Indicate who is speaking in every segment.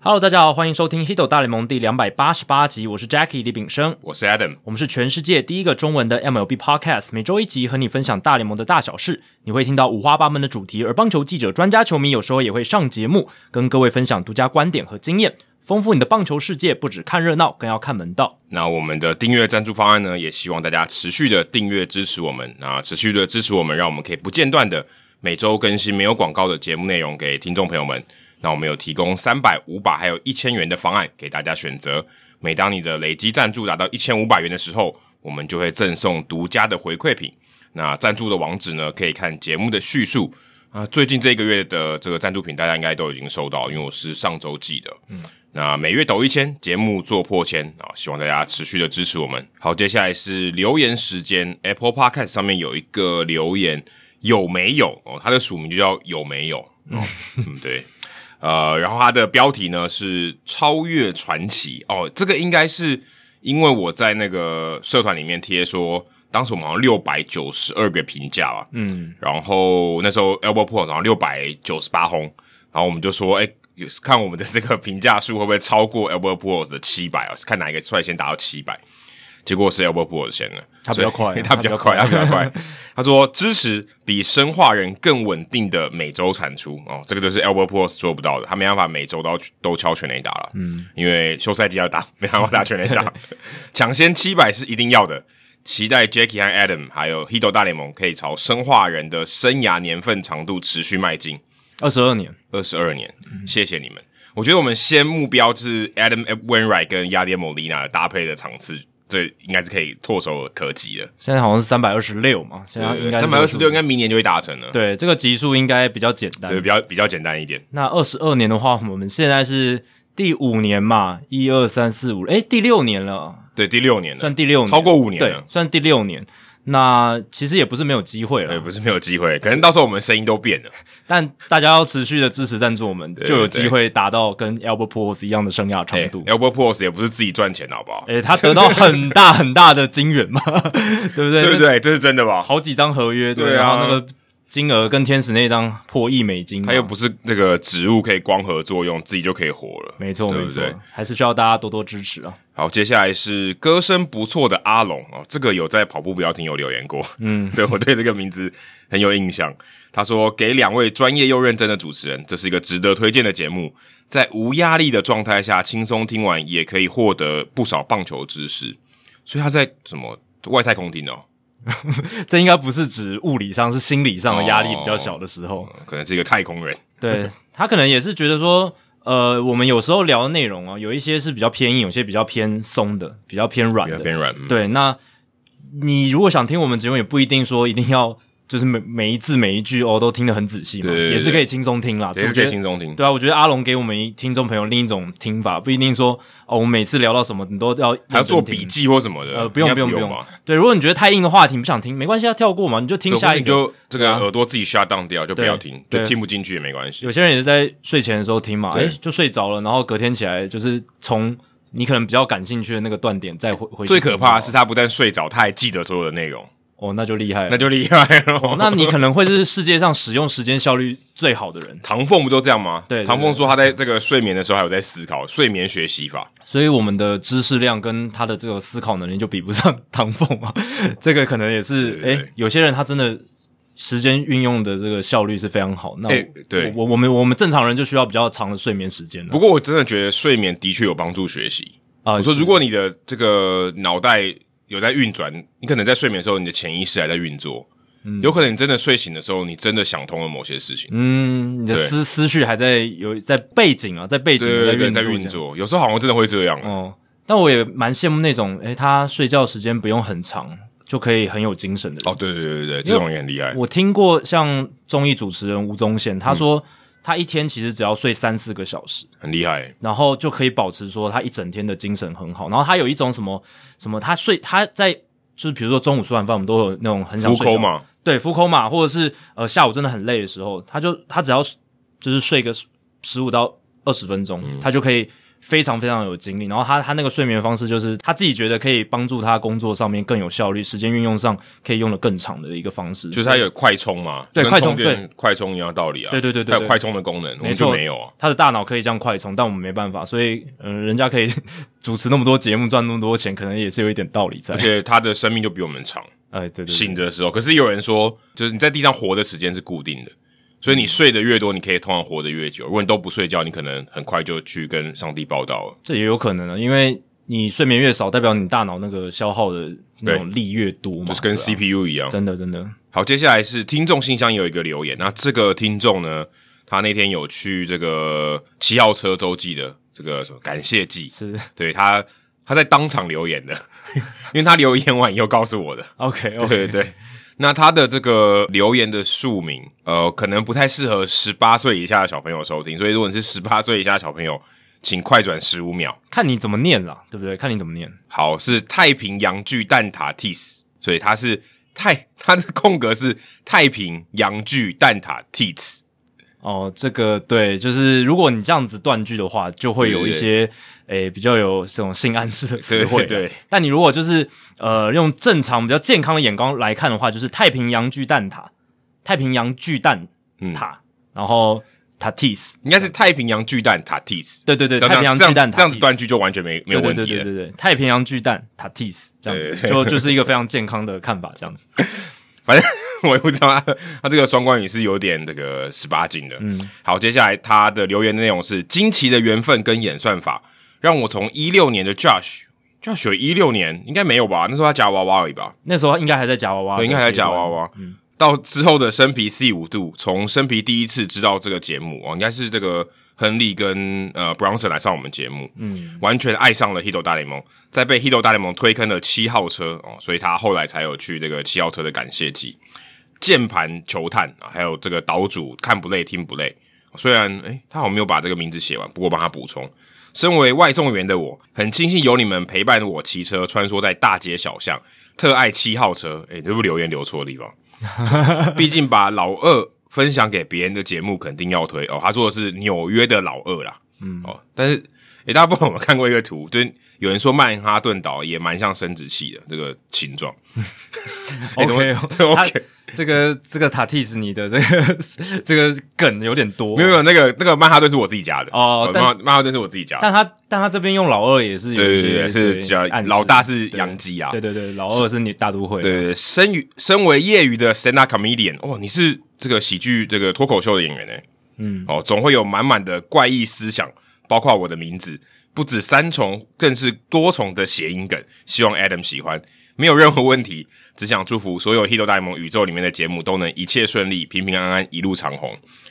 Speaker 1: Hello，大家好，欢迎收听《h i d o 大联盟》第两百八十八集，我是 Jackie 李炳生，
Speaker 2: 我是 Adam。
Speaker 1: 我们是全世界第一个中文的 MLB Podcast，每周一集和你分享大联盟的大小事，你会听到五花八门的主题，而棒球记者、专家、球迷有时候也会上节目，跟各位分享独家观点和经验，丰富你的棒球世界。不只看热闹，更要看门道。
Speaker 2: 那我们的订阅赞助方案呢，也希望大家持续的订阅支持我们啊，持续的支持我们，让我们可以不间断的每周更新没有广告的节目内容给听众朋友们。那我们有提供三百、五百还有一千元的方案给大家选择。每当你的累积赞助达到一千五百元的时候，我们就会赠送独家的回馈品。那赞助的网址呢，可以看节目的叙述。啊，最近这个月的这个赞助品，大家应该都已经收到，因为我是上周寄的。那每月抖一千，节目做破千啊！希望大家持续的支持我们。好，接下来是留言时间。Apple Podcast 上面有一个留言，有没有哦？它的署名就叫有没有哦？嗯，对。呃，然后它的标题呢是“超越传奇”哦，这个应该是因为我在那个社团里面贴说，当时我们好像六百九十二个评价吧，
Speaker 1: 嗯，
Speaker 2: 然后那时候 Elbow p o r 然后六百九十八轰，然后我们就说，哎、有看我们的这个评价数会不会超过 Elbow p o r 的七百啊？是看哪一个率先达到七百。结果是 Elbow p o r 先了，
Speaker 1: 他比较快啊
Speaker 2: 所以他比较快，
Speaker 1: 他
Speaker 2: 他比
Speaker 1: 比较
Speaker 2: 较快。他说支持比生化人更稳定的每周产出哦，这个就是 Elbow p o r 做不到的，他没办法每周都要都敲全垒打了，嗯，因为休赛季要打， 没办法打全垒打，抢先七百是一定要的。期待 Jackie 和 Adam 还有 Hido 大联盟可以朝生化人的生涯年份长度持续迈进，
Speaker 1: 二十二年，
Speaker 2: 二十二年，谢谢你们。我觉得我们先目标就是 Adam Wainwright 跟亚 a d i m o l i n a 搭配的场次，这应该是可以唾手可及的。
Speaker 1: 现在好像是三百二十六嘛，现在啊应该是
Speaker 2: 三百二十六应该明年就会达成了，
Speaker 1: 对这个集数应该比较简单
Speaker 2: 对，。比较比较简单一点。
Speaker 1: 那二十二年的话，我们现在是第五年嘛，一二三四五，诶，第六年了。
Speaker 2: 对，第六年了
Speaker 1: 算，第六年，
Speaker 2: 超过五年
Speaker 1: 对
Speaker 2: 了，
Speaker 1: 算第六年。那其实也不是没有机会
Speaker 2: 对，
Speaker 1: 了，
Speaker 2: 不是没有机会，可能到时候我们声音都 变了。
Speaker 1: 但大家要持续的支持赞助我们，就有
Speaker 2: 对
Speaker 1: 机会达到跟 Albert Pujols 一样的生涯
Speaker 2: 哎
Speaker 1: 长度。
Speaker 2: ，Elbow p o r s 也不是自己赚钱的，好不好？
Speaker 1: 诶、他得到很大很大的金元嘛， 对不对？
Speaker 2: 对不
Speaker 1: 那
Speaker 2: 对？这是真的吧？
Speaker 1: 好几张合约，对，
Speaker 2: 对啊
Speaker 1: 然后那个金额跟天使那张破亿美金嘛，
Speaker 2: 它又不是那个植物可以光合作用，自己就可以活了。
Speaker 1: 没错
Speaker 2: 对
Speaker 1: 没
Speaker 2: 不
Speaker 1: 错
Speaker 2: 对，
Speaker 1: 还是需要大家多多支持啊。
Speaker 2: 好，接下来是歌声不错的阿龙哦，这个有在跑步不要停有留言过，嗯， 对我对这个名字很有印象。他说给两位专业又认真的主持人，这是一个值得推荐的节目，在无压力的状态下轻松听完，也可以获得不少棒球知识。所以他在什么外太空听哦，
Speaker 1: 这应该不是指物理上，是心理上的压力比较小的时候。
Speaker 2: 嗯可能是一个太空人，
Speaker 1: 对他可能也是觉得说，呃，我们有时候聊的内容哦，有一些是比较偏硬，有些比较偏松的，比较偏软
Speaker 2: 比较
Speaker 1: 的。
Speaker 2: 偏软。嗯
Speaker 1: 啊对，那你如果想听我们节目，也不一定说一定要就是每每一字每一句哦都听得很仔细嘛，
Speaker 2: 对对对
Speaker 1: 也是可以轻松听啦。
Speaker 2: 也是
Speaker 1: 我
Speaker 2: 可
Speaker 1: 觉
Speaker 2: 以
Speaker 1: 得
Speaker 2: 轻松听。
Speaker 1: 对啊，我觉得阿龙给我们一听众朋友另一种听法，不一定说哦，我们每次聊到什么你都要
Speaker 2: 还要做
Speaker 1: 认真听
Speaker 2: 笔。记或什么的，
Speaker 1: 呃，不用
Speaker 2: 应
Speaker 1: 不
Speaker 2: 该
Speaker 1: 用
Speaker 2: 不
Speaker 1: 不
Speaker 2: 用
Speaker 1: 用
Speaker 2: 吧？。
Speaker 1: 对，如果你觉得太硬的话题你不想听，没关系，要跳过嘛，你就听
Speaker 2: 对
Speaker 1: 下
Speaker 2: 或是
Speaker 1: 一
Speaker 2: 你
Speaker 1: 个。
Speaker 2: 就这个
Speaker 1: 啊
Speaker 2: 耳朵自己 shut down 掉，就不
Speaker 1: 对
Speaker 2: 要听，就
Speaker 1: 对
Speaker 2: 听不进去也没关系
Speaker 1: 有。些人也是在睡前的时候听嘛，哎、
Speaker 2: 对
Speaker 1: 就睡着了，然后隔天起来就是从你可能比较感兴趣的那个断点再回回去
Speaker 2: 最
Speaker 1: 听。
Speaker 2: 可怕的是，他不但睡着，他还记得所有的内容，
Speaker 1: 哦，那就厉害
Speaker 2: 那
Speaker 1: 了。
Speaker 2: 就厉害了。
Speaker 1: 哦那你可能会是世界上使用时间效率最好的 人，
Speaker 2: 唐凤不都这样吗？
Speaker 1: 对对
Speaker 2: 唐凤说他在这个睡眠的时候还有在思考睡眠学习法，
Speaker 1: 所以我们的知识量跟他的这个思考能力就比不上唐凤啊。 这个可能也是，哎、
Speaker 2: 对对对
Speaker 1: 有些人他真的时间运用的这个效率是非常好。那我、
Speaker 2: 哎对
Speaker 1: 我我们我们正常人就需要比较长的睡眠时间了
Speaker 2: 不过我真的觉得睡眠的确有帮助学习。
Speaker 1: 啊。
Speaker 2: 我说，
Speaker 1: 是
Speaker 2: 如果你的这个脑袋有在运转，你可能在睡眠的时候，你的潜意识还在运作，有可能你真的睡醒的时候，你真的想通了某些事情。
Speaker 1: 嗯嗯，你的
Speaker 2: 对
Speaker 1: 思思绪还在有在背景啊，在背景
Speaker 2: 对对对，在
Speaker 1: 运
Speaker 2: 运
Speaker 1: 作。
Speaker 2: 作，有时候好像真的会这样。啊
Speaker 1: 哦，但我也蛮羡慕那种，诶、他睡觉时间不用很长就可以很有精神的人。
Speaker 2: 哦，对对对对对，这嗯种也很厉害。
Speaker 1: 嗯我听过像综艺主持人吴宗宪，他说他一天其实只要睡三四个小时，
Speaker 2: 很厉害，
Speaker 1: 然后就可以保持说他一整天的精神很好。然后他有一种什么什么，他睡他在就是比如说中午吃完饭，我们都有那种很想
Speaker 2: 浮
Speaker 1: 睡觉
Speaker 2: 空，嘛，
Speaker 1: 对，浮空嘛，或者是呃下午真的很累的
Speaker 2: 嗯
Speaker 1: 时候，他就他只要就是睡个十五到二十分钟，他就可以非常非常有精力。然后他他那个睡眠方式就是他自己觉得可以帮助他工作上面更有效率，时间运用上可以用的更长的一个方式。
Speaker 2: 就是它有快充嘛，
Speaker 1: 对
Speaker 2: 就跟
Speaker 1: 快充
Speaker 2: 充电快充一样道理啊。
Speaker 1: 对对对对
Speaker 2: 它
Speaker 1: 对
Speaker 2: 有快充的功能，我
Speaker 1: 没
Speaker 2: 们
Speaker 1: 错
Speaker 2: 就没有啊。
Speaker 1: 他的大脑可以这样快充，但我们没办法，所以嗯、呃人家可以 主持那么多节目赚那么多钱，可能也是有一点道理在
Speaker 2: 而。且它的生命就比我们长，
Speaker 1: 哎，对对对，
Speaker 2: 醒着的时候。可是有人说，就是你在地上活的时间是固定的，所以
Speaker 1: 嗯
Speaker 2: 你睡得越多，你可以通常活得越久。如果你都不睡觉，你可能很快就去跟上帝报道了。
Speaker 1: 这也有可能啊，因为你睡眠越少，代表你大脑那个消耗的那种力越多嘛，
Speaker 2: 就是跟
Speaker 1: 对啊
Speaker 2: CPU 一样，
Speaker 1: 真的真的，
Speaker 2: 好，接下来是听众信箱有一个留言，那这个听众呢，他那天有去这个七号车周记的这个什么感谢季，
Speaker 1: 是
Speaker 2: 对他他在当场留言的，因为他留言完以后告诉我的，
Speaker 1: OK
Speaker 2: 对
Speaker 1: OK，
Speaker 2: 对对。那他的这个留言的署名，呃，可能不太适合十八岁以下的小朋友收听，所以如果你是十八岁以下的小朋友，请快转十五秒。
Speaker 1: 看你怎么念啦，对不对？看你怎么念。
Speaker 2: 好，是太平洋巨蛋挞 Tis，所以它是太，它的空格是太平洋巨蛋挞 Tis，
Speaker 1: 哦，这个对，就是如果你这样子断句的话，就会有一些诶、比较有这种性暗示的词汇啊。
Speaker 2: 对对对
Speaker 1: 但你如果就是呃用正常比较健康的眼光来看的话，就是太平洋巨蛋挞，太平洋巨蛋
Speaker 2: 嗯
Speaker 1: 挞，然后 Tatis，
Speaker 2: 应该是太平洋巨蛋挞 Tis。
Speaker 1: 对对对，
Speaker 2: 这
Speaker 1: 太
Speaker 2: 样
Speaker 1: 平洋
Speaker 2: 这
Speaker 1: 巨
Speaker 2: 样
Speaker 1: 蛋挞
Speaker 2: 这样子
Speaker 1: Tatis
Speaker 2: 断句就完全没没有问题了。
Speaker 1: 对对对对对，太平洋巨蛋 Tatis 这样
Speaker 2: 对
Speaker 1: 子，
Speaker 2: 对
Speaker 1: 就就是一个非常健康的看法，这样子。
Speaker 2: 反正我也不知道他他这个双关语是有点这个十八禁的。嗯，好，接下来他的留言的内容是惊奇的缘分跟演算法，让我从一六年的 Josh。Josh 有一六年应该没有吧？那时候他夹娃娃而已吧？
Speaker 1: 那时候应该还在夹娃娃，
Speaker 2: 对，应该还在夹娃。娃。到之后的生皮 C 五度，从生皮第一次知道这个节目哦，应该是这个亨利跟呃 Bronson 来上我们节目，嗯，完全爱上了 Hito 大联盟，在被 Hito 大联盟推坑了七号车哦，所以他后来才有去这个七号车的感谢祭。键盘球探啊，还有这个岛主看不累听不累。哦虽然诶、他好像没有把这个名字写完，不过帮他补充。身为外送员的我，很庆幸有你们陪伴我骑车穿梭在大街小巷，特爱七号车。诶、这不留言留错 地方，毕竟把老二分享给别人的节目肯定要推哦。他说的是纽约的老二啦，嗯哦，但是诶、大家不知道有没有看过一个图，就是有人说曼哈顿岛也蛮像生殖器的这个 形状。哎怎么
Speaker 1: OK 哦
Speaker 2: 对 OK
Speaker 1: 他这个这个 Tatis 你的这个这个梗有点多，
Speaker 2: 没有没有，那个那个曼哈顿是我自己加的
Speaker 1: 哦但
Speaker 2: 曼哈曼哈顿是我自己加的。
Speaker 1: 但他但他这边用老二也是有一
Speaker 2: 对
Speaker 1: 些
Speaker 2: 对对，是叫
Speaker 1: 暗示
Speaker 2: 老大是洋基啊。
Speaker 1: 对对对，老二是你大都会，啊
Speaker 2: 对，对，身于身为业余的 stand up comedian，哦，你是这个喜剧这个脱口秀的演员呢、
Speaker 1: 嗯，
Speaker 2: 哦，总会有满满的怪异思想，包括我的名字，不止三重，更是多重的谐音梗。希望 Adam 喜欢，没有任何问题，只想祝福所有《h i t o 大联盟》宇宙里面的节目都能一切顺利，平平安安，一路长虹。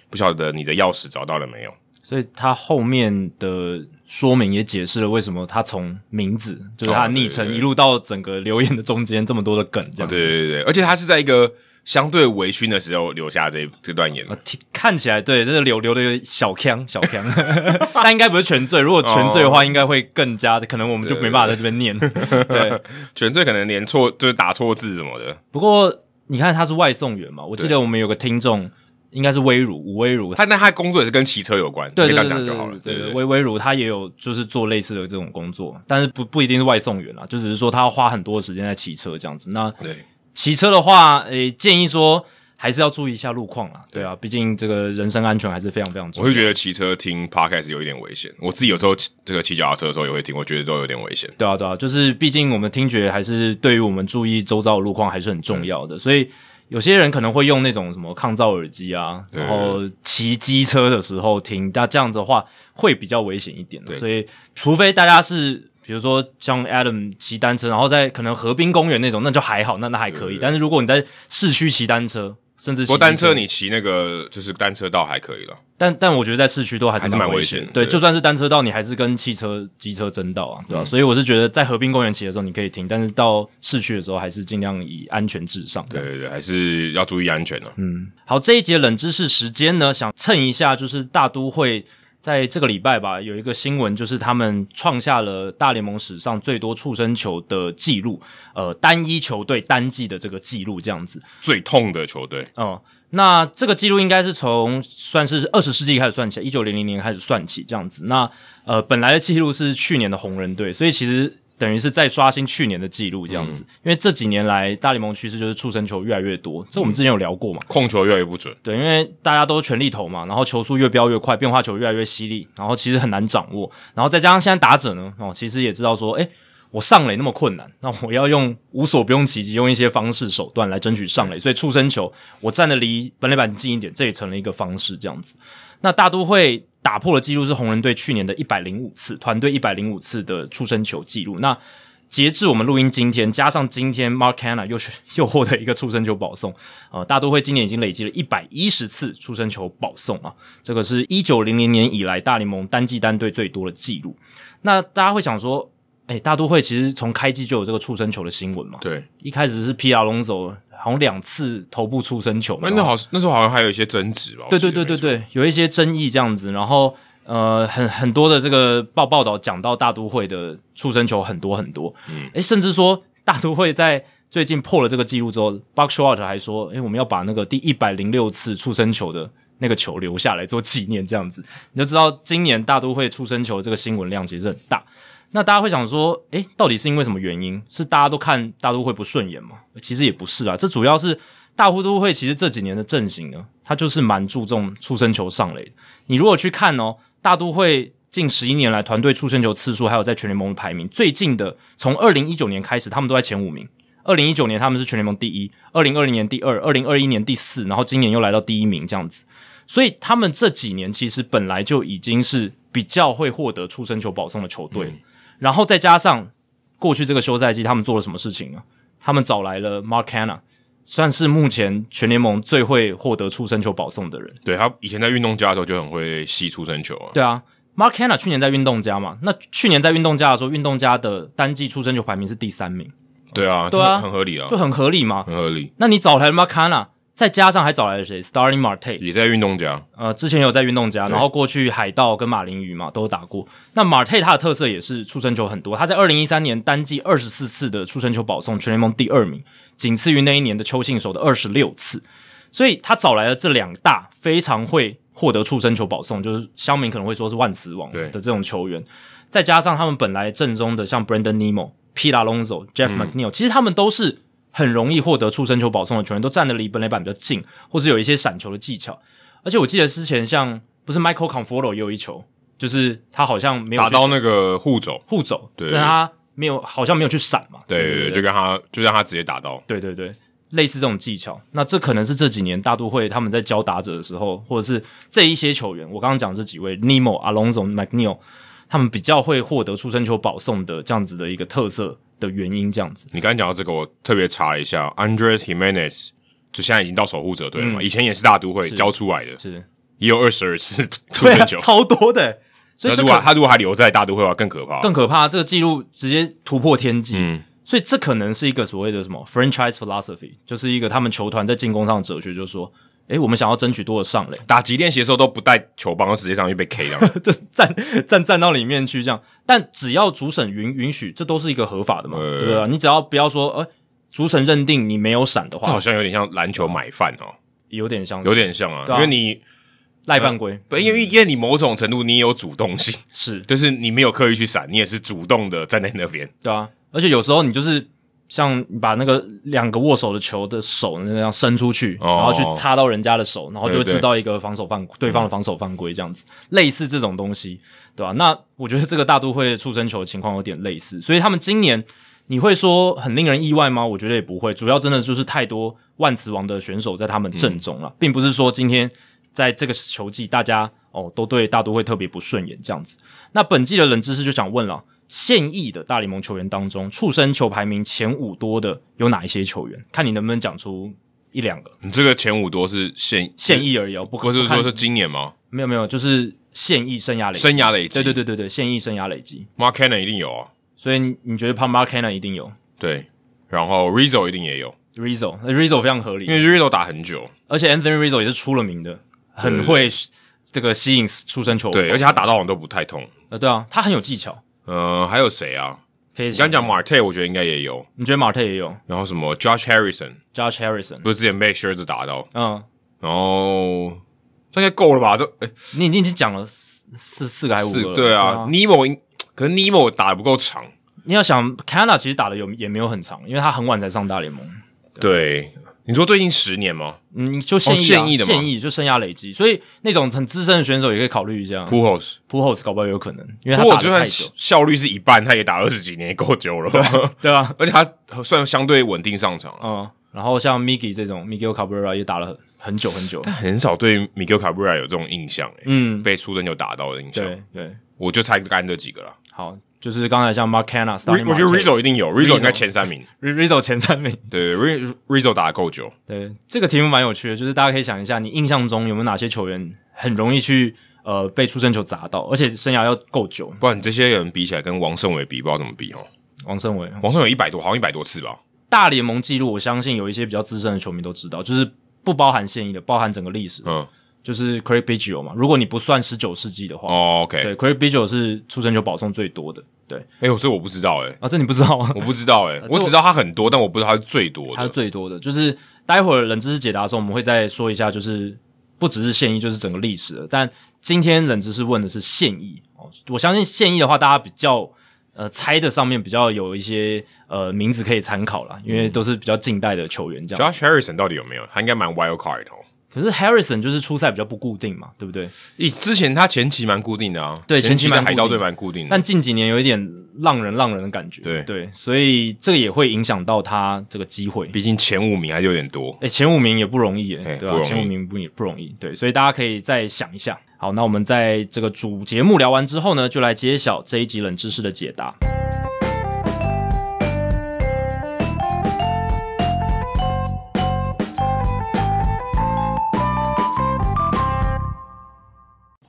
Speaker 2: 不晓得你的钥匙找到了没有？
Speaker 1: 所以他后面的说明也解释了为什么他从名字就是他的
Speaker 2: 哦对
Speaker 1: 昵称
Speaker 2: 对对哦
Speaker 1: 一路到整个留言的中间这么多的梗，这样子
Speaker 2: 对对对，而且他是在一个相对微醺的时候留下这这段言论。
Speaker 1: 啊，听看起来对，这是留留的有点小腔小腔， 但应该不是全醉。如果全醉的
Speaker 2: 哦
Speaker 1: 话，应该会更加的，可能我们就没办法在这边念。 对，
Speaker 2: 全醉可能连错就是打错字什么的，
Speaker 1: 不过你看他是外送员嘛，我记
Speaker 2: 对
Speaker 1: 得我们有个听众应该是微如吴微如，
Speaker 2: 他那他工作也是跟骑车有关，
Speaker 1: 对
Speaker 2: 可以
Speaker 1: 对
Speaker 2: 这
Speaker 1: 对
Speaker 2: 样
Speaker 1: 对
Speaker 2: 讲
Speaker 1: 对
Speaker 2: 就好了。
Speaker 1: 对
Speaker 2: 对
Speaker 1: 对，
Speaker 2: 对
Speaker 1: 微微如他也有就是做类似的这种工作，但是不不一定是外送员啦，啊就只是说他要花很多时间在骑车这样子。那
Speaker 2: 对，
Speaker 1: 骑车的话，诶，建议说还是要注意一下路况啦。对啊，毕竟这个人身安全还是非常非常重
Speaker 2: 我
Speaker 1: 要。
Speaker 2: 会觉得骑车听 podcast 有一点危险，我自己有时候骑这个骑脚踏车的时候也会听，我觉得都有点危险。
Speaker 1: 对啊，对啊，就是毕竟我们听觉还是对于我们注意周遭的路况还是很重要的，所以有些人可能会用那种什么抗噪耳机啊，
Speaker 2: 对
Speaker 1: 然后骑机车的时候听，那这样子的话会比较危险一点的。
Speaker 2: 对
Speaker 1: 所以，除非大家是比如说像 Adam 骑单车，然后在可能河滨公园那种，那就还好，那那还可以。但是如果你在市区骑单车，甚至骑
Speaker 2: 不过单车
Speaker 1: 机
Speaker 2: 你骑那个就是单车道还可以了，
Speaker 1: 但但我觉得在市区都还
Speaker 2: 还是
Speaker 1: 蛮
Speaker 2: 蛮危
Speaker 1: 险
Speaker 2: 险
Speaker 1: 的。
Speaker 2: 的
Speaker 1: 对，
Speaker 2: 对
Speaker 1: 就算是单车道，你还是跟汽车、机车争道啊，对吧、所以我是觉得在河滨公园骑的时候你可以停，但是到市区的时候还是尽量以安全至上。
Speaker 2: 对对对，还是要注意安全了。啊
Speaker 1: 嗯好，这一节冷知识时间呢，想蹭一下，就是大都会在这个礼拜吧，有一个新闻，就是他们创下了大联盟史上最多触身球的记录，呃，单一球队单季的这个记录这样子。
Speaker 2: 最痛的球队
Speaker 1: 嗯，那这个记录应该是从算是二十世纪开始算起，一九零零年开始算起这样子。那呃，本来的记录是去年的红人队，所以其实等于是在刷新去年的记录这样子。因为这几年来大联盟趋势就是触身球越来越多，这我们之前有聊过嘛。
Speaker 2: 控球越来越不准，
Speaker 1: 对，因为大家都全力投嘛，然后球速越飙越快，变化球越来越犀利，然后其实很难掌握，然后再加上现在打者呢，哦，其实也知道说，诶，我上垒那么困难，那我要用无所不用其极，用一些方式手段来争取上垒，所以触身球我站的离本垒板近一点，这也成了一个方式，这样子。那大都会打破了记录是红人队去年的一百零五次，团队一百零五次的出生球记录。那截至我们录音今天，加上今天 Mark Hanna 又是 又获得一个出生球保送，呃，大都会今年已经累积了一百一十次出生球保送啊，这个是一九零零年以来大联盟单季单队最多的记录。那大家会想说，哎、大都会其实从开季就有这个出生球的新闻嘛，
Speaker 2: 对，
Speaker 1: 一开始是皮亚龙走，好像两次头部出生球嘛，
Speaker 2: 那那好，那时候好像还有一些争执吧？我
Speaker 1: 对对
Speaker 2: 记得
Speaker 1: 对
Speaker 2: 没
Speaker 1: 对
Speaker 2: 错，
Speaker 1: 对，有一些争议这样子，然后呃，很很多的这个报报道讲到大都会的出生球很多很多，嗯，诶，甚至说大都会在最近破了这个记录之后 b u c k Short 还说，诶，我们要把那个第一百零六次出生球的那个球留下来做纪念，这样子，你就知道今年大都会出生球这个新闻量其实很大。那大家会想说，诶，到底是因为什么原因？是大家都看大都会不顺眼吗？其实也不是啊，这主要是大都会其实这几年的阵型呢，它就是蛮注重出生球上垒的。你如果去看哦，大都会近十一年来团队出生球次数，还有在全联盟的排名，最近的从二零一九年开始，他们都在前五名。二零一九年他们是全联盟第一，二零二零年第二，二零二一年第四，然后今年又来到第一名这样子。所以他们这几年其实本来就已经是比较会获得出生球保送的球队了，然后再加上过去这个休赛季他们做了什么事情呢？他们找来了 Mark Hanna，算是目前全联盟最会获得出生球保送的人。
Speaker 2: 对他以前在运动家的时候就很会吸出生球啊，
Speaker 1: 对啊，Mark Hanna 去年在运动家嘛，那去年在运动家的时候，运动家的单季出生球排名是第三名，
Speaker 2: 对啊，
Speaker 1: 对啊
Speaker 2: 很合理啊
Speaker 1: 就，很合理嘛。
Speaker 2: 很合理，
Speaker 1: 那你找来了 Mark Hanna，再加上还找来了谁？Starling Marte，
Speaker 2: 也在运动家，
Speaker 1: 呃，之前有在运动家，然后过去海盗跟马林鱼嘛都有打过。那马泰他的特色也是出生球很多，他在二零一三年单季二十四次的出生球保送，全联盟第二名，仅次于那一年的邱信手的二十六次。所以他找来了这两大非常会获得出生球保送，就是乡民可能会说是万磁王
Speaker 2: 对
Speaker 1: 的这种球员，再加上他们本来正宗的像 Brandon Nemo、Pete Alonso、Jeff McNeil，、其实他们都是很容易获得出生球保送的球员，都站得离本垒板比较近，或是有一些闪球的技巧。而且我记得之前像不是 Michael Conforto 也有一球，就是他好像没有
Speaker 2: 打
Speaker 1: 去
Speaker 2: 到那个护肘，
Speaker 1: 护肘，
Speaker 2: 对
Speaker 1: 但他没有好像没有去闪嘛，
Speaker 2: 对对对，就跟他就让他直接打到，
Speaker 1: 对对对，类似这种技巧。那这可能是这几年大都会他们在教打者的时候，或者是这一些球员，我刚刚讲这几位 Nemo、Alonso、McNeil，他们比较会获得出生球保送的这样子的一个特色的原因，这样子。
Speaker 2: 你刚才讲到这个，我特别查了一下，Andre Jimenez 就现在已经到守护者队了嘛，以前也是大都会交出来的，
Speaker 1: 嗯是，
Speaker 2: 也有二十二次 出
Speaker 1: 对啊
Speaker 2: 生球。，
Speaker 1: 超多的欸，所以
Speaker 2: 那
Speaker 1: 这
Speaker 2: 如果
Speaker 1: 可
Speaker 2: 他如果还留在大都会的话，更可怕。
Speaker 1: 更可怕，这个记录直接突破天际。
Speaker 2: 嗯，
Speaker 1: 所以这可能是一个所谓的什么 franchise philosophy，就是一个他们球团在进攻上的哲学，就是说，诶，我们想要争取多的上垒，
Speaker 2: 打击练习的时候都不带球棒，直接上去被 K 掉。
Speaker 1: 就站站站到里面去这样。但只要主审允允许，这都是一个合法的嘛，
Speaker 2: 呃
Speaker 1: 对吧、你只要不要说，呃，主审认定你没有闪的
Speaker 2: 这好
Speaker 1: 话，
Speaker 2: 像有点像篮球买饭哦，
Speaker 1: 有点像
Speaker 2: 有点像啊，
Speaker 1: 啊对
Speaker 2: 因
Speaker 1: 啊
Speaker 2: 为你
Speaker 1: 赖犯规，
Speaker 2: 不因为因为你某种程度你有主动性，
Speaker 1: 是
Speaker 2: 就是你没有刻意去闪，你也是主动的站在那边。
Speaker 1: 对啊。而且有时候你就是像你把那个两个握手的球的手那样伸出去，
Speaker 2: 哦
Speaker 1: 然后去插到人家的手，然后就会
Speaker 2: 对对嗯
Speaker 1: 制造一个防守犯对方的防守犯规这样子，类似这种东西，对吧、那我觉得这个大都会出生球的情况有点类似，所以他们今年。你会说很令人意外吗？我觉得也不会，主要真的就是太多万磁王的选手在他们阵中
Speaker 2: 嗯
Speaker 1: 了，并不是说今天在这个球季大家哦都对大都会特别不顺眼这样子。那本季的冷知识就想问了，现役的大联盟球员当中，畜生球排名前五多的有哪一些球员？看你能不能讲出一两个
Speaker 2: 你这个前五多是现
Speaker 1: 现，役而已哦，不
Speaker 2: 或是
Speaker 1: 不看
Speaker 2: 说是今年吗？
Speaker 1: 没有没有，就是现役生涯累积
Speaker 2: 生涯累积
Speaker 1: 对对对对对，现役生涯累积。
Speaker 2: Mark Cannon 一定有啊，
Speaker 1: 所以你你觉得 p a m b a c a n a 一定有
Speaker 2: 对，然后 Rizzo 一定也有，
Speaker 1: Rizzo，Rizzo 呃非常合理，
Speaker 2: 因为 Rizzo 打很久，
Speaker 1: 而且 Anthony Rizzo 也是出了名的，很会这个吸引出生球。
Speaker 2: 对，而且他打到网都不太痛。
Speaker 1: 呃，对啊，他很有技巧。
Speaker 2: 呃，还有谁啊？
Speaker 1: 可以
Speaker 2: 你刚讲 Marte，我觉得应该也有。
Speaker 1: 你觉得马特也有
Speaker 2: 然后什么 Josh Harrison，
Speaker 1: ，Josh Harrison，
Speaker 2: 不是之前被 s h i r t 打到，
Speaker 1: 嗯，
Speaker 2: 然后这应该够了吧？这哎
Speaker 1: 你你已经讲了四四四个还是五个
Speaker 2: 四
Speaker 1: 了？
Speaker 2: 对啊
Speaker 1: 你
Speaker 2: ，Nemo 应可是 Nemo 打的不够长，
Speaker 1: 你要想 c a n a 其实打的有也没有很长，因为他很晚才上大联盟。
Speaker 2: 对，你说最近十年吗？
Speaker 1: 嗯，就现役、啊
Speaker 2: 哦现役的嘛
Speaker 1: 现役就生涯累积，所以那种很资深的选手也可以考虑一下。
Speaker 2: p u h o s
Speaker 1: p u h o s 搞不好有可能，嗯因为
Speaker 2: p
Speaker 1: 他
Speaker 2: u h
Speaker 1: 打
Speaker 2: o s 就
Speaker 1: 的太
Speaker 2: 算
Speaker 1: 久，
Speaker 2: 效率是一半，他也打二十几年，也够久 了。
Speaker 1: 对啊，
Speaker 2: 而且他算相对稳定上场了，啊
Speaker 1: 嗯，然后像 Miggy 这种 Miguel Cabrera 也打了很很久很久，
Speaker 2: 很少对 Miguel Cabrera 有这种印象、欸，
Speaker 1: 嗯，
Speaker 2: 被出征就打到的印象。
Speaker 1: 对对，
Speaker 2: 我就猜干这几个了。
Speaker 1: 好，就是刚才像 Mark Canna，
Speaker 2: Ri- 我觉得 Rizzo 一定有
Speaker 1: Rizzo
Speaker 2: ，Rizzo 应该前三名。
Speaker 1: Rizzo 前三名，
Speaker 2: 对，Ri-，Rizzo 打的够久。
Speaker 1: 对，这个题目蛮有趣的，就是大家可以想一下，你印象中有没有哪些球员很容易去呃被出生球砸到，而且生涯要够久，
Speaker 2: 不然你这些人比起来，跟王胜伟比，不知道怎么比哦。
Speaker 1: 王胜伟，
Speaker 2: 王胜伟一百多，好像一百多次吧。
Speaker 1: 大联盟记录，我相信有一些比较资深的球迷都知道，就是不包含现役的，包含整个历史，
Speaker 2: 嗯，
Speaker 1: 就是 Craig Biggio 嘛。如果你不算十九世纪的话，
Speaker 2: 哦，OK，
Speaker 1: 对，Craig Biggio 是出生球保送最多的。对
Speaker 2: 哎、呦，这我不知道、哎，
Speaker 1: 啊，这你不知道吗？
Speaker 2: 我不知道、哎， 我只知道他很多，但我不知道他是最多
Speaker 1: 呃他是
Speaker 2: 的。
Speaker 1: 最多的，就是待会儿冷知识解答的时候，我们会再说一下，就是不只是现役，就是整个历史的。但今天冷知识问的是现役哦，我相信现役的话，大家比较呃猜的上面比较有一些呃名字可以参考啦，因为都是比较近代的球员这样。
Speaker 2: Josh Harrison 到底有没有？他应该蛮 wild card 的哦。
Speaker 1: 可是 Harrison 就是出赛比较不固定嘛，对不对？
Speaker 2: 咦，之前他前期蛮固定的啊，
Speaker 1: 对
Speaker 2: 前
Speaker 1: 前期
Speaker 2: 的
Speaker 1: 蛮
Speaker 2: 海盗
Speaker 1: 固
Speaker 2: 队
Speaker 1: 定
Speaker 2: 蛮固定的，
Speaker 1: 但近几年有一点浪人浪人的感觉，
Speaker 2: 对
Speaker 1: 对，所以这个也会影响到他这个机会。
Speaker 2: 毕竟前五名还是有点多。
Speaker 1: 哎、前五名也不容易耶，
Speaker 2: 哎
Speaker 1: 对
Speaker 2: 不
Speaker 1: 吧、
Speaker 2: 容易
Speaker 1: 前五名不也不容易，对，所以大家可以再想一下。好，那我们在这个主节目聊完之后呢，就来揭晓这一集冷知识的解答。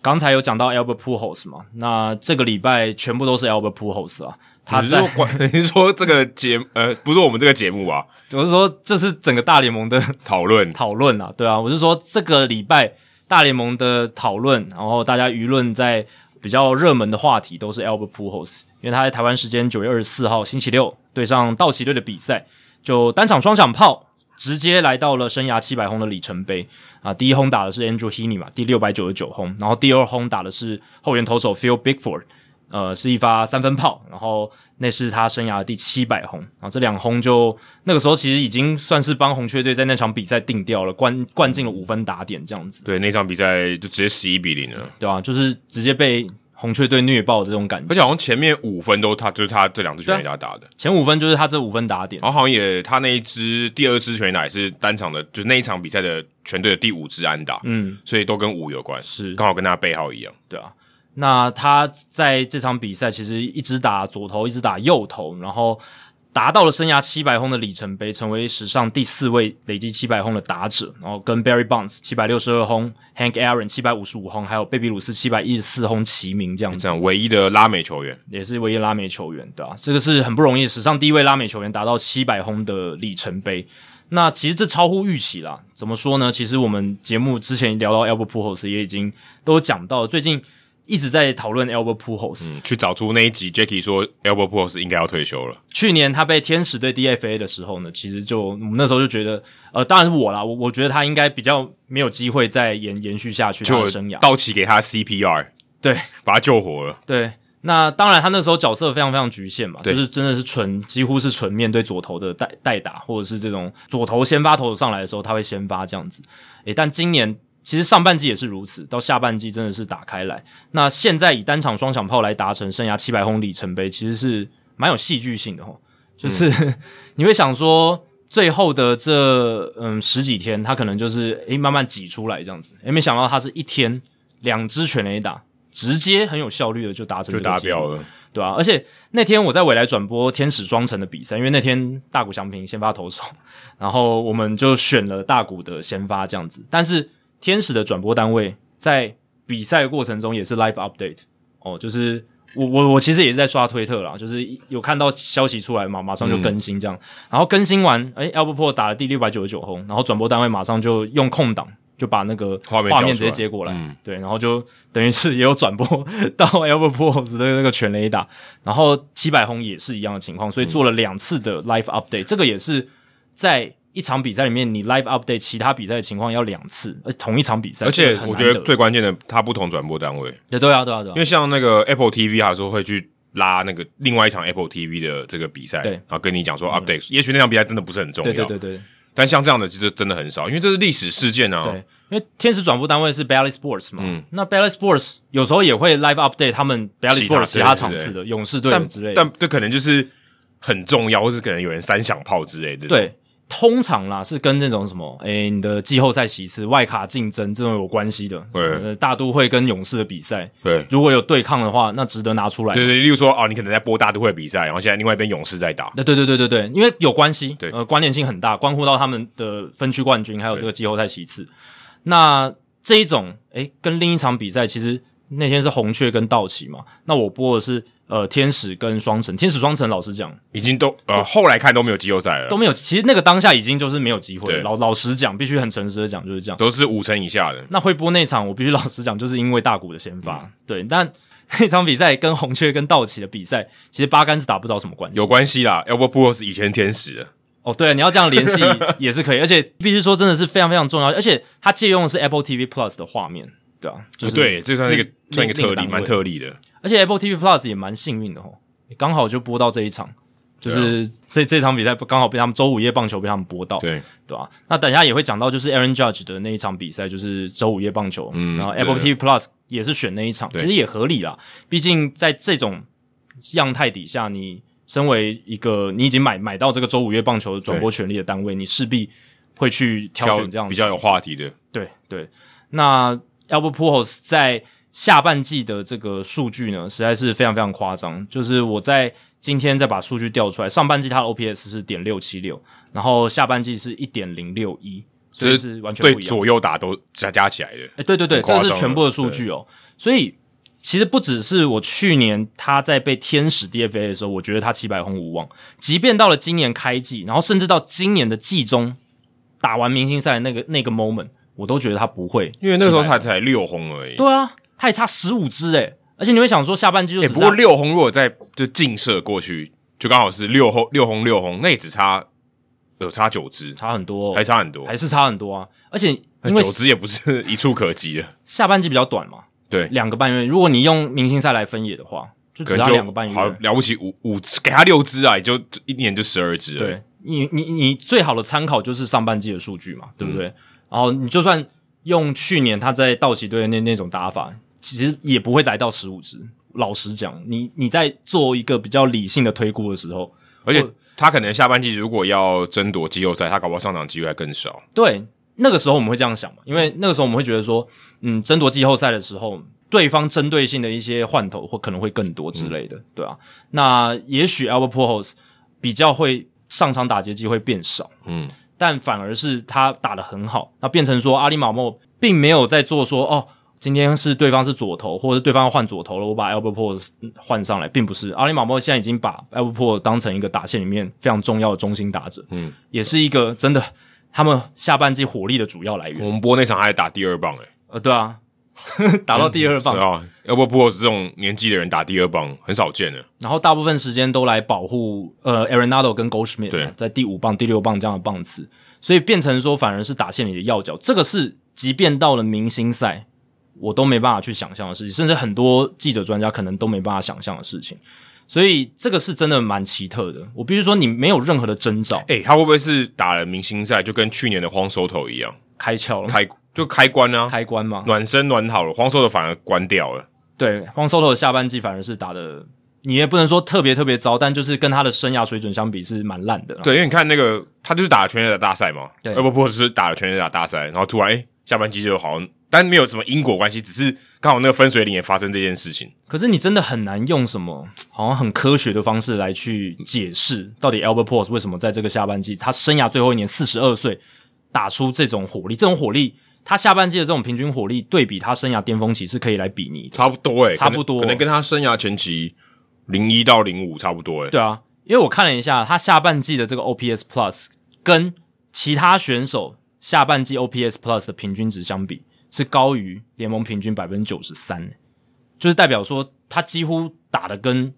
Speaker 1: 刚才有讲到 Albert Pujols 嘛，那这个礼拜全部都是 Albert Pujols 啊，他
Speaker 2: 你是说
Speaker 1: 在，
Speaker 2: 管？ 你是说这个节呃，不是我们这个节目吧？
Speaker 1: 我是说这是整个大联盟的
Speaker 2: 讨论
Speaker 1: 讨论啊，对啊，我是说这个礼拜大联盟的讨论，然后大家舆论在比较热门的话题都是 Albert Pujols，因为他在台湾时间九月二十四号星期六对上道奇队的比赛，就单场双响炮。直接来到了生涯七百轰的里程碑啊！第一轰打的是 Andrew Heaney 嘛，第六百九十九轰，然后第二轰打的是后援投手 Phil Bigford，呃，是一发三分炮，然后那是他生涯的第七百轰，然后这两轰就那个时候其实已经算是帮红雀队在那场比赛定掉了，灌灌进了五分打点这样子，
Speaker 2: 对，那场比赛就直接十一比零了，
Speaker 1: 对吧、就是直接被红雀队虐爆的这种感觉。
Speaker 2: 而且好像前面五分都他就是他这两支全垒打打的，
Speaker 1: 前五分就是他这五分打点，
Speaker 2: 然后好像也他那一支第二支全垒打也是单场的，就是那一场比赛的全队的第五支安打，
Speaker 1: 嗯，
Speaker 2: 所以都跟五有关，
Speaker 1: 是
Speaker 2: 刚好跟他背号一样。
Speaker 1: 对啊。那他在这场比赛其实一直打左投，一直打右投，然后达到了生涯七百轰的里程碑，成为史上第四位累积七百轰的打者，然后跟 Barry Bonds 七百六十二轰、Hank Aaron 七百五十五轰，还有贝比鲁斯七百一十四轰齐名这样子
Speaker 2: 这。样唯一的拉美球员，
Speaker 1: 也是唯一拉美球员，对啊，这个是很不容易，史上第一位拉美球员达到七百轰的里程碑。那其实这超乎预期啦。怎么说呢？其实我们节目之前聊到 Albert Pujols 也已经都有讲到，最近一直在讨论 Albert Pujols、
Speaker 2: 嗯，去找出那一集 Jacky 说 Albert p o s 应该要退休了，
Speaker 1: 去年他被天使队 DFA 的时候呢，其实就我们那时候就觉得，呃，当然是我啦，我我觉得他应该比较没有机会再延延续下去他
Speaker 2: 就
Speaker 1: 的生涯。
Speaker 2: 道奇给他 CPR，
Speaker 1: 对，
Speaker 2: 把他救活了。
Speaker 1: 对，那当然他那时候角色非常非常局限嘛，就
Speaker 2: 对
Speaker 1: 是真的是纯几乎是纯面对左投的代代打，或者是这种左投先发投手上来的时候，他会先发这样子。诶，但今年其实上半季也是如此，到下半季真的是打开来。那现在以单场双响炮来达成生涯七百轰里程碑，其实是蛮有戏剧性的哦。就是、
Speaker 2: 嗯
Speaker 1: 你会想说，最后的这嗯十几天，他可能就是诶慢慢挤出来这样子，诶没想到他是一天两支全垒打，直接很有效率的就达成
Speaker 2: 就
Speaker 1: 这个
Speaker 2: 达
Speaker 1: 记录
Speaker 2: 标了，
Speaker 1: 对啊，而且那天我在未来转播天使双城的比赛，因为那天大谷翔平先发投手， 然后我们就选了大谷的先发这样子。但是天使的转播单位在比赛过程中也是 live update 哦，就是我我我其实也是在刷推特啦，就是有看到消息出来嘛，马上就更新这
Speaker 2: 嗯
Speaker 1: 样。然后更新完，哎 a l b e r p o 打了第六百九十九轰，然后转播单位马上就用空档就把那个
Speaker 2: 画面
Speaker 1: 画
Speaker 2: 调
Speaker 1: 面
Speaker 2: 出
Speaker 1: 直
Speaker 2: 来
Speaker 1: 接截过来，
Speaker 2: 嗯
Speaker 1: 对，然后就等于是也有转播到 Albert p o r s 的那个全垒打，然
Speaker 2: 嗯
Speaker 1: 后七百轰也是一样的情况，所以做了两次的 live update，、这个也是在。一场比赛里面你 live update 其他比赛的情况要两次，而同一场比赛，
Speaker 2: 而
Speaker 1: 这
Speaker 2: 且
Speaker 1: 个很
Speaker 2: 我
Speaker 1: 难
Speaker 2: 觉得
Speaker 1: 得
Speaker 2: 最关键的，它不同转播单位，
Speaker 1: 对对啊对啊对啊
Speaker 2: 因为像那个 Apple TV 它说会去拉那个另外一场 Apple TV 的这个比赛，
Speaker 1: 对嗯
Speaker 2: 然后跟你讲说 update，、也许那场比赛真的不是很重要，
Speaker 1: 对对对对
Speaker 2: 但像这样的其实真的很少，因为这是历史事件啊
Speaker 1: 对。，因为天使转播单位是 Bally Sports 嘛，
Speaker 2: 嗯
Speaker 1: 那 Bally Sports 有时候也会 live update 他们 Bally
Speaker 2: 其他
Speaker 1: Sports
Speaker 2: 队
Speaker 1: 其他场次的勇士队的
Speaker 2: 但
Speaker 1: 之类的，
Speaker 2: 但这可能就是很重要，或是可能有人三响炮之类的。，
Speaker 1: 对，通常啦是跟那种什么，诶、你的季后赛席次、外卡竞争这种有关系的。
Speaker 2: 对
Speaker 1: 呃，大都会跟勇士的比赛，
Speaker 2: 对
Speaker 1: 如果有对抗的话，那值得拿出来。
Speaker 2: 对对，例如说哦，你可能在播大都会比赛，然后现在另外一边勇士在打，
Speaker 1: 那对对对对对，因为有关系，
Speaker 2: 对
Speaker 1: 呃，关联性很大，关乎到他们的分区冠军，还有这个季后赛席次。那这一种，诶，跟另一场比赛，其实那天是红雀跟道奇嘛，那我播的是呃天使跟双城，天使双城老实讲
Speaker 2: 已经都呃后来看都没有季后赛了，
Speaker 1: 都
Speaker 2: 都
Speaker 1: 没有，其实那个当下已经就是没有机会了。
Speaker 2: 对
Speaker 1: 老老实讲，必须很诚实的讲，就是这样。
Speaker 2: 是五成以下的。
Speaker 1: 那会播那场，我必须老实讲，就是因为大谷的先发，
Speaker 2: 嗯
Speaker 1: 对，但 那场比赛跟红雀跟道奇的比赛，其实八竿子打不着什么关系。
Speaker 2: 有关系啦 e l b o Pujols 以前天使的，
Speaker 1: 哦，对，你要这样联 系也是可以，而且必须说真的是非常非常重要，而且它借用的是 Apple TV Plus 的画面，对啊，就是、
Speaker 2: 哦对，这算是一个
Speaker 1: 另
Speaker 2: 算一个
Speaker 1: 另
Speaker 2: 特
Speaker 1: 一个
Speaker 2: 例，
Speaker 1: 单位
Speaker 2: 蛮特例的。
Speaker 1: 而且 Apple TV Plus 也蛮幸运的哦，刚好就播到这一场，就是、这这场比赛刚好被他们周五夜棒球被他们播到，
Speaker 2: 啊对，
Speaker 1: 对吧、那等一下也会讲到，就是 Aaron Judge 的那一场比赛，就是周五夜棒球，
Speaker 2: 嗯
Speaker 1: 然后 Apple
Speaker 2: 对
Speaker 1: TV Plus 也是选那一场，其
Speaker 2: 对
Speaker 1: 实也合理啦。毕竟在这种样态底下，你身为一个你已经买买到这个周五夜棒球的转播权利的单位，你势必会去挑选这样
Speaker 2: 比
Speaker 1: 子。
Speaker 2: 较有话题的，
Speaker 1: 对对，那 Albert Pujols 在下半季的这个数据呢，实在是非常非常夸张。就是我在今天再把数据调出来，上半季他的 OPS 是点六七六，然后下半季是一点零六一，所以
Speaker 2: 这
Speaker 1: 是完全
Speaker 2: 对
Speaker 1: 不一样。
Speaker 2: 左右打都加加起来的。
Speaker 1: 哎，对对对，
Speaker 2: 很夸
Speaker 1: 这
Speaker 2: 张
Speaker 1: 是全部的数据哦。所以其实不只是我去年他在被天使 DFA 的时候，我觉得他七百轰无望，即便到了今年开季，然后甚至到今年的季中打完明星赛的那个那个 moment，我都觉得他不会。
Speaker 2: 因为那时候他才六轰而已，
Speaker 1: 对啊，他也差十五支诶，而且你会想说下半季就啊
Speaker 2: 哎、
Speaker 1: 只
Speaker 2: 不过
Speaker 1: 差
Speaker 2: 六轰如果在就近射过去，就刚好是六轰六轰六轰，那也只差有差九支，
Speaker 1: 差很多、哦，
Speaker 2: 还差很多
Speaker 1: 还，是差很多啊。而且
Speaker 2: 那
Speaker 1: 因为
Speaker 2: 九支也不是 一触可及的，
Speaker 1: 下半季比较短嘛，
Speaker 2: 对，
Speaker 1: 两个半月，如果你用明星赛来分野的话，就只
Speaker 2: 可能
Speaker 1: 要
Speaker 2: 就
Speaker 1: 两个半月。
Speaker 2: 好了不起五五给他六支啊，也就一年就十二支了，
Speaker 1: 对你，你你最好的参考就是上半季的数据
Speaker 2: 嗯
Speaker 1: 嘛，对不对？然后你就算用去年他在道奇队的那那种打法，其实也不会来到十五支。老实讲，你你在做一个比较理性的推估的时候，
Speaker 2: 而且他可能下半季如果要争夺季后赛，他搞不好上场机会还更少，
Speaker 1: 对，那个时候我们会这样想嘛，因为那个时候我们会觉得说，嗯，争夺季后赛的时候，对方针对性的一些换头或可能会更多之类的，
Speaker 2: 嗯
Speaker 1: 对啊。那也许 Albert Pujols 比较会上场打劫机会变少，
Speaker 2: 嗯，
Speaker 1: 但反而是他打得很好，那变成说阿里马莫并没有在做说哦。今天是对方是左投，或者是对方要换左投了，我把 Albert p o s 换上来，并不是阿里马莫现在已经把 Albert p o s 当成一个打线里面非常重要的中心打者，
Speaker 2: 嗯，
Speaker 1: 也是一个真的他们下半季火力的主要来源。
Speaker 2: 我们播那场还打第二棒哎、
Speaker 1: 呃，对啊， 打到第二棒，
Speaker 2: 对啊，要不波尔这种年纪的人打第二棒很少见的，
Speaker 1: 然后大部分时间都来保护呃 Arenado 跟 Goldschmidt，
Speaker 2: 对
Speaker 1: 在第五棒、第六棒这样的棒次，所以变成说反而是打线里的要角。这个是即便到了明星赛，我都没办法去想象的事情，甚至很多记者专家可能都没办法想象的事情。所以这个是真的蛮奇特的。我必须说，你没有任何的征兆
Speaker 2: 哎、他会不会是打了明星赛就跟去年的荒手头一样？
Speaker 1: 开窍了，
Speaker 2: 开就开关啊，
Speaker 1: 开关吗？
Speaker 2: 暖身暖好了，黄瘦的反而关掉了。
Speaker 1: 对，荒收头的下半季反而是打的，你也不能说特别特别糟，但就是跟他的生涯水准相比是蛮烂的啦。
Speaker 2: 对，因为你看那个，他就是打了全垒打大赛嘛，
Speaker 1: 对
Speaker 2: 呃要不不是打了全垒打大赛，然后突然哎、诶下半季就好像，但没有什么因果关系，只是刚好那个分水岭也发生这件事情。
Speaker 1: 可是你真的很难用什么好像很科学的方式来去解释，到底 Albert p o r s 为什么在这个下半季，他生涯最后一年四十二岁打出这种火力，这种火力，他下半季的这种平均火力对比他生涯巅峰期是可以来比拟的。
Speaker 2: 差不多哎、诶
Speaker 1: 差不多
Speaker 2: 可能可能跟他生涯前期零一到零五差不多哎、诶
Speaker 1: 对啊，因为我看了一下，他下半季的这个 OPS Plus 跟其他选手下半季 OPS Plus 的平均值相比，是高于联盟平均百分之九十三，就是代表说他几乎打的跟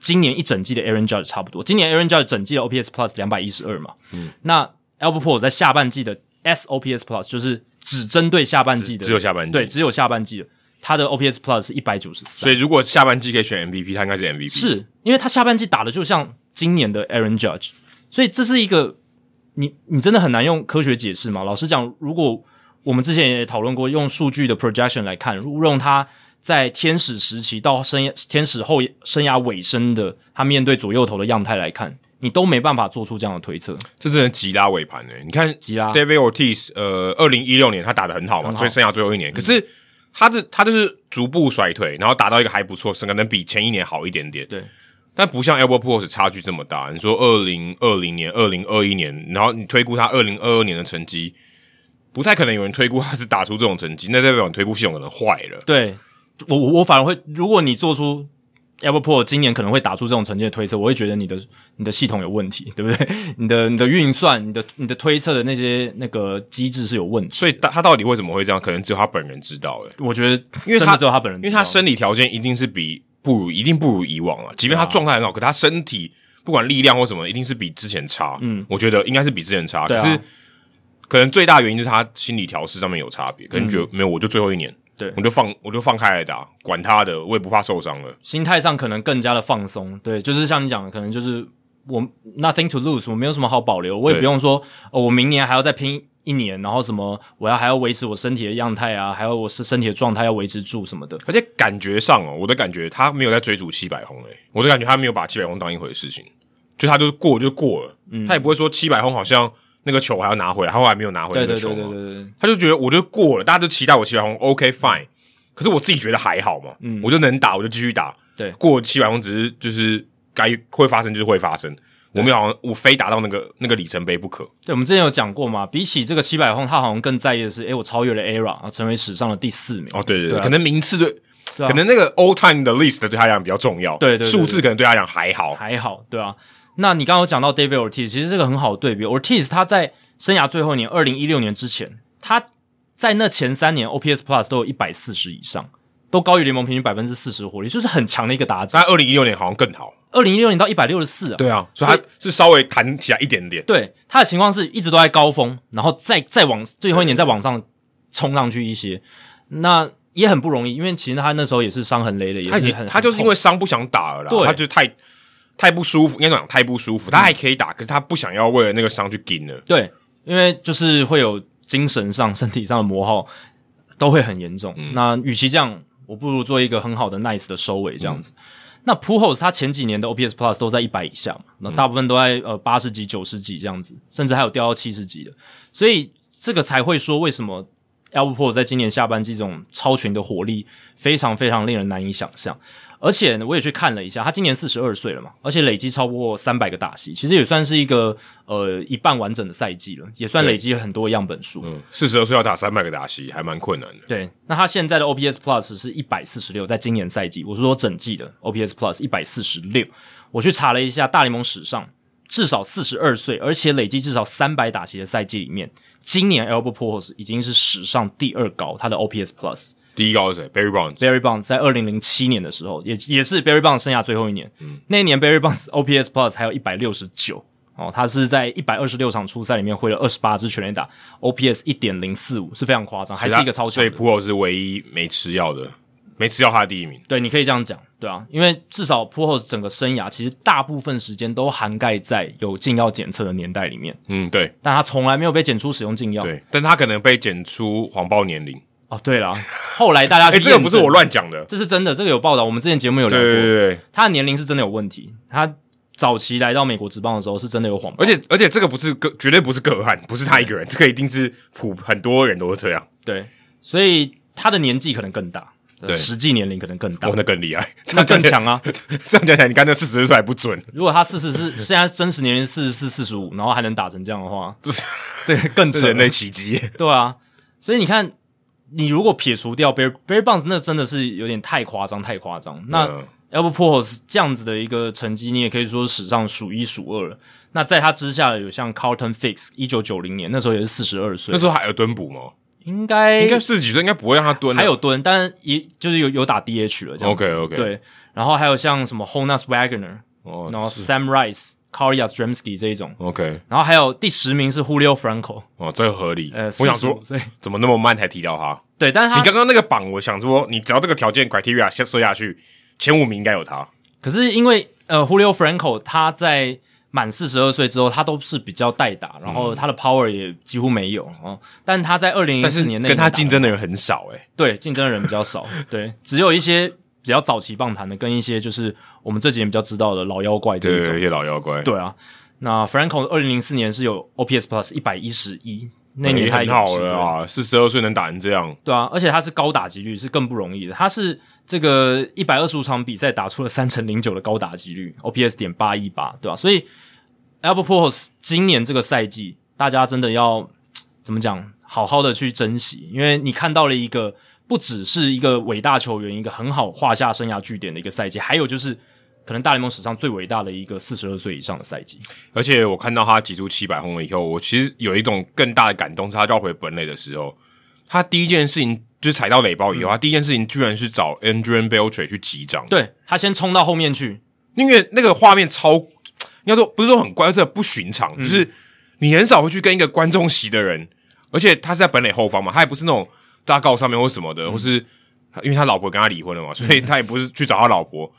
Speaker 1: 今年一整季的 Aaron Judge 差不多。今年 Aaron Judge 整季的 OPS Plus 两百一十二嘛，嗯，那 Albert 在下半季的 SOPS Plus 就是只针对下半季的，
Speaker 2: 只有下半季
Speaker 1: 对，只有下半季的，他的 OPS Plus 是一百九十
Speaker 2: 所
Speaker 1: 三，
Speaker 2: 以如果下半季可以选 MVP，他应该是 MVP。
Speaker 1: 是因为他下半季打的就像今年的 Aaron Judge，所以这是一个你你真的很难用科学解释嘛？老实讲，如果我们之前也讨论过，用数据的 projection 来看，如果用他在天使时期到生涯天使后生涯尾声的他面对左右头的样态来看，你都没办法做出这样的推测。
Speaker 2: 这真的急拉尾盘呢、欸你看
Speaker 1: 急拉
Speaker 2: David Ortiz，呃，二零一六年他打的很好嘛，
Speaker 1: 很好嗯
Speaker 2: 所以生涯最后一年，可是他的他就是逐步衰退，然后打到一个还不错，可能比前一年好一点点。
Speaker 1: 对，
Speaker 2: 但不像 Albert p o r t 差距这么大。你说二零二零年、二零二一年，然后你推估他二零二二年的成绩，不太可能有人推估他是打出这种成绩，那代表你推估系统可能坏了。
Speaker 1: 对我我我反而会，如果你做出 Apple Pro 今年可能会打出这种成绩的推测，我会觉得你的你的系统有问题，对不对？ 你的你的运算、你的你的推测的那些那个机制是有问题。
Speaker 2: 所以他他到底为什么会这样？可能只有他本人知道、欸。
Speaker 1: 我觉得，
Speaker 2: 因为
Speaker 1: 真
Speaker 2: 他
Speaker 1: 的只有他本人
Speaker 2: 因
Speaker 1: 知道，
Speaker 2: 为他身体条件一定是比不如，一定不如以往啊。即便他状态很好，可他身体不管力量或什么，一定是比之前差。嗯，我觉得应该是比之前差。
Speaker 1: 对
Speaker 2: 可
Speaker 1: 啊
Speaker 2: 是可能最大原因就是他心理调试上面有差别，可能觉得、没有，我就最后一年，
Speaker 1: 嗯对
Speaker 2: 我就放我就放开来打，管他的，我也不怕受伤了。
Speaker 1: 心态上可能更加的放松。对，就是像你讲的，可能就是我 nothing to lose，我没有什么好保留，我也
Speaker 2: 对
Speaker 1: 不用说，哦，我明年还要再拼一年，然后什么，我要还要维持我身体的样态啊，还有我是身体的状态要维持住什么的。
Speaker 2: 而且感觉上哦，我的感觉他没有在追逐七百轰诶、欸我的感觉他没有把七百轰当一回事情，就他就是过就过了，
Speaker 1: 嗯
Speaker 2: 他也不会说七百轰好像那个球还要拿回来，他后来没有啊拿回来
Speaker 1: 对
Speaker 2: 那个
Speaker 1: 对
Speaker 2: 球
Speaker 1: 对
Speaker 2: 嘛。
Speaker 1: 对对对。
Speaker 2: 他就觉得我就过了，大家都期待我七百轰，OK fine。可是我自己觉得还好嘛，我就能打，我就继续打。
Speaker 1: 嗯对
Speaker 2: 过七百轰只是就是该会发生就是会发生，我没有好像我非达到那个那个里程碑不可。
Speaker 1: 对，我们之前有讲过嘛，比起这个七百轰，他好像更在意的是，诶，我超越了 ERA，啊，成为史上的第四名。
Speaker 2: 哦，对对对，
Speaker 1: 对啊
Speaker 2: 可能名次对，
Speaker 1: 对啊
Speaker 2: 可能那个 all time 的 list 对他来讲比较重要，
Speaker 1: 对对对对
Speaker 2: 数字可能对他来讲还好。
Speaker 1: 还好，对啊。那你刚刚有讲到 David Ortiz，其实这个很好的对比。Ortiz 他在生涯最后一年，二零一六年之前，他在那前三年 OPS Plus 都有一百四十以上，都高于联盟平均百分之四十火力，就是很强的一个打者。
Speaker 2: 但二零一六年好像更好，
Speaker 1: 二零一六年到一百六十四啊，
Speaker 2: 对啊，所以他是稍微弹起来一点点。
Speaker 1: 对他的情况是一直都在高峰，然后再再往最后一年再往上冲上去一些，那也很不容易，因为其实他那时候也是伤痕累累，
Speaker 2: 他
Speaker 1: 也是
Speaker 2: 已经
Speaker 1: 很
Speaker 2: 他就是因为伤不想打了
Speaker 1: 对嗯
Speaker 2: 啦，他就太太不舒服，应该讲太不舒服。他还可以打，可是他不想要为了那个伤去顶了。
Speaker 1: 对，因为就是会有精神上、身体上的磨耗，都会很严重。
Speaker 2: 嗯
Speaker 1: 那与其这样，我不如做一个很好的 nice 的收尾，这样子。那 p u h o l s 他前几年的 OPS Plus 都在一百以下嘛，
Speaker 2: 嗯
Speaker 1: 那大部分都在呃八十几、九十几这样子，甚至还有掉到七十几的，所以这个才会说为什么 a l b e r t 在今年下半季这种超群的火力非常非常令人难以想象。而且呢我也去看了一下，他今年四十二岁了嘛，而且累积超过三百个打席，其实也算是一个呃一半完整的赛季了，也算累积了很多样本数。
Speaker 2: 嗯，四十二岁要打三百个打席，还蛮困难的。
Speaker 1: 对，那他现在的 OPS Plus 是一百四十六，在今年赛季，我是说整季的 OPS Plus 一百四十六。我去查了一下，大联盟史上至少四十二岁，而且累积至少三百打席的赛季里面，今年 Albert p o r s 已经是史上第二高，他的 OPS Plus。
Speaker 2: 第一高是谁？Barry Bonds，
Speaker 1: Barry Bonds 在二零零七年的时候，也也是 Barry Bonds 生涯最后一年。那一年 Barry Bonds OPS Plus 还有一百六十九哦，他是在一百二十六场初赛里面挥了二十八支全垒打，OPS 一点零四五是非常夸张，还是一个超强
Speaker 2: 所以
Speaker 1: 的。
Speaker 2: Pujols 是唯一没吃药的，没吃药他的第一名。
Speaker 1: 对，你可以这样讲，对啊，因为至少 p u o l s 整个生涯其实大部分时间都涵盖在有禁药检测的年代里面，
Speaker 2: 嗯，对
Speaker 1: 但他从来没有被检出使用禁药。
Speaker 2: 对，但他可能被检出黄包年龄。
Speaker 1: 哦，对了，后来大家
Speaker 2: 哎、
Speaker 1: 去
Speaker 2: 这个
Speaker 1: 验
Speaker 2: 不是
Speaker 1: 证
Speaker 2: 我，乱讲的。
Speaker 1: 这是真的，这个有报道，我们之前节目有聊
Speaker 2: 对
Speaker 1: 过。
Speaker 2: 对对对，
Speaker 1: 他的年龄是真的有问题。他早期来到美国职棒的时候是真的有谎报，
Speaker 2: 而且而且这个不是个，绝对不是个案，不是他一个人，这个一定是普很多人都是这样。
Speaker 1: 对，所以他的年纪可能更大，呃
Speaker 2: 对
Speaker 1: 实际年龄可能更大
Speaker 2: 哇，，哦 那更厉害，这
Speaker 1: 那更
Speaker 2: 样讲起来
Speaker 1: 强啊！
Speaker 2: 这样讲起来，你刚才四十岁还不 准，
Speaker 1: 如果他四十是现在真实年龄四十四、四十五，然后还能打成这样的 话，这更
Speaker 2: 这
Speaker 1: 扯
Speaker 2: 是人
Speaker 1: 了，
Speaker 2: 类奇迹。
Speaker 1: 对啊。所以你看，你如果撇除掉 Barry Barry Bonds，那真的是有点太夸张，太夸张。那、
Speaker 2: 嗯
Speaker 1: Albert p o r s 这样子的一个成绩，你也可以说史上数一数二了。那在他之下有像 Carlton Fix，一九九零年那时候也是四十二岁
Speaker 2: 那，时候还有蹲捕吗？
Speaker 1: 应该
Speaker 2: 应该四十几岁，应该不会让他蹲、啊。
Speaker 1: 还有蹲，但也就是有有打 DH 了这样子。
Speaker 2: OK，OK
Speaker 1: 对，然后还有像什么 Honus Wagner，
Speaker 2: 哦，
Speaker 1: 然后 Sam Rice， c a r i a s t r e m s k y 这一种，
Speaker 2: OK，
Speaker 1: 然后还有第十名是 Julio Franco，
Speaker 2: 哦，这个合理。
Speaker 1: 呃，
Speaker 2: 我想说
Speaker 1: 45，岁，
Speaker 2: 怎么那么慢才提到他？
Speaker 1: 对，但是
Speaker 2: 你
Speaker 1: 他
Speaker 2: 刚刚那个榜，我想说，你只要这个条件 criteria 先设下去，前五名应该有他。
Speaker 1: 可是因为呃，Julio Franco 他在满四十二岁之后，他都是比较代打，然后他的 power 也几乎没有哦。但他在二零零
Speaker 2: 嗯但是
Speaker 1: 四年啊内
Speaker 2: 跟他
Speaker 1: 打
Speaker 2: 竞争的人很少哎、
Speaker 1: 对竞争的人比较 少，对，只有一些比较早期棒坛的，跟一些就是我们这几年比较知道的老妖怪这一
Speaker 2: 对，有
Speaker 1: 种。
Speaker 2: 一些老妖怪，
Speaker 1: 对啊，那 Franco 二零零四年是有 OPS Plus 一百一十一，那
Speaker 2: 也
Speaker 1: 年他
Speaker 2: 哎很
Speaker 1: 有
Speaker 2: 好
Speaker 1: 机会
Speaker 2: 了啊，四十二岁能打成这样，
Speaker 1: 对啊，而且他是高打击率，是更不容易的。他是这个一百二十五场比赛打出了三乘零九的高打击率，OPS 点八一八，对吧、啊所以 Albert Pujols 今年这个赛季，大家真的要怎么讲，好好的去珍惜，因为你看到了一个不只是一个伟大球员，一个很好画下生涯据点的一个赛季，还有就是可能大联盟史上最伟大的一个四十二岁以上的赛季。
Speaker 2: 而且我看到他挤出七百轰了以后，我其实有一种更大的感动，是他绕回本垒的时候，他第一件事情就是踩到垒包
Speaker 1: 嗯
Speaker 2: 以后，他第一件事情居然是找 Andrew Beltre 去击掌，
Speaker 1: 对他先冲到后面去，
Speaker 2: 因为那个画面超，应该说不是说很怪，而是很不寻常，
Speaker 1: 嗯
Speaker 2: 就是你很少会去跟一个观众席的人，而且他是在本垒后方嘛，他也不是那种大告上面或什么
Speaker 1: 嗯
Speaker 2: 的，或是因为他老婆跟他离婚了嘛，所以他也不是去找他老婆。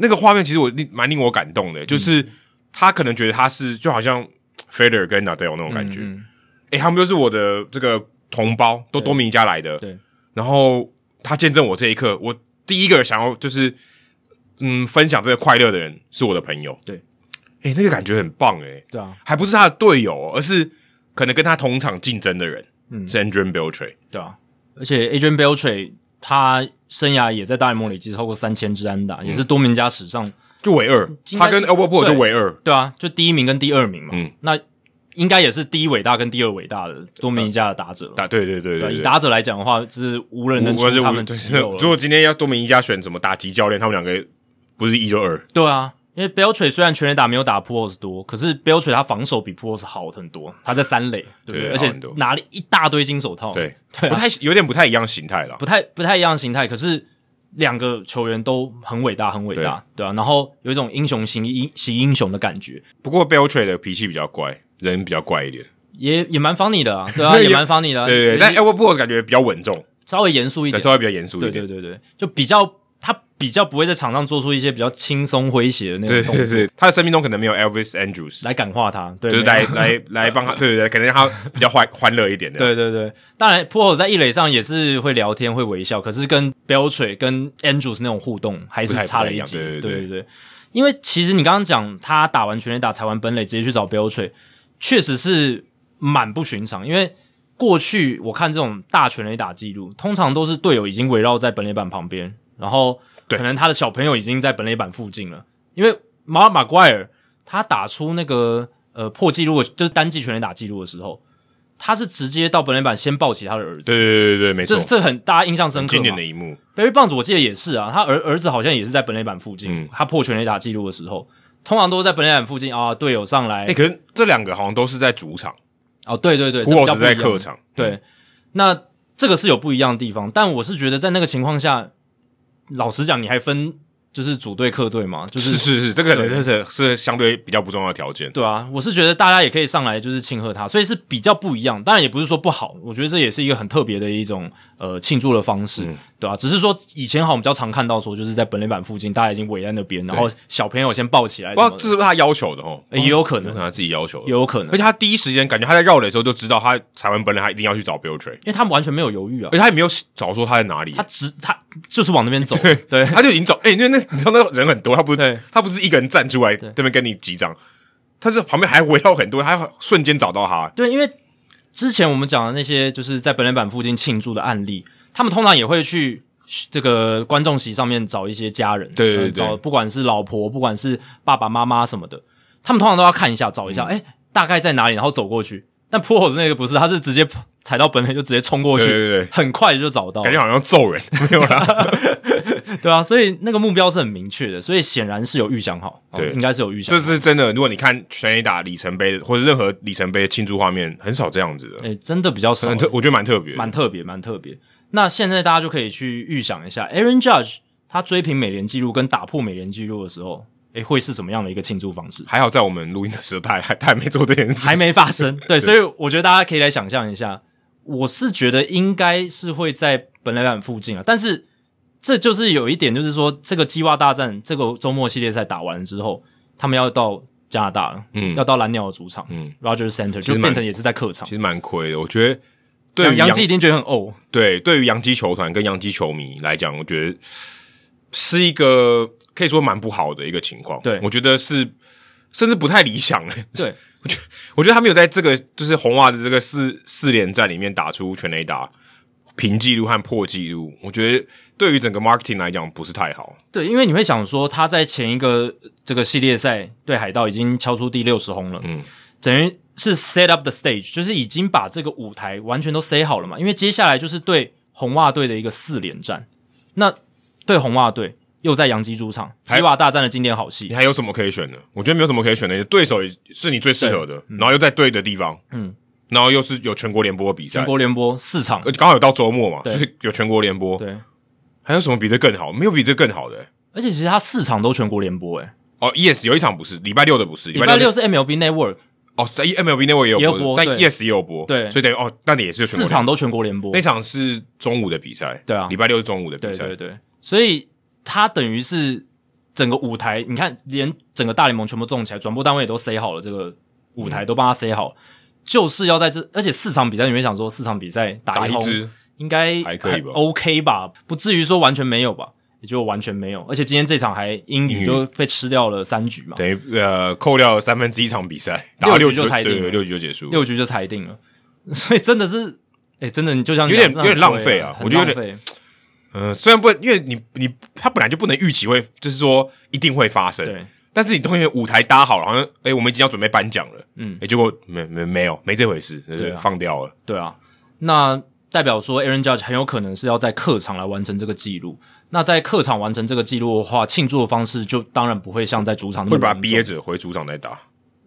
Speaker 2: 那个画面其实我令蛮令我感动的，就是
Speaker 1: 嗯
Speaker 2: 他可能觉得他是就好像 Feder 跟 Nadal 那种感觉，诶、
Speaker 1: 嗯
Speaker 2: 他们都是我的这个同胞，都多米尼加来的，
Speaker 1: 对，
Speaker 2: 然后他见证我这一刻，我第一个想要就是，嗯，分享这个快乐的人是我的朋友。
Speaker 1: 对，
Speaker 2: 诶、那个感觉很棒诶、
Speaker 1: 对啊，
Speaker 2: 还不是他的队友，哦而是可能跟他同场竞争的人，
Speaker 1: 嗯
Speaker 2: 是 Andrew Beltre。
Speaker 1: 对啊，而且 Adrian Beltre 他生涯也在大联盟累积超过三千支安打，
Speaker 2: 嗯
Speaker 1: 也是多名家史上
Speaker 2: 就唯二，
Speaker 1: 今天
Speaker 2: 他跟 e l b o p o 就唯二，
Speaker 1: 嗯对啊，就第一名跟第二名嘛，
Speaker 2: 嗯
Speaker 1: 那应该也是第一伟大跟第二伟大的多米尼加的打者了。
Speaker 2: 打对对对
Speaker 1: 对啊，以
Speaker 2: 对，
Speaker 1: 打者来讲的话，是无人能
Speaker 2: 我
Speaker 1: 出
Speaker 2: 我 就
Speaker 1: 他
Speaker 2: 我
Speaker 1: 们
Speaker 2: 对
Speaker 1: 之右
Speaker 2: 如
Speaker 1: 了。
Speaker 2: 果今天要多米尼加选什么打击教练，他们两个不是一就二，
Speaker 1: 对啊，因为 Beltre 虽然全垒打没有打 p u o s 多，可是 Beltre 他防守比 p u o s 好很多，他在三垒，对不
Speaker 2: 对
Speaker 1: 而
Speaker 2: 好
Speaker 1: 且
Speaker 2: 很多
Speaker 1: 拿了一大堆金手套，
Speaker 2: 对，
Speaker 1: 对啊哦
Speaker 2: 不太有点不太一样形态啦。
Speaker 1: 不太不太一样的形态，可是两个球员都很伟大，很伟大，对啊，然后有一种英雄型英型英雄的感觉，
Speaker 2: 不过 Beltre 的脾气比较乖，人比较怪一点，
Speaker 1: 也也蛮防你的 啊，对啊，
Speaker 2: 对
Speaker 1: 也蛮防你的、啊，
Speaker 2: 对对对。
Speaker 1: 也
Speaker 2: 但 e l b o p o 感觉比较稳重，
Speaker 1: 稍微严肃一
Speaker 2: 对
Speaker 1: 点，
Speaker 2: 稍微比较严肃一
Speaker 1: 对
Speaker 2: 点。
Speaker 1: 对对对，就比较他比较不会在场上做出一些比较轻松诙谐的那种
Speaker 2: 对
Speaker 1: 动作
Speaker 2: 对对，他的生命中可能没有 Elvis Andrews，
Speaker 1: 来感化他，对，
Speaker 2: 就是
Speaker 1: 没有
Speaker 2: 来来来帮他，对对对，可能他比较欢欢乐一点的。
Speaker 1: 对对对，当然 p o 在一垒上也是会聊天会微笑，可是跟 Beltre 跟 Andrews 那种互动还是差了一截。
Speaker 2: 不太不太一样对对
Speaker 1: 对
Speaker 2: 对
Speaker 1: 对，因为其实你刚刚讲他打完全垒打、踩完本垒，直接去找 Beltre，确实是蛮不寻常。因为过去我看这种大全垒打记录，通常都是队友已经围绕在本垒板旁边，然后
Speaker 2: 对
Speaker 1: 可能他的小朋友已经在本垒板附近了。因为马尔马怪尔他打出那个呃破纪录的，就是单季全垒打记录的时候，他是直接到本垒板先抱起他的儿
Speaker 2: 对
Speaker 1: 子，
Speaker 2: 对对对，没错
Speaker 1: 这，这很大家印象深刻嘛。
Speaker 2: 经典的一幕，
Speaker 1: Barry Bonds 我记得也是啊，他儿儿子好像也是在本垒板附近，
Speaker 2: 嗯
Speaker 1: 他破全垒打记录的时候，通常都是在本垒板附近啊，队友上来，
Speaker 2: 哎，可是这两个好像都是在主场，
Speaker 1: 哦，对对对，
Speaker 2: 普
Speaker 1: 这比
Speaker 2: 奥
Speaker 1: 较
Speaker 2: 斯
Speaker 1: 不一样
Speaker 2: 在客场，
Speaker 1: 对，那这个是有不一样的地方，但我是觉得在那个情况下，老实讲，你还分就是组队客队嘛，就是
Speaker 2: 是是是，这个可能是是相对比较不重要的条件。
Speaker 1: 对啊，我是觉得大家也可以上来就是庆贺他，所以是比较不一样。当然也不是说不好，我觉得这也是一个很特别的一种呃庆祝的方式，
Speaker 2: 嗯
Speaker 1: 对啊，只是说以前好像比较常看到说就是在本垒板附近大家已经围在那边，然后小朋友先抱起来
Speaker 2: 不
Speaker 1: 什么
Speaker 2: 知道
Speaker 1: 的，
Speaker 2: 这是不是他要求的哦，
Speaker 1: 诶也有可
Speaker 2: 有
Speaker 1: 能
Speaker 2: 可，能他自己要求
Speaker 1: 也
Speaker 2: 的。
Speaker 1: 有可能，
Speaker 2: 而且他第一时间感觉他在绕垒的时候就知道他踩完本垒，他一定要去找 Beltre，
Speaker 1: 因为他们完全没有犹豫啊
Speaker 2: 而且，他也没有找说他在哪里
Speaker 1: 他，直他就是往那 边走，对
Speaker 2: 他就已经找哎，因为那你知道那人很多，他不
Speaker 1: 对
Speaker 2: 是他不是一个人站出来这边跟你击掌，他是旁边还围绕很多，他瞬间找到他，
Speaker 1: 对，因为之前我们讲的那些就是在本垒板附近庆祝的案例，他们通常也会去这个观众席上面找一些家人，
Speaker 2: 对对
Speaker 1: 呃
Speaker 2: 对
Speaker 1: 找不管是老婆，不管是爸爸妈妈什么的，他们通常都要看一下，找一
Speaker 2: 嗯
Speaker 1: 下，哎、大概在哪里，然后走过去。但 p o 那个不是，他是直接踩到本垒就直接冲过去，哦
Speaker 2: 对对对
Speaker 1: 很快就找到了，
Speaker 2: 感觉好像要揍人， 没有啦。
Speaker 1: 对啊，所以那个目标是很明确的，所以显然是有预想好，哦
Speaker 2: 对
Speaker 1: 应该是有预想
Speaker 2: 这
Speaker 1: 好。
Speaker 2: 是真的。如果你看全垒打里程碑或者任何里程碑庆祝画面，很少这样子的，
Speaker 1: 哎、真的比较少
Speaker 2: 很，特，我觉得蛮特别的。
Speaker 1: 蛮特别，蛮特别。那现在大家就可以去预想一下，Aaron Judge 他追平美联纪录跟打破美联纪录的时候，诶、诶，会是怎么样的一个庆祝方式？
Speaker 2: 还好在我们录音的时候，他还他还没做这件事，
Speaker 1: 还没发生。 对，所以我觉得大家可以来想象一下，我是觉得应该是会在本垒板附近啊，但是这就是有一点，就是说这个计划大战这个周末系列赛打完之后，他们要到加拿大了，
Speaker 2: 嗯
Speaker 1: 要到蓝鸟的主场，
Speaker 2: 嗯
Speaker 1: ，Rogers Center 就
Speaker 2: 实蛮
Speaker 1: 变成也是在客场
Speaker 2: 其。实蛮亏的。我觉得对
Speaker 1: 杨
Speaker 2: 于
Speaker 1: 杨基一定觉得很哦，
Speaker 2: 对，对于洋基球团跟洋基球迷来讲，我觉得是一个可以说蛮不好的一个情况。
Speaker 1: 对
Speaker 2: 我觉得是甚至不太理想。欸
Speaker 1: 对，
Speaker 2: 我觉得他没有在这个就是红袜的这个四四连战里面打出全垒打、平纪录和破纪录，我觉得对于整个 marketing 来讲不是太好。
Speaker 1: 对，因为你会想说他在前一个这个系列赛对海盗已经敲出第六十轰了，
Speaker 2: 嗯，
Speaker 1: 等于是 set up the stage，就是已经把这个舞台完全都 set 好了嘛。因为接下来就是对红袜队的一个四连战，那对红袜队又在洋基主场
Speaker 2: 还
Speaker 1: 鸡瓦大战的经典好
Speaker 2: 你
Speaker 1: 戏，
Speaker 2: 还有什么可以选的？我觉得没有什么可以选的，对手也是你最适合的，然后又在对的地方，
Speaker 1: 嗯，
Speaker 2: 然后又是有全国联播的比赛
Speaker 1: 全，国联播四场
Speaker 2: 而，且刚好有到周末嘛，
Speaker 1: 对
Speaker 2: 所以有全国联播，
Speaker 1: 对，
Speaker 2: 还有什么比这更好？没有比这更好的、欸
Speaker 1: 而且其实他四场都全国联播、诶，
Speaker 2: 哦，yes，有一场不是礼拜六的，不是
Speaker 1: 礼拜六是 MLB Network，
Speaker 2: 哦，在 MLB 那位也
Speaker 1: 也有
Speaker 2: 有播
Speaker 1: 播
Speaker 2: 的，但
Speaker 1: 对
Speaker 2: yes 也有播，
Speaker 1: 对
Speaker 2: 所以等于哦，那你也是全
Speaker 1: 四
Speaker 2: 国
Speaker 1: 场都全国联播
Speaker 2: 那，场是中午的比赛，
Speaker 1: 对啊
Speaker 2: 礼拜六是中午的比
Speaker 1: 对
Speaker 2: 赛，
Speaker 1: 对对，所以他等于是整个舞台，你看连整个大联盟全部动起来，转播单位也都塞好了，这个
Speaker 2: 嗯
Speaker 1: 舞台都帮他塞好了，就是要在这，而且四场比赛，你会想说四场比赛打
Speaker 2: 打
Speaker 1: 一
Speaker 2: 一
Speaker 1: 轰
Speaker 2: 支，
Speaker 1: 应该
Speaker 2: 还可以吧
Speaker 1: o k 吧，不至于说完全没有吧，也就完全没有，而且今天这场还英
Speaker 2: 英
Speaker 1: 语
Speaker 2: 语
Speaker 1: 就被吃掉了三局嘛，
Speaker 2: 等于呃扣掉三分之一场比赛，打到
Speaker 1: 六
Speaker 2: 六
Speaker 1: 局就裁定
Speaker 2: 对对
Speaker 1: 了
Speaker 2: 六局就结束，
Speaker 1: 六局就裁定了， 所以真的是，哎、真的你就像你
Speaker 2: 有点
Speaker 1: 讲
Speaker 2: 有点浪费啊
Speaker 1: 很
Speaker 2: 我觉得有
Speaker 1: 浪
Speaker 2: 点
Speaker 1: 费
Speaker 2: 嗯、虽然不，因为你你他本来就不能预期会，就是说一定会发生，
Speaker 1: 对，
Speaker 2: 但是你东西舞台搭好了，好像哎、我们已经要准备颁奖了，
Speaker 1: 嗯
Speaker 2: 哎、结果没没没有没这回事，
Speaker 1: 对啊
Speaker 2: 放掉了，
Speaker 1: 对啊，那代表说 Aaron Judge 很有可能是要在客场来完成这个记录。那在客场完成这个记录的话，庆祝的方式就当然不会像在主场那么
Speaker 2: 会把他
Speaker 1: 嗯隆重
Speaker 2: 憋着回主场再打，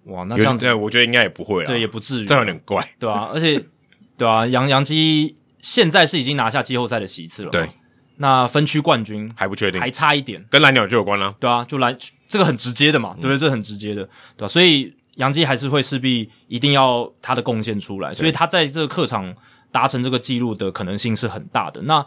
Speaker 1: 哇，那
Speaker 2: 有
Speaker 1: 这样子
Speaker 2: 对，我觉得应该也不会啊，
Speaker 1: 对也不至于，
Speaker 2: 这样有点怪。
Speaker 1: 对啊，而且对啊，杨杨基现在是已经拿下季后赛的席次了，
Speaker 2: 对，
Speaker 1: 那分区冠军
Speaker 2: 还不确定，
Speaker 1: 还差一点，
Speaker 2: 跟蓝鸟就有关啦、
Speaker 1: 对啊，就来这个很直接的嘛，对不对？这很直接的，对吧、啊所以杨基还是会势必一定要他的贡献出来，所以他在这个客场达成这个记录的可能性是很大的。那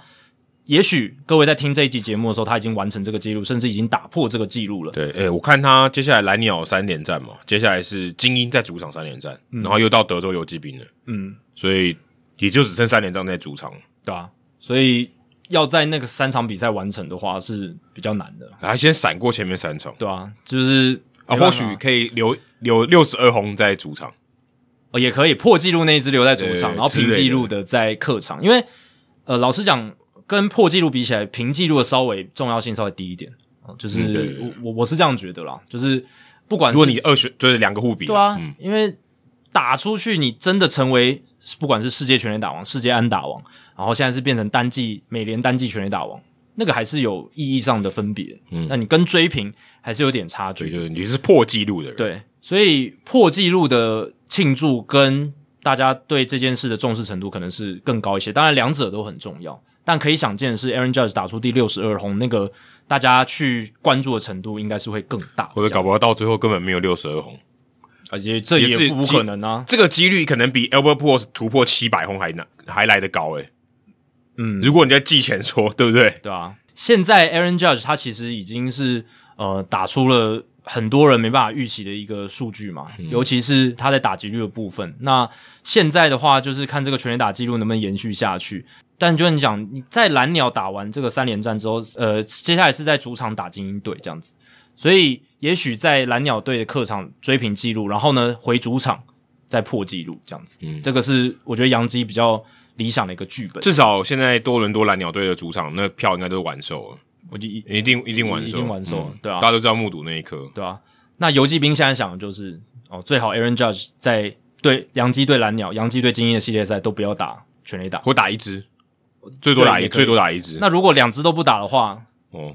Speaker 1: 也许各位在听这一集节目的时候，他已经完成这个记录，甚至已经打破这个记录了。
Speaker 2: 对，诶、我看他接下来蓝鸟三连战嘛，接下来是精英在主场三连战，然后又到德州游击兵了，
Speaker 1: 嗯，
Speaker 2: 所以也就只剩三连战在主场了。
Speaker 1: 对啊，所以要在那个三场比赛完成的话是比较难的，
Speaker 2: 还先闪过前面三场
Speaker 1: 对啊，就是
Speaker 2: 啊，
Speaker 1: 没办法
Speaker 2: 或许可以留留六十二轰在主场。
Speaker 1: 哦，也可以破纪录那一支留在主场，
Speaker 2: 对
Speaker 1: 然后
Speaker 2: 之
Speaker 1: 平
Speaker 2: 类
Speaker 1: 纪
Speaker 2: 的
Speaker 1: 录的在客场，因为呃，老实讲，跟破纪录比起来，平纪录的稍微重要性稍微低一点，哦就是、
Speaker 2: 嗯对
Speaker 1: 我我我是这样觉得啦，就是不管是
Speaker 2: 如果你二选就是两个互比，
Speaker 1: 对啊，
Speaker 2: 嗯，
Speaker 1: 因为打出去你真的成为不管是世界全垒打王、世界安打王，然后现在是变成单季美联单季全垒打王，那个还是有意义上的分别，嗯，那你跟追平还是有点差距
Speaker 2: 对，，就是你是破纪录的人，，
Speaker 1: 对，所以破纪录的庆祝跟大家对这件事的重视程度可能是更高一些。当然，两者都很重要，但可以想见的是，Aaron Judge 打出第六十二轰，那个大家去关注的程度应该是会更大。
Speaker 2: 或者搞不好到最后根本没有六十二轰，
Speaker 1: 而且这
Speaker 2: 也
Speaker 1: 也
Speaker 2: 是
Speaker 1: 不
Speaker 2: 基
Speaker 1: 可能啊。
Speaker 2: 这个几率可能比 Albert p o r s 突破七百轰还难还来得高诶、
Speaker 1: 嗯
Speaker 2: 如果你在季前说，对不对？
Speaker 1: 对啊，现在 Aaron Judge 他其实已经是呃打出了很多人没办法预期的一个数据嘛，尤其是他在打击率的部分。那现在的话，就是看这个全垒打记录能不能延续下去。但就你讲，你在蓝鸟打完这个三连战之后，呃，接下来是在主场打精英队这样子，所以也许在蓝鸟队的客场追平纪录，然后呢回主场再破纪录这样子。嗯，这个是我觉得杨基比较理想的一个剧本。
Speaker 2: 至少现在多伦多蓝鸟队的主场那票应该都完售了，
Speaker 1: 我就一
Speaker 2: 一定一定完售，嗯
Speaker 1: 一定完售了对啊
Speaker 2: 大家都知道目睹那一刻，
Speaker 1: 对啊，那游击兵现在想的就是，哦，最好 Aaron Judge 在对洋基对蓝鸟、洋基对精英的系列赛都不要打全垒打。
Speaker 2: 或打一支，最多打一
Speaker 1: 也可以
Speaker 2: 最多打一支。
Speaker 1: 那如果两支都不打的话，
Speaker 2: 哦，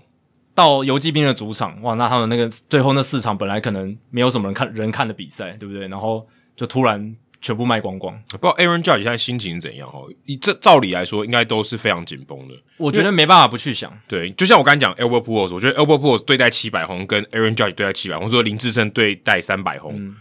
Speaker 1: 到游击兵的主场，哇，那他们那个最后那四场本来可能没有什么人看人看的比赛，对不对？然后就突然全部卖光光。
Speaker 2: 不知道 Aaron Judge 现在心情是怎样哦？以这照理来说，应该都是非常紧绷的。
Speaker 1: 我觉得没办法不去想，
Speaker 2: 对，就像我刚才讲 Albert Pujols，我觉得 Albert Pujols 对待七百轰跟 Aaron Judge 对待七百轰，说林志胜对待三百轰、a
Speaker 1: 嗯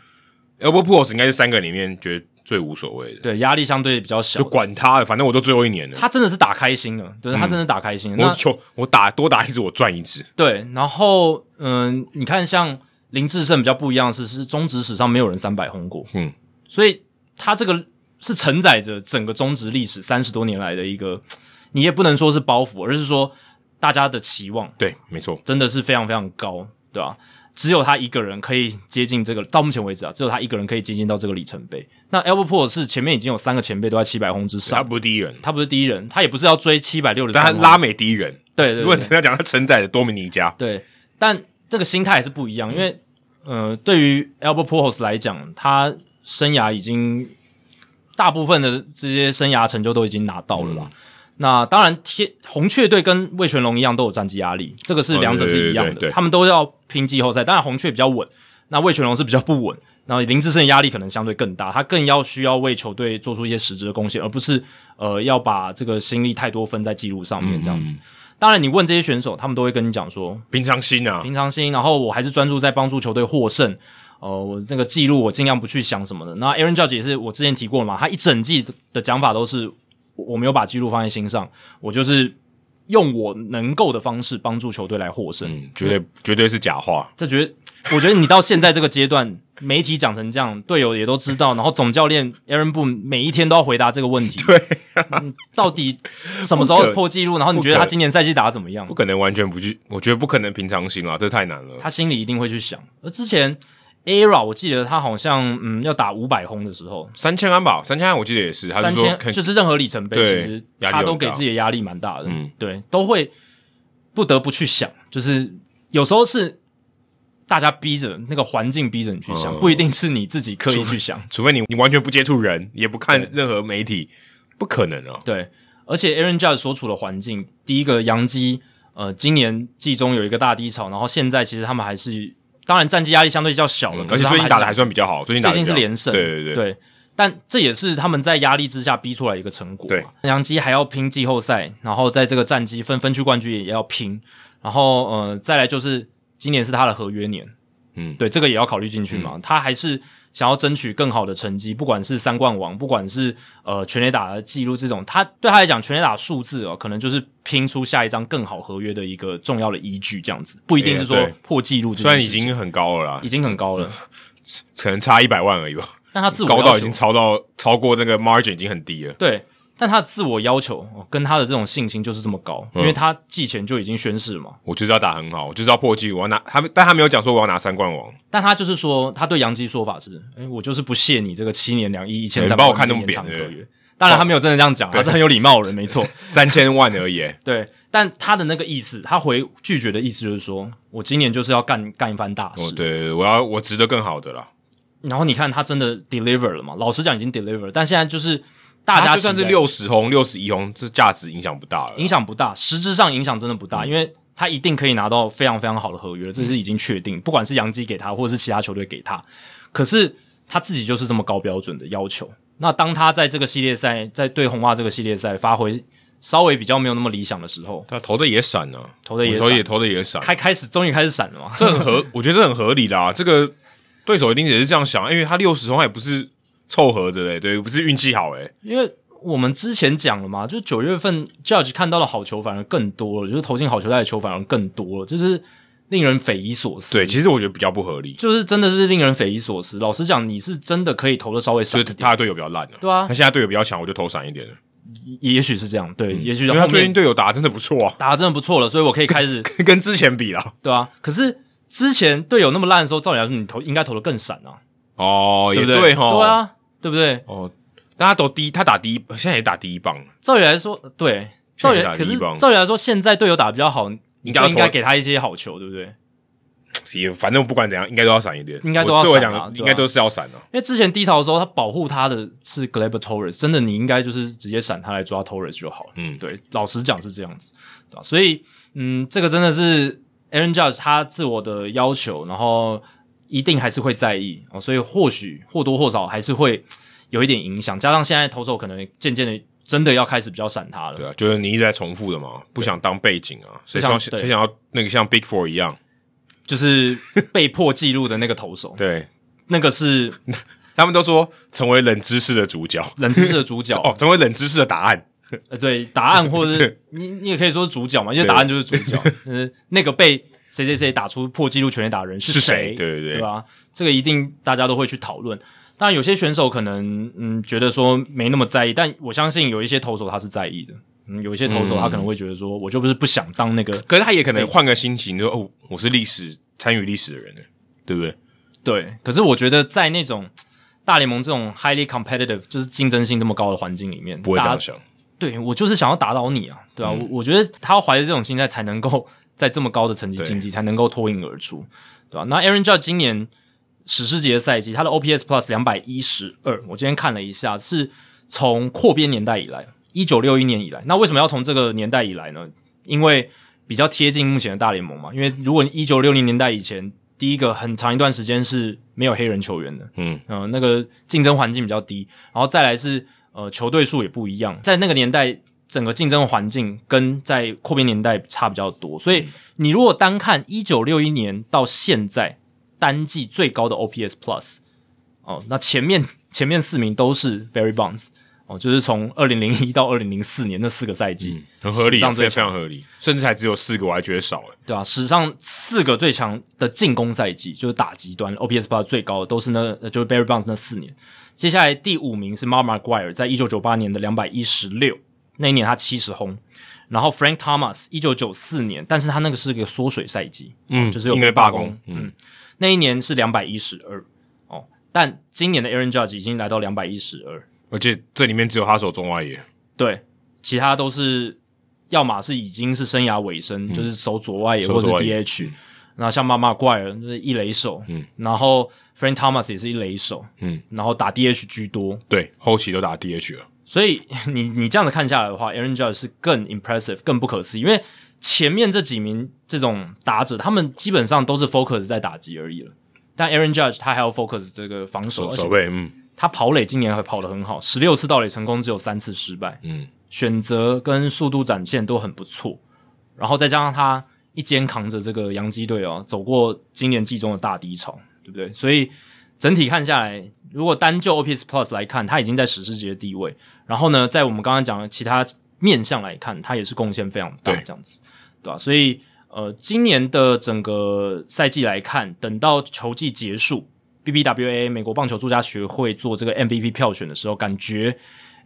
Speaker 2: l b e r t Pujols 应该是三个里面觉得最无所谓的，
Speaker 1: 对压力相对比较小
Speaker 2: 就。管他了，反正我都最后一年了，
Speaker 1: 他真的是打开心了，就是他真的打开心了。
Speaker 2: 我
Speaker 1: 那
Speaker 2: 球我打多打一支我赚一支，
Speaker 1: 对，然后嗯，你看像林志胜比较不一样的是，是中职史上没有人三百轰过，
Speaker 2: 嗯，
Speaker 1: 所以他这个是承载着整个中职历史三十多年来的一个，你也不能说是包袱，而是说大家的期望
Speaker 2: 对，没错，
Speaker 1: 真的是非常非常高，对吧、只有他一个人可以接近这个，到目前为止啊，只有他一个人可以接近到这个里程碑。那 Albert p o r 是前面已经有三个前辈都在七百轰之
Speaker 2: 他
Speaker 1: 上，
Speaker 2: 不是第一人，
Speaker 1: 他不是第一人，他也不是要追七百六十
Speaker 2: 啊但他
Speaker 1: 三，
Speaker 2: 拉美第一人。
Speaker 1: 对对
Speaker 2: 如果
Speaker 1: 对
Speaker 2: 你真的要讲，他承载着多米尼加，
Speaker 1: 对，但这个心态还是不一样，因为呃，对于 Albert p o r s 来讲，他生涯已经大部分的这些生涯成就都已经拿到了
Speaker 2: 嗯
Speaker 1: 啦。那当然，天红雀队跟魏全龙一样都有战绩压力，这个是
Speaker 2: 哦
Speaker 1: 两者是一样的，
Speaker 2: 对对对对
Speaker 1: 他们都要拼季后赛。当然，红雀比较稳，那魏全龙是比较不稳。然后林志胜的压力可能相对更大，他更要需要为球队做出一些实质的贡献，而不是呃要把这个心力太多分在记录上面这
Speaker 2: 嗯
Speaker 1: 样子。当然，你问这些选手，他们都会跟你讲说，
Speaker 2: 平常心啊，
Speaker 1: 平常心，然后我还是专注在帮助球队获胜。呃，我那个记录我尽量不去想什么的。那 Aaron Judge 也是我之前提过嘛，他一整季的讲法都是我我没有把记录放在心上，我就是用我能够的方式帮助球队来获胜。
Speaker 2: 嗯，绝对绝对是假话，
Speaker 1: 这觉得，我觉得你到现在这个阶段，媒体讲成这样，队友也都知道，然后总教练 Aaron Boone 每一天都要回答这个问 题，对、嗯，到底什么时
Speaker 2: 不
Speaker 1: 候
Speaker 2: 可
Speaker 1: 破纪录？然后你觉得
Speaker 2: 啊不可
Speaker 1: 他今年赛季打得怎么样
Speaker 2: 不？可能完全不去，我觉得不可能平常心啦，这太难了。
Speaker 1: 他心里一定会去想。而之前 ERA 我记得他好像嗯要打五百轰的时候，
Speaker 2: 三千安吧，三千安我记得也是，他
Speaker 1: 三
Speaker 2: 是说
Speaker 1: 千
Speaker 2: 看
Speaker 1: 就是任何里程碑，
Speaker 2: 对
Speaker 1: 其实
Speaker 2: 压力
Speaker 1: 他
Speaker 2: 很
Speaker 1: 都
Speaker 2: 大
Speaker 1: 给自己的压力蛮大的，
Speaker 2: 嗯
Speaker 1: 对，都会不得不去想，就是有时候是。大家逼着那个环境逼着你去想，
Speaker 2: 嗯
Speaker 1: 不一定是你自己刻意去想。
Speaker 2: 除非你你完全不接触人，也不看任何媒体，不可能啊。
Speaker 1: 对，而且 Aaron Judge 所处的环境，第一个洋基，呃，今年季中有一个大低潮，然后现在其实他们还是，当然战绩压力相对较小了，
Speaker 2: 嗯
Speaker 1: 可
Speaker 2: 而
Speaker 1: 是
Speaker 2: 且
Speaker 1: 他
Speaker 2: 最
Speaker 1: 们
Speaker 2: 近打的
Speaker 1: 是
Speaker 2: 还算比较好，最近打
Speaker 1: 最
Speaker 2: 的
Speaker 1: 近是连胜，
Speaker 2: 对对对
Speaker 1: 对。但这也是他们在压力之下逼出来一个成果嘛。杨基还要拼季后赛，然后在这个战绩分分区冠军也要拼，然后呃，再来就是今年是他的合约年，
Speaker 2: 嗯
Speaker 1: 对，这个也要考虑进去嘛。他还是想要争取更好的成绩，不管是三冠王，不管是呃全垒打的记录这种，他对他来讲，全垒打数字哦，可能就是拼出下一张更好合约的一个重要的依据，这样子，不一定是说
Speaker 2: 哎对
Speaker 1: 破纪录这件事情，
Speaker 2: 虽然已经很高了啦
Speaker 1: 已，经很高 了，
Speaker 2: 可能差一百万而已吧，
Speaker 1: 但他自我
Speaker 2: 高
Speaker 1: 要
Speaker 2: 到
Speaker 1: 求
Speaker 2: 已经超到超过那个 margin 已经很低了。
Speaker 1: 对，但他的自我要求、哦跟他的这种信心就是这么高，
Speaker 2: 嗯
Speaker 1: 因为他季前就已经宣誓了嘛。
Speaker 2: 我就是要打很好，我就是要破纪录，我要拿他们，但他没有讲说我要拿三冠王，
Speaker 1: 但他就是说，他对杨基说法是：哎，我就是不屑你这个七年两亿一千
Speaker 2: 哎你
Speaker 1: 三，
Speaker 2: 把我看那么
Speaker 1: 延长合
Speaker 2: 扁对不
Speaker 1: 约。当然，他没有真的这样讲，啊他是很有礼貌的人，没 错。
Speaker 2: 三千万而已。
Speaker 1: 对，但他的那个意思，他回拒绝的意思就是说，我今年就是要干干一番大
Speaker 2: 哦，
Speaker 1: 事。
Speaker 2: 对，我要我值得更好的啦。
Speaker 1: 然后你看，他真的 deliver 了嘛？老实讲，已经 deliver，但现在就是大
Speaker 2: 他
Speaker 1: 家
Speaker 2: 就算
Speaker 1: 期
Speaker 2: 是
Speaker 1: 待
Speaker 2: 六十红、六十一红，这价值影响不大了。
Speaker 1: 影响不大，实质上影响真的不大，因为他一定可以拿到非常非常好的合约，这是已经确定，不管是洋基给他，或者是其他球队给他。可是他自己就是这么高标准的要求。那当他在这个系列赛，在对红袜这个系列赛发挥稍微比较没有那么理想的时候，
Speaker 2: 他投的也闪啊，
Speaker 1: 投的也
Speaker 2: 我
Speaker 1: 闪
Speaker 2: 投也投的也闪，
Speaker 1: 开开始终于开始闪了嘛？
Speaker 2: 这很合，我觉得这很合理啦。这个对手一定也是这样想，因为他六十红也不是凑合着嘞，对，不是运气好欸诶。
Speaker 1: 因为我们之前讲了嘛，就九月份 Judge 看到的好球反而更多了，就是投进好球带的球反而更多了，就是令人匪夷所思。
Speaker 2: 对，其实我觉得比较不合理，
Speaker 1: 就是真的是令人匪夷所思。老实讲，你是真的可以投的稍微少
Speaker 2: 就
Speaker 1: 一
Speaker 2: 是
Speaker 1: 点，
Speaker 2: 他的队友比较烂了、
Speaker 1: 对啊
Speaker 2: 他现在队友比较强，我就投闪一点了，
Speaker 1: 也也许是这样，对，也许
Speaker 2: 嗯因
Speaker 1: 后
Speaker 2: 为他最近
Speaker 1: 面
Speaker 2: 队友打得真的不错啊，
Speaker 1: 打得真的不错了，所以我可以开 始，
Speaker 2: 跟之前比啦。
Speaker 1: 对啊。可是之前队友那么烂的时候，照理来说你投应该投的更闪啊，
Speaker 2: 哦，
Speaker 1: 对
Speaker 2: 也
Speaker 1: 不对？
Speaker 2: 对哈，
Speaker 1: 对，啊，对不对？
Speaker 2: 哦，但他投第一，他打第一，现在也打第一棒了，
Speaker 1: 照理来说，对，照理
Speaker 2: 现在打
Speaker 1: 可
Speaker 2: 第一
Speaker 1: 是
Speaker 2: 棒
Speaker 1: 照理来说，现在队友打得比较好，你
Speaker 2: 应
Speaker 1: 就
Speaker 2: 该要
Speaker 1: 应该
Speaker 2: 投
Speaker 1: 给他一些好球，对不对？
Speaker 2: 也反正不管怎样，应该都要闪一点，
Speaker 1: 应该都要
Speaker 2: 我对我
Speaker 1: 闪啊
Speaker 2: 讲
Speaker 1: 对啊
Speaker 2: 应该都是要闪的、
Speaker 1: 因为之前低潮的时候，他保护他的是 Gleb Torres，真的你应该就是直接闪他来抓 Torres 就好了。
Speaker 2: 嗯，
Speaker 1: 对，老实讲是这样子，对吧、所以，嗯，这个真的是 Aaron Judge 他自我的要求，然后一定还是会在意哦，所以或许或多或少还是会有一点影响。加上现在投手可能渐渐的真的要开始比较闪他了
Speaker 2: 对。啊，就是你一直在重复的嘛，不想当背景啊，谁想
Speaker 1: 不想
Speaker 2: 谁想要那个像 Big Four 一样？
Speaker 1: 就是被迫记录的那个投手，
Speaker 2: 对
Speaker 1: 那个是
Speaker 2: 他们都说成为冷知识的主角
Speaker 1: 冷知识的主角。
Speaker 2: 哦，成为冷知识的答案。
Speaker 1: 呃，对，答案或者 是你你也可以说是主角嘛，因为
Speaker 2: 对
Speaker 1: 答案 就是主角。呃，那个被谁谁谁打出破纪录全垒打的人
Speaker 2: 是
Speaker 1: 谁？
Speaker 2: 谁对对
Speaker 1: 对，
Speaker 2: 对
Speaker 1: 吧？这个一定大家都会去讨论。当然，有些选手可能嗯觉得说没那么在意，但我相信有一些投手他是在意的。嗯，有一些投手他可能会觉得说，我就不是不想当那个
Speaker 2: 可是他也可能换个心情，说哦，我是历史参与历史的人呢，对不对？
Speaker 1: 对。可是我觉得在那种大联盟这种 highly competitive，就是竞争性这么高的环境里面，
Speaker 2: 不会这
Speaker 1: 大家
Speaker 2: 样想。
Speaker 1: 对我就是想要打倒你啊，对啊，我我觉得他要怀着这种心态才能够在这么高的成绩晋级，才能够脱颖而出，对吧、那 Aaron Judge 今年史诗级的赛季，他的 OPS Plus 两百一十二，我今天看了一下，是从扩编年代以来，一九六一年以来。那为什么要从这个年代以来呢？因为比较贴近目前的大联盟嘛。因为如果一九六零年代以前，第一个很长一段时间是没有黑人球员的，
Speaker 2: 嗯
Speaker 1: 呃，那个竞争环境比较低，然后再来是呃球队数也不一样，在那个年代整个竞争环境跟在扩编年代差比较多，所以你如果单看一九六一年到现在单季最高的 OPS Plus，哦、那前面前面四名都是 Barry Bonds。哦，就是从二零零一到二零零四年那四个赛季，
Speaker 2: 很合理
Speaker 1: 史
Speaker 2: 啊，
Speaker 1: 上
Speaker 2: 非
Speaker 1: 最
Speaker 2: 常非常合理，甚至还只有四个，我还觉得少哎。
Speaker 1: 对啊，史上四个最强的进攻赛季，就是打极端 OPS plus 最高的都是那，呃就是 Barry Bonds 那四年。接下来第五名是 m a r m a g u i r e 在一九九八年的两百一十六，那一年他七十轰。然后 Frank Thomas 一九九四年，但是他那个是个缩水赛季，
Speaker 2: 嗯
Speaker 1: 就是有
Speaker 2: 因为
Speaker 1: 罢
Speaker 2: 罢
Speaker 1: 工
Speaker 2: 工，嗯，
Speaker 1: 那一年是两百一十二哦。但今年的 Aaron Judge 已经来到两百一十二，
Speaker 2: 而且这里面只有他守中外野，
Speaker 1: 对，其他都是要么是已经是生涯尾声，就是守左外野
Speaker 2: 守
Speaker 1: 或是
Speaker 2: 嗯左外野
Speaker 1: DH，然后像妈妈怪人就是一垒手，嗯，然后 Frank Thomas 也是一垒手，
Speaker 2: 嗯，
Speaker 1: 然后打 DH 居多，
Speaker 2: 对，后期都打 DH 了，
Speaker 1: 所以你你这样子看下来的话，Aaron Judge 是更 impressive、更不可思议，因为前面这几名这种打者，他们基本上都是 focus 在打击而已了。但 Aaron Judge 他还要 focus 这个防守，
Speaker 2: 守
Speaker 1: 而
Speaker 2: 守
Speaker 1: 且
Speaker 2: 备，嗯
Speaker 1: 他跑垒今年还跑得很好，十六次盗垒成功，只有三次失败。
Speaker 2: 嗯，
Speaker 1: 选择跟速度展现都很不错，然后再加上他一肩扛着这个洋基队哦，走过今年季中的大低潮，对不对？所以整体看下来，如果单就 OPS Plus 来看，他已经在史诗级的地位。然后呢，在我们刚刚讲的其他面向来看，他也是贡献非常大，
Speaker 2: 对
Speaker 1: 这样子，对吧、所以呃，今年的整个赛季来看，等到球季结束，BBWA 美国棒球作家学会做这个 MVP 票选的时候，感觉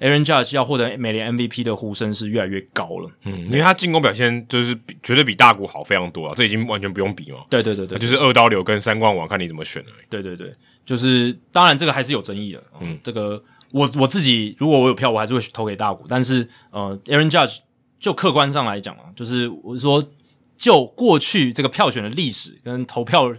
Speaker 1: Aaron Judge 要获得美联 MVP 的呼声是越来越高了。
Speaker 2: 嗯，因为他进攻表现就是比绝对比大谷好非常多啊，这已经完全不用比嘛，
Speaker 1: 对对对对，
Speaker 2: 啊就是二刀流跟三冠王，看你怎么选了。
Speaker 1: 对对对，就是当然这个还是有争议的。嗯，这个我我自己如果我有票，我还是会投给大股。但是呃，Aaron Judge 就客观上来讲啊，就是我是说就过去这个票选的历史跟投票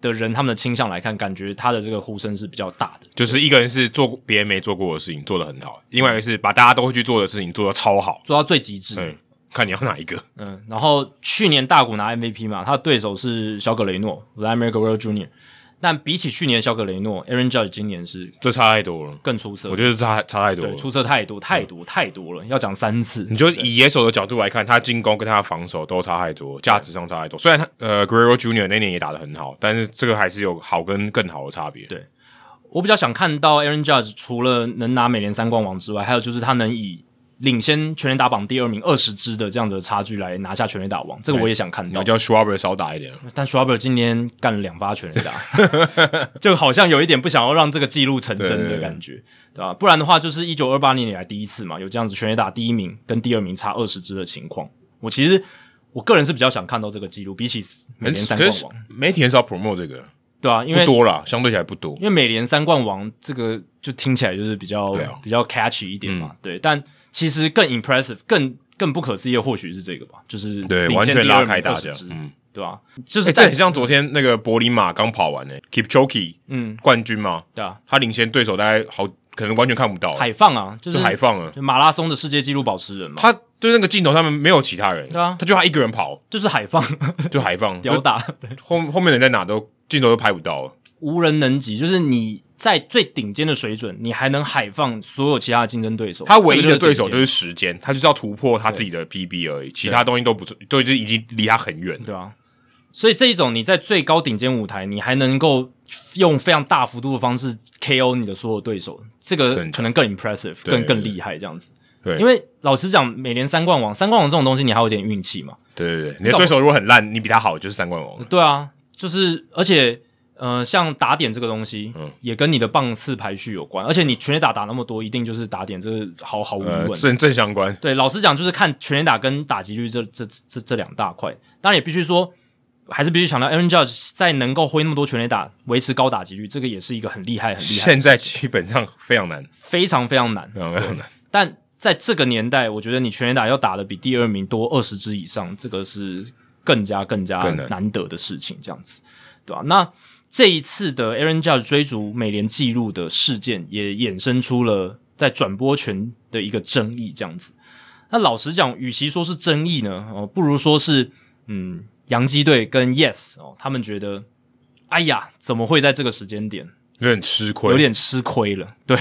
Speaker 1: 的人他们的倾向来看，感觉他的这个呼声是比较大的。
Speaker 2: 就是一个人是做别人没做过的事情做得很好，另外一个是把大家都会去做的事情做得超好。
Speaker 1: 做到最极致，
Speaker 2: 对，看你要哪一个。
Speaker 1: 嗯，然后去年大谷拿 MVP 嘛，他的对手是小葛雷诺 （Vladimir Guerrero Jr.），但比起去年小葛雷诺，Aaron Judge 今年是
Speaker 2: 这差太多了，
Speaker 1: 更出色
Speaker 2: 我，觉得嗯差差太多
Speaker 1: 对，
Speaker 2: 了。
Speaker 1: 出色太多太多太多了，要讲三次。
Speaker 2: 你就以野手的角度来看，他进攻跟他防守都差太多，价值上差太多。虽然他呃 Guerrero Junior 那年也打得很好，但是这个还是有好跟更好的差别。
Speaker 1: 对我比较想看到 Aaron Judge 除了能拿美联三冠王之外，还有就是他能以领先全垒打榜第二名二十支的这样子的差距来拿下全垒打王，这个我也想看
Speaker 2: 你
Speaker 1: 到
Speaker 2: 要。叫 Schwarber 少打一点啊，
Speaker 1: 但 Schwarber 今天干了两发全垒打， 就好像有一点不想要让这个记录成真的感觉，对吧、不然的话，就是一九二八年以来第一次嘛，有这样子全垒打第一名跟第二名差二十支的情况。我其实我个人是比较想看到这个记录，比起美
Speaker 2: 很
Speaker 1: 联三
Speaker 2: 可
Speaker 1: 冠
Speaker 2: 是
Speaker 1: 王，
Speaker 2: 媒体很少 promote 这个，
Speaker 1: 对啊，因
Speaker 2: 不
Speaker 1: 为
Speaker 2: 多啦，相对起来不多
Speaker 1: 因。为美联三冠王这个就听起来就是比较、
Speaker 2: 对啊
Speaker 1: 比较 catchy 一点
Speaker 2: 嗯
Speaker 1: 嘛，对，但其实更 impressive、更更不可思议的或许是这个吧，就是
Speaker 2: 对，
Speaker 1: 领先
Speaker 2: 完全
Speaker 1: 第二
Speaker 2: 拉
Speaker 1: 名
Speaker 2: 开大
Speaker 1: 20
Speaker 2: 家
Speaker 1: 支。
Speaker 2: 嗯，
Speaker 1: 对吧、就是
Speaker 2: 哎，
Speaker 1: 在、
Speaker 2: 这很像昨天那个柏林马刚跑完呢 k e e p c h o k e
Speaker 1: 嗯，
Speaker 2: 冠军嘛，
Speaker 1: 对啊，
Speaker 2: 他领先对手大概好，可能完全看不到，
Speaker 1: 海放啊，就是
Speaker 2: 就海放了。
Speaker 1: 就马拉松的世界纪录保持人嘛，
Speaker 2: 他对那个镜头上面没有其他人，
Speaker 1: 对啊
Speaker 2: 他就他一个 人跑，
Speaker 1: 就是海 放
Speaker 2: 就海放，
Speaker 1: 吊
Speaker 2: 就
Speaker 1: 打，
Speaker 2: 后后面人在哪都镜头都拍不到了。
Speaker 1: 无人能及。就是你在最顶尖的水准，你还能海放所有其他的竞争对手。
Speaker 2: 他唯一
Speaker 1: 这个
Speaker 2: 的
Speaker 1: 就
Speaker 2: 对
Speaker 1: 是
Speaker 2: 手
Speaker 1: 顶尖
Speaker 2: 就是时间，他就是要突破他自己的 PB 而已，其他东西都不是，都就是已经离他很远了。
Speaker 1: 对啊，所以这一种你在最高顶尖舞台，你还能够用非常大幅度的方式 KO 你的所有对手，这个
Speaker 2: 真的
Speaker 1: 可能更 impressive，
Speaker 2: 对
Speaker 1: 更更厉害这样子。
Speaker 2: 对
Speaker 1: 因为老实讲，美联三冠王，三冠王这种东西，你还有点运气嘛。
Speaker 2: 对对对，你的对手如果很烂，你比他好就是三冠王了。
Speaker 1: 对啊，就是而且呃，像打点这个东西，
Speaker 2: 嗯
Speaker 1: 也跟你的棒次排序有关，而且你全垒打打那么多，一定就是打点，这个毫毫无疑
Speaker 2: 呃，
Speaker 1: 问。
Speaker 2: 正正相关，
Speaker 1: 对，老实讲，就是看全垒打跟打击率这这这这两大块。当然也必须说，还是必须强调，Aaron Judge 在能够挥那么多全垒打，维持高打击率，这个也是一个很厉害、很厉害，
Speaker 2: 现在基本上非常难，
Speaker 1: 非常非常难。
Speaker 2: 非常非常难。
Speaker 1: 但在这个年代，我觉得你全垒打要打的比第二名多二十支以上，这个是更加更加
Speaker 2: 更难
Speaker 1: 难得的事情，这样子，对吧、那这一次的 Aaron Judge 追逐美联纪录的事件，也衍生出了在转播权的一个争议，这样子。那老实讲，与其说是争议呢，哦，不如说是嗯，洋基队跟 Yes 哦，他们觉得，哎呀，怎么会在这个时间点？
Speaker 2: 有点吃亏，
Speaker 1: 有点吃亏了。 对，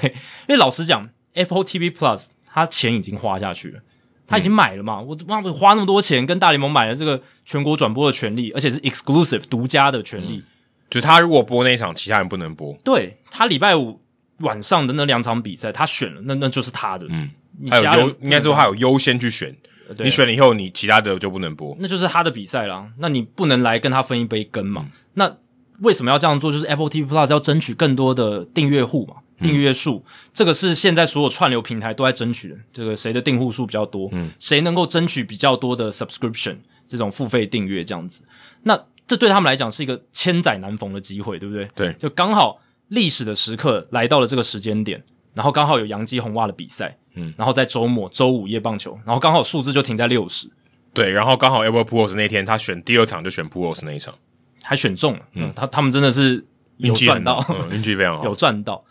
Speaker 1: 因为老实讲，Apple TV Plus 它钱已经花下去了，他已经买了
Speaker 2: 嗯
Speaker 1: 嘛，我妈我花那么多钱跟大联盟买了这个全国转播的权利，而且是 exclusive 独家的权利。
Speaker 2: 就是他如果播那一场，其他人不能播。
Speaker 1: 对他礼拜五晚上的那两场比赛，他选了，那那就是他的。嗯，你
Speaker 2: 还
Speaker 1: 其
Speaker 2: 有
Speaker 1: 他人
Speaker 2: 优，应该说还有优先去选，
Speaker 1: 对
Speaker 2: 你选了以后，你其他的就不能播。
Speaker 1: 那就是他的比赛啦。那你不能来跟他分一杯羹嘛？那为什么要这样做？就是 Apple TV Plus 要争取更多的订阅户嘛，订阅数，这个是现在所有串流平台都在争取的。这个谁的订户数比较多，嗯，谁能够争取比较多的 subscription 这种付费订阅这样子？那这对他们来讲是一个千载难逢的机会，对不对？
Speaker 2: 对
Speaker 1: 就刚好历史的时刻来到了这个时间点，然后刚好有洋基红袜的比赛，嗯，然后在周末周五夜棒球，然后刚好数字就停在六十，
Speaker 2: 对，然后刚好 Albert Pujols 那天他选第二场就选 Pujols 那一场，
Speaker 1: 还选中了，嗯，他他们真的是有赚到，
Speaker 2: 运气很好嗯运气非常
Speaker 1: 有
Speaker 2: 好。
Speaker 1: 赚到。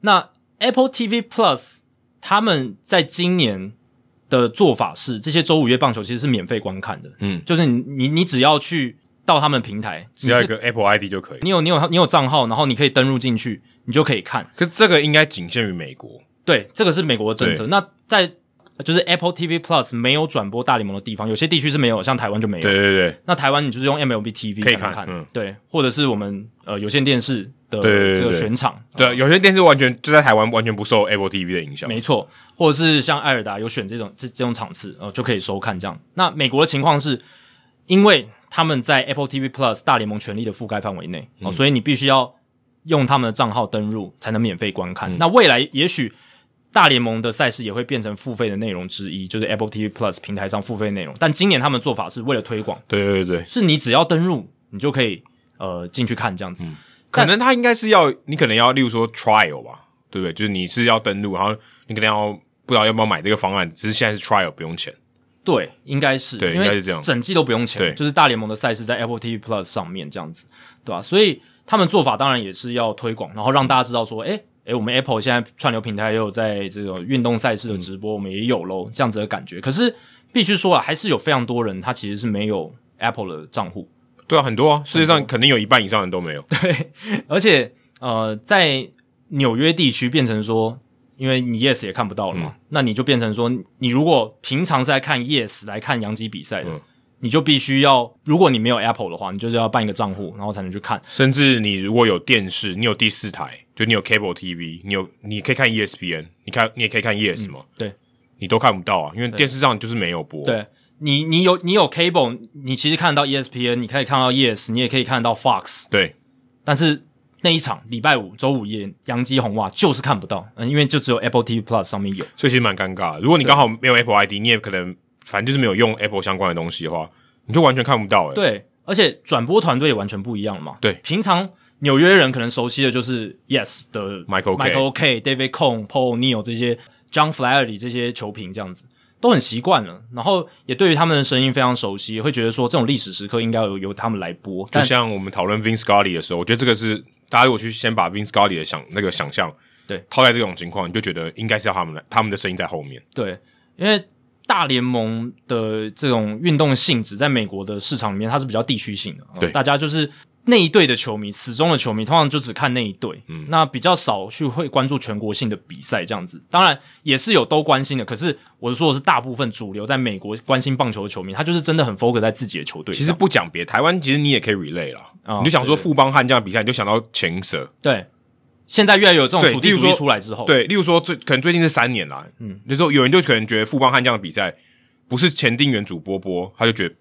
Speaker 1: 那 Apple TV Plus 他们在今年的做法是，这些周五夜棒球其实是免费观看的，
Speaker 2: 嗯，
Speaker 1: 就是你你你只要去到他们的平台，
Speaker 2: 只要一
Speaker 1: 你是
Speaker 2: 个 Apple ID 就可以。
Speaker 1: 你有你有你有账号，然后你可以登录进去，你就可以看。
Speaker 2: 可是这个应该仅限于美国，
Speaker 1: 对，这个是美国的政策。
Speaker 2: 对
Speaker 1: 那在就是 Apple TV Plus 没有转播大联盟的地方，有些地区是没有，像台湾就没有。哦
Speaker 2: 对对对，
Speaker 1: 那台湾你就是用 MLB TV
Speaker 2: 可以
Speaker 1: 才能
Speaker 2: 看嗯
Speaker 1: 对，或者是我们呃有线电视的
Speaker 2: 对对对
Speaker 1: 这个
Speaker 2: 对
Speaker 1: 选场，呃
Speaker 2: 对，有些电视完全就在台湾完全不受 Apple TV 的影响。
Speaker 1: 没错，或者是像艾尔达有选这种这这种场次，呃，就可以收看这样。那美国的情况是，因为他们在 Apple TV Plus 大联盟权利的覆盖范围内，哦、
Speaker 2: 嗯
Speaker 1: 所以你必须要用他们的账号登入才能免费观
Speaker 2: 嗯
Speaker 1: 看。那未来也许大联盟的赛事也会变成付费的内容之一，就是 Apple TV Plus 平台上付费内容。但今年他们做法是为了推广，
Speaker 2: 对对对，
Speaker 1: 是你只要登入，你就可以呃进去看这样子。
Speaker 2: 嗯可能他应该是要你可能要，例如说 trial 吧，对不对？就是你是要登录，然后你可能要不知道要不要买这个方案，只是现在是 trial 不用钱。
Speaker 1: 对，应该是，
Speaker 2: 对
Speaker 1: 因为
Speaker 2: 应该是这样
Speaker 1: 整季都不用钱，
Speaker 2: 对
Speaker 1: 就是大联盟的赛事在 Apple TV Plus 上面这样子，对吧、所以他们做法当然也是要推广，然后让大家知道说，诶诶，我们 Apple 现在串流平台也有在这个运动赛事的直播，我们也有喽，这样子的感觉。可是必须说啊，还是有非常多人他其实是没有 Apple 的账户，
Speaker 2: 对啊，很多啊，世界上肯定有一半以上人都没有。
Speaker 1: 而且呃，在纽约地区变成说，因为你 Yes 也看不到了嘛，那你就变成说，你如果平常是在看 Yes 来看洋基比赛的，
Speaker 2: 嗯
Speaker 1: 你就必须要，如果你没有 Apple 的话，你就是要办一个账户，然后才能去看。
Speaker 2: 甚至你如果有电视，你有第四台，就你有 cable TV，你有你可以看 E ESPN，你看你也可以看 Yes 嘛、
Speaker 1: 嗯对，
Speaker 2: 你都看不到啊，因为电视上就是没有播。
Speaker 1: 对你，你有你有 Cable，你其实看得到 E ESPN，你可以看到 Yes，你也可以看得到 Fox，
Speaker 2: 对
Speaker 1: 但是那一场礼拜五周五夜洋基红袜就是看不到，嗯，因为就只有 Apple TV Plus 上面有。
Speaker 2: 所以其实蛮尴尬的。如果你刚好没有 Apple ID，你也可能反正就是没有用 Apple 相关的东西的话，你就完全看不到、欸。
Speaker 1: 对，而且转播团队也完全不一样嘛。
Speaker 2: 对
Speaker 1: 平常纽约人可能熟悉的就是 Yes 的
Speaker 2: Michael Kay
Speaker 1: Michael K、David Cone、Paul O'Neill 这些 John Flaherty 这些球评这样子。都很习惯了，然后也对于他们的声音非常熟悉，会觉得说这种历史时刻应该由由他们来播。
Speaker 2: 就
Speaker 1: 但
Speaker 2: 像我们讨论 Vince Scully 的时候，我觉得这个是大家如果去先把 Vince Scully 的想那个想象
Speaker 1: 对
Speaker 2: 套在这种情况，你就觉得应该是要他们来，他们的声音在后面。
Speaker 1: 对，因为大联盟的这种运动性质，在美国的市场里面它是比较地区性的，呃
Speaker 2: 对
Speaker 1: 大家就是那一队的球迷，始终的球迷，通常就只看那一队，嗯，那比较少去会关注全国性的比赛这样子。当然也是有都关心的，可是我是说的是大部分主流在美国关心棒球的球迷，他就是真的很 focus 在自己的球队
Speaker 2: 其
Speaker 1: 上。
Speaker 2: 实不讲别，台湾其实你也可以 relay 啦。
Speaker 1: 哦
Speaker 2: 你就想说
Speaker 1: 对对
Speaker 2: 富邦悍将的比赛，你就想到前蛇。
Speaker 1: 对，现在越来越有这种
Speaker 2: 对
Speaker 1: 属地
Speaker 2: 例如
Speaker 1: 主义
Speaker 2: 说
Speaker 1: 出来之后，
Speaker 2: 对，例如说最可能最近是三年啦，嗯，那时候有人就可能觉得富邦悍将的比赛不是前定员主播播，他就觉得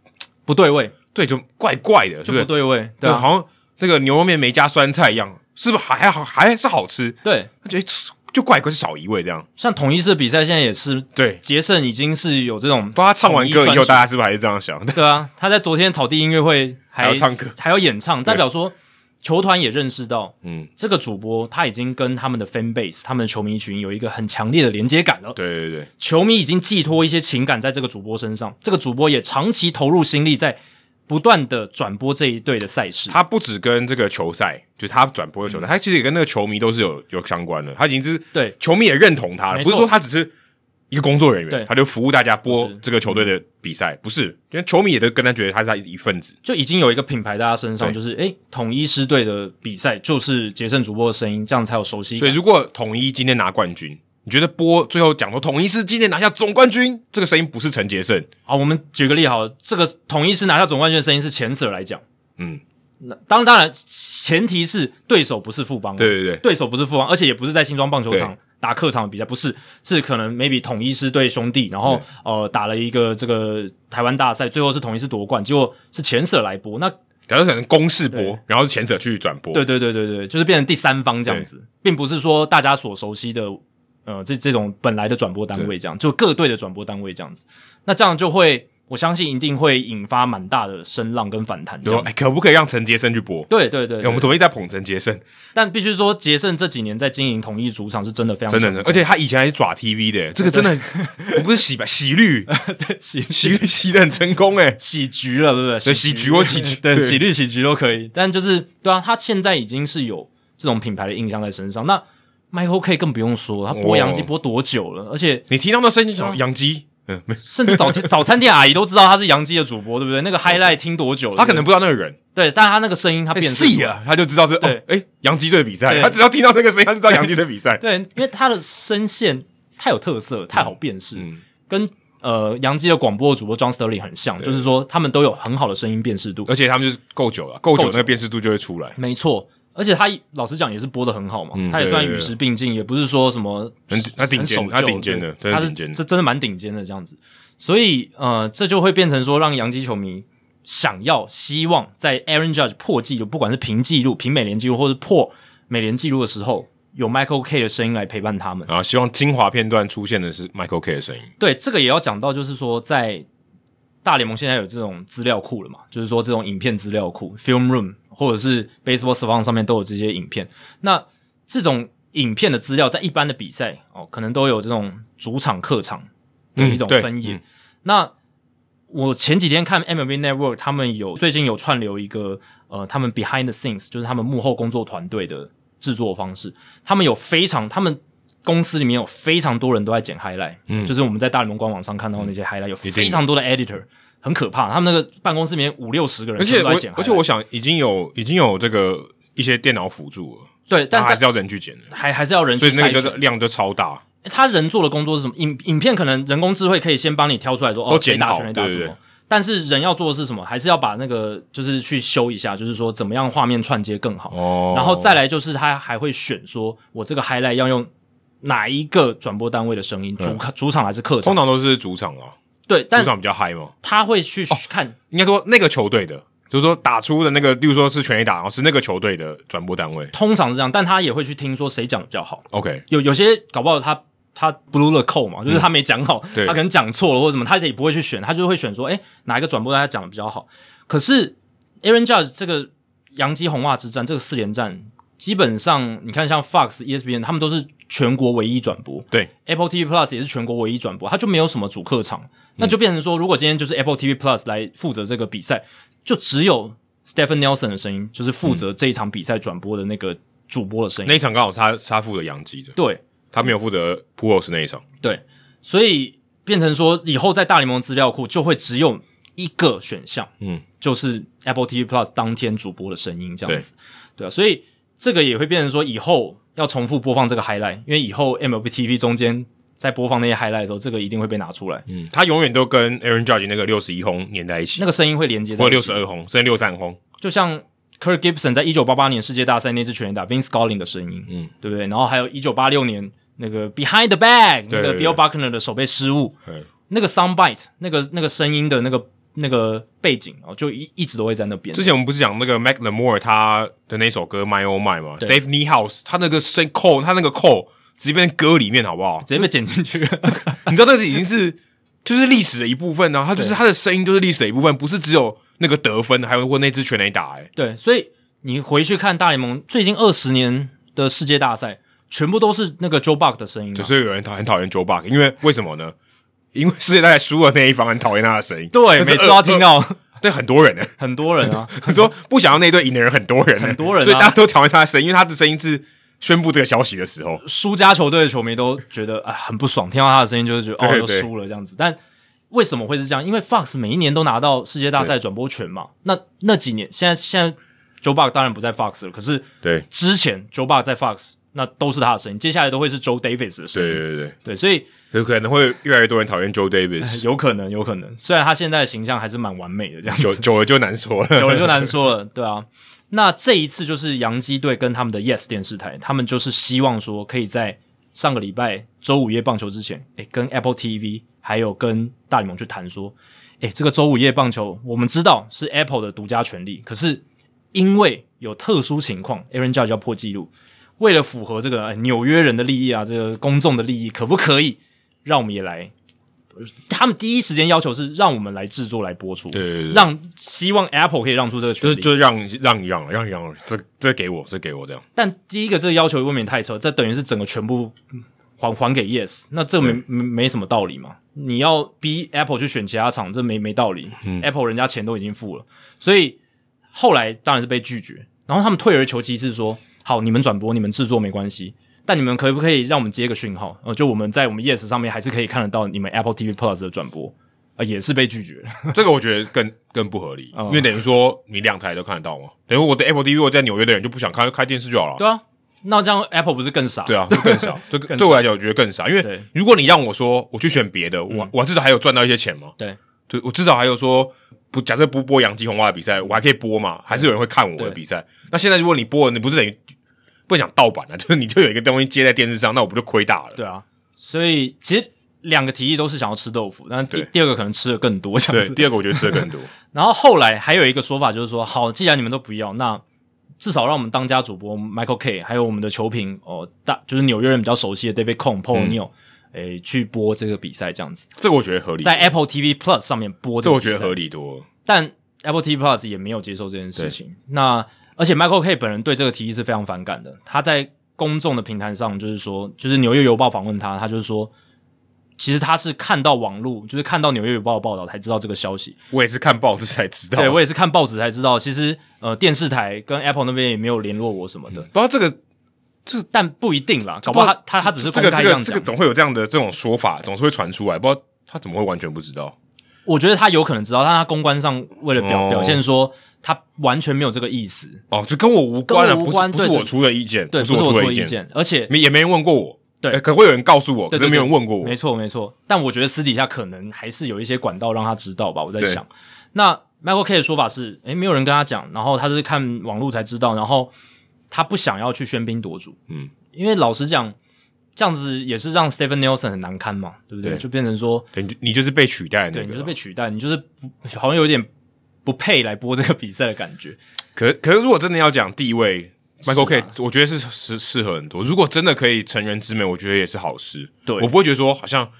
Speaker 1: 不对位
Speaker 2: 对，就怪怪的，
Speaker 1: 就是不
Speaker 2: 是？
Speaker 1: 对位，对
Speaker 2: 对，
Speaker 1: 啊，
Speaker 2: 好像那个牛肉面没加酸菜一样，是不是还还好还是好吃？
Speaker 1: 对，
Speaker 2: 他觉得诶就怪怪是少一味这样。
Speaker 1: 像统一式比赛现在也是
Speaker 2: 对，
Speaker 1: 杰森已经是有这种
Speaker 2: 帮他唱完歌以
Speaker 1: 统一
Speaker 2: 后，
Speaker 1: 专
Speaker 2: 大
Speaker 1: 属
Speaker 2: 家是不是还是这样想？
Speaker 1: 对啊，他在昨天草地音乐会还
Speaker 2: 还要唱歌
Speaker 1: 还要演唱，代表说球团也认识到，嗯
Speaker 2: 嗯，
Speaker 1: 这个主播他已经跟他们的 fan base、他们的球迷群有一个很强烈的连接感了。
Speaker 2: 对对对，
Speaker 1: 球迷已经寄托一些情感在这个主播身上，这个主播也长期投入心力在不断的转播这一队的赛事。
Speaker 2: 他不只跟这个球赛，就是他转播的球赛，他其实也跟那个球迷都是有有相关的。他已经是
Speaker 1: 嗯对
Speaker 2: 球迷也认同他
Speaker 1: 没
Speaker 2: 了，
Speaker 1: 错
Speaker 2: 不是说他只是一个工作人
Speaker 1: 对
Speaker 2: 员，他就服务大家播
Speaker 1: 不是嗯
Speaker 2: 这个球队的比赛，不是，因为球迷也都跟他觉得他是他一份子。
Speaker 1: 就已经有一个品牌在他身上，
Speaker 2: 对
Speaker 1: 就是诶，统一师队的比赛就是杰森主播的声音，这样才有熟悉
Speaker 2: 所以
Speaker 1: 感。
Speaker 2: 如果统一今天拿冠军，你觉得播最后讲说统一是今天拿下总冠军，这个声音不是陈杰胜，
Speaker 1: 好，我们举个例好了，这个统一师拿下总冠军的声音是前者来讲，
Speaker 2: 嗯，
Speaker 1: 那当当然前提是对手不是富邦，啊
Speaker 2: 对对对，
Speaker 1: 对手不是富邦，而且也不是在新庄棒球场
Speaker 2: 对
Speaker 1: 打客场比赛，不是，是可能 maybe 统一师对兄弟，然后呃打了一个这个台湾大赛，最后是统一师夺冠，结果是前者来播，那
Speaker 2: 假如可能公式播
Speaker 1: 对，
Speaker 2: 然后是前者去转播，
Speaker 1: 对对对对对，就是变成第三方这样子，并不是说大家所熟悉的呃这这种本来的转播单位这样，就各队的转播单位这样子，那这样就会我相信一定会引发蛮大的声浪跟反弹
Speaker 2: 就
Speaker 1: 这
Speaker 2: 说
Speaker 1: 样
Speaker 2: 哎、
Speaker 1: 子。
Speaker 2: 可不可以让陈杰胜去播？
Speaker 1: 对对对
Speaker 2: 哎，我们怎么一直在捧陈杰胜？
Speaker 1: 但必须说，杰盛这几年在经营统一主场是真的非常
Speaker 2: 真的是，而且他以前还是爪 TV 的，这个真的，我不是洗白 洗绿，
Speaker 1: 喜
Speaker 2: 洗绿洗的很成功哎，
Speaker 1: 喜局了，对不对？
Speaker 2: 对喜局或喜局
Speaker 1: 对
Speaker 2: 对
Speaker 1: 喜剧喜局都可以。但就是对啊，他现在已经是有这种品牌的印象在身上。那 Michael K 更不用说，他播
Speaker 2: 哦
Speaker 1: 洋基播多久了？而且
Speaker 2: 你听到那声音就想养鸡，嗯，没，
Speaker 1: 甚至早 早餐店阿姨都知道他是洋基的主播，对不对？那个 highlight 听多久了？
Speaker 2: 他可能
Speaker 1: 对
Speaker 2: 不知道那个人，
Speaker 1: 不对，对但他那个声音他
Speaker 2: 哎
Speaker 1: 辨识
Speaker 2: C
Speaker 1: 出来
Speaker 2: 啊，他就知道是
Speaker 1: 对
Speaker 2: 哦，哎，洋基队的比赛
Speaker 1: 对，
Speaker 2: 他只要听到那个声音，他就知道洋基队比赛，
Speaker 1: 对，因为他的声线太有特色，太好辨识，
Speaker 2: 嗯
Speaker 1: 跟呃洋基的广播主播 John Sterling 很像，就是说他们都有很好的声音辨识度。
Speaker 2: 而且他们就是够久了，够久
Speaker 1: 久
Speaker 2: 那个辨识度就会出来，
Speaker 1: 没错，而且他老实讲也是播的很好嘛，
Speaker 2: 嗯
Speaker 1: 他也算与
Speaker 2: 对对对
Speaker 1: 时并进，也不是说什么
Speaker 2: 很他顶
Speaker 1: 很守
Speaker 2: 尖，
Speaker 1: 旧
Speaker 2: 他顶尖的，
Speaker 1: 对
Speaker 2: 对
Speaker 1: 他
Speaker 2: 他
Speaker 1: 是
Speaker 2: 是顶尖的，
Speaker 1: 这真的蛮顶尖的这样子，所以呃，这就会变成说让洋基球迷想要希望在 Aaron Judge 破纪录，不管是平纪录、平美联纪录，或是破美联纪录的时候，有 Michael K 的声音来陪伴他们。
Speaker 2: 然后希望精华片段出现的是 Michael K 的声音，
Speaker 1: 对，这个也要讲到，就是说在大联盟现在有这种资料库了嘛，就是说这种影片资料库 （film room） 或者是 Baseball s a v a n 上面都有这些影片。那这种影片的资料，在一般的比赛哦，可能都有这种主场、客场的
Speaker 2: 嗯
Speaker 1: 一种
Speaker 2: 对
Speaker 1: 分野。
Speaker 2: 嗯
Speaker 1: 那我前几天看 MLB Network，他们有最近有串流一个呃，他们 behind the scenes，就是他们幕后工作团队的制作方式。他们有非常，他们公司里面有非常多人都在剪 highlight，嗯，就是我们在大联盟官网上看到的那些 highlight，有
Speaker 2: 嗯定的
Speaker 1: 非常多的 editor，很可怕。他们那个办公室里面五六十个人，
Speaker 2: 而且
Speaker 1: 都
Speaker 2: 我
Speaker 1: 在剪 highlight，
Speaker 2: 而且我想已经有已经有这个一些电脑辅助了，
Speaker 1: 对，但
Speaker 2: 但啊还
Speaker 1: 但
Speaker 2: 是要人去剪的，
Speaker 1: 还还是要人去
Speaker 2: 所以那
Speaker 1: 筛选，
Speaker 2: 个就是量就超大，
Speaker 1: 他人做的工作是什么？影影片可能人工智慧可以先帮你挑出来说，哦，
Speaker 2: 都
Speaker 1: 谁
Speaker 2: 剪
Speaker 1: 打
Speaker 2: 好
Speaker 1: 拳，谁打什
Speaker 2: 对对
Speaker 1: 么
Speaker 2: 对。
Speaker 1: 但是人要做的是什么？还是要把那个就是去修一下，就是说怎么样画面串接更好。
Speaker 2: 哦
Speaker 1: 然后再来就是他还会选说，我这个 highlight 要用哪一个转播单位的声音，主主场还是客场
Speaker 2: 嗯通？常都是主场啊，
Speaker 1: 对，
Speaker 2: 主
Speaker 1: 但
Speaker 2: 场比较嗨嘛，
Speaker 1: 他会去看，
Speaker 2: 应该说那个球队的，就是说打出的那个，例如说是全垒打，然后是那个球队的转播单位
Speaker 1: 通常是这样，但他也会去听说谁讲的比较好。
Speaker 2: ，OK，
Speaker 1: 有有些搞不好他他 blew the call 嘛，就是他没讲好，
Speaker 2: 嗯对
Speaker 1: 他可能讲错了或者什么，他也不会去选，他就会选说，哎、哪一个转播他讲的比较好。可是 Aaron Judge 这个洋基红袜之战，这个四连战，基本上你看像 Fox、ESPN E 他们都是全国唯一转播，
Speaker 2: 对嗯
Speaker 1: ，Apple TV Plus 也是全国唯一转播，它就没有什么主客场，那就变成说，如果今天就是 Apple TV Plus 来负责这个比赛，就只有 Stephen Nelson 的声音，就是负责这一场比赛转播的那个主播的声音。
Speaker 2: 那一场刚好是他是他负责洋基的，
Speaker 1: 对，
Speaker 2: 他没有负责 p u o s 那一场，
Speaker 1: 对，所以变成说以后在大联盟资料库就会只有一个选项，
Speaker 2: 嗯，
Speaker 1: 就是 Apple TV Plus 当天主播的声音这样子，对啊，所以这个也会变成说以后要重复播放这个 highlight，因为以后 MLB TV 中间在播放那些 highlight 的时候，这个一定会被拿出来，
Speaker 2: 嗯，他永远都跟 Aaron Judge 那个六十一轰连在一起，
Speaker 1: 那个声音会连接
Speaker 2: 或
Speaker 1: 到
Speaker 2: 六
Speaker 1: 一起
Speaker 2: 十，二轰，甚至六三轰。
Speaker 1: 就像 Kirk Gibson 在一九八八年世界大赛那支全垒打 Vince Scully 的声音，
Speaker 2: 嗯，
Speaker 1: 对不对？然后还有一九八六年那个 Behind the Bag 那
Speaker 2: 对
Speaker 1: 个
Speaker 2: 对对
Speaker 1: Bill Buckner 的手背失误，
Speaker 2: 对，
Speaker 1: 那个 soundbite 那个那个声音的那个那个背景哦，就一一直都会在那边。
Speaker 2: 之前我们不是讲那个 Mac Lemore 他的那首歌《My Oh My》吗？Dave Niehaus 他那个声扣，他那个扣直接变成歌里面，好不好？
Speaker 1: 直接被剪进去，
Speaker 2: 你知道那个已经是就是历史的一部分呢、啊，他就是他的声音就是历史的一部分，不是只有那个得分，还有或那支全垒打、欸，
Speaker 1: 对，所以你回去看大联盟最近二十年的世界大赛，全部都是那个 Joe Buck 的声音、啊。
Speaker 2: 哎，所以有人讨很讨厌 Joe Buck，因为为什么呢？因为世界大赛输了那一方很讨厌他的声音，
Speaker 1: 对，
Speaker 2: 但是
Speaker 1: 每次
Speaker 2: 二
Speaker 1: 都要听，到
Speaker 2: 二对 很多人呢、
Speaker 1: 很多人啊，
Speaker 2: 你说不想要那一队赢的人很多人欸，
Speaker 1: 很多人啊
Speaker 2: 所以大家都讨厌他的声音，因为他的声音是宣布这个消息的时候，
Speaker 1: 输家球队的球迷都觉得啊很不爽，听到他的声音就是觉得
Speaker 2: 对
Speaker 1: 哦
Speaker 2: 对
Speaker 1: 又输了这样子。但为什么会是这样？因为 Fox 每一年都拿到世界大赛转播权嘛。那那几年，现在现在 Joe Buck 当然不在 Fox 了，可是
Speaker 2: 对
Speaker 1: 之前 Joe Buck 在 Fox 那都是他的声音，接下来都会是 Joe Davis 的声音。
Speaker 2: 对对对，
Speaker 1: 对，所以
Speaker 2: 有可能会越来越多人讨厌 Joe Davis，
Speaker 1: 有可能，有可能。虽然他现在的形象还是蛮完美的，这样
Speaker 2: 久久了就难说 了，
Speaker 1: 久了就难说了，对啊。那这一次就是洋基队跟他们的 Yes 电视台，他们就是希望说可以在上个礼拜周五夜棒球之前，诶、跟 Apple TV 还有跟大联盟去谈说，诶、这个周五夜棒球我们知道是 Apple 的独家权利，可是因为有特殊情况，Aaron Judge 要破纪录，为了符合这个、呃纽约人的利益啊，这个公众的利益，可不可以让我们也来？他们第一时间要求是让我们来制作来播出，
Speaker 2: 对对对
Speaker 1: 让希望 Apple 可以让出这个权
Speaker 2: 就
Speaker 1: 利。
Speaker 2: 是就让让一让让一让，这这给我，这给我这样，
Speaker 1: 但第一个这个要求未免太扯，这等于是整个全部嗯还还给 Yes，那这没
Speaker 2: 对
Speaker 1: 没没什么道理嘛？你要逼 Apple 去选其他厂，这没没道理。Apple
Speaker 2: 嗯
Speaker 1: 人家钱都已经付了，所以后来当然是被拒绝。然后他们退而求其次说：“好，你们转播，你们制作没关系，但你们可不可以让我们接个讯号？呃，就我们在我们 Yes 上面还是可以看得到你们 Apple TV Plus 的转播。”呃，也是被拒绝了。
Speaker 2: 这个我觉得更更不合理，
Speaker 1: 嗯
Speaker 2: 因为等于说你两台都看得到嘛，等于我的 Apple TV 我在纽约的人就不想看，开电视就好了。
Speaker 1: 对啊，那这样 Apple 不是更傻？
Speaker 2: 对啊，就 更少。这个对我来讲，我觉得更少，因
Speaker 1: 对嗯
Speaker 2: 为如果你让我说我去选别的，我我至少还有赚到一些钱嘛。
Speaker 1: 对
Speaker 2: 对，我至少还有说不，假设不播洋基红袜的比赛，我还可以播嘛，还是有人会看我的比赛。那现在如果你播了，你不是等于不能讲盗版啊， 就是你就有一个东西接在电视上，那我不就亏大了？
Speaker 1: 对啊，所以其实两个提议都是想要吃豆腐，但第
Speaker 2: 对
Speaker 1: 第二个可能吃的更多这样
Speaker 2: 对，
Speaker 1: 子。
Speaker 2: 第二个我觉得吃的 更多，
Speaker 1: 然后后来还有一个说法就是说，好，既然你们都不要，那至少让我们当家主播 Michael K 还有我们的球评哦，大就是纽约人比较熟悉的 David Cone、Paul
Speaker 2: 嗯
Speaker 1: O'Neill，、诶去播这个比赛这样子，
Speaker 2: 这个我觉得合理，
Speaker 1: 在 Apple TV Plus 上面播
Speaker 2: 这
Speaker 1: 个
Speaker 2: 我
Speaker 1: 比赛
Speaker 2: 觉得合理多了。
Speaker 1: 但 Apple TV Plus 也没有接受这件事情。那而且 Michael K 本人对这个提议是非常反感的。他在公众的平台上，就是说，就是《纽约邮报》访问他，他就是说，其实他是看到网络，就是看到《纽约邮报》的报道才知道这个消息。
Speaker 2: 我也是看报纸才知道，
Speaker 1: 对我也是看报纸才知道，其实呃，电视台跟 Apple 那边也没有联络我什么的，
Speaker 2: 不知道这个
Speaker 1: 但不一定啦，搞不好他他他只是
Speaker 2: 这
Speaker 1: 公
Speaker 2: 个
Speaker 1: 开
Speaker 2: 这
Speaker 1: 这
Speaker 2: 个
Speaker 1: 样
Speaker 2: 这
Speaker 1: 讲。
Speaker 2: 个总会有这样的这种说法，总是会传出来，不知道他怎么会完全不知道。
Speaker 1: 我觉得他有可能知道，但他公关上为了表、
Speaker 2: 哦
Speaker 1: 表现说他完全没有这个意思，
Speaker 2: 哦，这跟我无关啊，
Speaker 1: 跟我无
Speaker 2: 不是
Speaker 1: 关
Speaker 2: 不是
Speaker 1: 对
Speaker 2: 我出的意见，
Speaker 1: 对，
Speaker 2: 不是
Speaker 1: 不是
Speaker 2: 出
Speaker 1: 我
Speaker 2: 的
Speaker 1: 出的意
Speaker 2: 见，
Speaker 1: 见，而且
Speaker 2: 没也没人问过我。
Speaker 1: 对
Speaker 2: 呃可会有人告诉我，可
Speaker 1: 对
Speaker 2: 是
Speaker 1: 对
Speaker 2: 没有
Speaker 1: 对
Speaker 2: 人问过我
Speaker 1: 没。错，没错。但我觉得私底下可能还是有一些管道让他知道吧，我在
Speaker 2: 对
Speaker 1: 想。那 Michael K 的说法是，诶，没有人跟他讲，然后他是看网络才知道，然后他不想要去喧宾夺主，
Speaker 2: 嗯，
Speaker 1: 因为老实讲，这样子也是让 Stephen Nelson 很难堪嘛，对不对？
Speaker 2: 对
Speaker 1: 就变成说，
Speaker 2: 对你就你就是被取代的
Speaker 1: 对你
Speaker 2: 那
Speaker 1: 就
Speaker 2: 个
Speaker 1: 是
Speaker 2: 了。
Speaker 1: 被取代，你就是不好像有点不配来播这个比赛的感觉。
Speaker 2: 可可是如果真的要讲地位，Michael
Speaker 1: 是
Speaker 2: K，
Speaker 1: 啊
Speaker 2: 我觉得是适适合很多。如果真的可以成人之美，我觉得也是好事。
Speaker 1: 对
Speaker 2: 我不会觉得说好像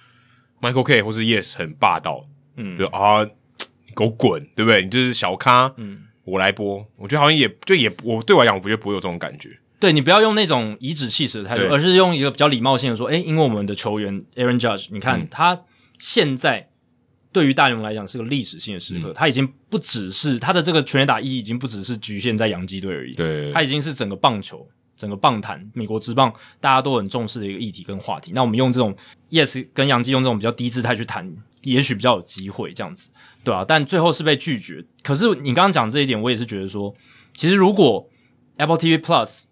Speaker 2: Michael K 或是 Yes 很霸道，
Speaker 1: 嗯
Speaker 2: 就啊你给我滚，对不对？你就是小咖，
Speaker 1: 嗯，
Speaker 2: 我来播。我觉得好像也就也我对我来讲，我觉得不会有这种感觉。
Speaker 1: 对你不要用那种颐指气使的态度，
Speaker 2: 对
Speaker 1: 而是用一个比较礼貌性的说，诶，因为我们的球员 Aaron Judge，你看、他现在对于大联盟来讲是个历史性的时刻，他已经不只是他的这个全垒打意义已经不只是局限在洋基队而已，
Speaker 2: 对
Speaker 1: 他已经是整个棒球、整个棒坛、美国职棒大家都很重视的一个议题跟话题。那我们用这种 Yes 跟杨基用这种比较低姿态去谈，也许比较有机会这样子，对啊，但最后是被拒绝。可是你刚刚讲这一点，我也是觉得说，其实如果 Apple TV Plus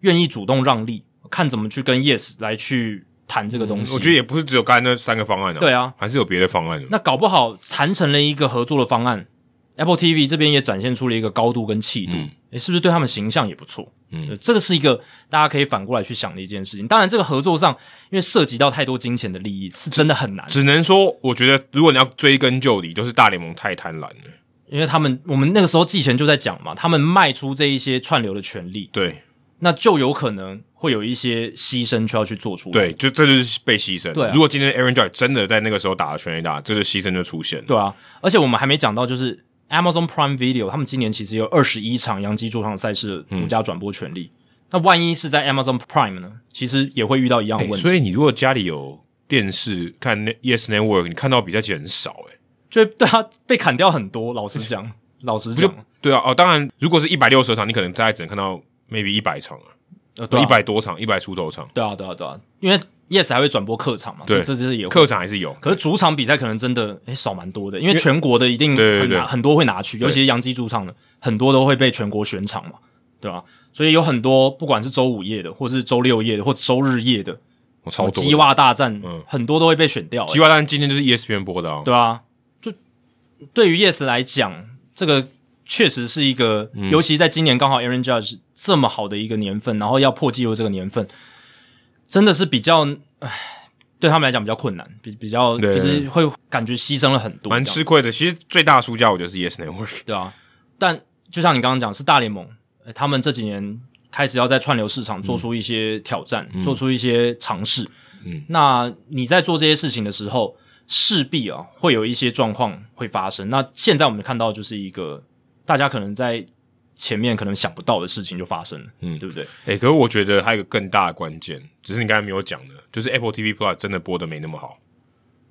Speaker 1: 愿意主动让利，看怎么去跟 Yes 来去谈这个东西，
Speaker 2: 嗯我觉得也不是只有刚才那三个方案的、
Speaker 1: 对啊，
Speaker 2: 还是有别的方案的。
Speaker 1: 那搞不好谈成了一个合作的方案，Apple TV 这边也展现出了一个高度跟气度，
Speaker 2: 嗯
Speaker 1: 诶是不是对他们形象也不错？
Speaker 2: 嗯
Speaker 1: 呃这个是一个大家可以反过来去想的一件事情。当然，这个合作上，因为涉及到太多金钱的利益，是真的很难。
Speaker 2: 只能说，我觉得如果你要追根究底，就是大联盟太贪婪了。
Speaker 1: 因为他们我们那个时候季前就在讲嘛，他们卖出这一些串流的权利，
Speaker 2: 对
Speaker 1: 那就有可能会有一些牺牲需要去做出来。
Speaker 2: 对，就这就是被牺牲。
Speaker 1: 对啊
Speaker 2: 如果今天 Aaron Judge 真的在那个时候打了全垒打，这个牺牲就出现了。
Speaker 1: 对啊，而且我们还没讲到，就是 Amazon Prime Video 他们今年其实有二十一场洋基主场赛事的独家转播权利。那万一是在 Amazon Prime 呢？其实也会遇到一样的
Speaker 2: 欸
Speaker 1: 啊问题，
Speaker 2: 所以你如果家里有电视看那 Yes Network，你看到比赛其实很少哎、欸
Speaker 1: 就对他被砍掉很多。老实讲， 老实
Speaker 2: 不就
Speaker 1: 讲，
Speaker 2: 对啊哦，当然，如果是一百六十场，你可能大概只能看到 maybe 一百场啊，
Speaker 1: 呃，对
Speaker 2: 一
Speaker 1: 啊，
Speaker 2: 百、多场，一百出头场，
Speaker 1: 对啊，对啊，对啊，因为 Yes 还会转播客场嘛，
Speaker 2: 对
Speaker 1: 这这就是也会。
Speaker 2: 客场还是有。
Speaker 1: 可是主场比赛可能真的诶少蛮多的，因为全国的一定
Speaker 2: 对对
Speaker 1: 很
Speaker 2: 对
Speaker 1: 拿很多会拿去，尤其是洋基主场的很多都会被全国选场嘛，对吧、啊所以有很多不管是周五夜的，或是周六夜的，或周日夜的，
Speaker 2: 我超多的
Speaker 1: 哦鸡袜大战，
Speaker 2: 嗯
Speaker 1: 很多都会被选掉、欸
Speaker 2: 鸡，蛙蛋今天就是 ESPN 播的啊，
Speaker 1: 对啊，就对于 Yes 来讲，这个确实是一个，
Speaker 2: 嗯
Speaker 1: 尤其在今年刚好 Aaron Judge 这么好的一个年份，然后要破纪录这个年份，真的是比较，唉，对他们来讲比较困难，比比较就
Speaker 2: 对
Speaker 1: 是会感觉牺牲了很多，
Speaker 2: 蛮
Speaker 1: 这样
Speaker 2: 吃亏的。其实最大的输家我觉得是 Yes Network，
Speaker 1: 对啊，但就像你刚刚讲，是大联盟、呃他们这几年开始要在串流市场做出一些挑战，做出一些尝试。
Speaker 2: 嗯，
Speaker 1: 那你在做这些事情的时候，势必啊会有一些状况会发生。那现在我们看到就是一个大家可能在前面可能想不到的事情就发生了，
Speaker 2: 嗯
Speaker 1: 对不对？
Speaker 2: 哎、可是我觉得还有一个更大的关键，只是你刚才没有讲的，就是 Apple TV Plus 真的播的没那么好。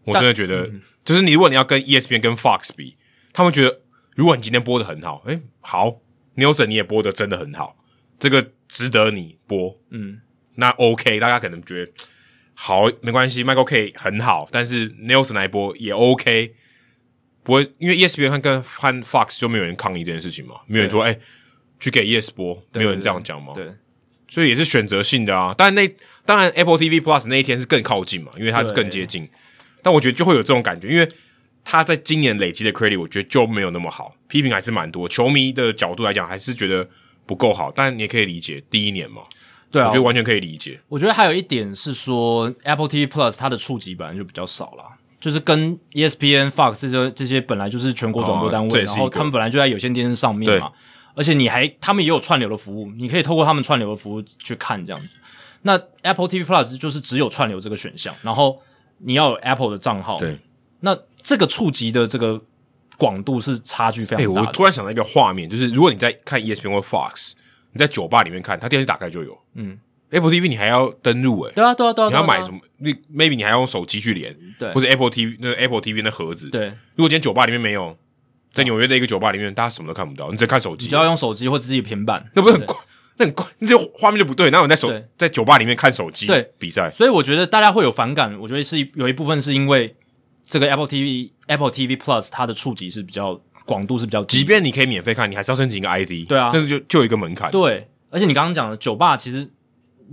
Speaker 2: 我
Speaker 1: 但嗯
Speaker 2: 真的觉得，就是你如果你要跟 E ESPN 跟 Fox 比，他们觉得如果你今天播的很好，哎、好，Nielsen 你也播的真的很好，这个值得你播，
Speaker 1: 嗯，
Speaker 2: 那 OK，大家可能觉得好没关系，Michael K 很好，但是 Nielsen 来播也 OK，不会因为 E ESPN 和跟和 Fox 就没有人抗议这件事情嘛，没有人说哎、去给 Yes 播，没有人这样讲嘛，
Speaker 1: 对，
Speaker 2: 所以也是选择性的啊。当然那当然 Apple TV Plus 那一天是更靠近嘛，因为它是更接近。但我觉得就会有这种感觉，因为他在今年累积的 credit，我觉得就没有那么好，批评还是蛮多。球迷的角度来讲，还是觉得不够好，但你也可以理解，第一年嘛，
Speaker 1: 对啊，
Speaker 2: 我觉得完全可以理解。
Speaker 1: 我觉得还有一点是说，Apple TV Plus 它的触及本来就比较少啦，就是跟 E ESPN、Fox 这些这些本来就是全国转播单
Speaker 2: 哦这
Speaker 1: 位，
Speaker 2: 也是
Speaker 1: 然
Speaker 2: 一个
Speaker 1: 后他们本来就在有线电视上面嘛，而且你还他们也有串流的服务，你可以透过他们串流的服务去看这样子。那 Apple TV Plus 就是只有串流这个选项，然后你要有 Apple 的账号，
Speaker 2: 对，
Speaker 1: 那这个触及的这个广度是差距非
Speaker 2: 哎、
Speaker 1: 常大
Speaker 2: 我
Speaker 1: 的。
Speaker 2: 突然想到一个画面，就是如果你在看 E ESPN 或 Fox，你在酒吧里面看，它电视打开就有。
Speaker 1: 嗯
Speaker 2: ，Apple TV 你还要登录哎、
Speaker 1: 对啊，对啊，对啊，
Speaker 2: 你要买
Speaker 1: 么？
Speaker 2: 什么？你 maybe 你还要用手机去连，
Speaker 1: 对
Speaker 2: 或者 Apple TV 那个 Apple TV 那盒子。，
Speaker 1: 对，
Speaker 2: 如果今天酒吧里面没有，在纽约的一个酒吧里面，大家什么都看不到，你只看手
Speaker 1: 哦你
Speaker 2: 机
Speaker 1: 就，要用手机或者自己平板，
Speaker 2: 那不是很
Speaker 1: 对
Speaker 2: 怪？那很怪，那就画面就不对。那我在手
Speaker 1: 对
Speaker 2: 在酒吧里面看手机
Speaker 1: 对
Speaker 2: 比赛，
Speaker 1: 所以我觉得大家会有反感，我觉得是有一部分是因为这个 Apple TV Apple TV Plus 它的触及是比较广度是比较
Speaker 2: 即
Speaker 1: 低，
Speaker 2: 便你可以免费看，你还是要申请一个 ID。
Speaker 1: 对啊
Speaker 2: 但是就就有一个门槛。
Speaker 1: 对。啊而且你刚刚讲的酒吧，其实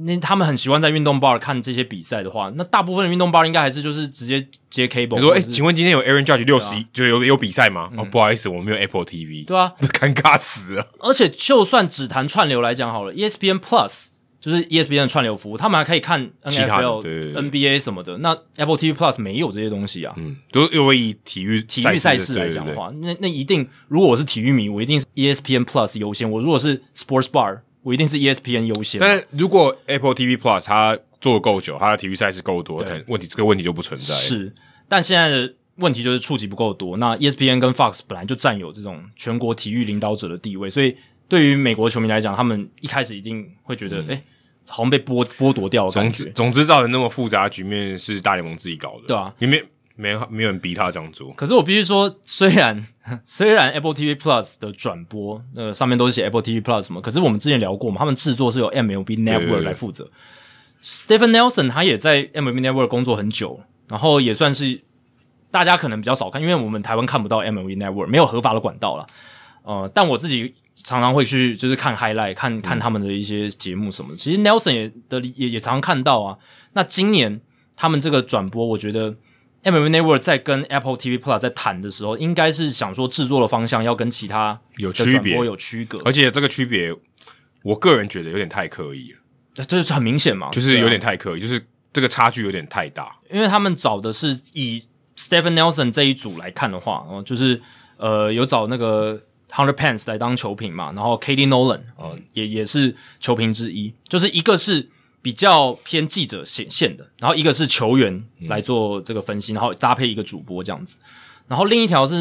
Speaker 1: 那他们很习惯在运动 bar 看这些比赛的话，那大部分的运动 bar 应该还是就是直接接 cable
Speaker 2: 你
Speaker 1: 或者是。
Speaker 2: 说，哎、请问今天有 Aaron Judge 六十一，就是有有比赛吗？哦，不好意思，我没有 Apple
Speaker 1: 啊
Speaker 2: TV。
Speaker 1: 嗯对啊，
Speaker 2: 不是尴尬死了。
Speaker 1: 而且就算只谈串流来讲好了，ESPN E Plus 就是 E ESPN 的串流服务，他们还可以看
Speaker 2: 其他的
Speaker 1: NFL
Speaker 2: 对对、对
Speaker 1: NBA 什么的。那 Apple TV Plus 没有这些东西啊。
Speaker 2: 嗯，就是因为以体育
Speaker 1: 体育赛事
Speaker 2: 的
Speaker 1: 来讲的，
Speaker 2: 对对
Speaker 1: 话，那那一定，如果我是体育迷，我一定是 E ESPN Plus 优先；我如果是 Sports Bar，我一定是 E ESPN 优先。
Speaker 2: 对但是如果 Apple TV Plus 它做得够久，它的体育赛事够多，
Speaker 1: 对
Speaker 2: 可问题这个问题就不存在。，
Speaker 1: 是，但现在的问题就是触及不够多。那 E ESPN 跟 Fox 本来就占有这种全国体育领导者的地位，所以对于美国球迷来讲，他们一开始一定会觉
Speaker 2: 嗯
Speaker 1: 得，哎、好像被剥剥夺掉的
Speaker 2: 总
Speaker 1: 感
Speaker 2: 之
Speaker 1: 觉。
Speaker 2: 总之造成那么复杂的局面是大联盟自己搞的，
Speaker 1: 对啊，
Speaker 2: 因为没有没有人逼他这样做。
Speaker 1: 可是我必须说，虽然 虽然 Apple TV Plus 的转播，呃，上面都是写 Apple TV Plus 什么，可是我们之前聊过嘛，他们制作是由 MLB
Speaker 2: 对对
Speaker 1: Network 来负责。Stephen Nelson 他也在 MLB Network 工作很久，然后也算是大家可能比较少看，因为我们台湾看不到 MLB Network，没有合法的管道啦。呃，但我自己常常会去就是看 highlight，看
Speaker 2: 嗯
Speaker 1: 看他们的一些节目什么的。其实 Nelson 也的也也常常看到啊。那今年他们这个转播，我觉得 MLB Network 在跟 Apple TV Plus 在谈的时候，应该是想说制作的方向要跟其他
Speaker 2: 有
Speaker 1: 的
Speaker 2: 区
Speaker 1: 转播
Speaker 2: 别哦
Speaker 1: 有区隔，
Speaker 2: 而且这个区别，我个人觉得有点太刻意了，
Speaker 1: 这是很明显嘛，
Speaker 2: 就是
Speaker 1: 对啊啊
Speaker 2: 有点太刻意，就是这个差距有点太大。
Speaker 1: 因为他们找的是以 Stephen Nelson 这一组来看的话，哦、就是呃有找那个 Hunter Pence 来当球评嘛，然后 Katie Nolan 哦、也也是球评之一，就是一个是比较偏记者显现的，然后一个是球员来做这个分析，然后搭配一个主播这样子，然后另一条是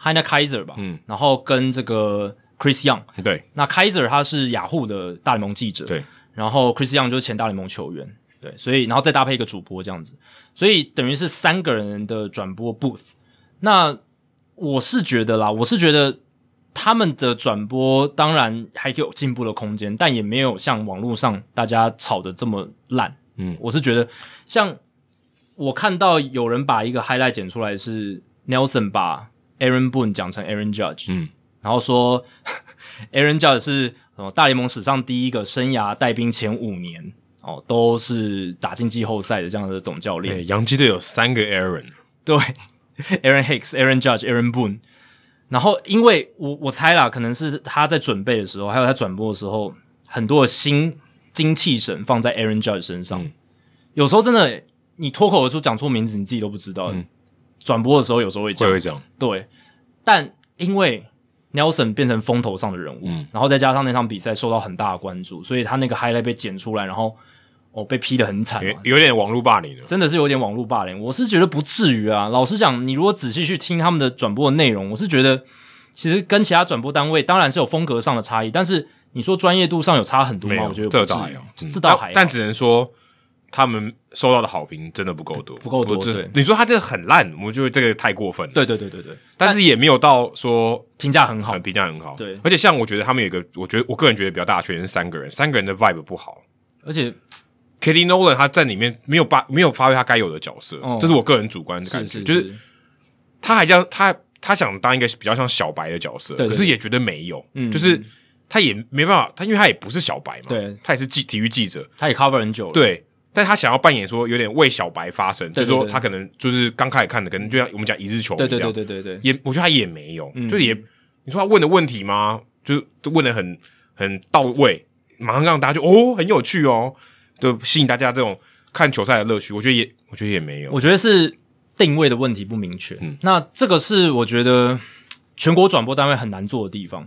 Speaker 1: Hina Kaiser 吧，嗯，然后跟这个 Chris Young，
Speaker 2: 对，
Speaker 1: 那 Kaiser 他是雅虎的大联盟记者，
Speaker 2: 对，
Speaker 1: 然后 Chris Young 就是前大联盟球员，对，所以然后再搭配一个主播这样子，所以等于是三个人的转播 booth。那我是觉得啦，我是觉得他们的转播当然还有进步的空间，但也没有像网络上大家吵的这么烂。
Speaker 2: 嗯，
Speaker 1: 我是觉得像我看到有人把一个 highlight 剪出来是 Nelson 把 Aaron Boone 讲成 Aaron Judge，
Speaker 2: 嗯，
Speaker 1: 然后说 Aaron Judge 是什么大联盟史上第一个生涯带兵前五年哦都是打进季后赛的这样的总教练
Speaker 2: 对，，哎洋基队有三个 Aaron，
Speaker 1: 对，Aaron Hicks、Aaron Judge、Aaron Boone。然后，因为我我猜啦，可能是他在准备的时候，还有他转播的时候，很多的心精气神放在 Aaron Judge 身上。
Speaker 2: 嗯
Speaker 1: 有时候真的，你脱口而出讲错名字，你自己都不知道。转播的时候有时候会
Speaker 2: 嗯会
Speaker 1: 讲
Speaker 2: 不，会这样？
Speaker 1: 对，但因为 Nelson 变成风头上的人物，
Speaker 2: 嗯
Speaker 1: 然后再加上那场比赛受到很大的关注，所以他那个 highlight 被剪出来，然后哦被批的很惨嘛
Speaker 2: 哎有，有点网络霸凌了。
Speaker 1: 真的是有点网络霸凌，我是觉得不至于啊。老实讲，你如果仔细去听他们的转播的内容，我是觉得其实跟其他转播单位当然是有风格上的差异，但是你说专业度上有差很多
Speaker 2: 没
Speaker 1: 吗？
Speaker 2: 有，
Speaker 1: 我觉得
Speaker 2: 这
Speaker 1: 不至
Speaker 2: 倒还
Speaker 1: 于
Speaker 2: 好，嗯
Speaker 1: 这倒还好
Speaker 2: 但但只能说他们收到的好评真的不够多，不
Speaker 1: 够多
Speaker 2: 真
Speaker 1: 对
Speaker 2: 你说他这个很烂，我觉得这个太过分了。，
Speaker 1: 对对对对对，
Speaker 2: 但是也没有到说
Speaker 1: 评价很好
Speaker 2: 很，评嗯价很好。
Speaker 1: 对
Speaker 2: 而且像我觉得他们有一个，我觉得我个人觉得比较大的缺点是三个人，三个人的 vibe 不好。
Speaker 1: 而且
Speaker 2: k d Nolan 他在里面没有发没有发挥他该有的角色，
Speaker 1: 哦
Speaker 2: 这是我个人主观的感
Speaker 1: 是
Speaker 2: 觉，
Speaker 1: 是
Speaker 2: 就是他还像他他想当一个比较像小白的角色，
Speaker 1: 对对
Speaker 2: 可是也觉得没有，
Speaker 1: 嗯
Speaker 2: 就是他也没办法，他因为他也不是小白嘛，
Speaker 1: 对，
Speaker 2: 他也是记体育记者，
Speaker 1: 他也 cover 很久了，
Speaker 2: 对，但他想要扮演说有点为小白发声，
Speaker 1: 对对
Speaker 2: 就是
Speaker 1: 对
Speaker 2: 说他可能就是刚开始看的，可能就像我们讲一日球迷
Speaker 1: 对
Speaker 2: 一
Speaker 1: 对
Speaker 2: 样，
Speaker 1: 对对对对对，
Speaker 2: 也我觉得他也没有，
Speaker 1: 嗯
Speaker 2: 就是也你说他问的问题吗？就是问的很很到位，马上让大家就哦很有趣哦，就吸引大家这种看球赛的乐趣。我觉得也我觉得也没有，
Speaker 1: 我觉得是定位的问题不明确。
Speaker 2: 嗯
Speaker 1: 那这个是我觉得全国转播单位很难做的地方。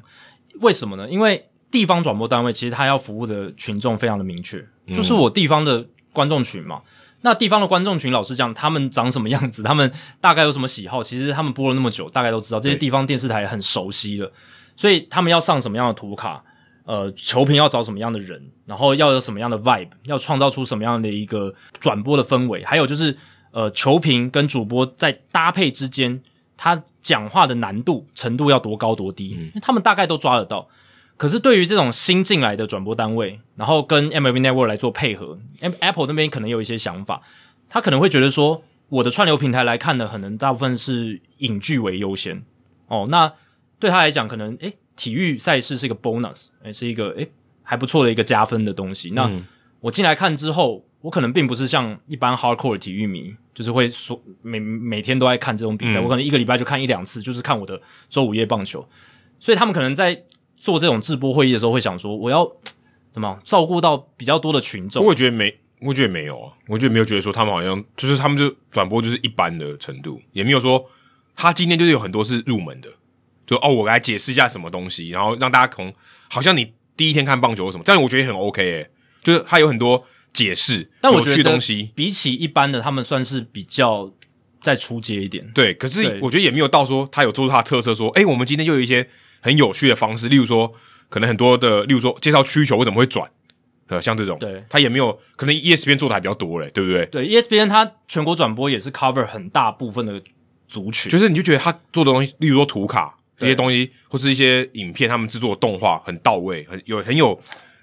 Speaker 1: 为什么呢？因为地方转播单位其实它要服务的群众非常的明确，就是我地方的观众群嘛。那地方的观众群，老实讲，他们长什么样子， 他们大概有什么喜好，其实他们播了那么久，大概都知道这些地方电视台很熟悉了，所以他们要上什么样的图卡，呃，球评要找什么样的人，然后要有什么样的 vibe，要创造出什么样的一个转播的氛围，还有就是呃，球评跟主播在搭配之间，他讲话的难度程度要多高多低，因为他们大概都抓得到。可是对于这种新进来的转播单位，然后跟 MLB Network 来做配合，M- Apple 那边可能有一些想法，他可能会觉得说，我的串流平台来看的，可能大部分是影剧为优先哦。那对他来讲，可能诶体育赛事是一个 bonus，诶是一个诶还不错的一个加分的东西。那、我进来看之后，我可能并不是像一般 hardcore 的体育迷，就是会说每每天都在看这种比赛，
Speaker 2: 嗯
Speaker 1: 我可能一个礼拜就看一两次，就是看我的周五夜棒球。所以他们可能在做这种直播会议的时候，会想说，我要怎么样照顾到比较多的群众
Speaker 2: 我。也觉得没，我觉得没有啊，我觉得没有觉得说他们好像就是他们就转播就是一般的程度，也没有说他今天就是有很多是入门的，就哦我来解释一下什么东西，然后让大家从好像你第一天看棒球或什么，但我觉得也很 OK 诶、就是他有很多解释，
Speaker 1: 但我
Speaker 2: 有
Speaker 1: 觉
Speaker 2: 趣的
Speaker 1: 得
Speaker 2: 东西，
Speaker 1: 比起一般的，他们算是比较再出街一点。
Speaker 2: 对，可是
Speaker 1: 对
Speaker 2: 我觉得也没有到说他有做出他的特色说、诶哎，我们今天就有一些很有趣的方式，例如说，可能很多的，例如说介绍需求为什么会转，呃，像这种，
Speaker 1: 对
Speaker 2: 他也没有，可能 E ESPN 做的还比较多嘞，对不对？
Speaker 1: 对，ESPN E 它全国转播也是 cover 很大部分的族群，
Speaker 2: 就是你就觉得他做的东西，例如说图卡这
Speaker 1: 对
Speaker 2: 些东西，或是一些影片，他们制作的动画很到位，很有很有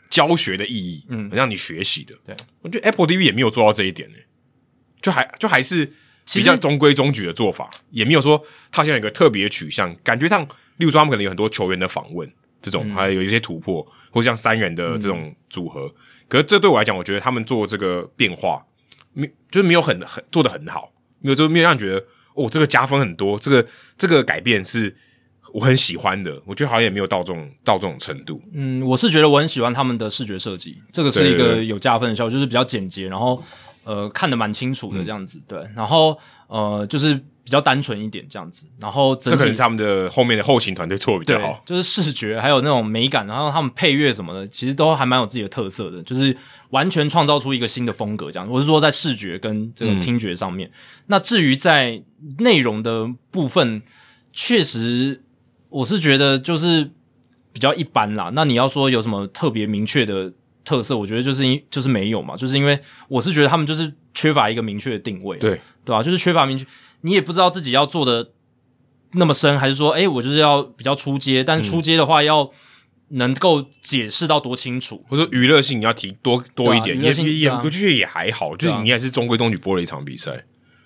Speaker 2: 教学的意义，嗯，很让你学习的。
Speaker 1: 对，
Speaker 2: 欸我觉得 Apple TV 也没有做到这一点呢、就还就还是比较中规中矩的做法，也没有说他好像有一个特别的取向，感觉上，例如说他们可能有很多球员的访问这种，还有一些突破，或像三元的这种组合。可是这对我来讲，我觉得他们做这个变化，没就是没有很很做的很好，没有就没有让你觉得哦，这个加分很多，这个这个改变是我很喜欢的，我觉得好像也没有到这种到这种程度。
Speaker 1: 嗯，我是觉得我很喜欢他们的视觉设计，这个是一
Speaker 2: 对对
Speaker 1: 个有加分的效果，就是比较简洁，然后呃看得蛮清楚的这样子，对，然后呃就是比较单纯一点这样子，然后整
Speaker 2: 这可
Speaker 1: 体
Speaker 2: 能是他们的后面的后勤团队做的比较
Speaker 1: 对
Speaker 2: 好，，
Speaker 1: 就是视觉还有那种美感，然后他们配乐什么的，其实都还蛮有自己的特色的，就是完全创造出一个新的风格。这样，我是说在视觉跟这个
Speaker 2: 嗯
Speaker 1: 听觉上面。那至于在内容的部分，确实我是觉得就是比较一般啦。那你要说有什么特别明确的特色，我觉得就是因就是没有嘛，就是因为我是觉得他们就是缺乏一个明确的定位啊，
Speaker 2: 对
Speaker 1: 对吧、就是缺乏明确，你也不知道自己要做的那么深，还是说，哎、我就是要比较出街，
Speaker 2: 嗯
Speaker 1: 但是出街的话要能够解释到多清楚，
Speaker 2: 或者说娱乐性你要提多多一点，
Speaker 1: 对啊娱乐性
Speaker 2: 也
Speaker 1: 对
Speaker 2: 也也
Speaker 1: 啊
Speaker 2: 我觉得也还好，就
Speaker 1: 对啊
Speaker 2: 是你也是中规中矩播了一场比赛，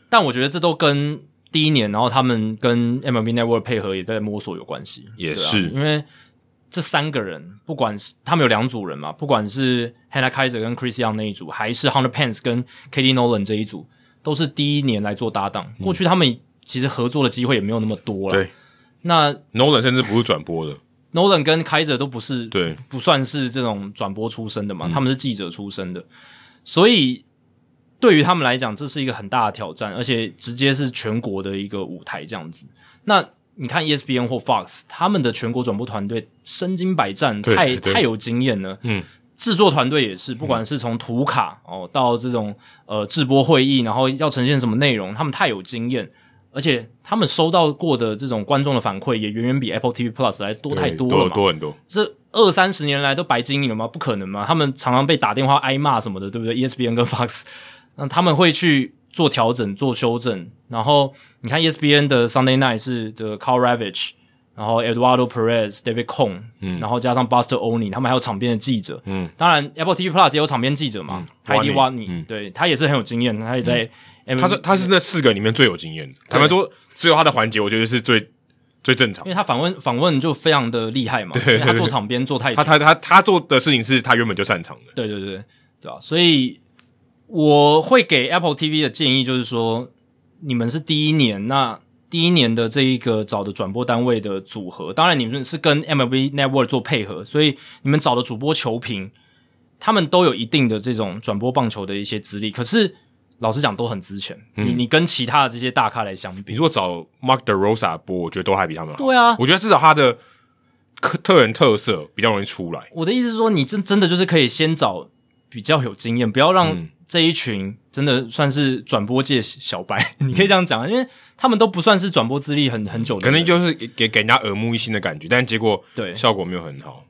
Speaker 1: 但我觉得这都跟第一年，然后他们跟 MLB Network 配合也在摸索有关系，
Speaker 2: 也
Speaker 1: 对啊
Speaker 2: 是
Speaker 1: 因为这三个人，不管是他们有两组人嘛，不管是 Hannah Kaiser 跟 Chris Young 那一组，还是 Hunter Pence 跟 Katie Nolan 这一组，都是第一年来做搭档。过去他们其实合作的机会也没有那么多了。
Speaker 2: 嗯对，
Speaker 1: 那
Speaker 2: Nolan 甚至不是转播的，
Speaker 1: Nolan 跟 Kaiser 都不是
Speaker 2: 对，
Speaker 1: 不算是这种转播出身
Speaker 2: 嗯
Speaker 1: 的嘛，他们是记者出身的，所以对于他们来讲，这是一个很大的挑战，而且直接是全国的一个舞台这样子。那你看 E ESPN 或 Fox，他们的全国转播团队身经百战，
Speaker 2: 对
Speaker 1: 太
Speaker 2: 对
Speaker 1: 太有经验了。
Speaker 2: 嗯，
Speaker 1: 制作团队也是，不管是从图卡、哦到这种呃制播会议，然后要呈现什么内容，他们太有经验。而且他们收到过的这种观众的反馈，也远远比 Apple TV Plus 来多太
Speaker 2: 对
Speaker 1: 多了
Speaker 2: 多
Speaker 1: 嘛。
Speaker 2: 多很多，
Speaker 1: 这二三十年来都白经营了吗？不可能嘛！他们常常被打电话挨骂什么的，对不？E 对？ESPN 跟 Fox，那他们会去做调整、做修正。然后你看 E ESPN 的 Sunday Night 是这个 Carl Ravitch，然后 Eduardo Perez、David Cohn，嗯，然后加上 Buster Olney，他们还有场边的记者，
Speaker 2: 嗯，
Speaker 1: 当然 Apple TV Plus 也有场边记者嘛，Heidi w a n
Speaker 2: Watney，
Speaker 1: i 对他也是很有经验，他也在 M，
Speaker 2: 嗯他是他是那四个里面最有经验的，坦白说，只有他的环节我觉得是最最正常
Speaker 1: 因。为他访问访问就非常的厉害嘛，因为他做场边做太久
Speaker 2: 他他他他做的事情是他原本就擅长的，
Speaker 1: 对对对，对吧、所以我会给 Apple TV 的建议就是说，你们是第一年，那第一年的这一个找的转播单位的组合，当然你们是跟 MLB Network 做配合，所以你们找的主播球评，他们都有一定的这种转播棒球的一些资历，可是。老实讲，都很值钱。你你跟其他的这些大咖来相比，
Speaker 2: 你如果找 Mark de Rosa 播，我觉得都还比他们好。
Speaker 1: 对啊
Speaker 2: 我觉得至少他的特特人特色比较容易出来。
Speaker 1: 我的意思是说，你真真的就是可以先找比较有经验，不要让
Speaker 2: 嗯
Speaker 1: 这一群真的算是转播界小白， 你可以这样讲啊，因为他们都不算是转播资历很很久的
Speaker 2: 可
Speaker 1: 人，
Speaker 2: 能就是给给人家耳目一新的感觉，但结果
Speaker 1: 对
Speaker 2: 效果没有很好，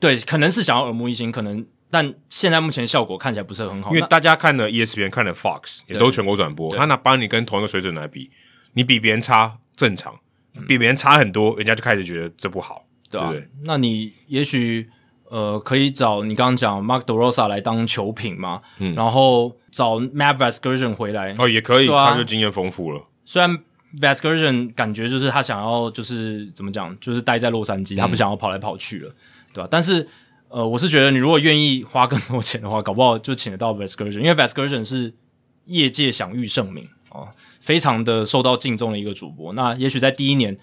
Speaker 1: 对，可能是想要耳目一新，可能但现在目前效果看起来不是很好，
Speaker 2: 因为
Speaker 1: 那
Speaker 2: 大家看 E 了 ESPN 看了 Fox 也都是全国转播，他拿把你跟同一个水准来比，你比别人差正常，
Speaker 1: 嗯
Speaker 2: 比别人差很多，人家就开始觉得这不好，
Speaker 1: 对吧、
Speaker 2: 对不对
Speaker 1: 那你也许呃可以找你刚刚讲 Mark Dorosa 来当球评嘛，
Speaker 2: 嗯
Speaker 1: 然后找 Matt Vasgersian 回来，
Speaker 2: 哦，也可以，
Speaker 1: 对啊
Speaker 2: 他就经验丰富了，
Speaker 1: 虽然 Vasgersian 感觉就是他想要就是怎么讲，就是待在洛杉
Speaker 2: 嗯
Speaker 1: 矶，他不想要跑来跑去了，对吧、但是呃，我是觉得你如果愿意花更多钱的话，搞不好就请得到 Vasgersian，因为 Vasgersian 是业界享誉盛名哦，非常的受到敬重的一个主播。那也许在第一年。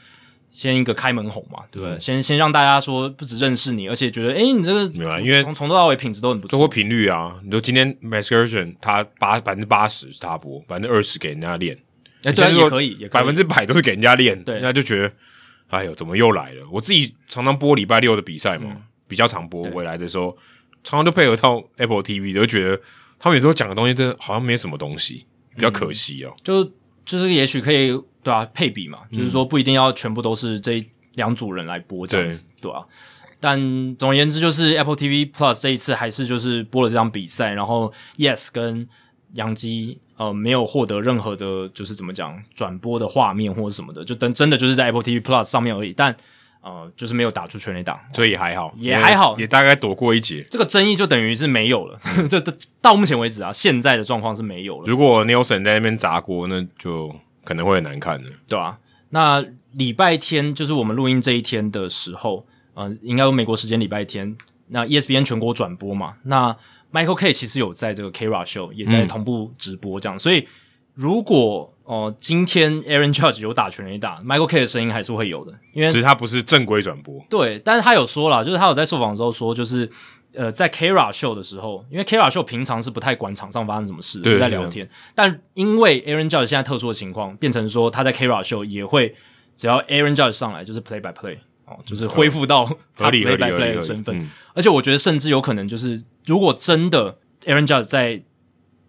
Speaker 1: 先一个开门红嘛，对
Speaker 2: 嗯
Speaker 1: 不对？先先让大家说不只认识你，而且觉得诶，你这个
Speaker 2: 没有啊因为
Speaker 1: 从从头到尾品质都很不
Speaker 2: 这
Speaker 1: 错，
Speaker 2: 会频率啊，你说今天 m a s c a r s i o n 他八百分之八十是他播，百分之二十给人家练，
Speaker 1: 哎，
Speaker 2: 现
Speaker 1: 对啊，
Speaker 2: 在如
Speaker 1: 也
Speaker 2: 果
Speaker 1: 可以，也可以
Speaker 2: 百分之百都是给人家练，
Speaker 1: 对
Speaker 2: 人家就觉得，哎呦，怎么又来了？我自己常常播礼拜六的比赛嘛，比较常
Speaker 1: 嗯
Speaker 2: 播
Speaker 1: 对
Speaker 2: 回来的时候，常常就配合到 Apple TV，就觉得他们有时候讲的东西真的好像没什么东西，比较可惜哦。
Speaker 1: 就就是也许可以对啊配比嘛，就是说不一定要全部都是这两组人来播这样子，对啊。但总而言之，就是 Apple TV Plus 这一次还是就是播了这场比赛，然后 Yes 跟杨基呃没有获得任何的，就是怎么讲转播的画面或者什么的，就等真的就是在 Apple TV Plus 上面而已。但呃，就是没有打出全垒打，
Speaker 2: 所以也还好，
Speaker 1: 嗯也还好
Speaker 2: 也大概躲过一劫。
Speaker 1: 这个争议就等于是没有了。 这这到目前为止啊，现在的状况是没有了，
Speaker 2: 如果 Nelson 在那边砸锅，那就可能会很难看的。
Speaker 1: 对啊，那礼拜天就是我们录音这一天的时候，呃，应该有美国时间礼拜天，那 E ESPN 全国转播嘛，那 Michael K 其实有在这个 K Ra Show 也在同步直播这样，所以如果哦、呃、今天 Aaron Judge 有打全垒打，Michael K 的声音还是会有的，因为
Speaker 2: 只是他不是正规转播，
Speaker 1: 对，但是他有说了，就是他有在受访的时候说，就是呃，在 Kara 秀的时候，因为 Kara 秀平常是不太管场上发生什么事，
Speaker 2: 对
Speaker 1: 不在
Speaker 2: 对
Speaker 1: 聊天，但因为 Aaron Judge 现在特殊的情况，变成说他在 Kara 秀也会，只要 Aaron Judge 上来就是 play by play 哦，就是恢复到他
Speaker 2: 合理
Speaker 1: play
Speaker 2: 合
Speaker 1: by
Speaker 2: 理合
Speaker 1: play
Speaker 2: 理
Speaker 1: 的
Speaker 2: 合理
Speaker 1: 身。份，
Speaker 2: 嗯
Speaker 1: 而且我觉得甚至有可能就是，如果真的 Aaron Judge 在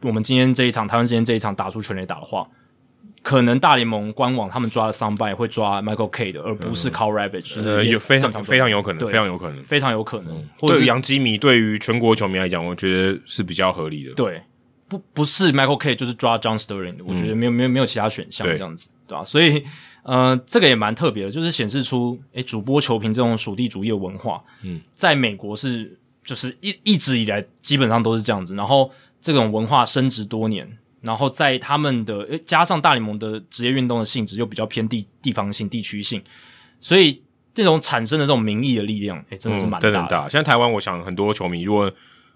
Speaker 1: 我们今天这一场台湾时间这一场打出全垒打的话。可能大联盟官网他们抓的 s o m e b y 会抓 Michael K 的，而不是 Carl Ravage，、
Speaker 2: 呃，
Speaker 1: 嗯也
Speaker 2: 有非
Speaker 1: 正
Speaker 2: 常
Speaker 1: 常
Speaker 2: 非常有可能，
Speaker 1: 对
Speaker 2: 非常有可能。
Speaker 1: 非常有可能，或者
Speaker 2: 嗯对于
Speaker 1: 是
Speaker 2: 洋基迷，对于全国球迷来讲，我觉得是比较合理的。
Speaker 1: 对不不是 Michael K 就是抓 John Sterling，的我觉得没有没有没有其他选项
Speaker 2: 嗯对
Speaker 1: 这样子，对吧、所以呃，这个也蛮特别的，就是显示出诶主播球评这种属地主义的文化，嗯，在美国是就是一一直以来基本上都是这样子，然后这种文化升值多年。然后在他们的诶加上大联盟的职业运动的性质又比较偏地地方性、地区性，所以这种产生的这种民意的力量，诶真的是蛮大
Speaker 2: 嗯真
Speaker 1: 的。
Speaker 2: 的很大。像台湾，我想很多球迷，如果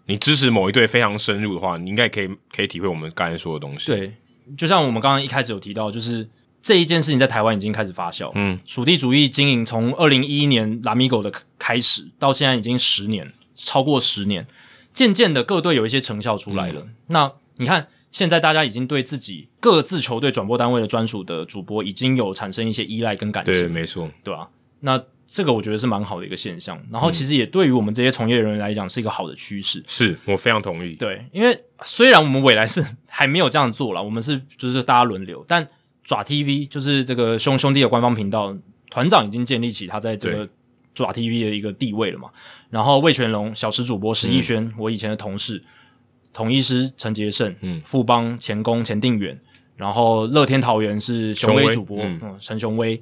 Speaker 2: 你支持某一队非常深入的话，你应该可以可以体会我们刚才说的东西。，
Speaker 1: 对，就像我们刚刚一开始有提到，就是这一件事情在台湾已经开始发酵。
Speaker 2: 嗯，
Speaker 1: 属地主义经营从二零一一年拉米狗的开始到现在已经十年，超过十年，渐渐的各队有一些成效出来
Speaker 2: 嗯
Speaker 1: 了。那你看，现在大家已经对自己各自球队转播单位的专属的主播已经有产生一些依赖跟感情
Speaker 2: 对，
Speaker 1: 了，
Speaker 2: 没错。
Speaker 1: 对吧、那这个我觉得是蛮好的一个现象，然
Speaker 2: 嗯
Speaker 1: 后其实也对于我们这些从业人员来讲是一个好的趋势。
Speaker 2: 是我非常同意。
Speaker 1: 对，因为虽然我们未来是 还没有这样做了，我们是就是大家轮流，但爪 TV 就是这个兄兄弟的官方频道，团长已经建立起他在这个爪 TV 的一个地位了嘛。然后魏全龙、小石主播石
Speaker 2: 嗯
Speaker 1: 一轩，我以前的同事，统一师陈杰胜，
Speaker 2: 嗯
Speaker 1: 富邦钱工钱定远，然后乐天桃园是雄
Speaker 2: 雄
Speaker 1: 威
Speaker 2: 威
Speaker 1: 主播，
Speaker 2: 嗯
Speaker 1: 嗯，陈雄威。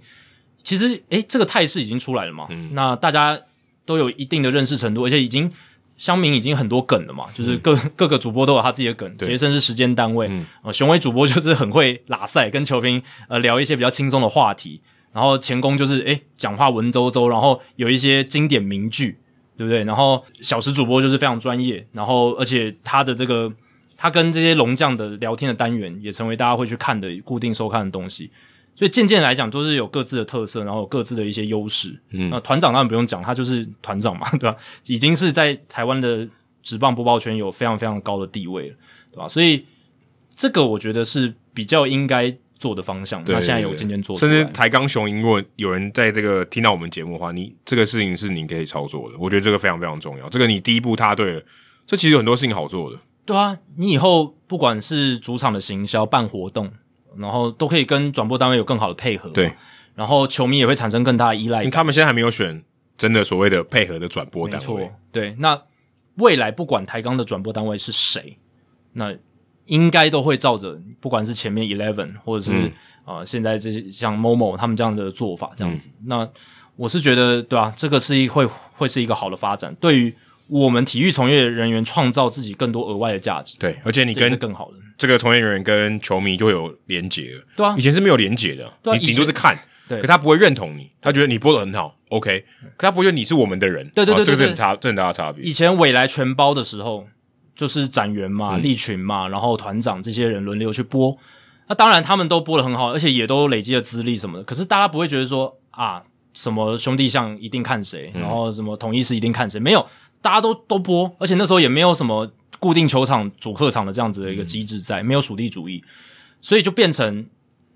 Speaker 1: 其实，诶，这个态势已经出来了嘛，
Speaker 2: 嗯
Speaker 1: 那大家都有一定的认识程度，而且已经乡民已经很多梗了嘛，就是
Speaker 2: 嗯
Speaker 1: 各、 各个主播都有他自己的梗，杰森是时间单位，呃，雄伟主播 就是很会拉赛，跟球评呃聊一些比较轻松的话题，然后前攻就是诶讲话文绉绉，然后有一些经典名句，对不对？然后小时主播就是非常专业，然后而且他的这个他跟这些龙将的聊天的单元也成为大家会去看的固定收看的东西。所以渐渐来讲，都是有各自的特色，然后有各自的一些优势。嗯，那团长当然不用讲，他就是团长嘛，对吧？已经是在台湾的职棒播报圈有非常非常高的地位了，对吧？所以这个我觉得是比较应该做的方向。
Speaker 2: 对
Speaker 1: 那现在
Speaker 2: 对
Speaker 1: 有
Speaker 2: 对
Speaker 1: 渐渐做出
Speaker 2: 甚
Speaker 1: 来，
Speaker 2: 至台钢雄鹰，如果有人在这个听到我们节目的话，你这个事情是你可以操作的。我觉得这个非常非常重要。这个你第一步踏对了，这其实有很多事情好做的。
Speaker 1: 对啊，你以后不管是主场的行销、办活动，然后都可以跟转播单位有更好的配合。
Speaker 2: 对，
Speaker 1: 然后球迷也会产生更大的依赖
Speaker 2: 因为。他们现在还没有选真的所谓的配合的转播
Speaker 1: 没
Speaker 2: 单
Speaker 1: 错
Speaker 2: 位。，
Speaker 1: 对。那未来不管台钢的转播单位是谁，那应该都会照着，不管是前面 Eleven 或者是、
Speaker 2: 嗯
Speaker 1: 呃现在这些像 Momo 他们这样的做法，这样子。
Speaker 2: 嗯
Speaker 1: 那我是觉得，对啊，这个是一会会是一个好的发展，对于我们体育从业人员创造自己更多额外的价值，
Speaker 2: 对，而且你
Speaker 1: 这是
Speaker 2: 跟
Speaker 1: 更好的。
Speaker 2: 这个从业人员跟球迷就会有连结了。
Speaker 1: 对啊
Speaker 2: 以前是没有连结的，
Speaker 1: 对啊
Speaker 2: 你顶多
Speaker 1: 以前
Speaker 2: 是看，
Speaker 1: 对嗯
Speaker 2: 可他不会认同你，他觉得你播的很好，OK，可他不会觉得你是我们的人。
Speaker 1: 对对对
Speaker 2: 哦这
Speaker 1: 对
Speaker 2: 个是很差，这很大的差别
Speaker 1: 以。前未来全包的时候，就是展员嘛、立群嘛，然后团长这些人轮流去播。那当然，他们都播的很好，而且也都累积了资历什么的。可是大家不会觉得说啊，什么兄弟像一定看谁，然后什么统一是一定看谁，没有，大家都都播，而且那时候也没有什么固定球场主客场的这样子的一个机制在，没有属地主义，所以就变成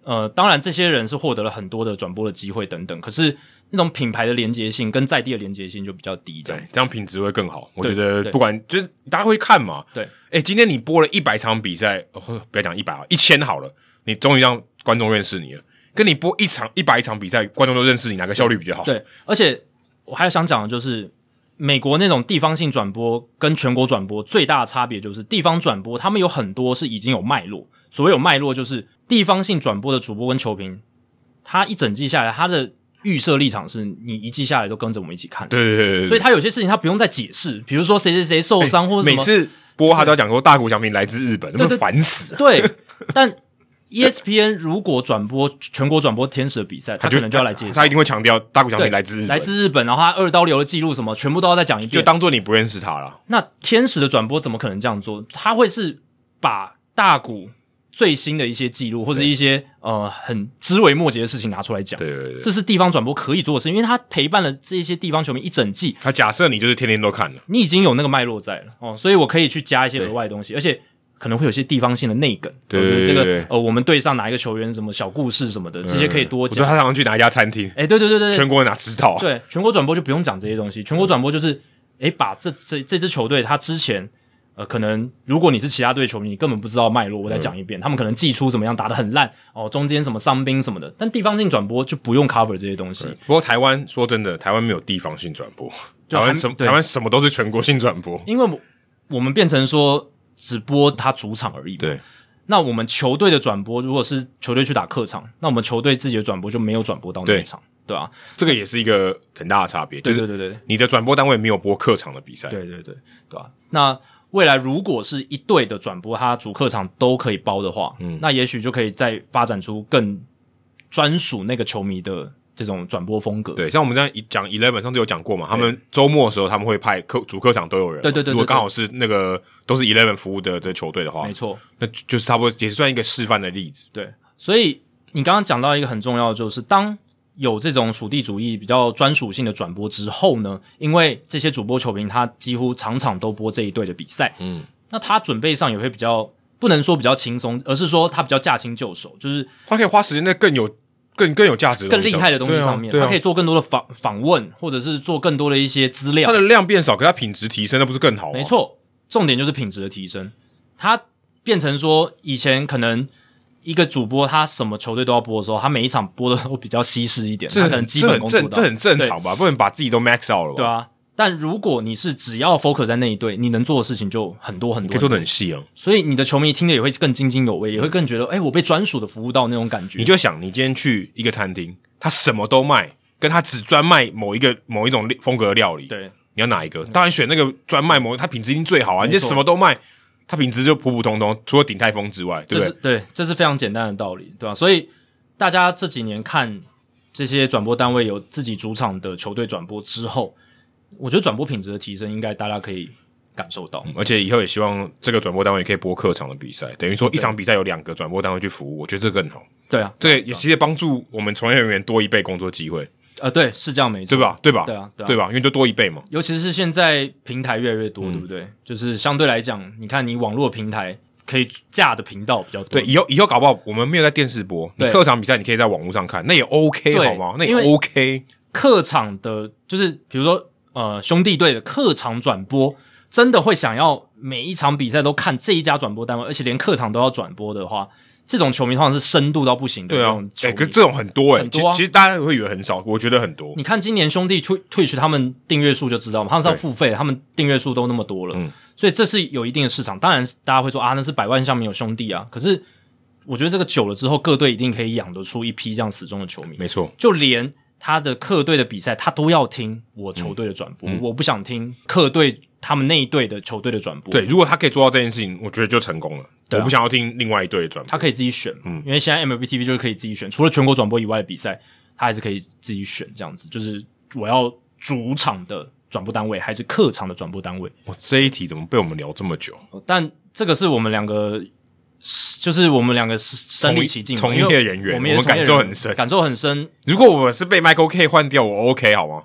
Speaker 1: 呃，当然这些人是获得了很多的转播的机会等等，可是那种品牌的连接性跟在地的连接性就比较低，这样
Speaker 2: 对，这样品质会更好。我
Speaker 1: 对
Speaker 2: 觉得
Speaker 1: 对
Speaker 2: 不管就是大家会看嘛。
Speaker 1: 对，
Speaker 2: 哎，今天你播了一百场比赛，哦不要讲一百啊，一千好了，你终于让观众认识你了。跟你播一场一百场比赛，观众都认识你，哪个效率比较好？
Speaker 1: 对，而且我还想讲的就是，美国那种地方性转播跟全国转播最大的差别就是，地方转播他们有很多是已经有脉络。所谓有脉络，就是地方性转播的主播跟球评，他一整季下来，他的预设立场是你一季下来都跟着我们一起看，
Speaker 2: 对对对对，
Speaker 1: 所以他有些事情他不用再解释，比如说谁谁谁受伤或者什
Speaker 2: 每
Speaker 1: 么，
Speaker 2: 次播他都要讲说大谷翔平来自日本，那
Speaker 1: 对
Speaker 2: 么
Speaker 1: 对
Speaker 2: 烦死了。
Speaker 1: 对。但 E ESPN 如果转播全国转播天使的比赛，他可能就要来介绍
Speaker 2: 他一定会强调大谷翔
Speaker 1: 对
Speaker 2: 平来自日本，
Speaker 1: 来自日本，然后他二刀流的记录什么，全部都要再讲一
Speaker 2: 就
Speaker 1: 遍。
Speaker 2: 当做你不认识他了。
Speaker 1: 那天使的转播怎么可能这样做？他会是把大谷最新的一些记录或者一些呃很枝微末节的事情拿出来讲，
Speaker 2: 对对对对，
Speaker 1: 这是地方转播可以做的事，因为他陪伴了这些地方球迷一整季，
Speaker 2: 他假设你就是天天都看了，
Speaker 1: 你已经有那个脉络在了哦，所以我可以去加一些额外的东西，而且可能会有些地方性的内梗，
Speaker 2: 对
Speaker 1: 哦就是这
Speaker 2: 对对
Speaker 1: 个
Speaker 2: 对
Speaker 1: 呃，我们队上哪一个球员什么小故事什么的，这些可以多
Speaker 2: 我觉得
Speaker 1: 讲。
Speaker 2: 他常常去哪一家餐厅，
Speaker 1: 哎、对对对对对
Speaker 2: 全国人哪知道啊？
Speaker 1: 对，全国转播就不用讲这些东西，全国转播就是哎、把这这这支球队他之前。呃，可能如果你是其他队球迷，你根本不知道脉络。我再讲一遍，他们可能季初怎么样打得很烂哦，中间什么伤兵什么的，但地方性转播就不用 cover 这些东西。
Speaker 2: 不过台湾说真的，台湾没有地方性转播，
Speaker 1: 就
Speaker 2: 台
Speaker 1: 还
Speaker 2: 湾什么
Speaker 1: 对
Speaker 2: 台湾什么都是全国性转播。
Speaker 1: 因为我我们变成说只播他主场而已嘛。
Speaker 2: 对，
Speaker 1: 那我们球队的转播，如果是球队去打客场，那我们球队自己的转播就没有转播到那一
Speaker 2: 对
Speaker 1: 场，对啊，
Speaker 2: 这个也是一个很大的差别，就
Speaker 1: 对对
Speaker 2: 是
Speaker 1: 对对对
Speaker 2: 你的转播单位没有播客场的比赛。
Speaker 1: 对对对对啊。那未来如果是一队的转播，他主客场都可以包的话，嗯，那也许就可以再发展出更专属那个球迷的这种转播风格。
Speaker 2: 对，像我们这样一讲 Eleven，上次有讲过嘛，他们周末的时候他们会派客主客场都有人嘛，
Speaker 1: 对对对对
Speaker 2: 如果
Speaker 1: 对
Speaker 2: 刚好是那个都是 Eleven 服务的的球队的话
Speaker 1: 没，错，
Speaker 2: 那就就是差不多也是算一个示范的例子。
Speaker 1: 对，所以你刚刚讲到一个很重要的，就是当有这种属地主义比较专属性的转播之后呢，因为这些主播球评他几乎场场都播这一队的比赛，
Speaker 2: 嗯，
Speaker 1: 那他准备上也会比较不能说比较轻松，而是说他比较驾轻就熟，就是
Speaker 2: 他可以花时间在更有更更有价值的
Speaker 1: 更
Speaker 2: 东西
Speaker 1: 厉害的东西上面，
Speaker 2: 对啊
Speaker 1: 他可
Speaker 2: 对
Speaker 1: 以
Speaker 2: 啊
Speaker 1: 做更多的访访问，或者是做更多的一些资料
Speaker 2: 他。的量变少，可他品质提升，那不是更好吗？
Speaker 1: 没，错，重点就是品质的提升。他变成说，以前可能一个主播他什么球队都要播的时候，他每一场播的都比较稀释一点，
Speaker 2: 这
Speaker 1: 他可能
Speaker 2: 很
Speaker 1: 基
Speaker 2: 这
Speaker 1: 本
Speaker 2: 很
Speaker 1: 功做
Speaker 2: 正
Speaker 1: 到，
Speaker 2: 这很正
Speaker 1: 对
Speaker 2: 常吧？不能把自己都 max out 了吧？
Speaker 1: 对啊。但如果你是只要 focus 在那一队，你能做的事情就很多很
Speaker 2: 可以
Speaker 1: 多，
Speaker 2: 做的很细啊。
Speaker 1: 所以你的球迷听的也会更津津有味，也会更觉得，哎、我被专属的服务到那种感觉。
Speaker 2: 你就想，你今天去一个餐厅，他什么都卖，跟他只专卖某一个某一种风格的料理，
Speaker 1: 对
Speaker 2: 你要哪一个？当然选那个专卖某，它品质一定最好啊！你这
Speaker 1: 错
Speaker 2: 什么都卖，它品质就普普通通，除了鼎泰丰之外，
Speaker 1: 这
Speaker 2: 对不
Speaker 1: 是
Speaker 2: 对？
Speaker 1: 对，这是非常简单的道理，对吧、所以大家这几年看这些转播单位有自己主场的球队转播之后，我觉得转播品质的提升，应该大家可以感受到。
Speaker 2: 而且以后也希望这个转播单位可以播客场的比赛，等于说一场比赛有两个转播单位去服务，我觉得这更好。
Speaker 1: 对啊，
Speaker 2: 这个也其实也帮助我们从业人员多一倍工作机会，
Speaker 1: 呃，对，是这样没错，
Speaker 2: 对吧？对吧？
Speaker 1: 对啊对啊
Speaker 2: 吧？因为就多一倍嘛。
Speaker 1: 尤其是现在平台越来越
Speaker 2: 嗯
Speaker 1: 多，对不对？就是相对来讲，你看你网络平台可以架的频道比较多，
Speaker 2: 对，以后以后搞不好我们没有在电视播，你
Speaker 1: 对
Speaker 2: 客场比赛你可以在网络上看，那也 OK
Speaker 1: 对
Speaker 2: 好吗？那也
Speaker 1: 因为
Speaker 2: OK。
Speaker 1: 客场的，就是比如说呃兄弟队的客场转播，真的会想要每一场比赛都看这一家转播单位，而且连客场都要转播的话，这种球迷通常是深度到不行的那
Speaker 2: 对啊
Speaker 1: 种，球
Speaker 2: 哎、
Speaker 1: 迷。
Speaker 2: 可这种很多哎、
Speaker 1: 很
Speaker 2: 其
Speaker 1: 多啊
Speaker 2: 其实大家会以为很少，我觉得很多。
Speaker 1: 你看今年兄弟退退去他们订阅数就知道嘛，他们是要付费的，他们订阅数都那么多了，
Speaker 2: 嗯
Speaker 1: 所以这是有一定的市场。当然，大家会说啊，那是百万项没有兄弟啊，可是我觉得这个久了之后，各队一定可以养得出一批这样死忠的球迷。
Speaker 2: 没错，
Speaker 1: 就连他的客队的比赛，他都要听我球队的转
Speaker 2: 嗯
Speaker 1: 播。我不想听客队他们那一队的球队的转播，
Speaker 2: 对，如果他可以做到这件事情，我觉得就成功了。
Speaker 1: 对啊
Speaker 2: 我不想要听另外一队的转播，
Speaker 1: 他可以自己选嘛。
Speaker 2: 嗯
Speaker 1: 因为现在 MLB TV 就是可以自己选，除了全国转播以外的比赛，他还是可以自己选这样子。就是我要主场的转播单位还是客场的转播单位，
Speaker 2: 我这一题怎么被我们聊这么久？
Speaker 1: 但这个是我们两个。就是我们两个身临其境嘛，
Speaker 2: 从
Speaker 1: 因为
Speaker 2: 从业人员
Speaker 1: 我们也
Speaker 2: 我
Speaker 1: 是
Speaker 2: 们感
Speaker 1: 从业人员
Speaker 2: 受很深
Speaker 1: 感受很深。
Speaker 2: 如果我是被 Michael K 换掉，我 OK 好吗？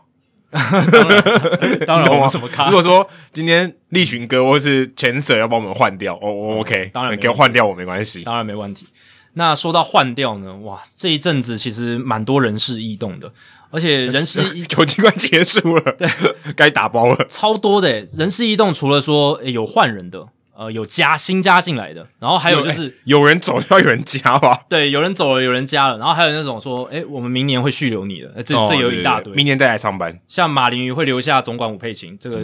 Speaker 1: 当然，呃
Speaker 2: 懂
Speaker 1: 我
Speaker 2: 吗
Speaker 1: 们怎么看？
Speaker 2: 如果说今天立群哥或是前 Sir 要把我们换掉，我我 OK，
Speaker 1: 当然没
Speaker 2: 你给我换掉我没关系。
Speaker 1: 当然没问题。那说到换掉呢，哇，这一阵子其实蛮多人事异动的，而且人事 异
Speaker 2: 球季快结束 了，对，该打包了。
Speaker 1: 超多的耶，人事异动除了说诶有换人的，呃，有加新加进来的，然后还有就是
Speaker 2: 哎有人走就要有人加吧，
Speaker 1: 对，有人走了，有人加了，然后还有那种说，诶，我们明年会续留你的，呃这这
Speaker 2: 哦
Speaker 1: 有
Speaker 2: 对
Speaker 1: 一大
Speaker 2: 对对
Speaker 1: 堆，
Speaker 2: 明年再来上班，嗯
Speaker 1: 像马林鱼会留下总管武佩琴，这个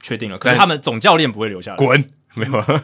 Speaker 1: 确定了，可是他们总教练不会留下来，
Speaker 2: 滚，没有啊，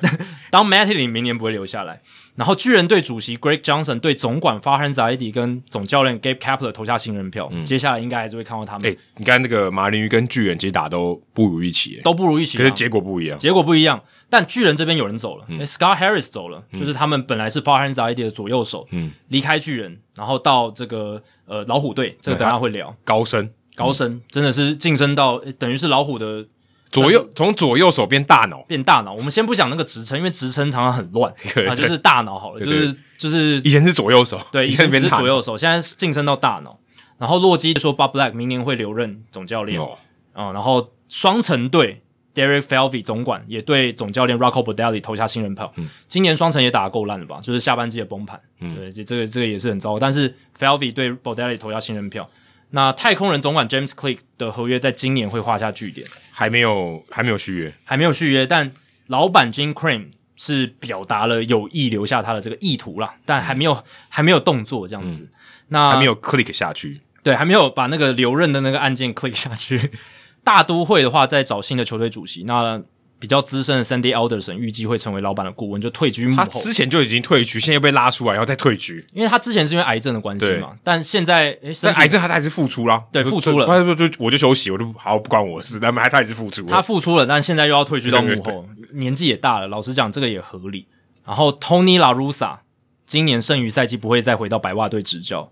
Speaker 1: 当 Matlin 明年不会留下来。然后巨人队主席 Greg Johnson 对总管 f a h a n Zaidi 跟总教练 Gabe Kapler 投下信任票，接下来应该还是会看到他们、
Speaker 2: 嗯哎、你看那个马林鱼跟巨人其实打都不如预期，
Speaker 1: 都不如预期
Speaker 2: 可
Speaker 1: 嘛。
Speaker 2: 是结果嗯不一样。
Speaker 1: 结果不一样。但巨人这边有人走了、诶 s c o t t Harris 走了，
Speaker 2: 嗯
Speaker 1: 就是他们本来是 Farhan Zaidi 的左右手，嗯，离开巨人，然后到这个呃老虎队，这个等一下会聊。
Speaker 2: 高升
Speaker 1: 高升真的是晋升到、诶等于是老虎的
Speaker 2: 左右从左右手变大脑，
Speaker 1: 变大脑。我们先不讲那个职称，因为职称常常很 乱啊，就是大脑好了，就
Speaker 2: 对
Speaker 1: 是就是
Speaker 2: 以前是左右手，
Speaker 1: 对，以
Speaker 2: 以前
Speaker 1: 前只
Speaker 2: 变
Speaker 1: 是
Speaker 2: 大
Speaker 1: 左
Speaker 2: 脑。
Speaker 1: 右手，现在是晋升到大脑。然后洛基说，Bob Black 明年会留任总教练。
Speaker 2: 哦，
Speaker 1: 嗯，然后双城队 Derek Felvey 总管也对总教练 Rocco Baldelli 投下信任票。
Speaker 2: 嗯
Speaker 1: 今年双城也打得够烂了吧？就是下半季的崩盘。对，这这个这个也是很糟。但是 Felvey 对 Baldelli 投下信任票。那太空人总管 James Click 的合约在今年会画下句点，
Speaker 2: 还没有还没有续约，
Speaker 1: 还没有续约，但老板 Jim Crane 是表达了有意留下他的这个意图啦，但还没有、还没有动作这样子。那
Speaker 2: 嗯还没有 click 下去。
Speaker 1: 对，还没有把那个留任的那个案件 click 下去。 大都会的话，在找新的球队主席。那比较资深的 Sandy Alderson 预计会成为老板的顾问，就退居幕
Speaker 2: 他
Speaker 1: 后。
Speaker 2: 之前就已经退居，现在又被拉出来，然后再退居。
Speaker 1: 因为他之前是因为癌症的关系嘛，但现在诶，身
Speaker 2: 但
Speaker 1: 体
Speaker 2: 癌症他还是付出啦，
Speaker 1: 对
Speaker 2: 就
Speaker 1: 付出了
Speaker 2: 就他就就我就休息，我就好不关我事。但他他还是付出了，
Speaker 1: 他付出了，但现在又要退居到幕
Speaker 2: 对对
Speaker 1: 后，年纪也大了。老实讲，这个也合理。然后 Tony La Russa 今年剩余赛季不会再回到白袜队执教，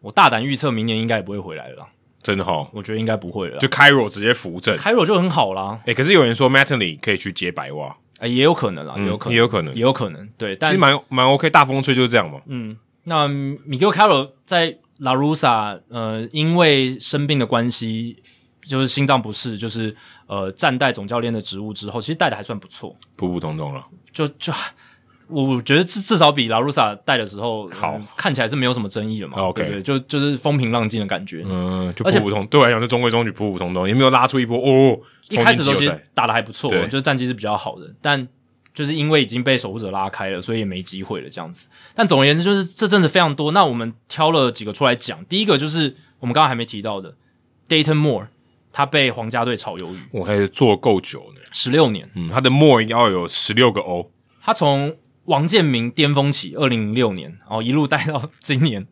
Speaker 1: 我大胆预测明年应该也不会回来了啦，
Speaker 2: 真的哈，
Speaker 1: 我觉得应该不会了啦。
Speaker 2: 就 Cairo 直接扶正。
Speaker 1: 开罗就很好啦，
Speaker 2: 哎、可是有人说 Mattingly 可以去接白袜，
Speaker 1: 诶也有可能嗯啦，也有可能，
Speaker 2: 也有可能
Speaker 1: 也，有可能。对，
Speaker 2: 其
Speaker 1: 但
Speaker 2: 实蛮蛮 OK。大风吹就是这样嘛，
Speaker 1: 嗯，那米格 Caro 在 La Russa 呃，因为生病的关系，就是心脏不适，就是呃，暂代总教练的职务之后，其实带的还算不错，
Speaker 2: 普普通通了。
Speaker 1: 就就。我我觉得至至少比拉鲁萨带的时候呃
Speaker 2: 好
Speaker 1: 看起来是没有什么争议的嘛。
Speaker 2: OK
Speaker 1: 对不对，就就是风平浪静的感觉。
Speaker 2: 嗯，就
Speaker 1: 而且
Speaker 2: 普普通，对我来讲就中规中矩，普普通通，也没有拉出一波哦。
Speaker 1: 一开始的时候
Speaker 2: 冲
Speaker 1: 其
Speaker 2: 进季后
Speaker 1: 实
Speaker 2: 赛
Speaker 1: 打的还不错，
Speaker 2: 对
Speaker 1: 就是战绩是比较好的，但就是因为已经被守护者拉开了，所以也没机会了这样子。但总而言之，就是这阵子非常多。那我们挑了几个出来讲，第一个就是我们刚刚还没提到的 Dayton Moore，他被皇家队炒鱿鱼
Speaker 2: 我还是做够久呢。
Speaker 1: 十六年，
Speaker 2: 嗯，他的 more 要有十六个 O，
Speaker 1: 他从王建民巅峰期，二零零六年，然后一路带到今年。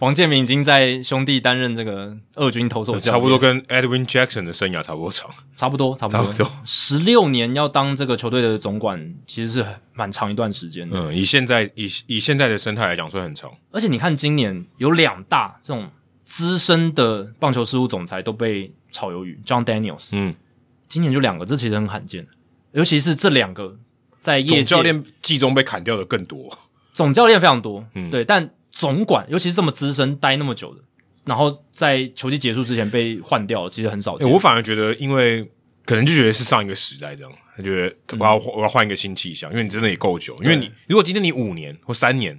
Speaker 1: 王建民已经在兄弟担任这个二军投手教练，
Speaker 2: 差不多跟 Edwin Jackson 的生涯差不多长。
Speaker 1: 差不多，差不多，
Speaker 2: 差不多。
Speaker 1: 十六年要当这个球队的总管，其实是蛮长一段时间的。
Speaker 2: 嗯，以现在以以现在的生态来讲，算很长。
Speaker 1: 而且你看，今年有两大这种资深的棒球事务总裁都被炒鱿鱼，John Daniels，
Speaker 2: 嗯，
Speaker 1: 今年就两个，这其实很罕见，尤其是这两个在业界
Speaker 2: 总教练季中被砍掉的更多。
Speaker 1: 总教练非常多，
Speaker 2: 嗯
Speaker 1: 对，但总管尤其是这么资深待那么久的，然后在球季结束之前被换掉，其实很少
Speaker 2: 欸
Speaker 1: 见。
Speaker 2: 我反而觉得，因为可能就觉得是上一个时代这样，他觉得
Speaker 1: 嗯
Speaker 2: 我要、我要换一个新气象，因为你真的也够久。因为你如果今天你五年或三年，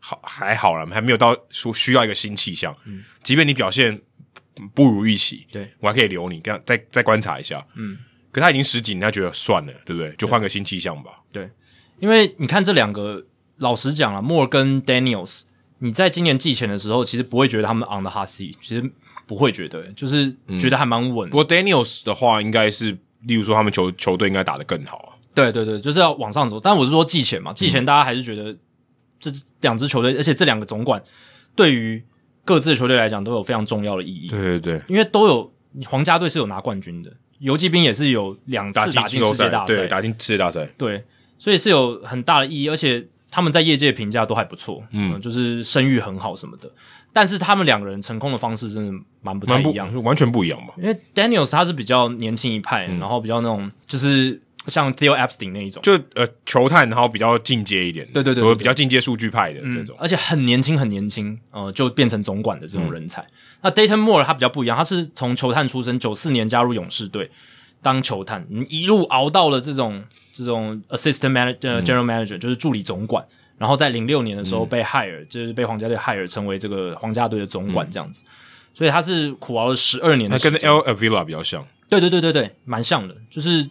Speaker 2: 好还好了，还没有到说需要一个新气象。即便你表现不如预期，
Speaker 1: 嗯对
Speaker 2: 我还可以留你，跟再再观察一下。嗯，可他已经十几年，他觉得算了，对不对？就换个新气象吧。
Speaker 1: 对，因为你看这两个，老实讲啊，莫尔跟 Daniels，你在今年季前的时候，其实不会觉得他们 on the hot seat，其实不会觉得，就是
Speaker 2: 嗯
Speaker 1: 觉得还蛮稳的
Speaker 2: 不过 Daniels 的话，应该是例如说他们球球队应该打得更好啊。
Speaker 1: 对对对，就是要往上走。但我是说季前嘛，季
Speaker 2: 嗯
Speaker 1: 前大家还是觉得这两支球队，而且这两个总管对于各自的球队来讲都有非常重要的意义，
Speaker 2: 对对对，
Speaker 1: 因为都有皇家队是有拿冠军的，游击兵也是有两
Speaker 2: 打
Speaker 1: 次打进
Speaker 2: 进季后
Speaker 1: 世
Speaker 2: 赛
Speaker 1: 界，大
Speaker 2: 对，
Speaker 1: 赛，
Speaker 2: 打进世界大赛。
Speaker 1: 对，所以是有很大的意义，而且他们在业界评价都还不错，
Speaker 2: 嗯
Speaker 1: 就是声誉很好什么的。但是他们两个人成功的方式真的蛮不太
Speaker 2: 蛮
Speaker 1: 一
Speaker 2: 不
Speaker 1: 样的，
Speaker 2: 完全不一样吧？
Speaker 1: 因为 Daniels 他是比较年轻一派，
Speaker 2: 嗯
Speaker 1: 然后比较那种就是像 Theo Epstein 那一种。
Speaker 2: 就呃球探，然后比较进阶一点的，
Speaker 1: 对对对
Speaker 2: 我
Speaker 1: 对
Speaker 2: 比较进阶数据派的这
Speaker 1: 嗯
Speaker 2: 种，嗯
Speaker 1: 而且很年轻，很年轻，呃，就变成总管的这种人才。那 Dayton Moore 他比较不一样，他是从球探出身，九四年加入勇士队当球探，嗯一路熬到了这种这种 assistant manager、呃
Speaker 2: 嗯
Speaker 1: general manager，就是助理总管。然后在零六年的时候被 hire，、就是被皇家队 hire 成为这个皇家队的总管这样子。所以他是苦熬了十二年
Speaker 2: 那
Speaker 1: 的时
Speaker 2: 嗯跟
Speaker 1: 间，
Speaker 2: L Avila 比较像
Speaker 1: 对对对对对，蛮像的，就是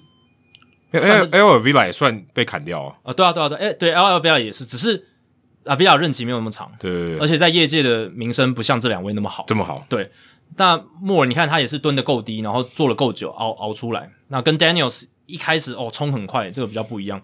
Speaker 2: ，L L Avila 也算被砍掉啊，
Speaker 1: 啊、对啊对啊对啊，哎对，L L V R 也是，只是啊 V R 任期没有那么长，
Speaker 2: 对对
Speaker 1: 而
Speaker 2: 对，
Speaker 1: 且在业界的名声不像这两位那么好。
Speaker 2: 这么好，
Speaker 1: 对，那莫尔你看他也是蹲的够低，然后做了够久，熬熬出来。那跟 Daniels 一开始哦冲很快，这个比较不一样。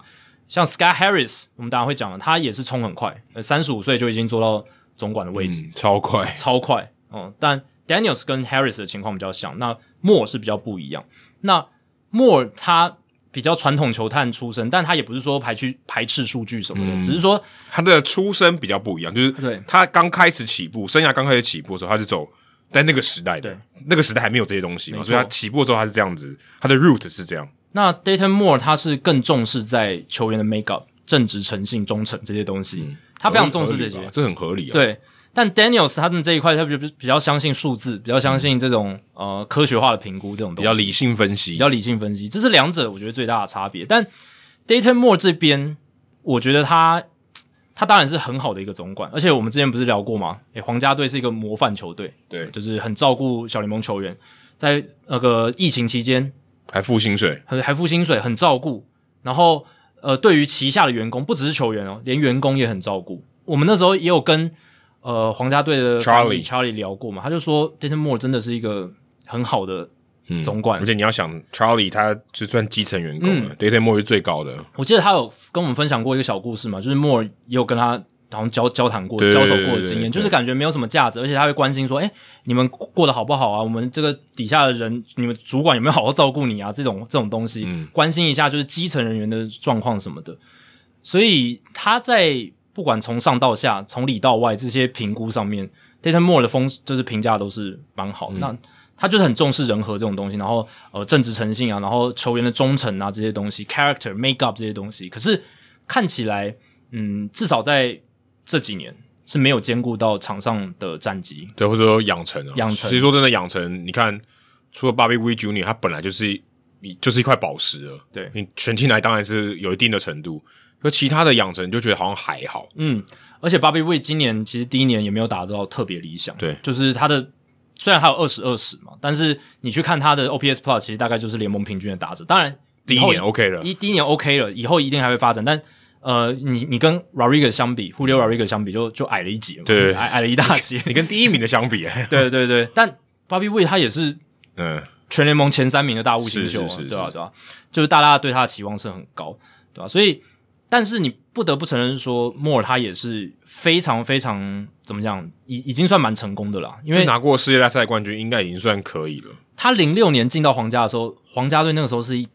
Speaker 1: 像 Sky Harris，我们当然会讲了，他也是冲很快，呃，三十五岁就已经做到总管的位置，
Speaker 2: 嗯，超快，
Speaker 1: 超快。嗯，但 Daniels 跟 Harris 的情况比较像，那莫尔是比较不一样。那莫尔他比较传统球探出身，但他也不是说排去排斥数据什么的，只是说
Speaker 2: 他的出身比较不一样，就是
Speaker 1: 对
Speaker 2: 他刚开始起步，生涯刚开始起步的时候，他是走在那个时代的
Speaker 1: 对，
Speaker 2: 那个时代还没有这些东西嘛，
Speaker 1: 没错
Speaker 2: 所以他起步的时候他是这样子，他的 root 是这样，
Speaker 1: 那 Dayton Moore 他是更重视在球员的 make up、正直、诚信、忠诚这些东西，
Speaker 2: 嗯
Speaker 1: 他非常重视这
Speaker 2: 合理
Speaker 1: 些
Speaker 2: 吧。这很合理啊。，
Speaker 1: 对，但 Daniels 他们这一块，他比比较相信数字，比较相信这种、呃科学化的评估这种
Speaker 2: 比
Speaker 1: 东西，
Speaker 2: 较理性分析，
Speaker 1: 比较理性分析，这是两者我觉得最大的差别。但 Dayton Moore 这边，我觉得他他当然是很好的一个总管，而且我们之前不是聊过吗？诶、皇家队是一个模范球队，
Speaker 2: 对，
Speaker 1: 就是很照顾小联盟球员，在那个疫情期间，
Speaker 2: 还付薪水，
Speaker 1: 还还付薪水，很照顾。然后呃，对于旗下的员工，不只是球员哦，连员工也很照顾。我们那时候也有跟呃皇家队的
Speaker 2: Charlie
Speaker 1: Charlie 聊过嘛，他就说 d a t o n Moore 真的是一个很好的
Speaker 2: 嗯
Speaker 1: 总管
Speaker 2: 而，且你要想，Charlie 他是算基层员工
Speaker 1: 嗯
Speaker 2: 了，Dayton Moore 是最高的，
Speaker 1: 我记得他有跟我们分享过一个小故事嘛，就是莫尔也有跟他好像交交谈过、
Speaker 2: 对
Speaker 1: 交手
Speaker 2: 对
Speaker 1: 过的
Speaker 2: 对
Speaker 1: 经验，
Speaker 2: 对
Speaker 1: 就是感觉没有什么价值，而且他会关心说，哎、你们过得好不好啊？我们这个底下的人，你们主管有没有好好照顾你啊？这种这种东西，
Speaker 2: 嗯
Speaker 1: 关心一下就是基层人员的状况什么的。所以他在不管从上到下、从里到外这些评估上面，Dayton Moore 的风就是评价都是蛮好
Speaker 2: 嗯
Speaker 1: 的。那他就是很重视人和这种东西，然后呃正直诚信啊，然后球员的忠诚啊这些东西，character make up 这些东西。可是看起来，嗯，至少在这几年是没有兼顾到场上的战绩。
Speaker 2: 对，或者说养成啊，
Speaker 1: 养成
Speaker 2: 其实说真的，养成，你看，除了 Bobby w e Junior，他本来就是一就是一块宝石了，
Speaker 1: 对
Speaker 2: 你选进来当然是有一定的程度，可其他的养成你就觉得好像还好，
Speaker 1: 嗯，而且 Bobby w 今年其实第一年也没有打到特别理想，
Speaker 2: 对
Speaker 1: 就是他的虽然还有二十二十嘛，但是你去看他的 OPS Plus，其实大概就是联盟平均的打者。当然，
Speaker 2: 第
Speaker 1: 以
Speaker 2: 一
Speaker 1: 后
Speaker 2: 年 OK 了，
Speaker 1: 一第一年 OK 了，以后一定还会发展，但。呃，你你跟 Rodriguez 相比，互溜 Rodriguez 相比就，就矮了一截嘛，
Speaker 2: 对。
Speaker 1: 矮矮了一大截
Speaker 2: 你跟第一名的相比， 哎
Speaker 1: 对对对，但 Bobby w 他也是
Speaker 2: 嗯，
Speaker 1: 全联盟前三名的大物新秀、啊，
Speaker 2: 是是是
Speaker 1: 对吧、
Speaker 2: 是
Speaker 1: 对吧、就是大家对他的期望是很高，对吧、所以，但是你不得不承认说，莫尔他也是非常非常怎么讲，已已经算蛮成功的啦。因
Speaker 2: 就
Speaker 1: 为
Speaker 2: 拿过世界大赛冠军，应该已经算可以了，
Speaker 1: 他零六年进到皇家的时候，皇家队那个时候是一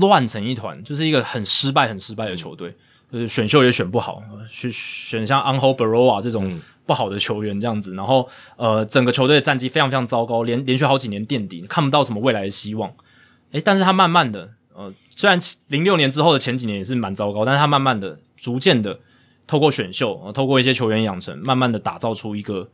Speaker 1: 乱成一团，就是一个很失败、很失败的球队，就是选秀也选不好，选选像 Angel Baroa 啊这种不好的球员这样子，然后呃，整个球队的战绩非常非常糟糕，连连续好几年垫底，看不到什么未来的希望。诶，但是他慢慢的，呃，虽然零六年之后的前几年也是蛮糟糕，但是他慢慢的、逐渐的透过选秀、呃透过一些球员养成，慢慢的打造出一个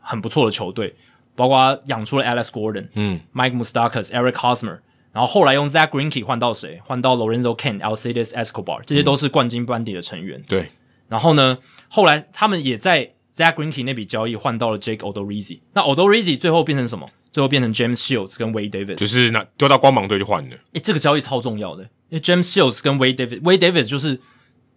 Speaker 1: 很不错的球队，包括养出了 Alex Gordon，
Speaker 2: 嗯
Speaker 1: ，Mike Mustakas、Eric Hosmer，然后后来用 Zach Greinke 换到谁？换到 Lorenzo Kane、Alcides Escobar，这些都是冠军班底的成员。
Speaker 2: 对，
Speaker 1: 然后呢，后来他们也在 Zach Greinke 那笔交易换到了 Jake Odorizzi。那 Odorizzi 最后变成什么？最后变成 James Shields 跟 Wade Davis。
Speaker 2: 就是拿丢到光芒队就换了，
Speaker 1: 诶，这个交易超重要的，因为 James Shields 跟 Wade Davis，Wade Davis 就是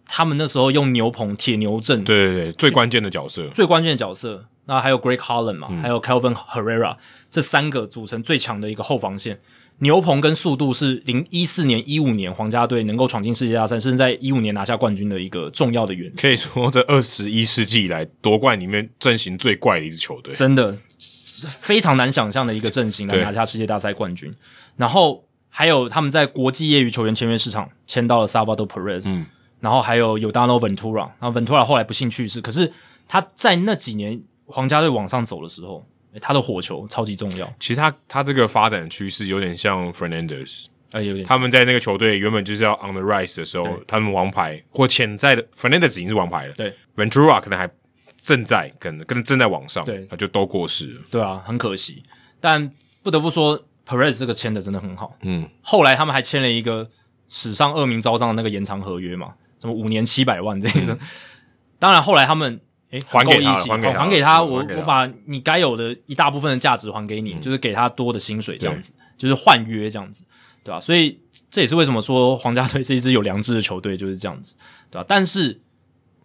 Speaker 1: 他们那时候用牛棚铁牛阵
Speaker 2: 对对对，嗯最关键的角色，
Speaker 1: 最关键的角色。那还有 Greg Holland 嘛，还有 Kelvin Herrera 这三个组成最强的一个后防线。牛棚跟速度是零一四年、一五年皇家队能够闯进世界大赛，甚至在一五年拿下冠军的一个重要的元素。
Speaker 2: 可以说这二十一世纪以来夺冠里面阵型最怪的一支球队，
Speaker 1: 真的非常难想象的一个阵型来
Speaker 2: 对
Speaker 1: 拿下世界大赛冠军。然后还有他们在国际业余球员签约市场签到了 Salvador Perez，嗯，然后还有 Yodano Ventura，然后 Ventura 后来不幸去世，可是他在那几年皇家队往上走的时候，诶他的火球超级重要，
Speaker 2: 其实他他这个发展趋势有点像 Fernandez。
Speaker 1: 呃，有点
Speaker 2: 他们在那个球队原本就是要 on the rise 的时候
Speaker 1: 对，
Speaker 2: 他们王牌或潜在的 Fernandez 已经是王牌了，
Speaker 1: 对
Speaker 2: ，Ventura 可能还正在，可能可能正在往上，
Speaker 1: 对
Speaker 2: 那就都过世了。
Speaker 1: 对啊，很可惜，但不得不说 Perez 这个签的真的很好，
Speaker 2: 嗯，
Speaker 1: 后来他们还签了一个史上恶名昭彰的那个延长合约嘛，什么五年七百万这个。当然后来他们诶
Speaker 2: 嗯还
Speaker 1: 很
Speaker 2: 给
Speaker 1: 够义
Speaker 2: 他了
Speaker 1: 气
Speaker 2: 还给
Speaker 1: 哦
Speaker 2: 他
Speaker 1: 还
Speaker 2: 了
Speaker 1: 给他，
Speaker 2: 嗯
Speaker 1: 我
Speaker 2: 还给他
Speaker 1: 我把你该有的一大部分的价值还给你，就是给他多的薪水这样子，就是换约这样子，对吧、所以这也是为什么说皇家队是一支有良知的球队就是这样子，对吧、但是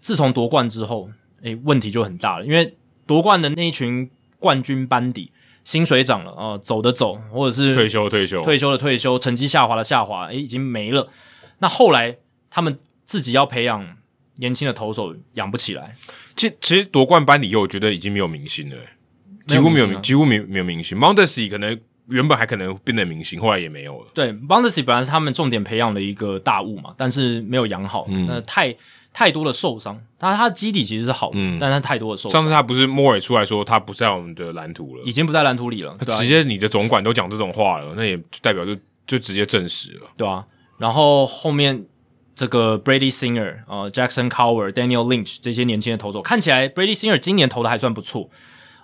Speaker 1: 自从夺冠之后，诶，问题就很大了，因为夺冠的那一群冠军班底。薪水涨了哦、呃走的走，或者是
Speaker 2: 退休退休，
Speaker 1: 退休的退休，成绩下滑的下滑，诶，已经没了。那后来他们自己要培养年轻的投手养不起来，
Speaker 2: 其其实夺冠班里，我觉得已经没有明星了、欸几乎没有
Speaker 1: 明星啊
Speaker 2: 明，几乎没有没有明星。Mondesi 可能原本还可能变成明星，后来也没有了。
Speaker 1: 对 b o n d e s y 本来是他们重点培养的一个大物嘛，但是没有养好，那、太太多的受伤。他他的基底其实是好的，但是他太多的受
Speaker 2: 上
Speaker 1: 伤，
Speaker 2: 次他不是莫尔出来说他不在我们的蓝图了
Speaker 1: 已，经不在蓝图里了，对吧、
Speaker 2: 直接你的总管都讲这种话了，那也代表就就直接证实了。
Speaker 1: 对啊，然后后面这个 Brady Singer、呃 Jackson Cower、Daniel Lynch 这些年轻的投手，看起来 Brady Singer 今年投的还算不错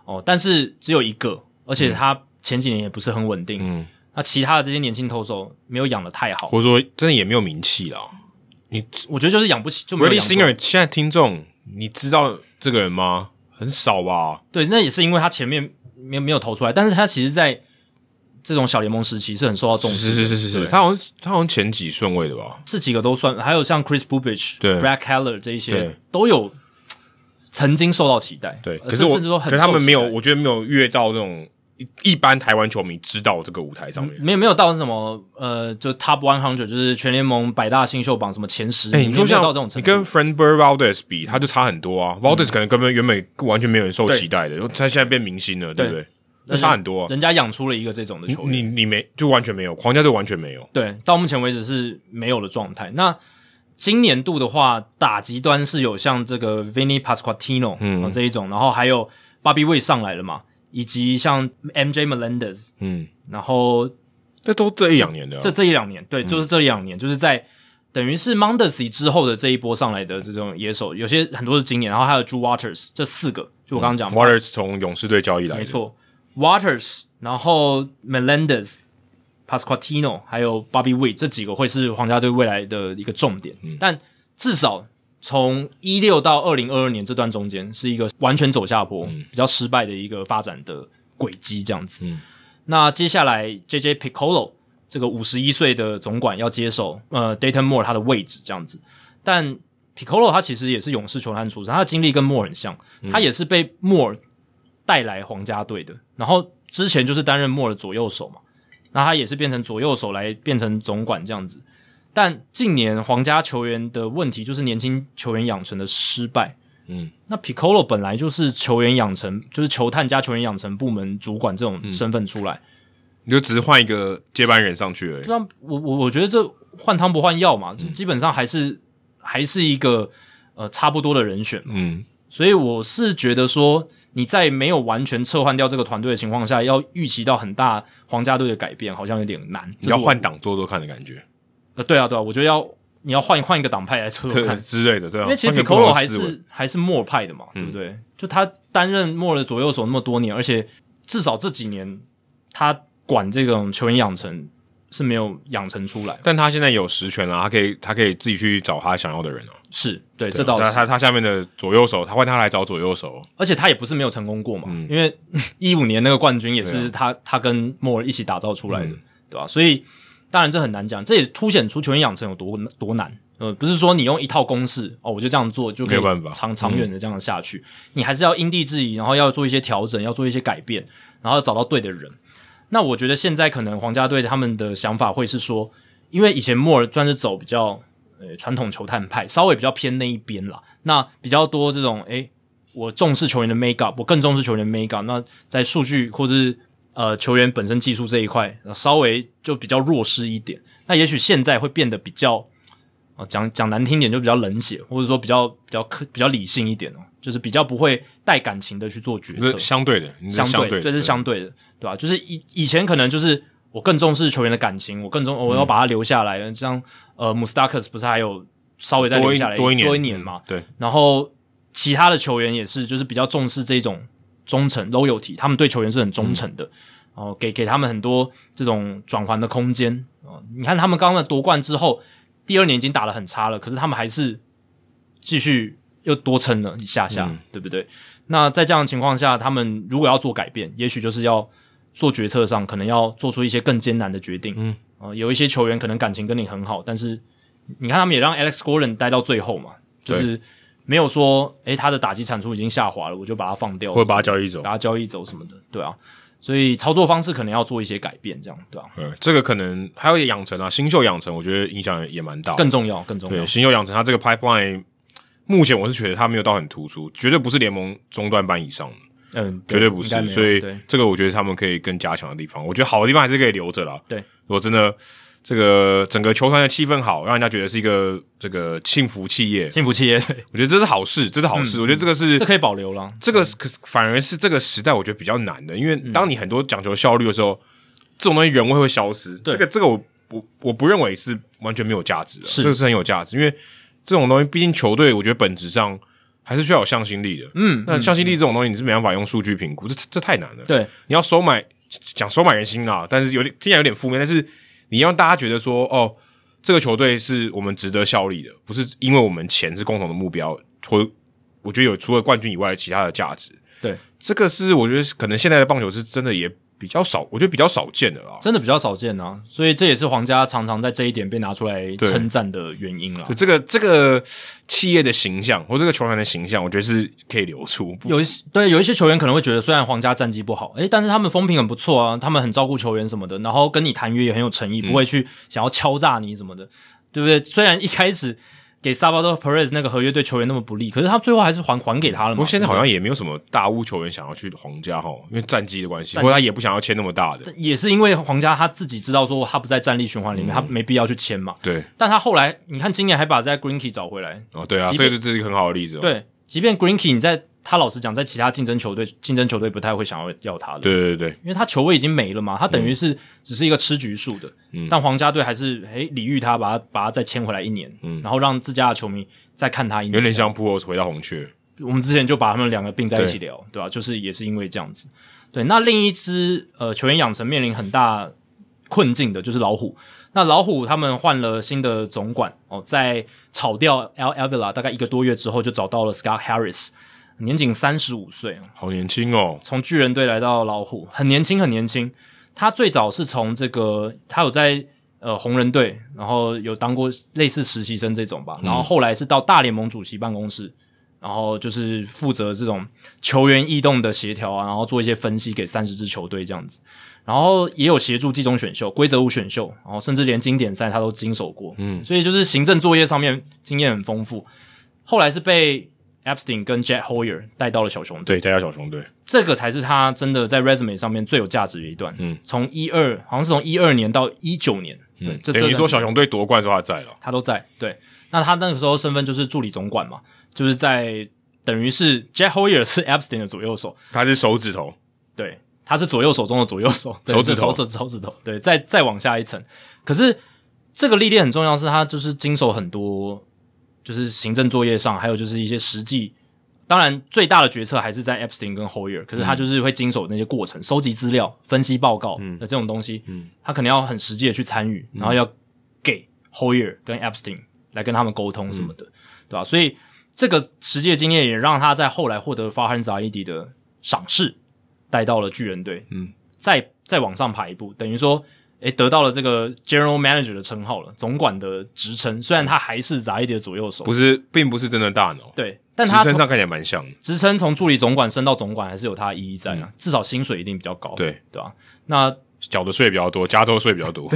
Speaker 1: 哦，但是只有一个，而且他前几年也不是很稳定。
Speaker 2: 嗯，
Speaker 1: 那其他的这些年轻投手没有养的太好，
Speaker 2: 或者说真的也没有名气啦。
Speaker 1: 我觉得就是养不起，就没有
Speaker 2: Brady
Speaker 1: 养出来
Speaker 2: Singer 现在听众，你知道这个人吗？很少吧？
Speaker 1: 对，那也是因为他前面没有没有投出来，但是他其实在这种小联盟时期是很受到重视
Speaker 2: 是
Speaker 1: 的，
Speaker 2: 是是是是，
Speaker 1: 对
Speaker 2: 他好像他好像前几顺位的吧？
Speaker 1: 这几个都算，还有像 Chris Bubich、
Speaker 2: 对
Speaker 1: Brad Keller 这一些
Speaker 2: 对
Speaker 1: 都有曾经受到期待，
Speaker 2: 对，
Speaker 1: 呃
Speaker 2: 可是我
Speaker 1: 甚至说很受期待，
Speaker 2: 可是他们没有，我觉得没有越到这种一一般台湾球迷知道这个舞台上面。
Speaker 1: 没有没有到什么呃，就 Top One Hundred，就是全联盟百大新秀榜什么前十，
Speaker 2: 哎、你说
Speaker 1: 没有
Speaker 2: 像
Speaker 1: 到这种程
Speaker 2: 你
Speaker 1: 度，嗯
Speaker 2: 跟 Friend Bird Valdez 比，他就差很多啊。Valdez 可能根本原本完全没有人受
Speaker 1: 对
Speaker 2: 期待的，他现在变明星了，对不对？那
Speaker 1: 人家
Speaker 2: 差很多啊。
Speaker 1: 人家养出了一个这种的球员，
Speaker 2: 你你没就完全没有，皇家队完全没有。
Speaker 1: 对，到目前为止是没有的状态。那今年度的话，打击端是有像这个 Vinny Pasquantino 嗯、这一种，然后还有 Bobby Way 上来了嘛，以及像 MJ Melendez，
Speaker 2: 嗯，
Speaker 1: 然后
Speaker 2: 这都这一两年的啊、
Speaker 1: 这这一两年，对，就是这一两年，就是在等于是 Mondesi 之后的这一波上来的这种野手，有些很多是今年，然后还有 Drew Waters 这四个，就我刚刚讲的
Speaker 2: Waters 从勇士队交易来的，
Speaker 1: 没错，Waters，然后 Melendez、Pasquantino 还有 Bobby w e e 这几个会是皇家队未来的一个重点。
Speaker 2: 嗯
Speaker 1: 但至少从一六到二零二二年这段中间是一个完全走下坡、比较失败的一个发展的轨迹这样子。
Speaker 2: 嗯
Speaker 1: 那接下来 J J Piccolo 这个五十一岁的总管要接手呃 Dayton Moore 他的位置这样子，但 Piccolo 他其实也是勇士球探出身，他的经历跟莫尔很像，
Speaker 2: 嗯
Speaker 1: 他也是被莫尔带来皇家队的，然后之前就是担任莫尔的左右手嘛，那他也是变成左右手来变成总管这样子。但近年皇家球员的问题就是年轻球员养成的失败，
Speaker 2: 嗯，
Speaker 1: 那 Piccolo 本来就是球员养成，就是球探加球员养成部门主管这种身份出来，
Speaker 2: 你就只是换一个接班人上去而已。
Speaker 1: 那我我我觉得这换汤不换药嘛，就基本上还是、还是一个呃差不多的人选嘛，
Speaker 2: 嗯，
Speaker 1: 所以我是觉得说你在没有完全撤换掉这个团队的情况下，要预期到很大皇家队的改变，好像有点难。
Speaker 2: 你要
Speaker 1: 这是我
Speaker 2: 换档做做看的感觉，
Speaker 1: 呃，对啊对啊，我觉得要你要换换一个党派来做做
Speaker 2: 对
Speaker 1: 看，
Speaker 2: 之类的，对啊。
Speaker 1: 因为其实
Speaker 2: 换个不同
Speaker 1: Piccolo
Speaker 2: 的
Speaker 1: 还
Speaker 2: 思维
Speaker 1: 是还是莫尔派的嘛，对
Speaker 2: 嗯
Speaker 1: 不对？就他担任莫尔的左右手那么多年，而且至少这几年他管这种球员养成是没有养成出来，
Speaker 2: 但他现在有实权啊了，他可以他可以自己去找他想要的人了、啊。
Speaker 1: 是对，这倒
Speaker 2: 他
Speaker 1: 是。
Speaker 2: 他他下面的左右手，他换他来找左右手，
Speaker 1: 而且他也不是没有成功过嘛，
Speaker 2: 嗯
Speaker 1: 因为 一五年那个冠军也
Speaker 2: 啊
Speaker 1: 是他、他跟莫尔一起打造出来
Speaker 2: 嗯
Speaker 1: 的，对吧、啊所以当然这很难讲，这也凸显出球员养成有多多难。呃，不是说你用一套公式哦，我就这样做就可以
Speaker 2: 没有办法嗯
Speaker 1: 长长远的这样下去，你还是要因地制宜，然后要做一些调整，要做一些改变，然后要找到对的人。那我觉得现在可能皇家队他们的想法会是说，因为以前莫尔算是走比较呃传统球探派，稍微比较偏那一边啦，那比较多这种诶，我重视球员的 make up，我更重视球员的 make up。那在数据或者是呃球员本身技术这一块，呃稍微就比较弱势一点。那也许现在会变得比较，呃、讲讲难听点就比较冷血，或者说比较比较客比较理性一点哦，就是比较不会带感情的去做决策
Speaker 2: 这是。相对的，你这
Speaker 1: 相
Speaker 2: 是
Speaker 1: 对
Speaker 2: 对
Speaker 1: 这
Speaker 2: 的，
Speaker 1: 是相对的，对吧、就是以以前可能就是我更重视球员的感情，我更
Speaker 2: 嗯
Speaker 1: 重我要把他留下来。像呃姆斯达克斯不是还有稍微再留
Speaker 2: 多一
Speaker 1: 下来
Speaker 2: 多一年
Speaker 1: 多一年嘛？
Speaker 2: 对，
Speaker 1: 然后其他的球员也是，就是比较重视这种忠诚 loyalty，他们对球员是很忠诚的，哦、给给他们很多这种转换的空间。哦、你看他们刚刚的夺冠之后，第二年已经打得很差了，可是他们还是继续又多撑了一下下，
Speaker 2: 嗯
Speaker 1: 对不对？那在这样的情况下，他们如果要做改变，也许就是要做决策上可能要做出一些更艰难的决定。
Speaker 2: 嗯，
Speaker 1: 哦、有一些球员可能感情跟你很好，但是你看他们也让 Alex Gordon 待到最后嘛，就是没有说，诶、他的打击产出已经下滑了，我就把他放掉，
Speaker 2: 或者把他交易走
Speaker 1: 把。他交易走什么的，对啊。所以操作方式可能要做一些改变，这样对啊吧、
Speaker 2: 呃，这个可能还有养成啊，新秀养成，我觉得影响也蛮大的。
Speaker 1: 更重要，更重要
Speaker 2: 对，。新秀养成，他这个 pipeline 目前我是觉得他没有到很突出，绝对不是联盟中段班以上的，
Speaker 1: 嗯，
Speaker 2: 绝对不
Speaker 1: 应该
Speaker 2: 是。
Speaker 1: 没有
Speaker 2: 所以
Speaker 1: 对
Speaker 2: 这个我觉得他们可以更加强的地方，我觉得好的地方还是可以留着啦。
Speaker 1: 对
Speaker 2: 如果真的这个整个球团的气氛好，让人家觉得是一个这个幸福企业，
Speaker 1: 幸福企业，对，
Speaker 2: 我觉得这是好事，这是好事。我觉得这个是
Speaker 1: 嗯这可以保留了。
Speaker 2: 这个是可反而是这个时代我觉得比较难的，因为
Speaker 1: 嗯
Speaker 2: 当你很多讲求效率的时候，这种东西人味会消失。
Speaker 1: 对
Speaker 2: 这个这个我我我不认为是完全没有价值的，啊
Speaker 1: 是
Speaker 2: 这个是很有价值，因为这种东西毕竟球队我觉得本质上还是需要有向心力的。
Speaker 1: 嗯，
Speaker 2: 那向心力这种东西你是没办法用数据评估，这这太难了。
Speaker 1: 对，
Speaker 2: 你要收买讲收买人心啊，但是有点听起来有点负面，但是你要让大家觉得说，哦，这个球队是我们值得效力的，不是因为我们钱是共同的目标，或我觉得有除了冠军以外其他的价值。
Speaker 1: 对，
Speaker 2: 这个是我觉得可能现在的棒球是真的也比较少，我觉得比较少见的啦。
Speaker 1: 真的比较少见啊，所以这也是皇家常常在这一点被拿出来
Speaker 2: 对
Speaker 1: 称赞的原因啦
Speaker 2: 就。这个这个企业的形象或这个球员的形象，我觉得是可以留出。不
Speaker 1: 有一些对有一些球员可能会觉得，虽然皇家战绩不好，诶，但是他们风评很不错啊，他们很照顾球员什么的，然后跟你谈约也很有诚意，
Speaker 2: 嗯
Speaker 1: 不会去想要敲诈你什么的，对不对？虽然一开始给萨巴多 Perez 那个合约对球员那么不利，可是他最后还是还还给他了
Speaker 2: 不
Speaker 1: 嘛
Speaker 2: 过。现在好像也没有什么大屋球员想要去皇家哈，因为战绩的关系，
Speaker 1: 战绩
Speaker 2: 或者他也不想要签那么大的。
Speaker 1: 也是因为皇家他自己知道说他不在战力循环里面，他没必要去签嘛。
Speaker 2: 对，
Speaker 1: 但他后来你看今年还把在 Greenkey 找回来，
Speaker 2: 哦，对啊，
Speaker 1: 即
Speaker 2: 这
Speaker 1: 便
Speaker 2: 个就这是一个很好的例子、哦。
Speaker 1: 对，即便 Greenkey 你在他老实讲，在其他竞争球队，竞争球队不太会想要要他的，
Speaker 2: 对对对，
Speaker 1: 因为他球位已经没了嘛，他等于是只是一个吃局数的。嗯，但皇家队还是诶礼遇他，把他把他再签回来一年，嗯，然后让自家的球迷再看他一年，
Speaker 2: 有点像 p u o 回到红雀，
Speaker 1: 我们之前就把他们两个并在一起聊，对吧、就是也是因为这样子。对，那另一支呃球员养成面临很大困境的就是老虎。那老虎他们换了新的总管哦，在炒掉 L Avila 大概一个多月之后，就找到了 Scott Harris，年仅三十五岁，
Speaker 2: 好年轻哦。
Speaker 1: 从巨人队来到老虎，很年轻，很年轻。他最早是从这个，他有在呃红人队，然后有当过类似实习生这种吧，然后后来是到大联盟主席办公室，然后就是负责这种球员异动的协调啊，然后做一些分析给三十支球队这样子，然后也有协助季中选秀、规则五选秀，然后甚至连经典赛他都经手过，嗯，所以就是行政作业上面经验很丰富。后来是被 Epstein 跟 Jet Hoyer 带到了小熊队。
Speaker 2: 对，带到小熊队，
Speaker 1: 这个才是他真的在 resume 上面最有价值的一段。嗯，从一二好像是从一二年到一九年，对，嗯这
Speaker 2: 嗯等于
Speaker 1: 这段
Speaker 2: 说小熊队夺冠的时候他在了，
Speaker 1: 他都在。对，那他那个时候身份就是助理总管嘛，就是在等于是 Jack Hoyer 是 Epstein 的左右手，
Speaker 2: 他是手指头，
Speaker 1: 对，他是左右手中的左右手，对
Speaker 2: 手指
Speaker 1: 这
Speaker 2: 头
Speaker 1: 手指手指头，对，再再往下一层。可是这个历练很重要，是他就是经手很多，就是行政作业上，还有就是一些实际。当然，最大的决策还是在 Epstein 跟 Hoyer，可是他就是会经手那些过程，收集资料、分析报告的这种东西，他可能要很实际的去参与，然后要给 Hoyer 跟 Epstein 来跟他们沟通什么的，
Speaker 2: 嗯
Speaker 1: 对吧、所以这个实际的经验也让他在后来获得 Farhan Zaidi 的赏识，带到了巨人队，嗯，再再往上爬一步，等于说，诶，得到了这个 general manager 的称号了，总管的职称。虽然他还是扎伊迪的左右手，
Speaker 2: 不是，并不是真的大脑，
Speaker 1: 对，但
Speaker 2: 职
Speaker 1: 他
Speaker 2: 身
Speaker 1: 从
Speaker 2: 上看起来蛮像的。
Speaker 1: 职称从助理总管升到总管，还是有他的意义在啊，至少薪水一定比较高，
Speaker 2: 嗯对
Speaker 1: 对吧、那
Speaker 2: 缴的税比较多，加州税比较多，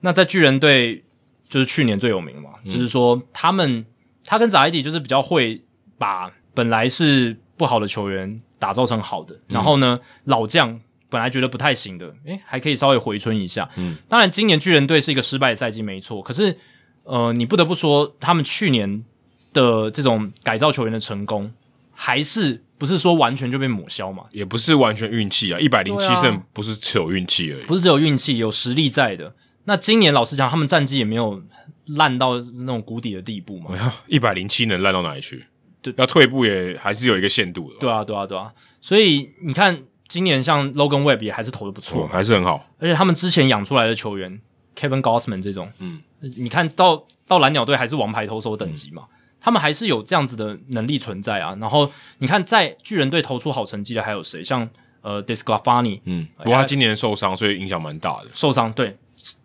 Speaker 1: 那在巨人队就是去年最有名嘛，就是说他们他跟扎伊迪就是比较会把本来是不好的球员打造成好的，然后呢老将本来觉得不太行的，诶、还可以稍微回春一下。嗯，当然今年巨人队是一个失败的赛季没错，可是呃你不得不说他们去年的这种改造球员的成功，还是不是说完全就被抹消嘛？
Speaker 2: 也不是完全运气啊。一百零
Speaker 1: 对
Speaker 2: 七
Speaker 1: 啊
Speaker 2: 胜不是只有运气而已，
Speaker 1: 不是只有运气，有实力在的。那今年老实讲，他们战绩也没有烂到那种谷底的地步嘛。
Speaker 2: 啊一百零七能烂到哪里去？
Speaker 1: 对
Speaker 2: 要退步也还是有一个限度的。
Speaker 1: 对啊，对啊，对啊。所以你看，今年像 Logan Webb 也还是投的不
Speaker 2: 哦，
Speaker 1: 错，
Speaker 2: 还是很好。
Speaker 1: 而且他们之前养出来的球员 Kevin Gossman 这种，嗯，你看到到蓝鸟队还是王牌投手等级嘛，他们还是有这样子的能力存在啊。然后你看，在巨人队投出好成绩的还有谁？像呃 Disclafani，
Speaker 2: 嗯，不
Speaker 1: 哎
Speaker 2: 过他今年受伤，所以影响蛮大的。
Speaker 1: 受伤，对，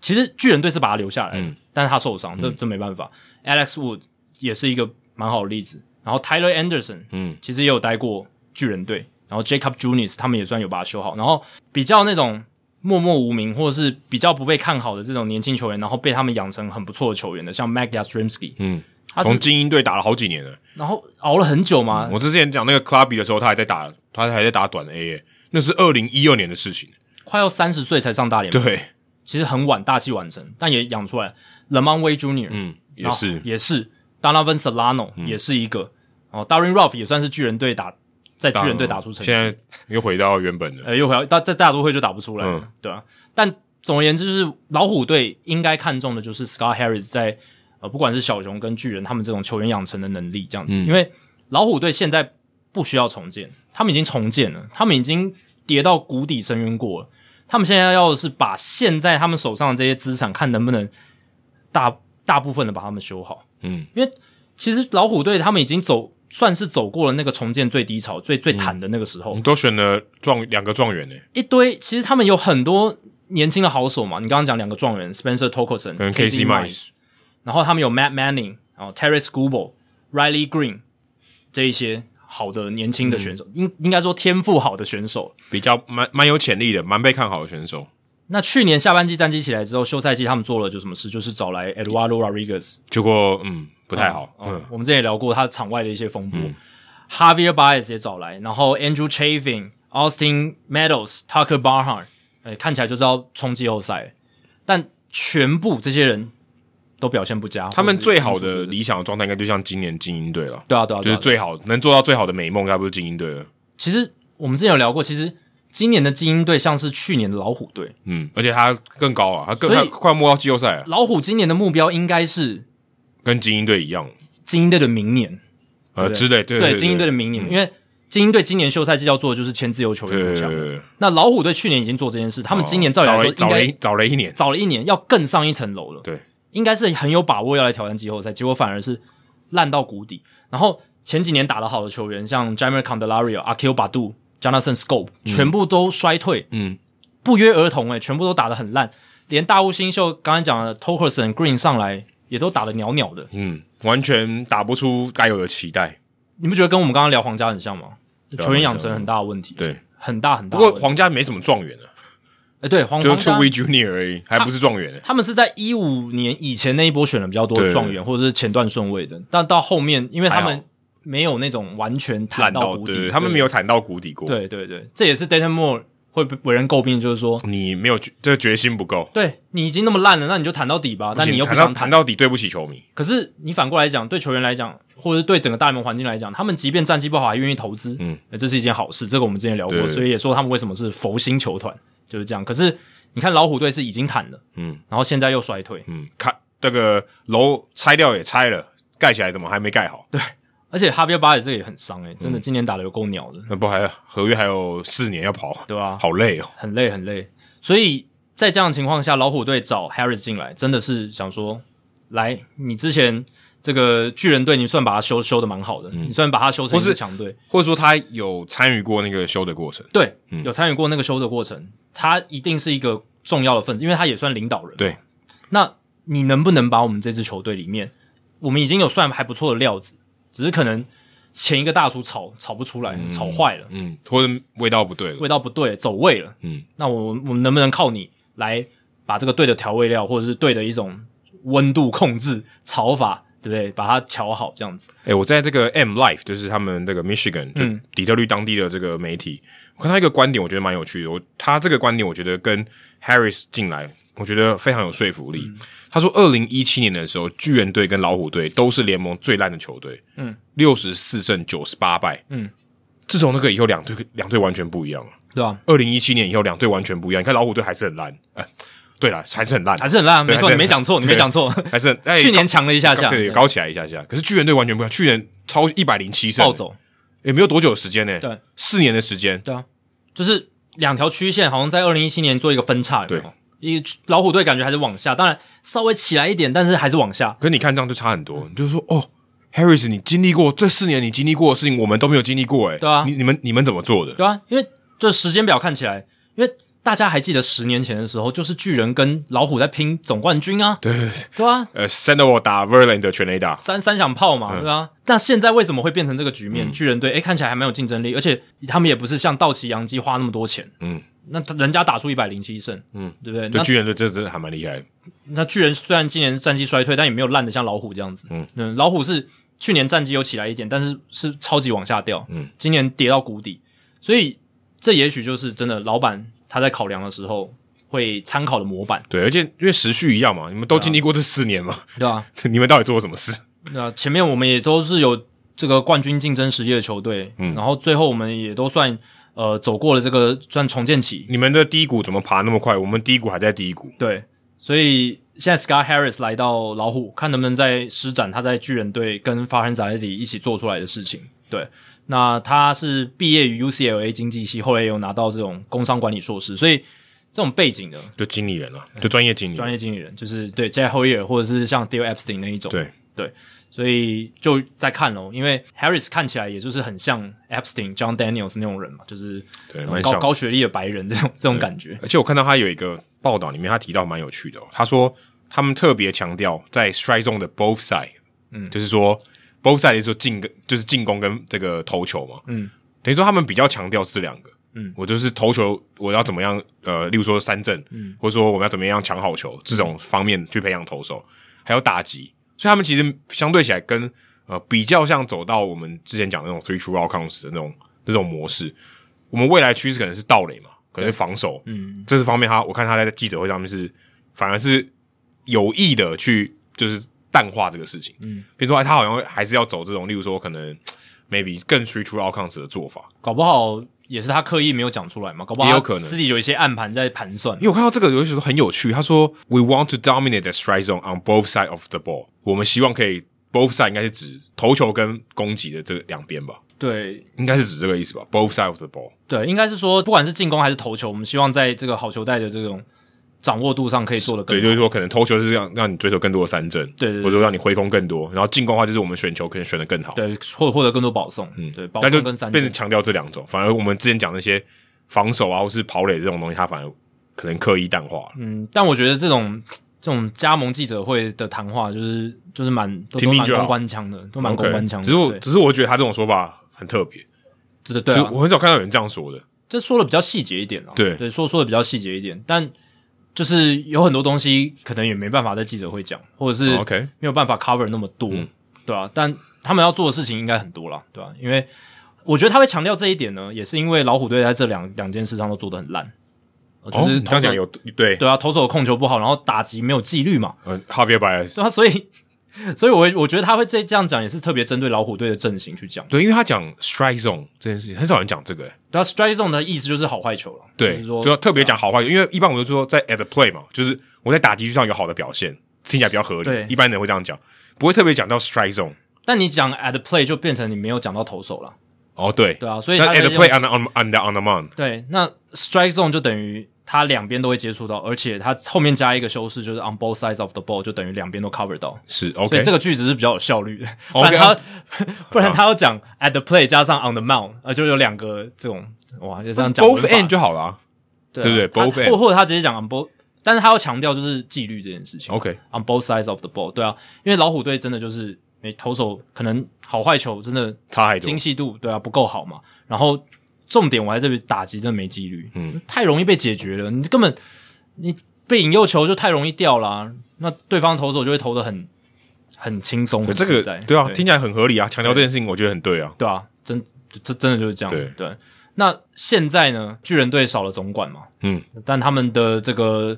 Speaker 1: 其实巨人队是把他留下来的，
Speaker 2: 嗯
Speaker 1: 但是他受伤，这这没办法。Alex Wood 也是一个蛮好的例子，然后 Tyler Anderson，
Speaker 2: 嗯，
Speaker 1: 其实也有待过巨人队，然后 Jacob Junis 他们也算有把它修好。然后比较那种默默无名或者是比较不被看好的这种年轻球员，然后被他们养成很不错的球员的，像 Mac Yastrzemski，
Speaker 2: 嗯，
Speaker 1: 他是
Speaker 2: 从精英队打了好几年了。
Speaker 1: 然后熬了很久嘛，
Speaker 2: 我之前讲那个 Clubby 的时候，他还在打，他还在打短 A，耶那是二零一二年的事情。
Speaker 1: 快要三十岁才上大联盟，
Speaker 2: 对，
Speaker 1: 其实很晚大器晚成，但也养出来。Lemon Way Junior，
Speaker 2: 嗯，也是，嗯
Speaker 1: 也是 Donovan Solano、也是一个，哦，Darren Ruff 也算是巨人队打在巨人队打出成绩，
Speaker 2: 现在又回到原本的。
Speaker 1: 呃，又回到大在大都会就打不出来，
Speaker 2: 嗯
Speaker 1: 对啊。但总而言之，就是老虎队应该看重的就是 Scott Harris 在呃，不管是小熊跟巨人他们这种球员养成的能力，这样
Speaker 2: 嗯
Speaker 1: 子。因为老虎队现在不需要重建，他们已经重建了，他们已经跌到谷底深渊过了。他们现在要的是把现在他们手上的这些资产，看能不能大大部分的把他们修好。
Speaker 2: 嗯，
Speaker 1: 因为其实老虎队他们已经走，算是走过了那个重建最低潮、最
Speaker 2: 嗯
Speaker 1: 最惨的那个时候。
Speaker 2: 我们都选了状两个状元呢，
Speaker 1: 一堆，其实他们有很多年轻的好手嘛。你刚刚讲两个状元，Spencer Torkelson
Speaker 2: 跟
Speaker 1: KC Mize，
Speaker 2: KC 嗯 Mice
Speaker 1: 然后他们有 Matt Manning，然后 Terrence g o o b l Riley Green 这一些好的年轻的选手，应应该说天赋好的选手。
Speaker 2: 比较蛮蛮有潜力的，蛮被看好的选手，
Speaker 1: 那去年下半季战绩起来之后，休赛季他们做了就什么事，就是找来 Eduardo Rodriguez，
Speaker 2: 结果嗯
Speaker 1: 不
Speaker 2: 不太好。
Speaker 1: 嗯，
Speaker 2: 嗯，
Speaker 1: 我们之前也聊过他场外的一些风波、h a v i e r Baez 也找来，然后 Andrew Chafin、Austin Meadows、Tucker Barnhart，哎、看起来就知道冲季后赛了，但全部这些人都表现不佳。
Speaker 2: 他们
Speaker 1: 或者是
Speaker 2: 最好的理想的状态应该就像今年精英队了，
Speaker 1: 对啊对啊，
Speaker 2: 就
Speaker 1: 对啊
Speaker 2: 是最好能做到最好的美梦，应该不是精英队了。
Speaker 1: 其实我们之前有聊过，其实今年的精英队像是去年的老虎队，
Speaker 2: 嗯，而且他更高啊，他更
Speaker 1: 所
Speaker 2: 他
Speaker 1: 以
Speaker 2: 快摸到季后赛了，
Speaker 1: 老虎今年的目标应该是
Speaker 2: 跟精英队一样，
Speaker 1: 精英队的明年，
Speaker 2: 呃
Speaker 1: 对
Speaker 2: 之类，对
Speaker 1: 精英队的明年，因为精英队今年休赛季要做的就是签自由球
Speaker 2: 对
Speaker 1: 员
Speaker 2: 对
Speaker 1: 入
Speaker 2: 对
Speaker 1: 项。
Speaker 2: 对，
Speaker 1: 那老虎队去年已经做这件事，他
Speaker 2: 他
Speaker 1: 们今年照理来说应
Speaker 2: 哦早了一
Speaker 1: 该
Speaker 2: 早了一年，
Speaker 1: 早了一年，要更上一层楼了。
Speaker 2: 对，
Speaker 1: 应该是很有把握要来挑战季后赛，结果反而是烂到谷底。然后前几年打得好的球员，像 Jamer Candelario、a k i l Badu、Jonathan Scope，全部都衰退，
Speaker 2: 嗯，
Speaker 1: 不约而同、欸，诶，全部都打得很烂。连大物新秀刚才讲的 Tokerson、Green 上来也都打得袅袅的，
Speaker 2: 嗯，完全打不出该有的期待。
Speaker 1: 你不觉得跟我们刚刚聊皇家很像吗？
Speaker 2: 啊
Speaker 1: 球员养成很大的问题，，
Speaker 2: 对，
Speaker 1: 很大很大
Speaker 2: 不
Speaker 1: 的问
Speaker 2: 过
Speaker 1: 题。
Speaker 2: 皇家没什么状元啊，
Speaker 1: 哎，对，皇
Speaker 2: 就
Speaker 1: 皇
Speaker 2: 是出
Speaker 1: 家
Speaker 2: V Junior 而已，还不是状元呢。
Speaker 1: 他们是在一五年以前那一波选了比较多的
Speaker 2: 对
Speaker 1: 状元或者是前段顺位的，但到后面因为他
Speaker 2: 还
Speaker 1: 们
Speaker 2: 好
Speaker 1: 没有那种完全
Speaker 2: 烂
Speaker 1: 谈
Speaker 2: 到
Speaker 1: 谷
Speaker 2: 对
Speaker 1: 底，
Speaker 2: 对，他们没有谈到谷底过。，
Speaker 1: 对对对，这也是 Dayton Moore 会被为人诟病，就是说，
Speaker 2: 你没有决这个决心不够，
Speaker 1: 对你已经那么烂了，那你就谈到底吧，但你又不
Speaker 2: 嗯谈到
Speaker 1: 想
Speaker 2: 谈
Speaker 1: 谈。
Speaker 2: 到底，对不起球迷。
Speaker 1: 可是你反过来讲，对球员来讲，或者是对整个大联盟环境来讲，他们即便战绩不好，还愿意投资，
Speaker 2: 嗯
Speaker 1: 呃，这是一件好事。这个我们之前聊过，
Speaker 2: 对
Speaker 1: 所以也说他们为什么是佛心球团就是这样。可是你看老虎队是已经谈了，
Speaker 2: 嗯，
Speaker 1: 然后现在又衰退，
Speaker 2: 嗯，看那个楼拆掉也拆了，盖起来怎么还没盖好？
Speaker 1: 而且哈维巴尔这个也很伤
Speaker 2: 嗯
Speaker 1: 诶、真的今年打的有够鸟的。
Speaker 2: 那不还合约还有四年要跑，
Speaker 1: 对吧、
Speaker 2: 好累哦。
Speaker 1: 很累很累。所以在这样的情况下，老虎队找 Harris 进来，真的是想说，来，你之前这个巨人队，你算把它修修的蛮好的，你算把它修成一
Speaker 2: 或
Speaker 1: 支
Speaker 2: 嗯是
Speaker 1: 强队，
Speaker 2: 或者说他有参与过那个修的过程，
Speaker 1: 对，有参与过那个修的过程，他一定是一个重要的分子，因为他也算领导人。
Speaker 2: 对，
Speaker 1: 那你能不能把我们这支球队里面，我们已经有算还不错的料子，只是可能前一个大叔炒炒不出来，炒坏了。
Speaker 2: 嗯，或者味道不对了，
Speaker 1: 味道不对，走味了，
Speaker 2: 嗯，
Speaker 1: 那我我们能不能靠你来把这个对的调味料，或者是对的一种温度控制炒法，对不对？把它调好这样子。
Speaker 2: 哎、我在这个 M Life，就是他们那个 Michigan，就
Speaker 1: 嗯
Speaker 2: 底特律当地的这个媒体，我看到一个观点，我觉得蛮有趣的。我他这个观点，我觉得跟 Harris 进来，我觉得非常有说服
Speaker 1: 嗯
Speaker 2: 力。他说，二零一七年的时候，巨人队跟老虎队都是联盟最烂的球队，
Speaker 1: 嗯，
Speaker 2: 六十四胜九十八败，
Speaker 1: 嗯，
Speaker 2: 自从那个以后，两队两队完全不一样了。
Speaker 1: 对啊，
Speaker 2: 二零一七年以后，两队完全不一样。你看老虎队还是很烂，呃，对了，还是很烂，
Speaker 1: 还是很烂啊，
Speaker 2: 对
Speaker 1: 没错，
Speaker 2: 还是
Speaker 1: 你没讲错，你没讲错。
Speaker 2: 还是很、哎
Speaker 1: 去年强了一下下，
Speaker 2: 高对高起来一下下。可是巨人队完全不一样，去年超一百零七胜，
Speaker 1: 暴走，
Speaker 2: 也没有多久的时间呢、
Speaker 1: 对，
Speaker 2: 四年的时间，
Speaker 1: 对啊，就是两条曲线好像在二零一七年做一个分叉，有没有
Speaker 2: 对，
Speaker 1: 一老虎队感觉还是往下，当然稍微起来一点，但是还是往下。
Speaker 2: 可是你看这样就差很多，你就是说哦。Harris，你经历过这四年，你经历过的事情，我们都没有经历过、欸，哎，
Speaker 1: 对啊
Speaker 2: 你你们你们怎么做的？
Speaker 1: 对啊，因为这时间表看起来，因为大家还记得十年前的时候，就是巨人跟老虎在拼总冠军啊，
Speaker 2: 对对对，
Speaker 1: 对啊，
Speaker 2: 呃 s a n d o v a 打 Verland 的全垒打，
Speaker 1: 三三响炮
Speaker 2: 嗯
Speaker 1: 嘛，对啊。那现在为什么会变成这个局面？巨人队诶、看起来还蛮有竞争力，而且他们也不是像道奇、洋基花那么多钱，
Speaker 2: 嗯，
Speaker 1: 那他人家打出一百零七胜，嗯，对不对？
Speaker 2: 对
Speaker 1: 那
Speaker 2: 巨人队这真的还蛮厉害的，
Speaker 1: 那巨人虽然今年战绩衰退，但也没有烂的像老虎这样子，嗯老虎是去年战绩有起来一点，但是是超级往下掉，
Speaker 2: 嗯，
Speaker 1: 今年跌到谷底，所以这也许就是真的老板他在考量的时候会参考的模板，
Speaker 2: 对，而且因为时序一样嘛，你们都
Speaker 1: 啊
Speaker 2: 经历过这四年嘛，
Speaker 1: 对吧、
Speaker 2: 你们到底做了什么事？
Speaker 1: 那前面我们也都是有这个冠军竞争实力的球队，嗯，然后最后我们也都算呃走过了这个算重建期，
Speaker 2: 你们的低谷怎么爬那么快？我们低谷还在低谷，
Speaker 1: 对，所以现在 Scott Harris 来到老虎，看能不能再施展他在巨人队跟法兰扎里一起做出来的事情。对，那他是毕业于 UCLA 经济系，后来也有拿到这种工商管理硕士，所以这种背景的
Speaker 2: 就经理人了，就专业经理，
Speaker 1: 专业经理人，就是对 Jay Hoyer 或者是像 Dale Epstein 那一种，
Speaker 2: 对
Speaker 1: 所以就在看咯，因为 Harris 看起来也就是很像 Epstein、John Daniels 那种人嘛，就是
Speaker 2: 对，蛮
Speaker 1: 高
Speaker 2: 像。
Speaker 1: 高学历的白人这种这种感觉。
Speaker 2: 而且我看到他有一个报道，里面他提到蛮有趣的、哦，他说他们特别强调在 strike zone 的 both side，嗯，就是说 both side 是说进跟就是进攻跟这个投球嘛，
Speaker 1: 嗯，
Speaker 2: 等于说他们比较强调这两个，
Speaker 1: 嗯，
Speaker 2: 我就是投球我要怎么样，呃，例如说三振，嗯，或者说我们要怎么样抢好球这种方面去培养投手，还有打击，所以他们其实相对起来跟呃比较像走到我们之前讲的那种 three true outcomes 的那种那种模式，我们未来趋势可能是盗垒嘛，可能是防守，
Speaker 1: 嗯，
Speaker 2: 这是方面他，我看他在记者会上面是反而是有意的去就是淡化这个事情，嗯，比如说哎他好像还是要走这种，例如说可能 maybe 更 three true outcomes 的做法，
Speaker 1: 搞不好也是他刻意没有讲出来嘛，搞不好
Speaker 2: 也有
Speaker 1: 他
Speaker 2: 可能
Speaker 1: 私底有一些暗盘在盘算
Speaker 2: 因。为我看到这个有一首很有趣，他说 We want to dominate the strike zone on both sides of the ball，我们希望可以 both side 应该是指投球跟攻击的这两边吧，
Speaker 1: 对
Speaker 2: 应该是指这个意思吧，both sides of the ball。
Speaker 1: 对，应该是说不管是进攻还是投球，我们希望在这个好球带的这种掌握度上可以做得更
Speaker 2: 对，
Speaker 1: 好。
Speaker 2: 就是说可能投球是让让你追求更多的三振，
Speaker 1: 对对对
Speaker 2: 或者说让你挥空更多，然后进攻的话就是我们选球可能选的更好，
Speaker 1: 对，获获得更多保送，嗯，对，保
Speaker 2: 但就
Speaker 1: 送跟三
Speaker 2: 变
Speaker 1: 振
Speaker 2: 成，强调这两种，反而我们之前讲那些防守啊或是跑垒这种东西，他反而可能刻意淡化了，
Speaker 1: 嗯，但我觉得这种这种加盟记者会的谈话，就是就是蛮都
Speaker 2: 听
Speaker 1: 都
Speaker 2: 听
Speaker 1: 蛮
Speaker 2: 就好
Speaker 1: 公关腔的，都蛮
Speaker 2: OK，
Speaker 1: 公关腔的。
Speaker 2: 只是我
Speaker 1: 对
Speaker 2: 只是我觉得他这种说法很特别，
Speaker 1: 对对对
Speaker 2: 就
Speaker 1: 啊
Speaker 2: 是，我很少看到有人这样说的。
Speaker 1: 这说的比较细节一点了，
Speaker 2: 对
Speaker 1: 对，说说的比较细节一点，但就是有很多东西可能也没办法在记者会讲，或者是
Speaker 2: 哦 OK，嗯
Speaker 1: 没有办法 cover 那么多，对啊，但他们要做的事情应该很多啦，对吧、啊因为我觉得他会强调这一点呢，也是因为老虎队在这两两件事上都做得很烂，呃就
Speaker 2: 哦
Speaker 1: 是
Speaker 2: 你刚
Speaker 1: 投手、
Speaker 2: 讲有对，
Speaker 1: 对啊，投手控球不好，然后打击没有纪律嘛，
Speaker 2: 嗯，哈维白
Speaker 1: 对啊，所以 所以我会我觉得他会这这样讲，也是特别针对老虎队的阵型去讲。
Speaker 2: 对，因为他讲 strike zone 这件事情，很少人讲这个、欸
Speaker 1: 对啊，strike zone 的意思就是好坏球了，
Speaker 2: 对，啊
Speaker 1: 就是说啊
Speaker 2: 就要特别讲好坏，因为一般我就说在 at the play 嘛，就是我在打击区上有好的表现，听起来比较合
Speaker 1: 对
Speaker 2: 理，一般人会这样讲，不会特别讲到 strike zone。
Speaker 1: 但你讲 at the play 就变成你没有讲到投手了，
Speaker 2: 哦，对，
Speaker 1: 对啊，所以
Speaker 2: 那
Speaker 1: 他
Speaker 2: at
Speaker 1: 在
Speaker 2: the
Speaker 1: 用
Speaker 2: play on on on the on the man，
Speaker 1: 对那 strike zone 就等于他两边都会接触到，而且他后面加一个修饰就是 on both sides of the ball 就等于两边都 cover 到，
Speaker 2: 是
Speaker 1: 所
Speaker 2: OK，
Speaker 1: 以这个句子是比较有效率的。不
Speaker 2: OK，
Speaker 1: 然他不然他要讲 at the play 加上 on the mound，呃，就有两个这种哇，就这样讲文
Speaker 2: both
Speaker 1: 法
Speaker 2: end 就好了啊。
Speaker 1: 对
Speaker 2: 对不对
Speaker 1: 啊他
Speaker 2: both end
Speaker 1: 或或者他直接讲 on both，但是他要强调就是纪律这件事情。
Speaker 2: OK，
Speaker 1: on both sides of the ball，对啊，因为老虎队真的就是你投手可能好坏球真的
Speaker 2: 差太多
Speaker 1: 精。细度对啊不够好嘛。然后重点我还这边打击真的没纪律，
Speaker 2: 嗯，
Speaker 1: 太容易被解决了。你根本你被引诱球就太容易掉啦、那对方投手就会投的很很轻松，
Speaker 2: 可
Speaker 1: 很
Speaker 2: 这
Speaker 1: 自
Speaker 2: 个
Speaker 1: 在
Speaker 2: 对啊，
Speaker 1: 对
Speaker 2: 听起来很合理啊，强调这件事情，我觉得很对啊。
Speaker 1: 对啊，真这这真的就是这样，
Speaker 2: 对
Speaker 1: 那现在呢，巨人队少了总管嘛，
Speaker 2: 嗯，
Speaker 1: 但他们的这个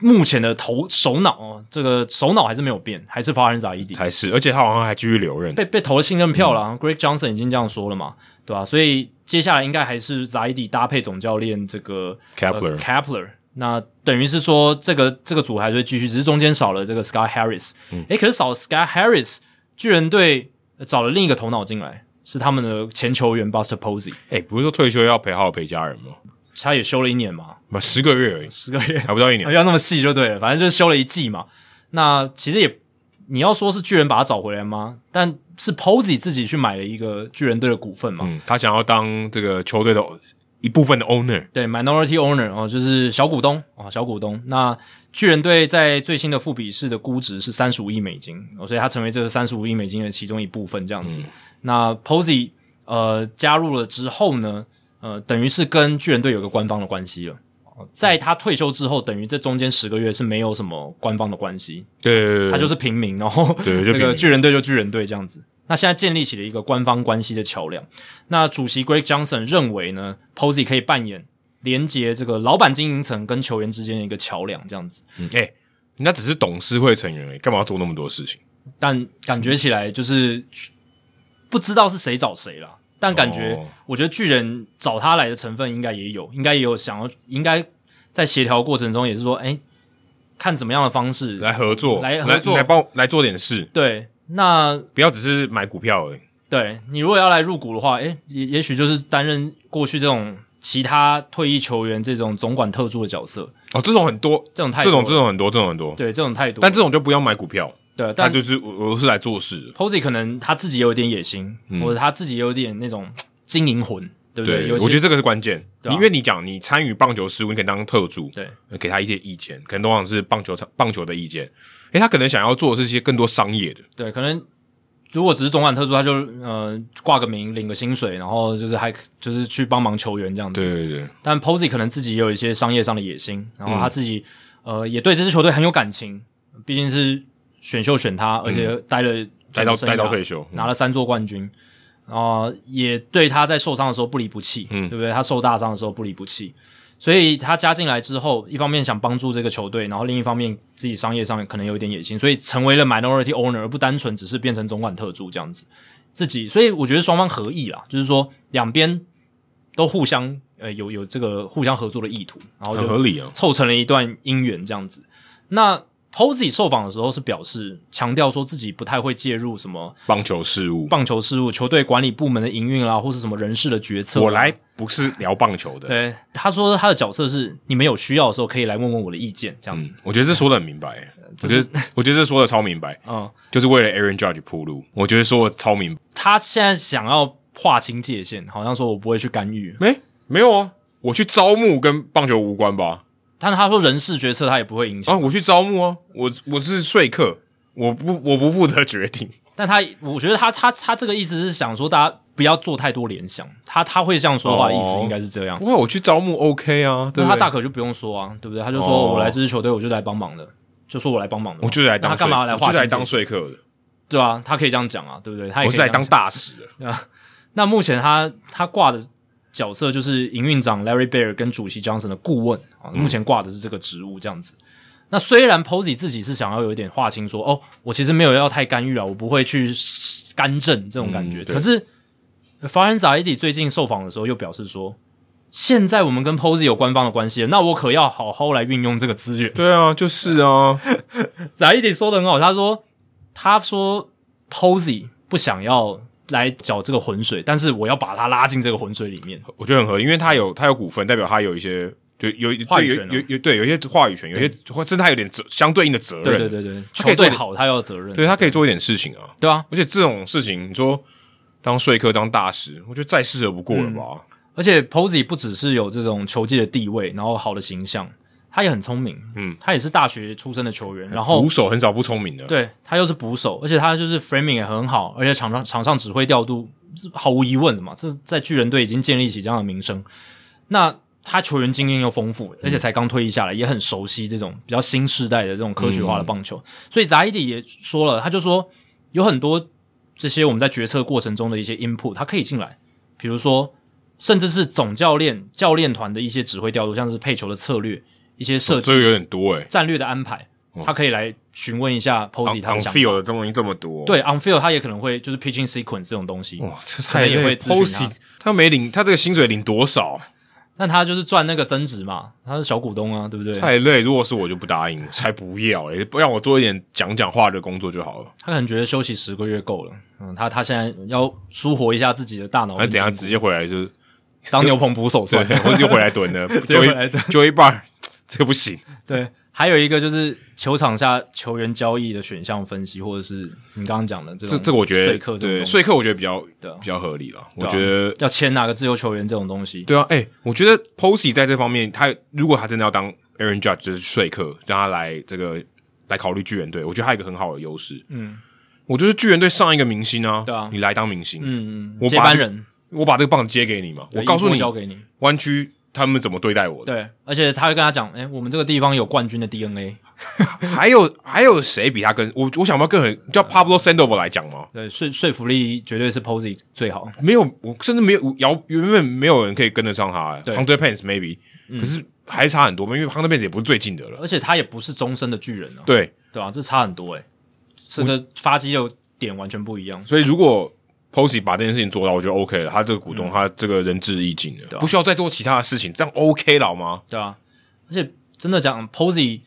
Speaker 1: 目前的头首脑哦，这个首脑还是没有变，还是法兰扎伊迪
Speaker 2: 才是，而且他好像还继续留任。
Speaker 1: 被被投了信任票了、g r e g Johnson 已经这样说了嘛，对吧、所以接下来应该还是扎伊迪搭配总教练这个
Speaker 2: Kepler
Speaker 1: Kepler。那等于是说，这个这个组还是会继续，只是中间少了这个 Scott Harris。诶、可是少了 Scott Harris，巨人队呃找了另一个头脑进来，是他们的前球员 Buster Posey，
Speaker 2: 哎，不是说退休要陪好好陪家人吗？
Speaker 1: 他也休了一年嘛，
Speaker 2: 嘛，十个月而已，
Speaker 1: 十个月。
Speaker 2: 还不到一年
Speaker 1: 啊。要那么细就对了，反正就是修了一季嘛。那其实也，你要说是巨人把他找回来吗？但是 Posey 自己去买了一个巨人队的股份嘛，
Speaker 2: 嗯，他想要当这个球队的一部分的 owner。
Speaker 1: 对，minority owner 哦，就是小股东哦，小股东。那巨人队在最新的复比市的估值是三十五亿美金、哦，所以他成为这三十五亿美金的其中一部分这样子。那 Posey 呃加入了之后呢，呃，等于是跟巨人队有个官方的关系了。哦在他退休之后，等于这中间十个月是没有什么官方的关系，
Speaker 2: 对，
Speaker 1: 他就是平民，然后
Speaker 2: 对
Speaker 1: 这
Speaker 2: 就平
Speaker 1: 个
Speaker 2: 民
Speaker 1: 巨人队就巨人队这样子。那现在建立起了一个官方关系的桥梁。那主席 Greg Johnson 认为呢，Posey 可以扮演连接这个老板经营层跟球员之间的一个桥梁，这样子。
Speaker 2: 嗯哎、人家只是董事会成员而已，干嘛要做那么多事情？
Speaker 1: 但感觉起来就是不知道是谁找谁啦。但感觉，
Speaker 2: 哦
Speaker 1: 我觉得巨人找他来的成分应该也有，应该也有想要，应该在协调过程中也是说，哎、看怎么样的方式
Speaker 2: 来合作，
Speaker 1: 来合
Speaker 2: 来
Speaker 1: 作
Speaker 2: 来帮我来做点事，
Speaker 1: 对。那
Speaker 2: 不要只是买股票而已。
Speaker 1: 对你如果要来入股的话，诶，也也许就是担任过去这种其他退役球员这种总管特助的角色，
Speaker 2: 哦，这种很多，
Speaker 1: 这种态度，
Speaker 2: 这种这种很多，这种很多。
Speaker 1: 对这种态度。
Speaker 2: 但这种就不要买股票，
Speaker 1: 对，
Speaker 2: 他
Speaker 1: 但
Speaker 2: 就是我我是来做事的。
Speaker 1: Posey 可能他自己有一点野心，
Speaker 2: 嗯
Speaker 1: 或者他自己有一点那种嘖经营魂，对不对？有
Speaker 2: 我觉
Speaker 1: 得
Speaker 2: 得这个是关键。
Speaker 1: 对啊
Speaker 2: 你因为你讲你参与棒球事务，你可以当特助，
Speaker 1: 对
Speaker 2: 呃，给他一些意见，可能通常是棒球场棒球的意见。诶，他可能想要做的是一些更多商业的，
Speaker 1: 对，可能如果只是总管特助，他就呃挂个名，领个薪水，然后就是还就是去帮忙球员这样子。
Speaker 2: 对对对，
Speaker 1: 但 Posey 可能自己也有一些商业上的野心，然
Speaker 2: 嗯
Speaker 1: 后他自己、呃也对这支球队很有感情，毕竟是选秀选他，而且待了
Speaker 2: 嗯待到
Speaker 1: 整个生涯啊
Speaker 2: 待到退休嗯
Speaker 1: 拿了三座冠军，然后也对他在受伤的时候不离不弃，嗯，对不对？他受大伤的时候不离不弃，所以他加进来之后，一方面想帮助这个球队，然后另一方面自己商业上可能有一点野心，所以成为了 minority owner，而不单纯只是变成总管特助这样子。自己，所以我觉得双方合意啦，就是说两边都互相呃有有这个互相合作的意图，然后
Speaker 2: 很
Speaker 1: 就
Speaker 2: 合理啊。
Speaker 1: 凑成了一段姻缘这样子。那 Posey 受访的时候是表示强调说自己不太会介入什么
Speaker 2: 棒球事务，
Speaker 1: 棒球事务、球队管理部门的营运啦，或是什么人事的决策。
Speaker 2: 我来，不是聊棒球
Speaker 1: 啊
Speaker 2: 的。
Speaker 1: 对他说他的角色是你们有需要的时候可以来问问我的意见这样子。
Speaker 2: 我觉得这说的很明白，我觉得我觉得这说的超明白，
Speaker 1: 嗯，
Speaker 2: 就是为了 Aaron Judge 铺路。我觉得说的超明白。
Speaker 1: 他现在想要划清界限，好像说我不会去干预，
Speaker 2: 没没有啊，我去招募跟棒球无关吧？
Speaker 1: 但他说人事决策他也不会影响。
Speaker 2: 啊，我去招募啊，我我是说客，我不我不负责决定。
Speaker 1: 但他，我觉得他他他这个意思是想说，大家不要做太多联想。他他会这样说话，
Speaker 2: 哦
Speaker 1: 意思应该是这样。
Speaker 2: 不会，我去招募 OK 啊，对
Speaker 1: 那
Speaker 2: 不
Speaker 1: 他
Speaker 2: 对？
Speaker 1: 大可就不用说啊，对不对？他就说
Speaker 2: 哦
Speaker 1: 我来这支球队，我就来帮忙的，就说我来帮忙的嘛。
Speaker 2: 我就是来
Speaker 1: 那
Speaker 2: 当
Speaker 1: 他干嘛
Speaker 2: 说
Speaker 1: 来
Speaker 2: 我
Speaker 1: 划
Speaker 2: 就是来
Speaker 1: 清
Speaker 2: 当
Speaker 1: 界
Speaker 2: 说客的，
Speaker 1: 对啊，他可以这样讲啊，对不对？他也
Speaker 2: 我
Speaker 1: 可以
Speaker 2: 是来
Speaker 1: 这样
Speaker 2: 当
Speaker 1: 讲
Speaker 2: 大使的。
Speaker 1: 那目前他他挂的角色就是营运长 Larry Bear 跟主席 Johnson 的顾问啊，
Speaker 2: 嗯
Speaker 1: 目前挂的是这个职务这样子。那虽然 Posey 自己是想要有一点划清说，哦，我其实没有要太干预啊，我不会去干政这种感觉。
Speaker 2: 嗯对
Speaker 1: 可是 f a r e n z a i d i 最近受访的时候又表示说，现在我们跟 Posey 有官方的关系了，那我可要好好来运用这个资源。
Speaker 2: 对啊，就是 啊，
Speaker 1: z a i d i 说的很好，他说他说 Posey 不想要来搅这个浑水，但是我要把他拉进这个浑水里面。
Speaker 2: 我觉得很合理，因为他有他有股份，代表他有一些就有一
Speaker 1: 话语
Speaker 2: 对
Speaker 1: 权啊
Speaker 2: 有有有对有一些话语权，有一些或甚至他有点责相对应的责任。
Speaker 1: 对对对对，
Speaker 2: 他可
Speaker 1: 球
Speaker 2: 以做
Speaker 1: 队
Speaker 2: 点
Speaker 1: 好，他要有责任。
Speaker 2: 对他可以做一点事情啊。
Speaker 1: 对啊，
Speaker 2: 而且这种事情，你说当说客当大使，我觉得再适合不过了
Speaker 1: 嗯
Speaker 2: 吧？
Speaker 1: 而且 Posey 不只是有这种球界的地位，然后好的形象，他也很聪明。
Speaker 2: 嗯，
Speaker 1: 他也是大学出身的球员，然后
Speaker 2: 捕手很少不聪明的，
Speaker 1: 对他又是捕手，而且他就是 framing 也很好，而且场上场上指挥调度是毫无疑问的嘛。这在巨人队已经建立起这样的名声。那他球员经验又丰富，而且才刚退役下来，也很熟悉这种比较新时代的这种科学化的棒球。所以 z a i d i 也说了，他就说有很多这些我们在决策过程中的一些 input，他可以进来，比如说甚至是总教练、教练团的一些指挥调度，像是配球的策略、一些设计、
Speaker 2: 这个有点多哎、
Speaker 1: 战略的安排，他可以来询问一下
Speaker 2: On
Speaker 1: Posey 他的
Speaker 2: on
Speaker 1: 想法。
Speaker 2: field 的东西这么多，，
Speaker 1: 对，on field 他也可能会就是 pitching sequence 这种东西，
Speaker 2: 哇，这
Speaker 1: 可
Speaker 2: 太
Speaker 1: 能也会咨询
Speaker 2: Posey 他没领他这个薪水领多少，
Speaker 1: 但他就是赚那个增值嘛，他是小股东啊，对不对？
Speaker 2: 太累。如果是我就不答应，才不要哎、不让我做一点讲讲话的工作就好了。
Speaker 1: 他可能觉得休息十个月够了，嗯，他他现在要舒活一下自己的大脑跟
Speaker 2: 那哎等
Speaker 1: 筋骨，
Speaker 2: 一下直接回来就是，哦
Speaker 1: 当牛棚捕手算
Speaker 2: 对，
Speaker 1: 了。
Speaker 2: 我就回来蹲了，
Speaker 1: 接
Speaker 2: 就一
Speaker 1: 回来蹲
Speaker 2: 就一半，这个不行。
Speaker 1: 对，还有一个就是球场下球员交易的选项分析，或者是你刚刚讲的这
Speaker 2: 这
Speaker 1: 种
Speaker 2: 这个我觉
Speaker 1: 说
Speaker 2: 得
Speaker 1: 客这种
Speaker 2: 对
Speaker 1: 东西
Speaker 2: 说客我觉得比较
Speaker 1: 对啊
Speaker 2: 比较合理了，我
Speaker 1: 对啊
Speaker 2: 觉得
Speaker 1: 要签哪个自由球员这种东西，
Speaker 2: 对啊，哎、我觉得 Posey 在这方面，他如果他真的要当 Aaron Judge 就是说客，让他来这个来考虑巨人队，我觉得他有一个很好的优势。
Speaker 1: 嗯，
Speaker 2: 我就是巨人队上一个明星啊，
Speaker 1: 对啊
Speaker 2: 你来当明星，
Speaker 1: 嗯，
Speaker 2: 我
Speaker 1: 接
Speaker 2: 把
Speaker 1: 班
Speaker 2: 这个
Speaker 1: 人，
Speaker 2: 我把这个棒子接给你嘛，我
Speaker 1: 对
Speaker 2: 告诉
Speaker 1: 一锅
Speaker 2: 你，
Speaker 1: 交给你，
Speaker 2: 湾区他们怎么对待我的。
Speaker 1: 对，而且他会跟他讲，哎、我们这个地方有冠军的 DNA，
Speaker 2: 还有还有谁比他更我我想不到更狠
Speaker 1: 嗯
Speaker 2: 叫 Pablo Sandoval 来讲吗？
Speaker 1: 对，说说服力绝对是 Posey 最好，
Speaker 2: 没有，我甚至没有姚原本没有人可以跟得上他、欸。
Speaker 1: 对嗯
Speaker 2: Hunter Pence maybe，、可是还是差很多嘛，因为 Hunter Pence 也不是最近的了。
Speaker 1: 而且他也不是终身的巨人啊，
Speaker 2: 对，
Speaker 1: 对啊，这差很多哎、这个发肌肉点完全不一样，
Speaker 2: 所以如果 Posey 把这件事情做到，我觉得 OK 了。他这个股东，他这个仁至义尽了，
Speaker 1: 嗯啊
Speaker 2: 不需要再做其他的事情，这样 OK 了好吗？
Speaker 1: 对啊，而且真的讲 Posey，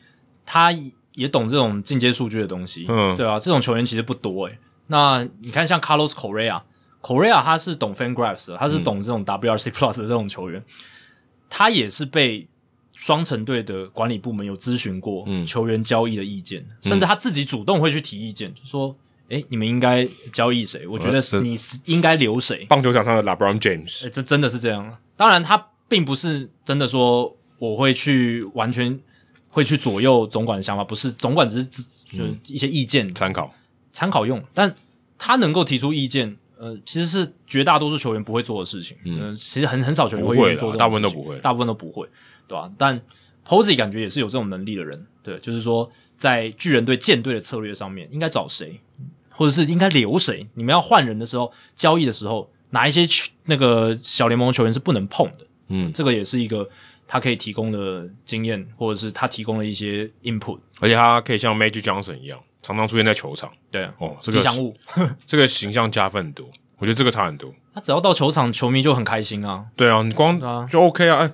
Speaker 1: 他也懂这种进阶数据的东西，
Speaker 2: 嗯
Speaker 1: 对啊，这种球员其实不多诶、那你看像 Carlos Correa，Correa 他是懂 FanGraphs，的他
Speaker 2: 嗯
Speaker 1: 是懂这种 WRC Plus 的这种球员，他也是被双城队的管理部门有咨询过
Speaker 2: 嗯
Speaker 1: 球员交易的意见，甚至他自己主动会去提意见，就说。诶，你们应该交易谁？我觉得
Speaker 2: 呃这
Speaker 1: 你是应该留谁？
Speaker 2: 棒球场上的 LeBron James，
Speaker 1: 哎、这真的是这样。当然，他并不是真的说我会去完全会去左右总管的想法，不是总管只是只就是一些意见
Speaker 2: 参考
Speaker 1: 参考用，但他能够提出意见，呃，其实是绝大多数球员不会做的事情。嗯、其实很很少球员
Speaker 2: 不会
Speaker 1: 愿意
Speaker 2: 啦
Speaker 1: 做这种事情，
Speaker 2: 大部分都不会
Speaker 1: 大部分都不会，对吧、但 Posey 感觉也是有这种能力的人，对，就是说在巨人队舰队的策略上面，应该找谁，或者是应该留谁？你们要换人的时候，交易的时候，哪一些球那个小联盟球员是不能碰的？
Speaker 2: 嗯，
Speaker 1: 这个也是一个他可以提供的经验，或者是他提供了一些 input，
Speaker 2: 而且他可以像 Magic Johnson 一样，常常出现在球场。
Speaker 1: 对啊，
Speaker 2: 哦，这
Speaker 1: 吉
Speaker 2: 个
Speaker 1: 祥物。
Speaker 2: 这个形象加分很多，我觉得这个差很多。
Speaker 1: 他只要到球场，球迷就很开心啊！
Speaker 2: 对啊，你
Speaker 1: 啊
Speaker 2: 光就 OK 啊。哎、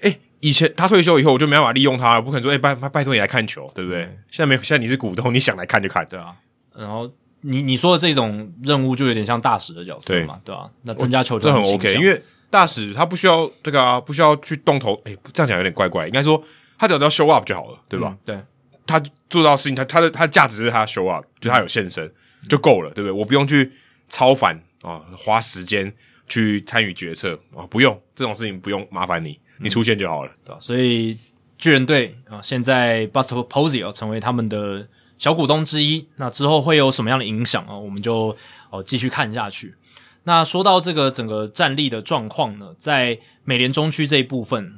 Speaker 2: 哎以前他退休以后，我就没办法利用他了，不可能说，哎、拜拜拜托你来看球，对不对？
Speaker 1: 嗯
Speaker 2: 现在没有，现在你是股东，你想来看就看。
Speaker 1: 对啊，然后你你说的这种任务就有点像大使的角色嘛，对啊，那增加球队
Speaker 2: 这很
Speaker 1: 形
Speaker 2: OK，
Speaker 1: 象
Speaker 2: 因为大使他不需要这个啊，不需要去动头。哎、这样讲有点怪怪，应该说他只要 show up 就好了，对吧？
Speaker 1: 嗯对，
Speaker 2: 他做到事情，他他的他的价值就是他 show
Speaker 1: 嗯
Speaker 2: up，就他有现身、就够了，对不对？我不用去超凡啊、花时间去参与决策啊、不用这种事情不用麻烦你，你出现就好了。
Speaker 1: 对啊，所以巨人队啊，现在 Buster Posey 要、成为他们的小股东之一，那之后会有什么样的影响啊？我们就哦继续看下去。那说到这个整个战力的状况呢，在美联中区这一部分，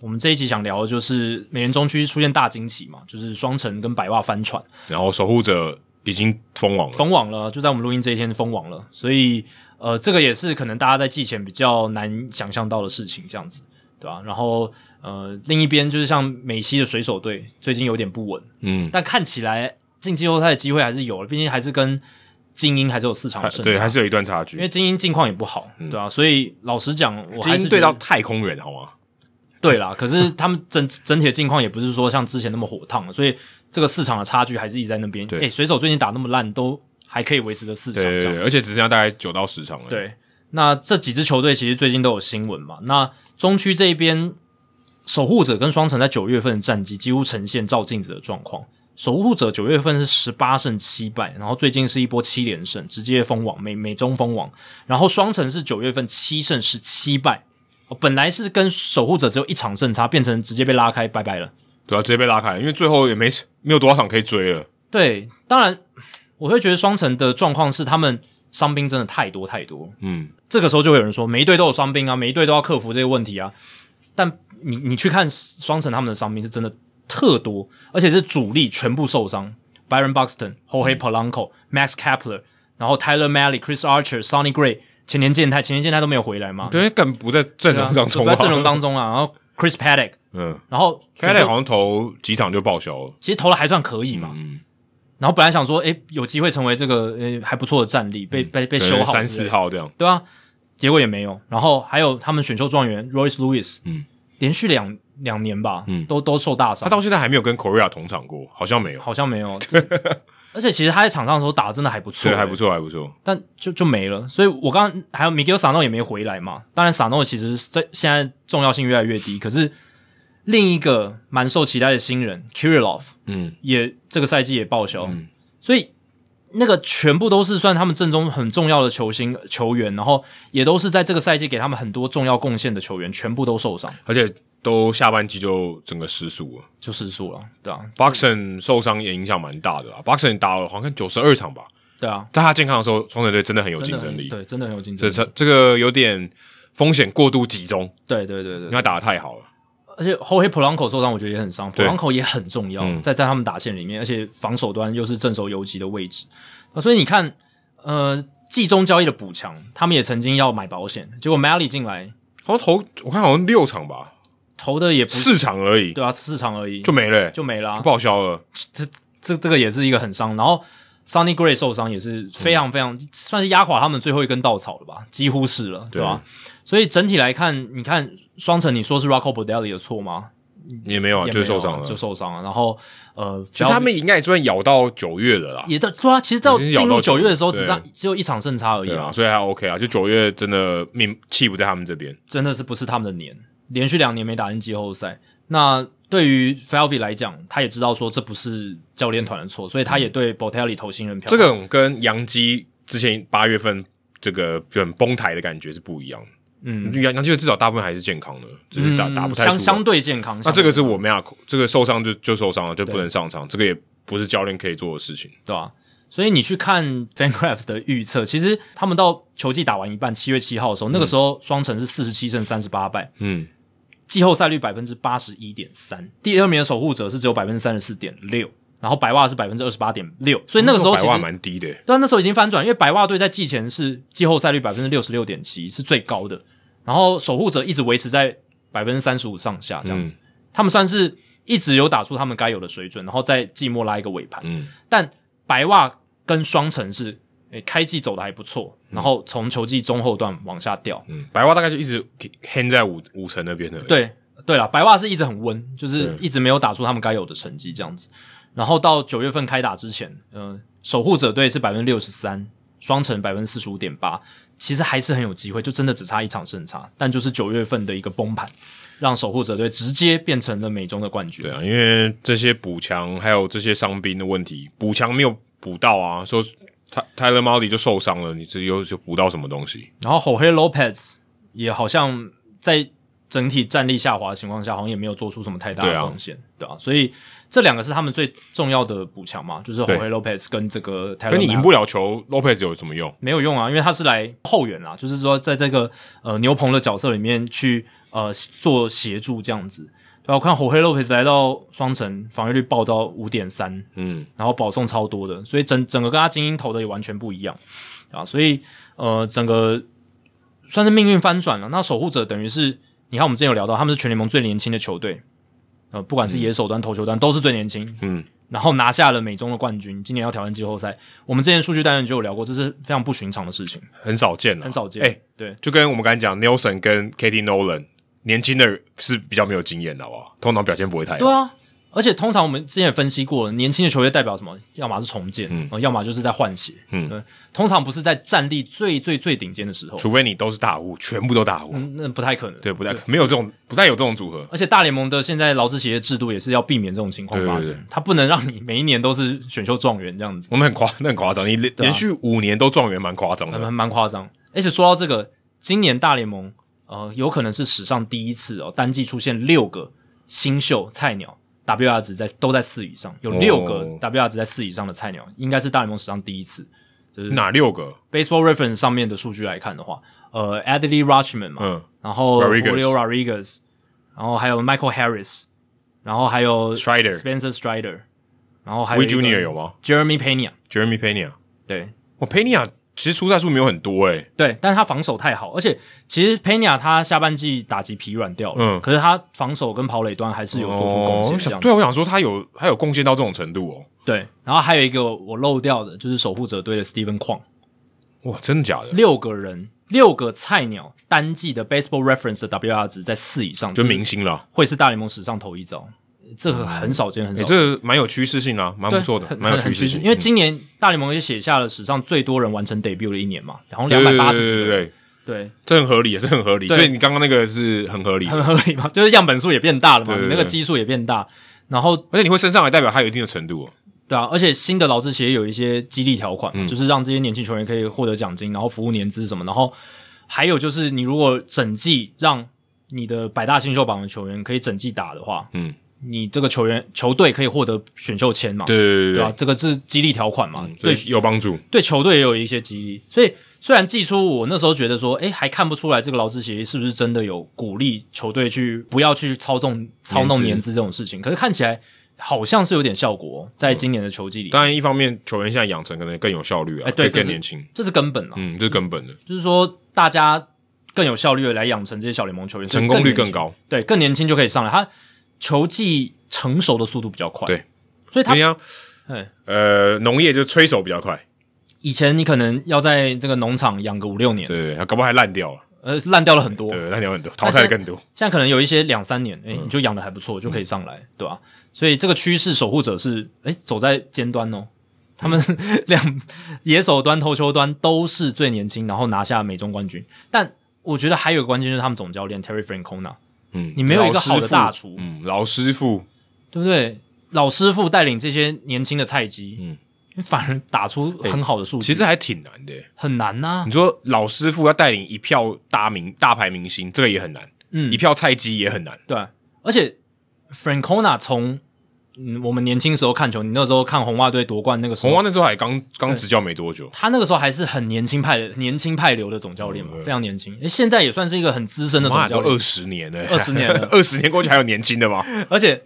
Speaker 1: 我们这一集想聊的就是美联中区出现大惊喜嘛，就是双城跟百袜翻船。
Speaker 2: 然后守护者已经封网了，
Speaker 1: 封网了，就在我们录音这一天封网了，所以呃，这个也是可能大家在季前比较难想象到的事情，这样子，对吧、然后呃，另一边就是像美西的水手队最近有点不稳，
Speaker 2: 嗯，
Speaker 1: 但看起来进季后赛的机会还是有的，毕竟还是跟精英还是有四场
Speaker 2: 还
Speaker 1: 的胜
Speaker 2: 对，
Speaker 1: 差
Speaker 2: 还是有一段差
Speaker 1: 因
Speaker 2: 距
Speaker 1: 为。精英近况也不好，对吧、所以老实讲，我
Speaker 2: 精
Speaker 1: 还
Speaker 2: 英
Speaker 1: 是
Speaker 2: 对
Speaker 1: 觉
Speaker 2: 到
Speaker 1: 得
Speaker 2: 太空人好吗？
Speaker 1: 对啦，可是他们整整体的境况也不是说像之前那么火烫啊了，所以这个市场的差距还是一直在那边。
Speaker 2: 对
Speaker 1: 诶，水手最近打那么烂，都还可以维持着四场
Speaker 2: 对
Speaker 1: 这
Speaker 2: 对
Speaker 1: 样子
Speaker 2: 对，而且只剩下大概九到十场了。，
Speaker 1: 对，那这几支球队其实最近都有新闻嘛。那中区这一边，守护者跟双城在九月份的战绩几乎呈现照镜子的状况。守护者九月份是十八胜七败，然后最近是一波七连胜，直接封王，美美中封王。然后双城是九月份七胜十七败，哦本来是跟守护者只有一场胜差，变成直接被拉开，拜拜了。
Speaker 2: 对啊，直接被拉开，因为最后也没没有多少场可以追了。
Speaker 1: 对，当然我会觉得双城的状况是他们伤兵真的太多太多，
Speaker 2: 嗯，
Speaker 1: 这个时候就会有人说，每一队都有伤兵啊，每一队都要克服这些问题啊。但你你去看双城他们的伤兵是真的特多，而且是主力全部受伤，Byron Buxton、Jorge
Speaker 2: 嗯
Speaker 1: Polanco、Max Kepler，然后 Tyler Malley、Chris Archer、Sonny Gray，前年健太前年健太都没有回来嘛，
Speaker 2: 对，啊更不在阵容当中
Speaker 1: 不在
Speaker 2: 啊。
Speaker 1: 阵容当中啊，然后 Chris Paddock，
Speaker 2: 嗯
Speaker 1: 然后
Speaker 2: p a 好像投几场就报销了。
Speaker 1: 其实投的还算可以嘛。
Speaker 2: 嗯
Speaker 1: 然后本来想说，诶，有机会成为这个诶还不错的战力，被被被
Speaker 2: 可
Speaker 1: 修
Speaker 2: 能
Speaker 1: 好之类
Speaker 2: 嗯三
Speaker 1: 的
Speaker 2: 四号这样，
Speaker 1: 对啊，结果也没有。然后还有他们选秀状元 Royce Lewis，
Speaker 2: 嗯，
Speaker 1: 连续两两年吧，嗯，都都受大伤
Speaker 2: 他，到现在还没有跟 Korea 同场过，好像没有，
Speaker 1: 好像没有。 就而且其实他在场上的时候打得真的还不错、
Speaker 2: 对，还
Speaker 1: 欸
Speaker 2: 不错，还不错。
Speaker 1: 但就就没了。所以我刚刚还有 Miguel Sano 也没回来嘛。当然，Sano 其实是在现在重要性越来越低，可是另一个蛮受期待的新人 Kirilov
Speaker 3: 嗯，
Speaker 1: 也这个赛季也报销，所以那个全部都是算他们阵中很重要的球星球员，然后也都是在这个赛季给他们很多重要贡献的球员，全部都受伤，
Speaker 2: 而且都下半季就整个失速了。
Speaker 1: 就失速了，对啊，
Speaker 2: Boxon 受伤也影响蛮大的啦。Boxon 打了好像九十二场吧，
Speaker 1: 对啊，
Speaker 2: 在他健康的时候，双城队真的很有
Speaker 1: 真
Speaker 2: 竞
Speaker 1: 的
Speaker 2: 争
Speaker 1: 很
Speaker 2: 力。
Speaker 1: 对，真的很有竞争
Speaker 2: 这
Speaker 1: 力，
Speaker 2: 这这个有点风险过度集中，
Speaker 1: 对对对对
Speaker 2: 因为他打的太好了。
Speaker 1: 而且后黑普朗口受伤，我觉得也很伤。普
Speaker 2: 对
Speaker 1: 朗口也很重要，
Speaker 2: 嗯
Speaker 1: 在在他们打线里面，而且防守端又是正手游击的位置，呃所以你看，呃，季中交易的补强，他们也曾经要买保险，结果 Mally 进来
Speaker 2: 好像投我看好像六场吧，
Speaker 1: 投的也不
Speaker 2: 四场而已
Speaker 1: 嗯对啊，四场而已
Speaker 2: 就没了、欸，
Speaker 1: 就没啊啦、
Speaker 2: 就报销了。
Speaker 1: 这这个也是一个很伤。然后 Sunny Gray 受伤也是非常非常、
Speaker 2: 嗯
Speaker 1: 算是压垮他们最后一根稻草了吧，几乎是了，对吧、所以整体来看，你看双城，你说是 Rocco Baldelli 的错吗？
Speaker 2: 也没有啊，
Speaker 1: 也
Speaker 2: 就是
Speaker 1: 没有
Speaker 2: 受伤了。
Speaker 1: 就受伤了。然后呃，
Speaker 2: 其实他们应该也算咬到九月了啦，
Speaker 1: 也到对啊，其实到
Speaker 2: 已
Speaker 1: 进
Speaker 2: 经咬
Speaker 1: 入
Speaker 2: 到
Speaker 1: 九
Speaker 2: 九
Speaker 1: 月的时候，
Speaker 2: 对
Speaker 1: 只差只有一场胜差而已
Speaker 2: 对
Speaker 1: 啊
Speaker 2: 啊，，所以还 OK 啊。就九月真的命气不在他们这边，
Speaker 1: 真的是不是他们的年，连续两年没打进季后赛。那对于 f e l v i 来讲，他也知道说这不是教练团的错，所以他也对 Botelli 投新人票。
Speaker 2: 嗯这个跟杨基之前八月份这个很崩台的感觉是不一样的。
Speaker 1: 嗯，
Speaker 2: 杨杨基的至少大部分还是健康的，只是打、
Speaker 1: 嗯
Speaker 2: 打不太出
Speaker 1: 相
Speaker 2: 来
Speaker 1: 相对健康。
Speaker 2: 那
Speaker 1: 相
Speaker 2: 这
Speaker 1: 对
Speaker 2: 个是我没法控，这个受伤就就受伤了，就
Speaker 1: 对
Speaker 2: 不能上场，这个也不是教练可以做的事情。
Speaker 1: 对啊，所以你去看 FanGraphs 的预测，其实他们到球季打完一半，七月七号的时候，那个时候双城是四十七胜三十八败，
Speaker 2: 嗯，
Speaker 1: 季后赛率百分之八十一点三，第二名的守护者是只有百分之三十四点六，然后白袜是百分之二十八点六，所以那个时候
Speaker 2: 百
Speaker 1: 其
Speaker 2: 万
Speaker 1: 实
Speaker 2: 蛮低的，
Speaker 1: 对啊，那时候已经翻转，因为白袜队在季前是季后赛率百分之六十六点七是最高的，然后守护者一直维持在百分之三十五上下这样子，他们算是一直有打出他们该有的水准，然后在季末拉一个尾盘，
Speaker 2: 嗯，
Speaker 1: 但白袜跟双城是诶、开季走的还不错，然后从球季中后段往下掉，
Speaker 2: 嗯，白袜大概就一直 hand 在五五成那边的，，
Speaker 1: 对对了，白袜是一直很温，就是
Speaker 2: 对
Speaker 1: 一直没有打出他们该有的成绩这样子。然后到九月份开打之前，嗯、守护者队是百分之六十三，双城百分之四十五点八，其实还是很有机会，就真的只差一场胜差，但就是九月份的一个崩盘，让守护者队直接变成了美中的冠军。
Speaker 2: 对啊，因为这些补强还有这些伤兵的问题，补强没有补到啊，说泰泰勒猫迪就受伤了，你这又就补到什么东西？
Speaker 1: 然后 Jorge Lopez 也好像在整体战力下滑的情况下，好像也没有做出什么太大
Speaker 2: 对
Speaker 1: 的
Speaker 2: 啊
Speaker 1: 贡献，对啊，所以这两个是他们最重要的补强嘛，就是
Speaker 2: 对
Speaker 1: Jorge Lopez 跟这个 Taylor
Speaker 2: 可你
Speaker 1: Mack
Speaker 2: 赢不了球，Lopez 有什么用？
Speaker 1: 没有用啊，因为他是来后援啦，就是说在这个呃牛棚的角色里面去呃做协助这样子。对啊吧、我看火黑 Lopez 来到双城，防御率爆到五点三，
Speaker 2: 嗯，
Speaker 1: 然后保送超多的，所以整整个跟他精英投的也完全不一样啊，所以呃整个算是命运翻转了。那守护者等于是你看我们之前有聊到，他们是全联盟最年轻的球队，呃，不管是野手端、投球端都是最年轻，
Speaker 2: 嗯，
Speaker 1: 然后拿下了美中的冠军，今年要挑战季后赛。我们之前数据单元就有聊过，这是非常不寻常的事情，
Speaker 2: 很少见了，
Speaker 1: 很少见。
Speaker 2: 哎、
Speaker 1: 对，
Speaker 2: 就跟我们刚才讲，Nelson 跟 Katie Nolan，年轻的是比较没有经验的，好不好？通常表现不会太好。
Speaker 1: 对啊。而且通常我们之前也分析过了，年轻的球队代表什么？要么是重建，
Speaker 2: 嗯
Speaker 1: 呃要么就是在换血，
Speaker 2: 嗯
Speaker 1: 对，通常不是在战力最最最顶尖的时候，
Speaker 2: 除非你都是大户，全部都大户，
Speaker 1: 嗯那不太可能。
Speaker 2: 对，不太没有这种，不太有这种组合。
Speaker 1: 而且大联盟的现在劳资协议制度也是要避免这种情况发
Speaker 2: 对对
Speaker 1: 生
Speaker 2: 对，
Speaker 1: 他不能让你每一年都是选秀状元这样子。
Speaker 2: 我们很夸，那很夸张，你连
Speaker 1: 啊
Speaker 2: 连续五年都状元，蛮夸张的。
Speaker 1: 蛮蛮夸张。而且说到这个，今年大联盟呃有可能是史上第一次哦，单季出现六个新秀菜鸟 WR 值在都在四以上，有六个
Speaker 2: 哦
Speaker 1: WR 值在四以上的菜鸟，应该是大联盟史上第一次。就是
Speaker 2: 哪六个？
Speaker 1: Baseball Reference 上面的数据来看的话，呃，Adley Rutschman 嘛，
Speaker 2: 嗯
Speaker 1: 然后
Speaker 2: Rodriguez
Speaker 1: Julio Rodriguez，然后还有 Michael Harris，然后还有
Speaker 2: Strider
Speaker 1: Spencer Strider，然后还有
Speaker 2: ，We
Speaker 1: 一个
Speaker 2: Junior 有吗
Speaker 1: Jeremy Pena，
Speaker 2: ？Jeremy Pena，
Speaker 1: 对，
Speaker 2: 我 Pena 其实出赛数没有很多诶、
Speaker 1: 对，但是他防守太好，而且其实 Pena 他下半季打击疲软掉了，
Speaker 2: 嗯
Speaker 1: 可是他防守跟跑垒端还是有做出贡
Speaker 2: 我
Speaker 1: 献，这
Speaker 2: 想
Speaker 1: 样、
Speaker 2: 对啊，我想说他有他有贡献到这种程度
Speaker 1: 对。然后还有一个我漏掉的，就是守护者队的 Steven Kwong，
Speaker 2: 哦，哇，真的假的？
Speaker 1: 六个人，六个菜鸟单季的 Baseball Reference 的 WR 值在四以上，
Speaker 2: 就
Speaker 1: 这
Speaker 2: 明星了，
Speaker 1: 会是大联盟史上头一招，这个很少见，很
Speaker 2: 哎、
Speaker 1: 少见。
Speaker 2: 这蛮有趋势性啊，蛮不
Speaker 1: 对
Speaker 2: 错的，嗯
Speaker 1: 很
Speaker 2: 蛮有
Speaker 1: 很
Speaker 2: 趋势
Speaker 1: 很
Speaker 2: 性，
Speaker 1: 因为今年大联盟也写下了史上最多人完成 debut 的一年嘛，然后
Speaker 2: 对
Speaker 1: 两
Speaker 2: 对
Speaker 1: 百
Speaker 2: 对
Speaker 1: 八
Speaker 2: 对
Speaker 1: 十几个人
Speaker 2: 对对对，
Speaker 1: 对，
Speaker 2: 这很合理，这很合理。
Speaker 1: 对
Speaker 2: 所以你刚刚那个是很合理，
Speaker 1: 很合理嘛，就是样本数也变大了嘛，
Speaker 2: 对对
Speaker 1: 你那
Speaker 2: 对
Speaker 1: 个基数也变大，然后
Speaker 2: 而且你会升上来，代表它有一定的程度、哦。
Speaker 1: 对啊，而且新的劳资协议有一些激励条款，
Speaker 2: 嗯
Speaker 1: 就是让这些年轻球员可以获得奖金，然后服务年资什么，然后还有就是你如果整季让你的百大新秀榜的球员可以整季打的话，
Speaker 2: 嗯，
Speaker 1: 你这个球员球队可以获得选秀签嘛，
Speaker 2: 对嗯对对
Speaker 1: 啊，这个是激励条款嘛，对
Speaker 2: 所以有帮助。
Speaker 1: 对球队也有一些激励，所以虽然季初我那时候觉得说，诶，还看不出来这个劳资协议是不是真的有鼓励球队去不要去操纵操弄年资这种事情，可是看起来好像是有点效果哦，在今年的球季里面，
Speaker 2: 当然，一方面球员现在养成可能更有效率啊，
Speaker 1: 哎对
Speaker 2: 可以
Speaker 1: 这是
Speaker 2: 更年轻。
Speaker 1: 这是根本啊，
Speaker 2: 嗯，这是根本的，
Speaker 1: 就是说大家更有效率的来养成这些小联盟球员，
Speaker 2: 成功率
Speaker 1: 年
Speaker 2: 更
Speaker 1: 轻，
Speaker 2: 高。
Speaker 1: 对，更年轻就可以上来，他球技成熟的速度比较快，
Speaker 2: 对，
Speaker 1: 所以他
Speaker 2: 人家
Speaker 1: 哎
Speaker 2: 呃，农业就催手比较快，
Speaker 1: 以前你可能要在这个农场养个五六年，
Speaker 2: 对，它搞不好还烂掉了，
Speaker 1: 呃，烂掉了很多，
Speaker 2: 对，烂掉很多，淘汰更多。
Speaker 1: 现在可能有一些两三年，哎、
Speaker 2: 嗯
Speaker 1: 你就养的还不错，就可以上来，对吧、所以这个趋势守护者是，哎、走在尖端哦。他们
Speaker 2: 嗯
Speaker 1: 两野手端、投球端都是最年轻，然后拿下美中冠军。但我觉得还有一个关键就是他们总教练 Terry Francona，
Speaker 2: 嗯，
Speaker 1: 你没有一个好的大
Speaker 2: 老师
Speaker 1: 厨
Speaker 2: 傅，嗯，老师傅，
Speaker 1: 对不对？老师傅带领这些年轻的菜鸡，
Speaker 2: 嗯哎
Speaker 1: 嗯，反而打出很好的数据，
Speaker 2: 其实嗯还挺难的。
Speaker 1: 很难啊呐、
Speaker 2: 你说老师傅要带领一票大明大牌明星，这个也很难，
Speaker 1: 嗯
Speaker 2: 一，票菜鸡也很难。
Speaker 1: 对，而且 Francona 从嗯我们年轻时候看球，你那时候看红袜队夺冠那个时
Speaker 2: 红
Speaker 1: 候
Speaker 2: 蛙，那时候还刚刚执教没多久，
Speaker 1: 他那个时候还是很年轻派的年轻派流的总教
Speaker 2: 嗯
Speaker 1: 练嘛，非常年轻，诶现在也算是一个很资深的
Speaker 2: 红蛙
Speaker 1: 总
Speaker 2: 都
Speaker 1: 教
Speaker 2: 二
Speaker 1: 练，
Speaker 2: 十年了，
Speaker 1: 20年了
Speaker 2: 二十年过去还有年轻的吗？
Speaker 1: 而且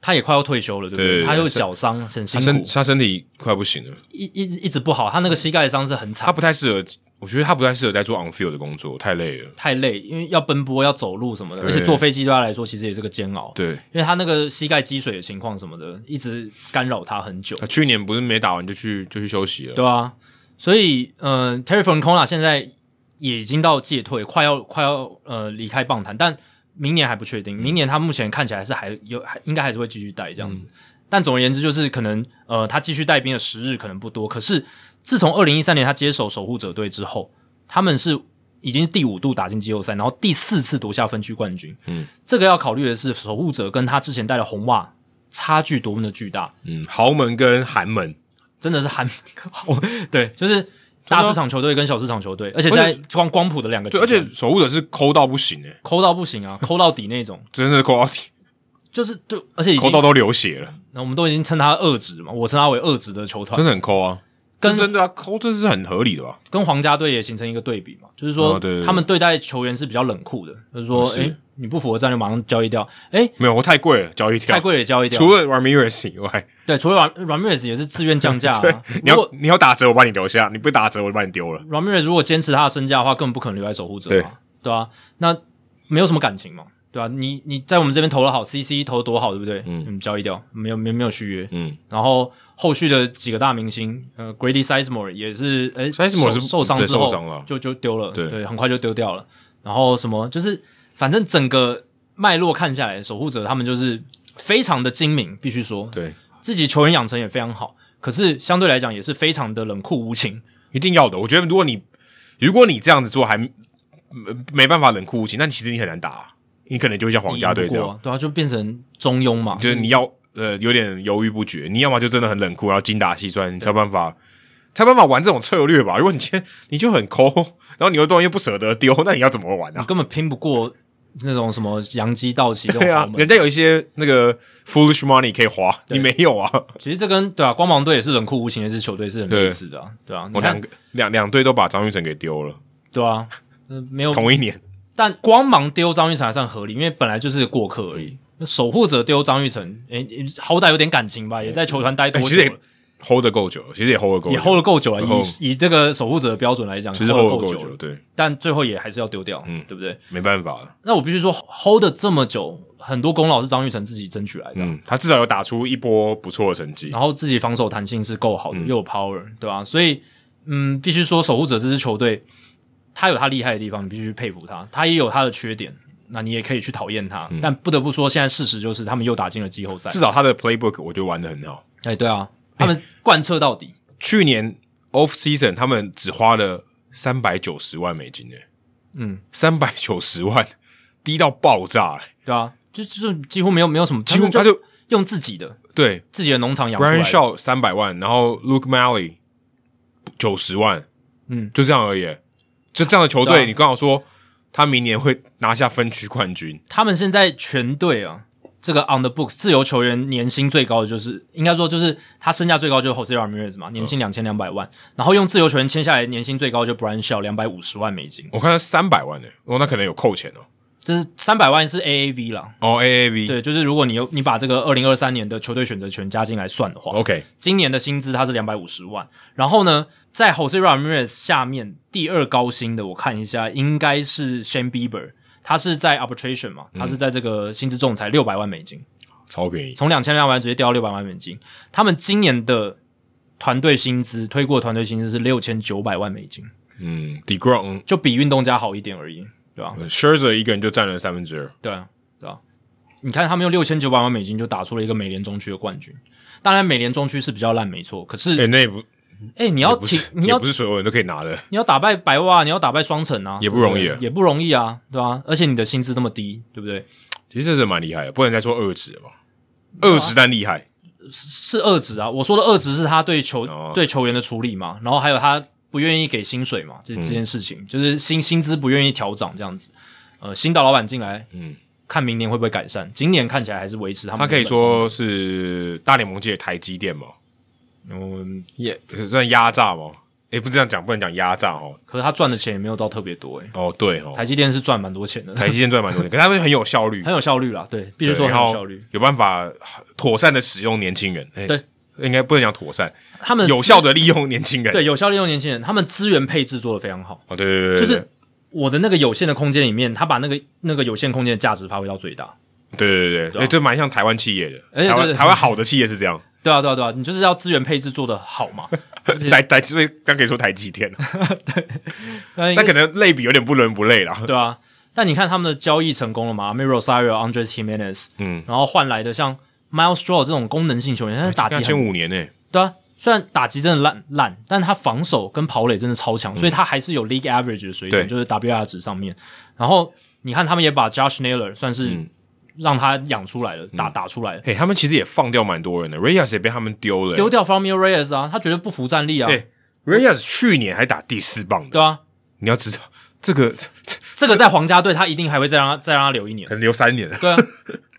Speaker 1: 他也快要退休了，对不
Speaker 2: 对对对
Speaker 1: 他又
Speaker 2: 是
Speaker 1: 脚伤，很
Speaker 2: 他
Speaker 1: 辛
Speaker 2: 身
Speaker 1: 苦，
Speaker 2: 他身体快不行了，
Speaker 1: 一一一直不好，他那个膝盖伤是很
Speaker 2: 他
Speaker 1: 惨，
Speaker 2: 不太适合，我觉得他不太适合在做 on field 的工作，太累了。
Speaker 1: 太累，因为要奔波、要走路什么的，而
Speaker 2: 对
Speaker 1: 且坐飞机对他来说其实也是个煎熬。
Speaker 2: 对
Speaker 1: 因为他那个膝盖积水的情况什么的，一直干扰他很久
Speaker 2: 他，去年不是没打完就去就去休息了，
Speaker 1: 对啊，所以，嗯、t e r r y f o n c o n a 现在也已经到戒退，快要快要呃离开棒坛，但明年还不确定。
Speaker 2: 嗯
Speaker 1: 明年他目前看起来是还有，还应该还是会继续带这样子。
Speaker 2: 嗯
Speaker 1: 但总而言之，就是可能呃，他继续带兵的时日可能不多。可是自从二零一三年他接手守护者队之后，他们是已经第五度打进季后赛，然后第四次夺下分区冠军。
Speaker 2: 嗯，
Speaker 1: 这个要考虑的是守护者跟他之前带的红袜差距多么的巨大。
Speaker 2: 嗯，豪门跟寒门，
Speaker 1: 真的是 韩对，就是大市场球队跟小市场球队，而且在
Speaker 2: 而且
Speaker 1: 光光谱的两个极
Speaker 2: 对，
Speaker 1: 端，
Speaker 2: 而且守护者是抠到不行哎、
Speaker 1: 抠到不行 啊，抠到底那种，
Speaker 2: 真的抠到底，
Speaker 1: 就是对，而且已
Speaker 2: 抠
Speaker 1: 经
Speaker 2: 到，都流血了，
Speaker 1: 那我们都已经称他二职嘛，我称他为二职的球团
Speaker 2: 真，的很抠啊，
Speaker 1: 跟
Speaker 2: 是真的啊，抠这是很合理的吧？
Speaker 1: 跟皇家队也形成一个对比嘛，就是说、
Speaker 2: 哦对对对
Speaker 1: 他们对待球员是比较冷酷的，就是说，
Speaker 2: 是
Speaker 1: 诶、你不符合战略马上交易掉，诶、
Speaker 2: 没有，我太贵了，交易跳
Speaker 1: 太，贵也交易掉，
Speaker 2: 除了 Ramirez 以外，，
Speaker 1: 对，除了软软妹子也是自愿降价、啊 如
Speaker 2: 你要
Speaker 1: 果
Speaker 2: 你要打折，我把你留下；你不打折，我就把你丢了。
Speaker 1: r a m i r 如果坚持他的身价的话，根本不可能留在守护者嘛，对啊，那没有什么感情嘛，对啊，你你在我们这边投的好，CC 投的多好，对不对？嗯，交易掉，没有没有没有续约，
Speaker 2: 嗯，
Speaker 1: 然后后续的几个大明星，呃，Grady Sizemore 也是，诶
Speaker 2: Sizemore
Speaker 1: 受
Speaker 2: 是
Speaker 1: 受伤
Speaker 2: 对
Speaker 1: 之后
Speaker 2: 受伤了
Speaker 1: 就就丢了，
Speaker 2: 对
Speaker 1: 很快就丢掉了。然后什么，就是反正整个脉络看下来，守护者他们就是非常的精明，必须说，
Speaker 2: 对，
Speaker 1: 自己球员养成也非常好，可是相对来讲也是非常的冷酷无情，
Speaker 2: 一定要的。我觉得如果你如果你这样子做还没没办法冷酷无情，那其实你很难打啊、你可能就会像皇家队
Speaker 1: 赢
Speaker 2: 这
Speaker 1: 不
Speaker 2: 样，
Speaker 1: 过，对啊，就变成中庸嘛，
Speaker 2: 就是你要呃有点犹豫不决，你要么就真的很冷酷，然后精打细算，你才有办法。才有办法玩这种策略吧？如果你今天你就很抠，然后你又东西又不舍得丢，那你要怎么玩
Speaker 1: 你
Speaker 2: 啊？
Speaker 1: 根本拼不过那种什么洋基、道奇这
Speaker 2: 对
Speaker 1: 种豪
Speaker 2: 啊，
Speaker 1: 门。
Speaker 2: 人家有一些那个 foolish money 可以花，你没有啊？
Speaker 1: 其实这跟对啊，光芒队也是冷酷无情的一支球队是很类似的、啊，对啊， 你
Speaker 2: 我两
Speaker 1: 看
Speaker 2: 个两两队都把张玉成给丢了，
Speaker 1: 对啊，呃没有，
Speaker 2: 同一年。
Speaker 1: 但光芒丢张玉成还算合理，因为本来就是过客而已。那守护者丢张玉成，诶、诶好歹有点感情吧，也在球团待多
Speaker 2: 哎
Speaker 1: 久
Speaker 2: 其实
Speaker 1: 了
Speaker 2: 也，hold 得够久，其实也 hold 得够久，
Speaker 1: 也 hold 了够久了。
Speaker 2: 然后
Speaker 1: 以以这个守护者的标准来讲，
Speaker 2: 其实
Speaker 1: hold
Speaker 2: hold
Speaker 1: 了
Speaker 2: 得
Speaker 1: 够
Speaker 2: 够
Speaker 1: 久了，
Speaker 2: 对，
Speaker 1: 但最后也还是要丢掉，嗯，对不对？啊
Speaker 2: 没办法了。
Speaker 1: 那我必须说，hold 了这么久，很多功劳是张玉成自己争取来的啊、
Speaker 2: 嗯，他至少有打出一波不错的成绩。
Speaker 1: 然后自己防守弹性是够好
Speaker 2: 嗯
Speaker 1: 的，又有 power，对吧、所以，嗯，必须说守护者这支球队，他有他厉害的地方，你必须佩服他，他也有他的缺点，那你也可以去讨厌
Speaker 2: 嗯
Speaker 1: 他。但不得不说，现在事实就是他们又打进了季后赛
Speaker 2: 至。少他的 playbook 我觉得玩的很好。
Speaker 1: 哎，对啊，他们贯彻到底，
Speaker 2: 去年 off season 他们只花了三百九十万美金诶，欸
Speaker 1: 嗯，
Speaker 2: 三百九十万， 低到爆炸、欸
Speaker 1: 对啊，就就几乎没有没有什么，
Speaker 2: 几乎
Speaker 1: 他
Speaker 2: 他
Speaker 1: 们就
Speaker 2: 就
Speaker 1: 用自己的
Speaker 2: 对
Speaker 1: 自己的农场养出来
Speaker 2: Brian
Speaker 1: 的
Speaker 2: Shaw 三百万，然后 Luke Malley 九十万，
Speaker 1: 嗯，
Speaker 2: 就这样而已。欸就这样的球
Speaker 1: 对
Speaker 2: 队，
Speaker 1: 啊
Speaker 2: 你刚好说他明年会拿下分区冠军，
Speaker 1: 他们现在全队啊，这个 on the books 自由球员年薪最高的就是，应该说就是他身价最高就是 Jose Ramirez 嘛，年薪两千两百万，然后用自由球员签下来，年薪最高就 Brian Shaw 两百五十万美金，
Speaker 2: 我看他三百万呢、哦，那可能有扣钱哦。
Speaker 1: 这是三百万是 AAV 啦。
Speaker 2: 哦，AAV，OK，、
Speaker 1: 对，就是如果你有你把这个二零二三年的球队选择权加进来算的话
Speaker 2: OK
Speaker 1: 今年的薪资它是两百五十万，然后呢，在 Jose Ramirez 下面第二高薪的，我看一下应该是 Shane Bieber，他是在 arbitration 嘛，他是在这个薪资仲裁六百万美金，
Speaker 2: 超便宜。
Speaker 1: 从两千两百万直接掉到六百万美金。他们今年的团队薪资推过团队薪资是六千九百万美金，
Speaker 2: 嗯 d e g r o n
Speaker 1: 就比运动家好一点而已，对吧、
Speaker 2: s h i r z e r 一个人就占了三分之二。
Speaker 1: 对啊，对啊。你看他们用六千九百万美金就打出了一个美联中区的冠军，当然美联中区是比较烂，没错。可是
Speaker 2: 哎、，那也不
Speaker 1: 哎、你要
Speaker 2: 不
Speaker 1: 挺
Speaker 2: 是，，
Speaker 1: 你
Speaker 2: 也
Speaker 1: 要
Speaker 2: 不是所有人都可以拿的。
Speaker 1: 你要打败白袜，你要打败双城啊，
Speaker 2: 也不容易
Speaker 1: 对对也不容易啊，对吧、而且你的薪资那么低，对不对？
Speaker 2: 其实这是蛮厉害的，不能再说二职了吧？
Speaker 1: 啊
Speaker 2: 二职但厉害，
Speaker 1: 是二职啊，我说的二职是他对球、
Speaker 2: 哦
Speaker 1: 对球员的处理嘛，然后还有他不愿意给薪水嘛，
Speaker 2: 嗯
Speaker 1: 这这件事情、就是薪薪资不愿意调涨这样子。呃，新的老板进来，
Speaker 2: 嗯，
Speaker 1: 看明年会不会改善，今年看起来还是维持他们。
Speaker 2: 他可以，说是大联盟界的台积电嘛，
Speaker 1: 嗯，
Speaker 2: 也算压榨嘛。哎、不是这样讲，不能讲压榨哦。
Speaker 1: 可是他赚的钱也没有到特别多诶、
Speaker 2: 哦，对哦，
Speaker 1: 台积电是赚蛮多钱的，
Speaker 2: 台积电赚蛮多钱，可是他们很有 效率，
Speaker 1: 很有效率啦，对，必须
Speaker 2: 对
Speaker 1: 说很
Speaker 2: 然
Speaker 1: 有
Speaker 2: 后
Speaker 1: 效率。
Speaker 2: 有办法妥善的使用年轻人。哎
Speaker 1: 对，
Speaker 2: 应该不能讲妥善，
Speaker 1: 他们
Speaker 2: 有效的利用年轻人。
Speaker 1: 对有效利用年轻人，他们资源配置做得非常好。
Speaker 2: 哦，对对对
Speaker 1: 就
Speaker 2: 对，
Speaker 1: 是我的那个有限的空间里面，他把那个那个有限空间的价值发挥到最大。
Speaker 2: 对对对对，哎、这蛮像台湾企业的，
Speaker 1: 啊哎对
Speaker 2: 台
Speaker 1: 对
Speaker 2: 湾
Speaker 1: 对
Speaker 2: 台湾好的企业是这样，
Speaker 1: 对啊，对啊，对啊，你就是要资源配置做得好嘛。是
Speaker 2: 台台所以刚可以说台积电，
Speaker 1: 那
Speaker 2: 那可能类比有点不伦不类啦。
Speaker 1: 对啊。但你看他们的交易成功了嘛 m i r o s a r i o Andres Jimenez，
Speaker 2: 嗯，
Speaker 1: 然后换来的像 Miles Straw 这种功能性球员，他打击
Speaker 2: 两千
Speaker 1: 很
Speaker 2: 五年呢、
Speaker 1: 对啊，虽然打击真的烂烂，但他防守跟跑垒真的超强，所以他还是有 league average 的水准，
Speaker 2: 嗯对
Speaker 1: 就是 WR 值上面。然后你看他们也把 Josh Naylor 算
Speaker 2: 嗯
Speaker 1: 是让他养出来了，打打出来了。
Speaker 2: 哎、他们其实也放掉蛮多人的，Reyes 也被他们丢了、
Speaker 1: 丢掉 f r o m i l Reyes 啊，他绝对不服战力啊，
Speaker 2: 哎、r e y e s 去年还打第四棒的，
Speaker 1: 对啊，
Speaker 2: 你要知道这个
Speaker 1: 这个在皇家队他一定还会再让他再让他留一年
Speaker 2: 可，能留三年了。
Speaker 1: 对啊，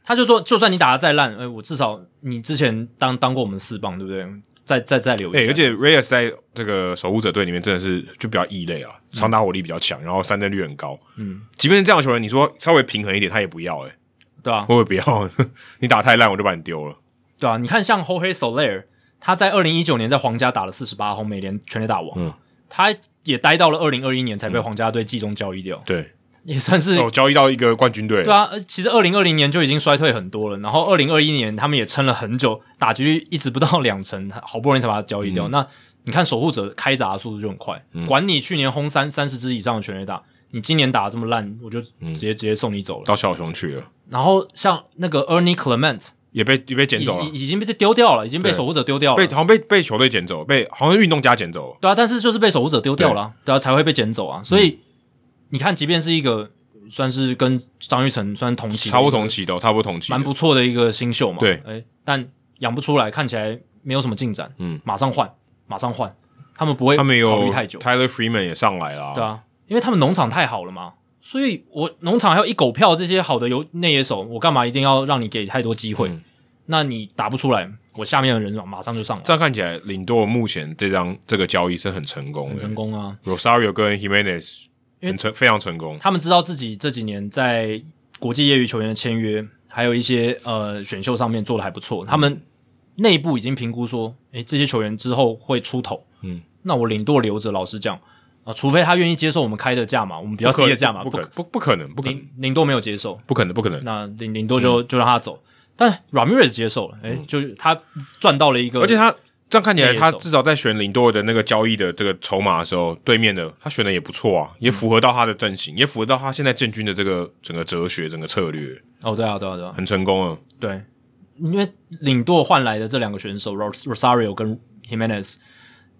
Speaker 1: 他就说就算你打的再烂，哎、我至少你之前当当过我们四棒，对不对？再再再留一
Speaker 2: 哎、
Speaker 1: 年，
Speaker 2: 而且 Reyes 在这个守护者队里面真的是就比较异类啊，长打火力比较强，然后三振率很高。嗯，即便是这样的球员，你说稍微平衡一点，他也不要、欸。哎，
Speaker 1: 对啊，
Speaker 2: 我也不要， 你打太烂我就把你丢了。
Speaker 1: 对啊，你看像 Jorge Soler，他在二零一九年在皇家打了四十八轰，美联全垒打王，
Speaker 2: 嗯
Speaker 1: 他也待到了二零二一年才被皇家队季中交易掉，
Speaker 2: 对，
Speaker 1: 也算是、
Speaker 2: 哦，交易到一个冠军队。
Speaker 1: 对啊。呃其实二零二零年就已经衰退很多了，然后二零二一年他们也撑了很久，打击率一直不到两成，好不容易才把它交易
Speaker 2: 嗯
Speaker 1: 掉。那你看守护者开闸的速度就很快，管你去年轰三三十支以上的全垒打。你今年打的这么烂，我就直
Speaker 2: 嗯
Speaker 1: 接、直接送你走了。
Speaker 2: 到小熊去了，
Speaker 1: 然后像那个 Ernie Clement
Speaker 2: 也被也被捡
Speaker 1: 已
Speaker 2: 走了，
Speaker 1: 已已经被丢掉了，已经被
Speaker 2: 对
Speaker 1: 守护者丢掉了，
Speaker 2: 被好像被被球队捡走，被好像运动家捡走了。
Speaker 1: 对啊，但是就是被守护者丢掉了啊、对啊，才会被捡走啊。所以、
Speaker 2: 嗯
Speaker 1: 你看，即便是一个算是跟张玉成算同期，
Speaker 2: 差不多同，期的哦，差不多同期的，
Speaker 1: 蛮不错的一个新秀嘛。
Speaker 2: 对
Speaker 1: 哎、但养不出来，看起来没有什么进展。
Speaker 2: 嗯，
Speaker 1: 马上换，马上换，他们不会
Speaker 2: 他们
Speaker 1: 哎考虑
Speaker 2: 有
Speaker 1: 太久，
Speaker 2: Tyler Freeman 也上来了，
Speaker 1: 对，啊，因为他们农场太好了嘛。所以我农场还有一狗票这些好的游内野手，我干嘛一定要让你给太多机会？
Speaker 2: 嗯
Speaker 1: 那你打不出来，我下面的人马上就上来，
Speaker 2: 这样看起来，领舵目前这张这个交易是很成功
Speaker 1: 很
Speaker 2: 的
Speaker 1: 成功啊。
Speaker 2: ，Rosario 跟 Jimenez
Speaker 1: 因为
Speaker 2: 很成非常成功，
Speaker 1: 他们知道自己这几年在国际业余球员的签约，还有一些呃选秀上面做的还不错，
Speaker 2: 嗯
Speaker 1: 他们内部已经评估说，诶、这些球员之后会出头，
Speaker 2: 嗯，
Speaker 1: 那我领舵留着，老实讲啊、除非他愿意接受我们开的价嘛，我们比较
Speaker 2: 不可
Speaker 1: 低的价嘛，
Speaker 2: 不
Speaker 1: 不
Speaker 2: 可不不可能，不可能，
Speaker 1: 领领舵没有接受，
Speaker 2: 不可能，不可能。
Speaker 1: 那领领舵
Speaker 2: 嗯
Speaker 1: 就、就让他走，但 Ramirez 接受了，诶、就是他赚到了一个，
Speaker 2: 而且他这样看起来，
Speaker 1: 内野
Speaker 2: 他
Speaker 1: 手
Speaker 2: 至少在选领舵的那个交易的这个筹码的时候，对面的他选的也不错啊，也符合到他的阵型，也符合到他现在建军的这个整个哲学、整个策略，
Speaker 1: 哦，对啊，对啊，对啊，
Speaker 2: 很成功啊。
Speaker 1: 对，因为领舵换来的这两个选手 Ros- Rosario 跟 Jimenez，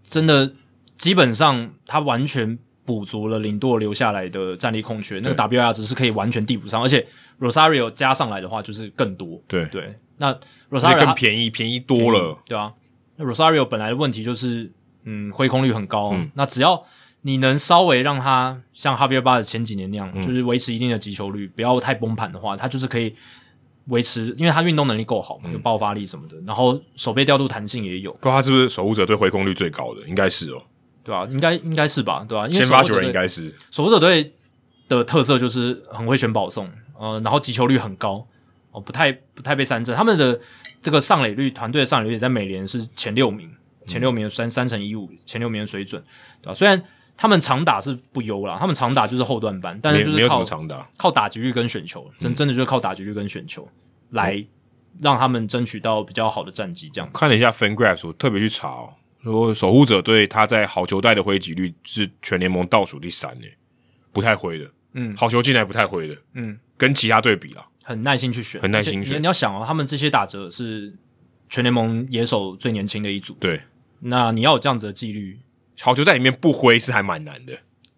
Speaker 1: 真的基本上他完全补足了林多留下来的战力空缺，那个 WR 值是可以完全递补上，而且 Rosario 加上来的话就是更多。
Speaker 2: 对
Speaker 1: 对，那
Speaker 2: 而
Speaker 1: Rosario
Speaker 2: 且更
Speaker 1: 他
Speaker 2: 便宜，便宜多了。
Speaker 1: 对啊，那 Rosario 本来的问题就是，嗯，挥空率很高，那只要你能稍微让他像 Javier b a 前几年那样，
Speaker 2: 嗯
Speaker 1: 就是维持一定的击球率，不要太崩盘的话，他就是可以维持，因为他运动能力够
Speaker 2: 嗯
Speaker 1: 好嘛，有爆发力什么的，然后手背调度弹性也有，
Speaker 2: 不知道他是不是守护者队回空率最高的？应该是哦，
Speaker 1: 对吧、应该应该是吧，对吧、因为
Speaker 2: 先发
Speaker 1: 守
Speaker 2: 球
Speaker 1: 护者
Speaker 2: 员应
Speaker 1: 队
Speaker 2: 该是
Speaker 1: 守护者队的特色就是很会选保送，呃，然后击球率很高，哦，不太不太被三振。他们的这个上垒率，团队的上垒率也在美联是前六名，前六名的三三乘一五，前六名的水准，对吧、虽然他们长打是不优啦，他们长打就是后段班，但
Speaker 2: 没
Speaker 1: 是就
Speaker 2: 没有
Speaker 1: 是
Speaker 2: 什
Speaker 1: 靠
Speaker 2: 么长嗯打，
Speaker 1: 靠打击率跟选球，真真的就是靠打击率跟选球来
Speaker 2: 哦
Speaker 1: 让他们争取到比较好的战绩，这样子。
Speaker 2: 看了一下 FanGraphs，我特别去查、哦，说守护者队他在好球带的挥击率是全联盟倒数第三诶，不太挥的，
Speaker 1: 嗯
Speaker 2: 好球进来不太挥的，
Speaker 1: 嗯，
Speaker 2: 跟其他队比啦，
Speaker 1: 很耐心去选，
Speaker 2: 很耐心
Speaker 1: 而且
Speaker 2: 选
Speaker 1: 你你要想哦，他们这些打者是全联盟野手最年轻的一组，
Speaker 2: 对，
Speaker 1: 那你要有这样子的纪律，
Speaker 2: 好球在里面不挥是还蛮难的，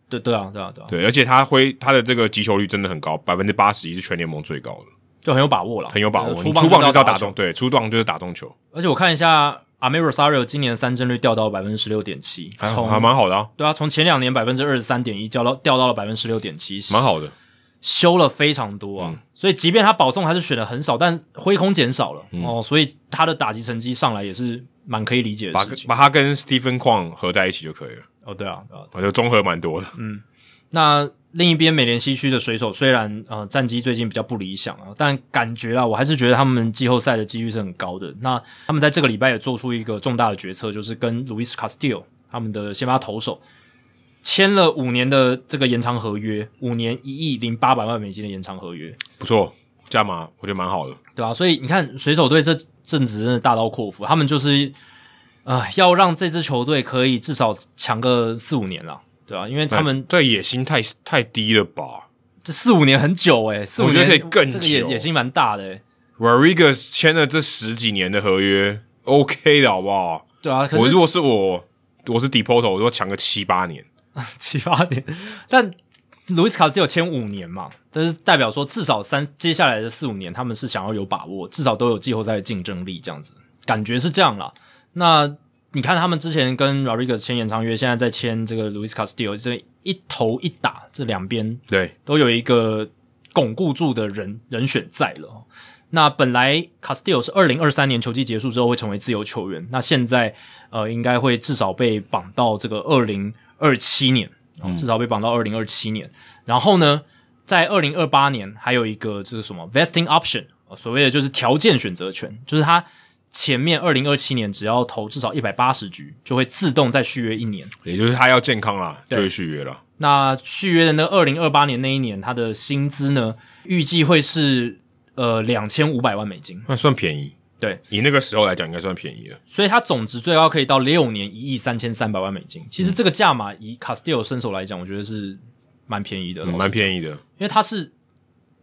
Speaker 1: 对对啊，对啊，对啊，
Speaker 2: 对，而且他挥他的这个击球率真的很高，百分之八十一是全联盟最高的，
Speaker 1: 就很有把握了，
Speaker 2: 很有把握。
Speaker 1: 呃
Speaker 2: 你
Speaker 1: 出就
Speaker 2: 出棒就是是
Speaker 1: 要
Speaker 2: 要
Speaker 1: 打
Speaker 2: 打
Speaker 1: 中
Speaker 2: 中，。对，出棒就是打中球，
Speaker 1: 而且我看一下 a m e r o Sario 今年三振率掉到百分之十六点七，
Speaker 2: 还
Speaker 1: 从
Speaker 2: 还蛮好的啊，
Speaker 1: 对啊，从前两年百分之二十三点一掉到掉到了百分之十六点七，
Speaker 2: 蛮，好嗯的。
Speaker 1: 修了非常多啊。所以即便他保送还是选的很少，但挥空减少了、
Speaker 2: 嗯
Speaker 1: 哦，所以他的打击成绩上来也是蛮可以理解的
Speaker 2: 把
Speaker 1: 事情。
Speaker 2: 把他跟 Stephen 矿合在一起就可以了，
Speaker 1: 哦，对啊，对啊，
Speaker 2: 我觉得综合蛮多的。
Speaker 1: 那另一边，美联西区的水手虽然呃战绩最近比较不理想啊，但感觉啊，我还是觉得他们季后赛的几率是很高的。那他们在这个礼拜也做出一个重大的决策，就是跟 Luis Castillo 他们的先发投手签了五年的这个延长合约，五年一亿零八百万美金的延长合约，
Speaker 2: 不错，价码我觉得蛮好的。
Speaker 1: 对吧、所以你看，水手队这阵子真的大刀阔斧，他们就是啊、呃要让这支球队可以至少强个四五年了，对吧、因为他们
Speaker 2: 对野心太太低了吧
Speaker 1: 这四五年很久诶、四五
Speaker 2: 我觉
Speaker 1: 年
Speaker 2: 得可以更
Speaker 1: 这个野
Speaker 2: 久
Speaker 1: 野心蛮大的、欸，
Speaker 2: ？Rodriguez 签了这十几年的合约，OK 的好不好？
Speaker 1: 对啊，可
Speaker 2: 我
Speaker 1: 是
Speaker 2: 如果是我，我是 Depoto，我要抢个七八年。
Speaker 1: 七八年， 但路易斯卡斯有签五年嘛，但是代表说至少三接下来的四五年他们是想要有把握，至少都有季后赛的竞争力这样子，感觉是这样啦。那你看他们之前跟 Rodriguez 签延长约，现在在签这个 Luis Castillo，这一头一打，这两边
Speaker 2: 对，
Speaker 1: 都有一个巩固住的人人选在了哦。那本来 Castillo 是二零二三年球季结束之后会成为自由球员，那现在呃应该会至少被绑到这个二零二七年、哦至少被绑到二零二七年。然后呢，在二零二八年还有一个就是什么 vesting option，呃所谓的就是条件选择权，就是他前面二零二七年只要投至少一百八十局，就会自动再续约一年。
Speaker 2: 也就是他要健康啦，
Speaker 1: 对
Speaker 2: 就会续约了。
Speaker 1: 那续约的那二零二八年那一年，他的薪资呢，预计会是呃两千五百万美金，
Speaker 2: 那算便宜，
Speaker 1: 对，
Speaker 2: 以那个时候来讲，应该算便宜了。
Speaker 1: 所以他总值最高可以到六年一亿三千三百万美金。其实这个价码以 Castillo 身手来讲，我觉得是蛮便宜的，
Speaker 2: 嗯
Speaker 1: 老实
Speaker 2: 蛮便宜的。
Speaker 1: 因为他是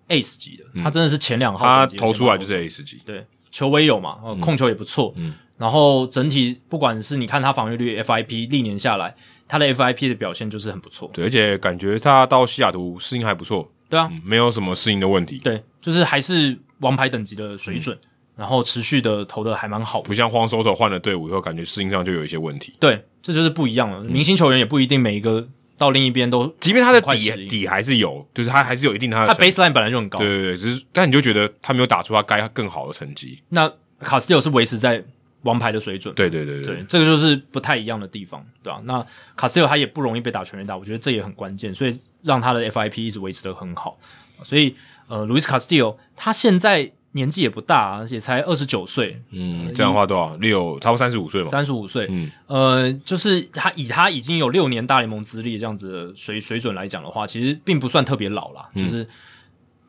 Speaker 1: Ace 级的，他真的是前两号
Speaker 2: 他
Speaker 1: 等级的
Speaker 2: 投出来
Speaker 1: 先发
Speaker 2: 就
Speaker 1: 投手
Speaker 2: 是 A 十级，
Speaker 1: 对，球威有嘛，呃，控球也不错，嗯，然后整体不管是你看他防御率 FIP 历年下来，他的 FIP 的表现就是很不错，
Speaker 2: 对，而且感觉他到西雅图适应还不错，
Speaker 1: 对啊，
Speaker 2: 嗯，没有什么适应的问题，
Speaker 1: 对，就是还是王牌等级的水准，
Speaker 2: 嗯
Speaker 1: 然后持续的投的还蛮好的
Speaker 2: 不像荒收手换了队伍以后，感觉适应上就有一些问题。
Speaker 1: 对，这就是不一样了。
Speaker 2: 嗯
Speaker 1: 明星球员也不一定每一个到另一边都，
Speaker 2: 即便他的
Speaker 1: 很快适
Speaker 2: 底
Speaker 1: 应
Speaker 2: 底还是有，就是他还是有一定他的
Speaker 1: 他
Speaker 2: 成
Speaker 1: baseline 本来就很高
Speaker 2: 对，对对，只是但你就觉得他没有打出他该更好的成绩。
Speaker 1: 那卡斯蒂尔是维持在王牌的水准。
Speaker 2: 对对对
Speaker 1: 对，这个就是不太一样的地方，对吧、那卡斯蒂尔他也不容易被打全垒打，我觉得这也很关键，所以让他的 FIP 一直维持得很好。所以呃，路易斯卡斯蒂尔他现在年纪也不大、啊，也才二十九岁，
Speaker 2: 嗯，这样的话多少六差不多三十五岁嘛，
Speaker 1: 三十五岁，
Speaker 2: 嗯
Speaker 1: 呃，就是他以他已经有六年大联盟资历这样子的水水准来讲的话，其实并不算特别老
Speaker 2: 嗯
Speaker 1: 啦。就是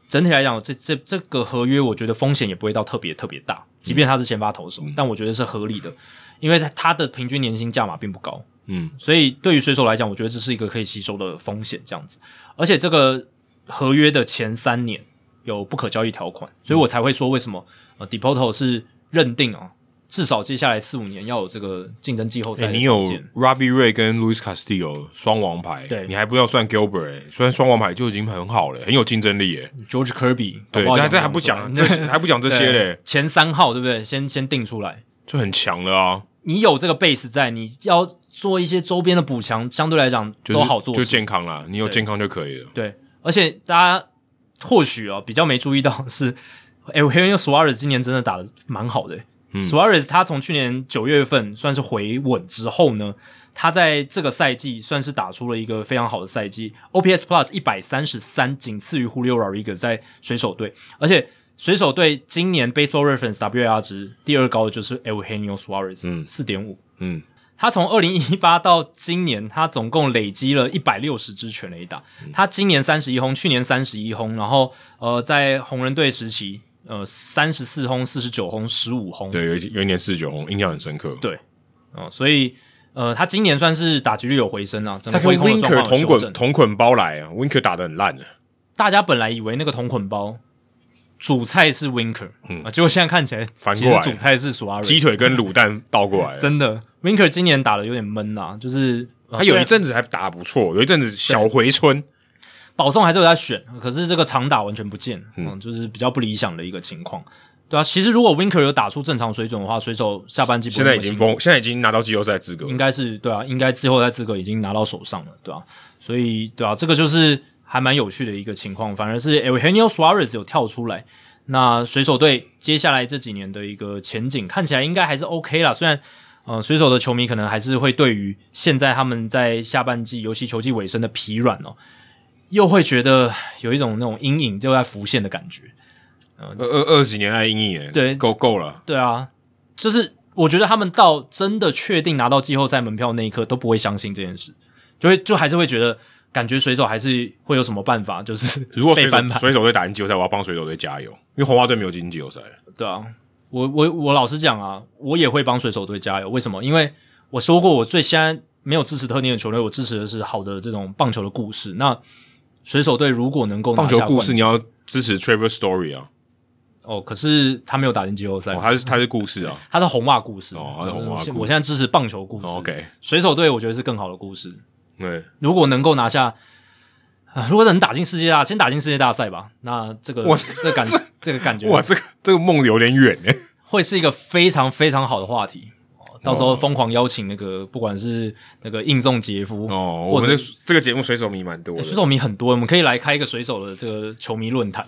Speaker 1: 整体来讲，这这这个合约，我觉得风险也不会到特别特别大，即便他是先发投
Speaker 2: 嗯
Speaker 1: 手，但我觉得是合理的，因为他他的平均年薪价码并不高，
Speaker 2: 嗯，
Speaker 1: 所以对于水手来讲，我觉得这是一个可以吸收的风险这样子。而且这个合约的前三年有不可交易条款，所以我才会说为什么呃 Depoto 是认定啊至少接下来四五年要有这个竞争季后赛
Speaker 2: 欸
Speaker 1: 的
Speaker 2: 你有
Speaker 1: 条件
Speaker 2: Robbie Ray 跟 Luis Castillo 双王牌，
Speaker 1: 对
Speaker 2: 你还不要算 Gilbert，、欸、虽然双王牌就已经很好了、很有竞争力、欸，
Speaker 1: George Kirby，
Speaker 2: 对，
Speaker 1: 嗯搞好
Speaker 2: 但这
Speaker 1: 有
Speaker 2: 还不
Speaker 1: 有
Speaker 2: 讲这
Speaker 1: 对
Speaker 2: 还不讲这些嘞，
Speaker 1: 前三号对不对？先先定出来，
Speaker 2: 就很强了啊，
Speaker 1: 你有这个 base 在，你要做一些周边的补强，相对来讲
Speaker 2: 就是
Speaker 1: 都好做
Speaker 2: 就
Speaker 1: 事。
Speaker 2: 健康啦，你有
Speaker 1: 对
Speaker 2: 健康就可以了。
Speaker 1: 对，而且大家或许哦比较没注意到是，哎、我 Henry Suarez 今年真的打的蛮好的、Suarez 欸他从去年九月份算是回稳之后呢，他在这个赛季算是打出了一个非常好的赛季，OPS Plus 一百三十三，仅次于 Julio Rodriguez 在水手队，而且水手队今年 Baseball Reference WAR 值第二高的就是 El Henio Suarez，嗯，四点五。
Speaker 2: 嗯，
Speaker 1: 他从二零一八到今年，他总共累积了一百六十支全垒打。
Speaker 2: 嗯
Speaker 1: 他今年三十一轰，去年三十一轰，然后呃，在红人队时期，呃，三十四轰、四十九轰、十五轰，
Speaker 2: 对，有一有一年四九红，印象很深刻。
Speaker 1: 对哦、所以呃，他今年算是打击率有回升啊，整
Speaker 2: 他
Speaker 1: 个
Speaker 2: 跟
Speaker 1: 挥空的状
Speaker 2: Winker
Speaker 1: 况
Speaker 2: 同
Speaker 1: 有修
Speaker 2: 捆
Speaker 1: 正。
Speaker 2: 同捆包来啊，Winker 打的很烂的，
Speaker 1: 大家本来以为那个同捆包主菜是 Winker，嗯啊，结果现在看起来
Speaker 2: 反
Speaker 1: 其
Speaker 2: 过
Speaker 1: 实
Speaker 2: 来
Speaker 1: 主菜是 Suarez，
Speaker 2: 鸡腿跟卤蛋倒过来 了。
Speaker 1: 真的 Winker 今年打的有点闷啊，就是呃
Speaker 2: 他有一阵子还打得不错，有一阵子小回春，
Speaker 1: 保送还是有在选，可是这个长打完全不见，嗯就是比较不理想的一个情况，对啊，其实如果 Winker 有打出正常水准的话，水手下半季不会
Speaker 2: 现在
Speaker 1: 那
Speaker 2: 已
Speaker 1: 么
Speaker 2: 经
Speaker 1: 辛苦
Speaker 2: 封，现在已经拿到季后赛资格了
Speaker 1: 应。该是对啊，应该季后赛资格已经拿到手上了，对啊，所以对啊，这个就是还蛮有趣的一个情况，反而是 El Henio Suarez 有跳出来，那水手队接下来这几年的一个前景看起来应该还是 OK 啦，虽然。呃，水手的球迷可能还是会对于现在他们在下半季，尤其球季尾声的疲软哦，又会觉得有一种那种阴影就在浮现的感觉。
Speaker 2: 二二二十年来的阴影了，
Speaker 1: 对
Speaker 2: 够够了。
Speaker 1: 对啊，就是我觉得他们到真的确定拿到季后赛门票那一刻，都不会相信这件事，就会就还是会觉得，感觉水手还是会有什么办法，就是
Speaker 2: 如果
Speaker 1: 被
Speaker 2: 水手
Speaker 1: 翻盘，
Speaker 2: 水手队打进季后赛，我要帮水手队加油，因为红花队没有进季后赛。
Speaker 1: 对啊，我我我老实讲啊，我也会帮水手队加油。为什么？因为我说过，我最现在没有支持特定的球队，我支持的是好的这种棒球的故事。那水手队如果能够拿
Speaker 2: 棒
Speaker 1: 下
Speaker 2: 球故
Speaker 1: 冠
Speaker 2: 事
Speaker 1: 军
Speaker 2: 你要支持 Trevor Story 啊，
Speaker 1: 哦，可是他没有打进季后赛，
Speaker 2: 哦，他是他是故事 啊。
Speaker 1: 他是红袜故事
Speaker 2: 哦他是红袜故事
Speaker 1: 我现在支持棒球故事。
Speaker 2: 哦 OK，
Speaker 1: 水手队我觉得是更好的故事。
Speaker 2: 对，
Speaker 1: 如果能够拿下，啊、如果能打进世界大，先打进世界大赛吧。那这个
Speaker 2: 哇
Speaker 1: 这个感 这个感觉
Speaker 2: 哇，这个这个梦有点远呢。
Speaker 1: 会是一个非常非常好的话题。哦到时候疯狂邀请那个，不管是那个应仲杰夫
Speaker 2: 哦，
Speaker 1: 或
Speaker 2: 我
Speaker 1: 者
Speaker 2: 们这这个节目水手迷蛮多
Speaker 1: 哎水
Speaker 2: 的，
Speaker 1: 手迷很多，我们可以来开一个水手的这个球迷论 坛。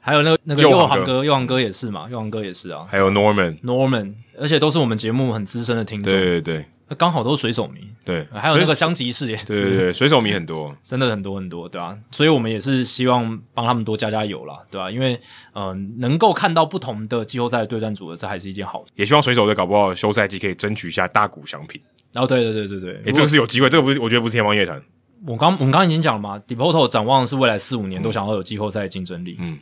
Speaker 1: 还有那个那个
Speaker 2: 右
Speaker 1: 右
Speaker 2: 航
Speaker 1: 航哥，右航哥也是嘛，右航哥也是啊
Speaker 2: 还有 Norman，
Speaker 1: ，Norman，而且都是我们节目很资深的听众，
Speaker 2: 对对对
Speaker 1: 刚好都是水手迷。
Speaker 2: 对，
Speaker 1: 还有那
Speaker 2: 水
Speaker 1: 个香吉士也是，
Speaker 2: 对对对，水手迷很多，
Speaker 1: 真的很多很多，对吧、所以我们也是希望帮他们多加加油啦，对吧、因为嗯、呃能够看到不同的季后赛的对战组合，这还是一件好事。
Speaker 2: 也希望水手队搞不好休赛季可以争取一下大股奖品。
Speaker 1: 然哦后，对对对对对，
Speaker 2: 哎，这个是有机会，这个不是我觉得不是天方夜谭。
Speaker 1: 我刚我们刚刚已经讲了嘛，Depoto 展望是未来四五年都想要有季后赛的竞争力。嗯，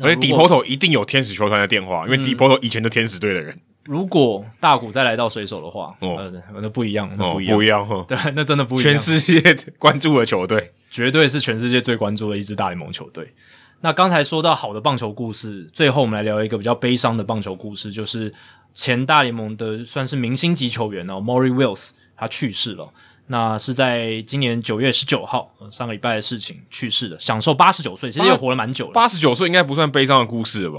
Speaker 2: 而且
Speaker 1: 如
Speaker 2: 嗯 Depoto 一定有天使球团的电话，因为 Depoto 以前就天使队的人，
Speaker 1: 如果大谷再来到水手的话，
Speaker 2: 哦
Speaker 1: 呃，那不一样，那
Speaker 2: 哦，
Speaker 1: 不一样，
Speaker 2: 不一样哈，
Speaker 1: 对，那真的不一样，
Speaker 2: 全世界关注的球队，
Speaker 1: 绝对是全世界最关注的一支大联盟球队。那刚才说到好的棒球故事，最后我们来聊一个比较悲伤的棒球故事，就是前大联盟的算是明星级球员哦 m o r i Wills 他去世了。那是在今年九月十九号，呃上个礼拜的事情去世的，享受八十九岁，其实也活了蛮久了。
Speaker 2: 八十九岁应该不算悲伤的故事了吧？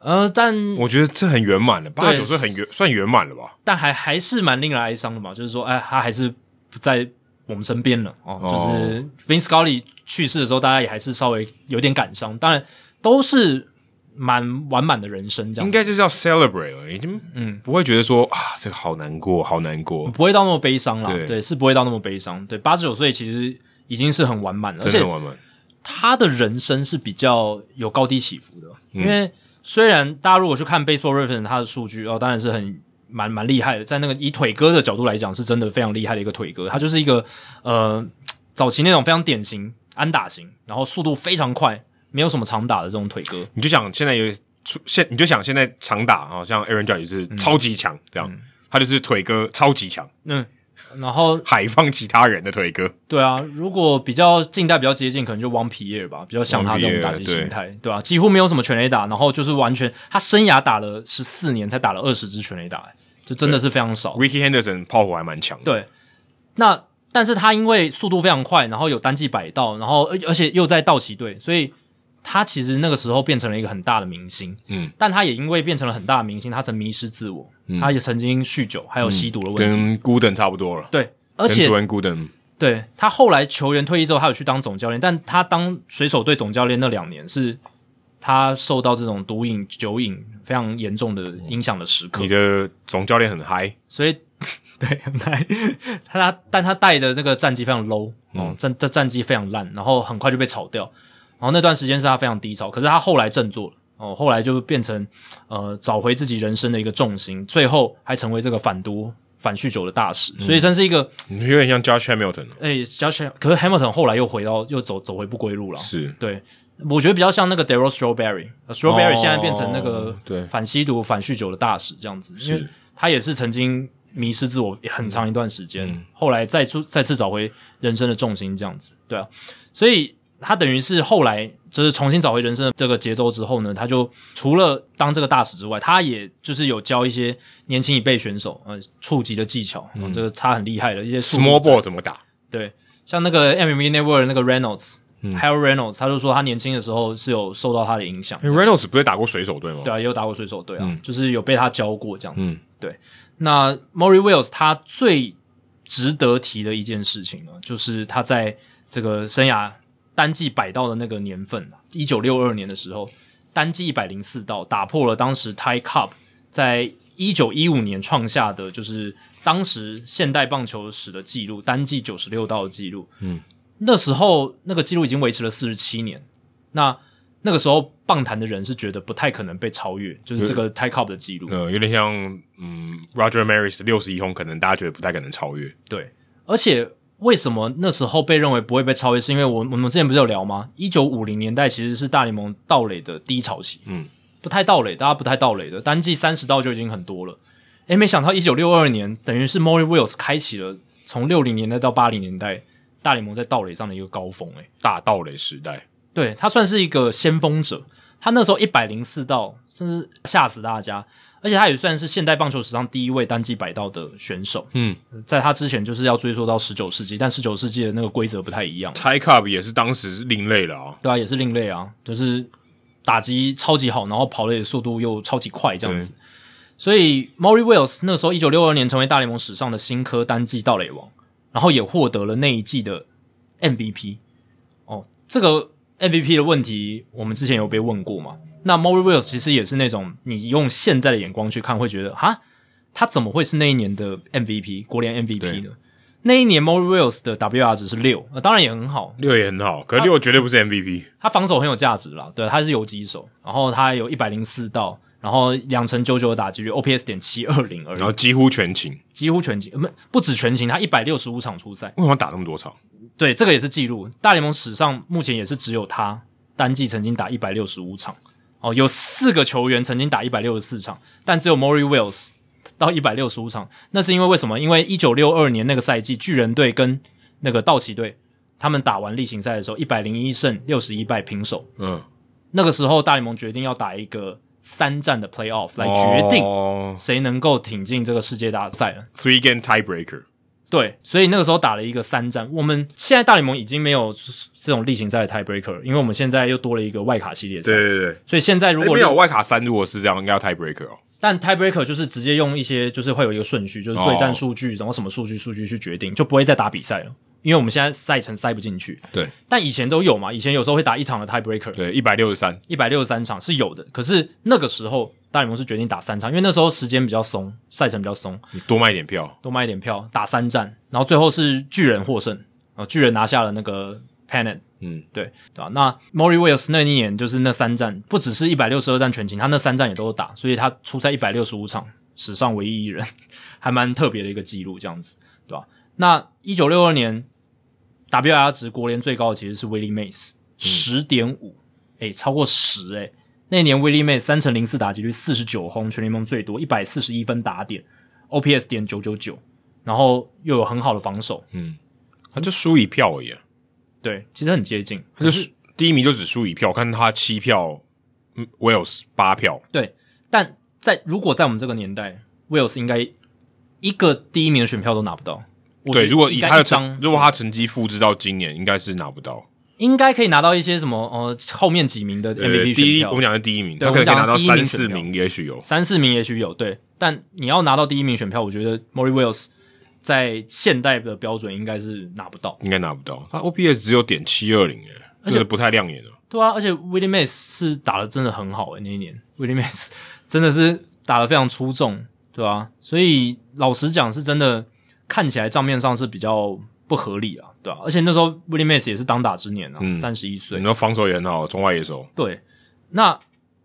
Speaker 1: 呃，但
Speaker 2: 我觉得这很圆满了，八十九岁很圆，算圆满了吧？
Speaker 1: 但还还是蛮令人哀伤的嘛，就是说，哎，他还是不在我们身边了哦。就是 Vince Scully 去世的时候，大家也还是稍微有点感伤，当然都是蛮完满的人生这
Speaker 2: 应
Speaker 1: 样，
Speaker 2: 该就是要 celebrate 了，已经嗯不会觉得说啊这个好难过，好难过，
Speaker 1: 不会到那么悲伤啦。
Speaker 2: 对
Speaker 1: 对，是不会到那么悲伤。对，八十九岁其实已经是很完满了，而
Speaker 2: 真的
Speaker 1: 且
Speaker 2: 很完满。
Speaker 1: 他的人生是比较有高低起伏的，因为虽然大家如果去看 Baseball Reference 他的数据哦，当然是很蛮蛮厉害的，在那个以腿哥的角度来讲，是真的非常厉害的一个腿哥，他就是一个呃早期那种非常典型安打型，然后速度非常快，没有什么长打的这种腿哥，
Speaker 2: 你就想现在有出现，你就想现哦嗯在长打啊，像 Aaron Judge 是超级强，这样他就是腿哥超级强，
Speaker 1: 嗯，然后
Speaker 4: 海放其他人的腿哥，
Speaker 1: 对啊，如果比较近代比较接近，可能就汪皮耶吧，比较像他这种打击形态，对啊，几乎没有什么全垒打，然后就是完全他生涯打了十四年才打了二十支全垒打、欸就真的是非常少。
Speaker 4: Ricky Henderson 炮火还蛮强的，
Speaker 1: 对，那但是他因为速度非常快，然后有单季百道，然后而而且又在道奇队，所以他其实那个时候变成了一个很大的明星。
Speaker 2: 嗯，
Speaker 1: 但他也因为变成了很大的明星，他曾迷失自我，他也曾经酗酒，还有吸毒的问题。
Speaker 4: 跟 Gooden 差不多了，
Speaker 1: 对，而且
Speaker 4: 跟 Glenn Gooden
Speaker 1: 对他后来球员退役之后，他有去当总教练，但他当水手队总教练那两年是。他受到这种毒瘾、酒瘾非常严重的影响的时刻，
Speaker 2: 嗯
Speaker 4: 你的总教练很嗨，
Speaker 1: 所以 对，很嗨。他但他带的那个战绩非常 low，哦，战这战绩非常烂，然后很快就被炒掉。然后那段时间是他非常低潮，可是他后来振作了，哦，后来就变成呃找回自己人生的一个重心，最后还成为这个反毒反酗酒的大使，所以算是一个
Speaker 4: 你有点像 Josh Hamilton
Speaker 1: 哎，加起来。可是 Hamilton 后来又回到又走走回不归路了，
Speaker 4: 是
Speaker 1: 对。我觉得比较像那个 Daryl Strawberry，Strawberry、Strawberry 现在变成那个
Speaker 2: 哦
Speaker 4: 哦对
Speaker 1: 反吸毒、反酗酒的大使这样子，因为他也是曾经迷失自我很长一段时间，后来再出再次找回人生的重心，这样子，对啊，所以他等于是后来就是重新找回人生的这个节奏之后呢，他就除了当这个大使之外，他也就是有教一些年轻一辈选手，呃，触及的技巧，嗯，这个他很厉害的一些触
Speaker 4: Small Ball 怎么打？
Speaker 1: 对，像那个 MMA Network 的那个 Reynolds，还有 Reynolds，他就说他年轻的时候是有受到他的影响，
Speaker 2: 嗯
Speaker 4: 因为哎 Reynolds 不是打过水手队吗？
Speaker 1: 对啊，也有打过水手队啊，就是有被他教过这样子。对，那 Maury Wills 他最值得提的一件事情呢，就是他在这个生涯单季百道的那个年份，啊一九六二年的时候，单季一百零四道，打破了当时 Ty Cobb 在一九一五年创下的就是当时现代棒球史的记录，单季九十六道的记录。嗯，那时候那个记录已经维持了四十七年。那那个时候棒坛的人是觉得不太可能被超越，就是这个 Ty Cobb 的记录。
Speaker 4: 呃，有点像嗯 Roger Maris 六十一轰，可能大家觉得不太可能超越。
Speaker 1: 对，而且为什么那时候被认为不会被超越，是因为我我们之前不是有聊吗？一九五零年代其实是大联盟盗垒的低潮期，嗯，不太盗垒，大家不太盗垒的，单季三十道就已经很多了。诶，没想到一九六二年，等于是 Maury Wills 开启了从六零年代到八零年代大联盟在盗垒上的一个高峰、诶，
Speaker 4: 大盗垒时代，
Speaker 1: 对他算是一个先锋者。他那时候一百零四道，真是吓死大家。而且他也算是现代棒球史上第一位单击百道的选手。
Speaker 4: 嗯，
Speaker 1: 在他之前就是要追溯到十九世纪，但十九世纪的那个规则不太一样，
Speaker 4: Ty Cobb 也是当时另类了啊。
Speaker 1: 对啊，也是另类啊，就是打击超级好，然后跑垒速度又超级快这样子。所以 Maury Wills 那时候一九六二年成为大联盟史上的新科单季盗垒王，然后也获得了那一季的 MVP。哦，这个 MVP 的问题我们之前有被问过嘛？那 Maury Wills 其实也是那种你用现在的眼光去看，会觉得哈，他怎么会是那一年的 MVP 国联 MVP 呢？那一年 Maury Wills 的 WR 值是六、呃，当然也很好，
Speaker 4: 六也很好，可是六绝对不是 MVP。
Speaker 1: 他防守很有价值啦，对，他是游击手，然后他有一百零四道，然后两成九九的打击率，OPS 点七二零而
Speaker 4: 然
Speaker 1: 已，
Speaker 4: 后几乎全勤，
Speaker 1: 几乎全勤，呃不不止全勤，他一百六十五场出赛，
Speaker 4: 为什么打那么多场？
Speaker 1: 对，这个也是记录，大联盟史上目前也是只有他单季曾经打一百六十五场，哦，有四个球员曾经打一百六十四场，但只有 Maury Wills 到一百六十五场，那是因为为什么？因为一九六二年那个赛季，巨人队跟那个道奇队他们打完例行赛的时候，一百零一胜六十一败平手。
Speaker 4: 嗯，
Speaker 1: 那个时候大联盟决定要打一个三战的 playoff 来决定
Speaker 4: 哦
Speaker 1: 谁能够挺进这个世界大赛了。
Speaker 4: three game tiebreaker。
Speaker 1: 对，所以那个时候打了一个三战。我们现在大联盟已经没有这种例行赛的 tiebreaker，了因为我们现在又多了一个外卡系列赛。
Speaker 4: 对对，
Speaker 1: 所以现在如
Speaker 4: 如果
Speaker 1: 果
Speaker 2: 哎
Speaker 4: 没有外卡三，如果是这样，应该要 tiebreaker 哦。
Speaker 1: 但 tiebreaker 就是直接用一些就是会有一个顺序，就是对战
Speaker 4: 哦
Speaker 1: 数据，然后什么数据数据去决定，就不会再打比赛了。因为我们现在赛程塞不进去，
Speaker 4: 对
Speaker 1: 但以前都有嘛，以前有时候会打一场的 tiebreaker，
Speaker 4: 对，一百六十三，
Speaker 1: 一百六十三场是有的，可是那个时候大联盟是决定打三场，因为那时候时间比较松，赛程比较松，
Speaker 4: 你多卖一点票。
Speaker 1: 多卖一点票，打三战，然后最后是巨人获胜，啊，巨人拿下了那个 pennant，
Speaker 4: 嗯，
Speaker 1: 对对吧、啊那 Maury Wills 那一年就是那三战，不只是一百六十二战全勤，他那三战也都有打，所以他出赛一百六十五场，史上唯一一人，还蛮特别的一个记录，这样子，对吧、那一九六二年 WR 值国联最高的其实是 Willie Mays 十点五，诶，超过十诶、那年 Willie Mays 三乘零四打击率四十九轰，全联盟最多一百四十一分打点，OPS 点九九九，然后又有很好的防守，
Speaker 2: 嗯他就输一票而已啊，
Speaker 1: 对，其实很接近。
Speaker 2: 他就输第一名就只输一票，看他七票，嗯，Wales 八票，
Speaker 1: 对，但在如果在我们这个年代，Wales 应该一个第一名的选票都拿不到。我觉
Speaker 2: 对，
Speaker 1: 得
Speaker 2: 如果以
Speaker 1: 应该
Speaker 2: 他的
Speaker 1: 一张
Speaker 2: 成，如果他成绩复制到今年，应该是拿不到。
Speaker 1: 应该可以拿到一些什么呃后面几名的
Speaker 2: 呃
Speaker 1: MVP
Speaker 2: 第一，
Speaker 1: 选
Speaker 2: 我们
Speaker 1: 票，
Speaker 2: 讲的第一名，
Speaker 1: 对
Speaker 2: 他可能可以拿
Speaker 1: 我
Speaker 2: 到
Speaker 1: 们讲第一
Speaker 2: 三
Speaker 1: 名
Speaker 2: 四
Speaker 1: 选
Speaker 2: 名，也许有。
Speaker 1: 三四名也许有对，但你要拿到第一名选票，我觉得 Mori Wales 在现代的标准应该是拿不到。
Speaker 2: 应该拿不到。他 OPS 只有点七二零，哎，
Speaker 1: 而
Speaker 2: 这
Speaker 1: 且
Speaker 2: 个不太亮眼了。
Speaker 1: 对啊，而且 Willie Mays 是打的真的很好诶、欸那一年 Willie Mays 真的是打的非常出众，对啊，所以老实讲是真的看起来账面上是比较不合理啊，对啊，而且那时候 Willie Mays 也是当打之年啊，三十一岁
Speaker 2: 你，说防守也很好，中外野手，
Speaker 1: 对，那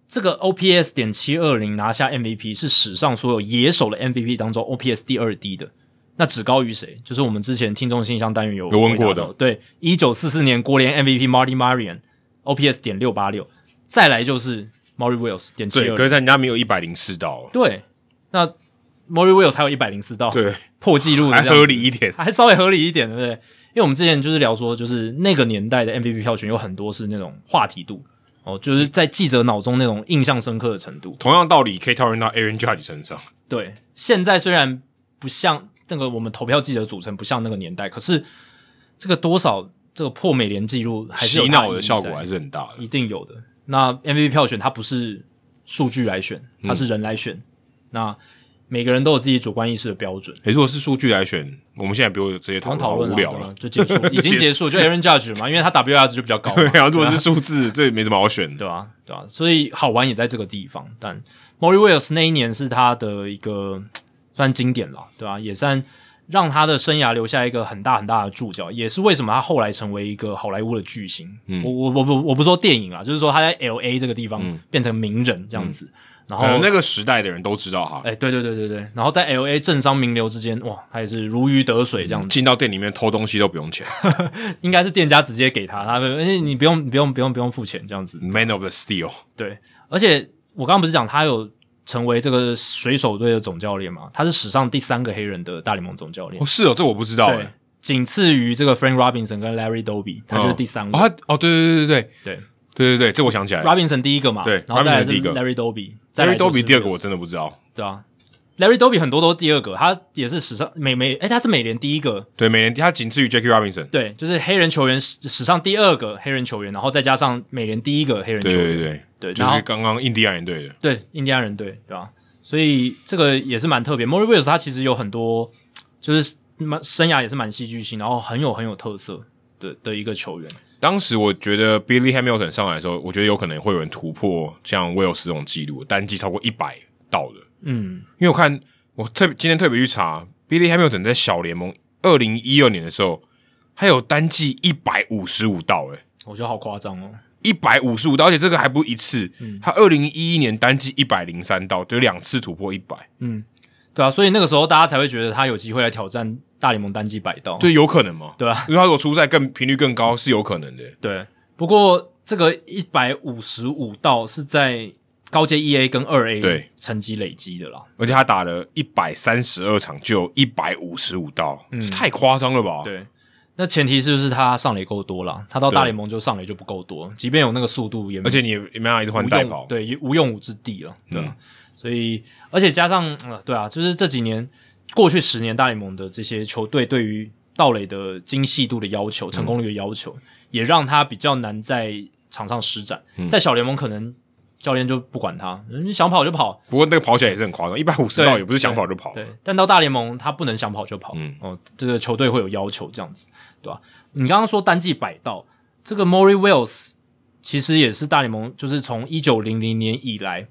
Speaker 1: 这个 OPS 点七二零拿下 MVP 是史上所有野手的 MVP 当中 OPS 第二低的，那只高于谁？就是我们之前听众信箱单元有
Speaker 2: 有问
Speaker 1: 回答
Speaker 2: 过
Speaker 1: 到
Speaker 2: 的
Speaker 1: 对，一九四四年国联 MVP Marty Marion OPS 点六八六，再来就是 Maury Wills 点七
Speaker 2: 对，可
Speaker 1: 二，
Speaker 2: 是他人家没有一百零四道，
Speaker 1: 对，那 Maury Wills 才有一百零四道，
Speaker 2: 对，
Speaker 1: 破纪录的
Speaker 2: 还
Speaker 1: 这样子
Speaker 2: 合理一点。
Speaker 1: 还稍微合理一点，对不对？因为我们之前就是聊说，就是那个年代的 MVP 票选有很多是那种话题度哦，就是在记者脑中那种印象深刻的程度。
Speaker 2: 同样道理可以套用到 Aaron Judge 身上，
Speaker 1: 对，现在虽然不像那个我们投票记者组成不像那个年代，可是这个多少这个破美联记录还是有
Speaker 2: 洗
Speaker 1: 它
Speaker 2: 脑
Speaker 1: 意义
Speaker 2: 的效果
Speaker 1: 在嗯
Speaker 2: 还是很大的。
Speaker 1: 一定有的。那 MVP 票选它不是数据来选，它
Speaker 2: 嗯
Speaker 1: 是人来选。那每个人都有自己主观意识的标准。
Speaker 2: 诶如果是数据来选，我们现在不用这些
Speaker 1: 不
Speaker 2: 讨
Speaker 1: 用
Speaker 2: 论，
Speaker 1: 讨
Speaker 2: 好
Speaker 1: 论
Speaker 2: 无
Speaker 1: 啊
Speaker 2: 聊
Speaker 1: 对啊
Speaker 2: 了。
Speaker 1: 就结 束，已经结束，就 Aaron Judge 嘛，因为他 WR 值就比较高嘛，
Speaker 2: 对啊，如果是数字，这也没什么好选的。
Speaker 1: 对吧？对吧？所以好玩也在这个地方。但 Maury Wills 那一年是他的一个算经典了，对吧？也算让他的生涯留下一个很大很大的注脚，也是为什么他后来成为一个好莱坞的巨星。
Speaker 2: 嗯
Speaker 1: 我我我不我不说电影啊，就是说他在 L A 这个地方变成名人这样子， 然后
Speaker 2: 可能嗯呃那个时代的人都知道哈，
Speaker 1: 哎、对对对对对，然后在 L A 政商名流之间，哇，他也是如鱼得水这样子。
Speaker 2: 进到店里面偷东西都不用钱
Speaker 1: 应该是店家直接给他，他而且你不用你不用不用不用付钱这样子。
Speaker 2: ，Man of the Steel，
Speaker 1: 对，而且我刚刚不是讲他有成为这个水手队的总教练嘛？他是史上第三个黑人的大联盟总教练，
Speaker 2: 哦，是哦，这我不知道
Speaker 1: 对
Speaker 2: 哎。，
Speaker 1: 仅次于这个 Frank Robinson 跟 Larry Doby，他就是第三
Speaker 2: 哦
Speaker 1: 位。
Speaker 2: 他哦，对对对对
Speaker 1: 嗯对
Speaker 2: 对对对，这我想起来了。
Speaker 1: ，Robinson 第一个嘛，
Speaker 2: 对
Speaker 1: 然后再来是
Speaker 2: Robinson 第一个
Speaker 1: Larry Doby，再
Speaker 2: Larry
Speaker 1: 来就是
Speaker 2: Doby 第二个
Speaker 1: Wilson
Speaker 2: 我真的不知道，
Speaker 1: 对啊。Larry Doby 很多都第二个，他也是史上美美，诶、他是美联第一个，
Speaker 2: 对，每年他仅次于 Jackie Robinson。
Speaker 1: 对，就是黑人球员史史上第二个黑人球员，然后再加上美联第一个黑人球
Speaker 2: 对
Speaker 1: 员，
Speaker 2: 对对
Speaker 1: 对
Speaker 2: 就
Speaker 1: 然后
Speaker 2: 是刚刚印第安人队的，
Speaker 1: 对，印第安人队，对吧？所以这个也是蛮特别。Murray Wills 他其实有很多，就是蛮生涯也是蛮戏剧性，然后很有很有特色的的一个球员。
Speaker 2: 当时我觉得 Billy Hamilton 上来的时候，我觉得有可能会有人突破像威尔斯这种记录，单季超过一百道的。
Speaker 1: 嗯，
Speaker 2: 因为我看我特别今天特别去查，Billy Hamilton 在小联盟二零一二年的时候，他有单季一百五十五道、欸，诶
Speaker 1: 我觉得好夸张哦。
Speaker 2: 一百五十五道，而且这个还不是一次，
Speaker 1: 嗯
Speaker 2: 他二零一一年单季一百零三道，就两次突破一百，
Speaker 1: 对啊，所以那个时候大家才会觉得他有机会来挑战大联盟单季百刀。
Speaker 2: 对，有可能吗？
Speaker 1: 对啊，
Speaker 2: 因为他如果出赛更频率更高是有可能的、
Speaker 1: 对，不过这个一百五十五道是在高阶一 A 跟二 A
Speaker 2: 对
Speaker 1: 成绩累积的啦。
Speaker 2: 而且他打了一百三十二场，就一百五十五道，这太夸张了吧？
Speaker 1: 嗯对，那前提是不是他上垒够多啦？他到
Speaker 2: 哦对
Speaker 1: 大联盟就上垒就不够多，即便有那个速度也没
Speaker 2: 而且你也也没办法一直换
Speaker 1: 无
Speaker 2: 代
Speaker 1: 用
Speaker 2: 跑，嗯
Speaker 1: 对，也无用武之地了，对、吧？所以，而且加上、呃，对啊，就是这几年过去十年大联盟的这些球队对于盗垒的精细度的要求、成功率的要求，也让他比较难在场上施展。
Speaker 2: 嗯
Speaker 1: 在小联盟，可能教练就不管他，嗯你想跑就跑，
Speaker 2: 不过那个跑起来也是很夸张，一百五十
Speaker 1: 对
Speaker 2: 道也不是想跑就跑。
Speaker 1: 对，但到大联盟，他不能想跑就跑，
Speaker 2: 嗯
Speaker 1: 哦，这个球队会有要求这样子，对吧、你刚刚说单季百道，这个 Maury Wells 其实也是大联盟，就是从一九零零年以来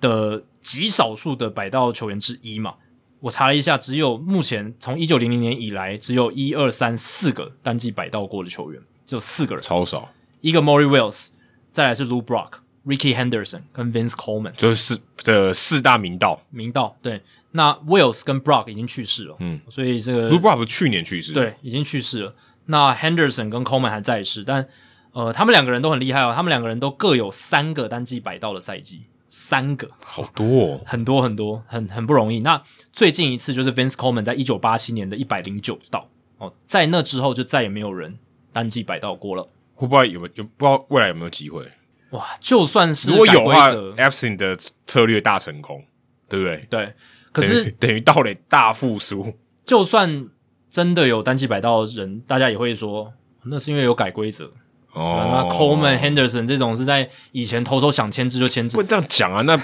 Speaker 1: 的极少数的百道球员之一嘛。我查了一下，只有目前从一九零零年以来，只有一二三四个单季百道过的球员，只有四个人，
Speaker 2: 超少，
Speaker 1: 一个 Maury Wells，再来是 Lou Brock、Ricky Henderson 跟 Vince Coleman。
Speaker 2: 就是四这四大名道。
Speaker 1: 明道对，那 Wills 跟 Brock 已经去世了，嗯，所以这个
Speaker 2: Blue Bob 去年去世，，
Speaker 1: 对已经去世了。那 Henderson 跟 Coleman 还在世，但呃，他们两个人都很厉害哦，他们两个人都各有三个单季百道的赛季，三个，
Speaker 2: 好多、哦，
Speaker 1: 很多很多，很很不容易。那最近一次就是 Vince Coleman 在一九八七年的一百零九道哦，在那之后就再也没有人单季百道过了。
Speaker 2: 会不会有没有不知道未来有没有机会？
Speaker 1: 哇，就算是
Speaker 2: 如果有的话
Speaker 1: 改规则
Speaker 2: ，Epson 的策略大成功，对不对？
Speaker 1: 对，可
Speaker 2: 等于
Speaker 1: 是
Speaker 2: 等于盗垒大 复苏，
Speaker 1: 就算真的有单季百道的人，大家也会说那是因为有改规则。那
Speaker 2: 哦
Speaker 1: Coleman、Henderson 这种是在以前投手想牵制就牵制
Speaker 2: 不，能这样讲 啊。那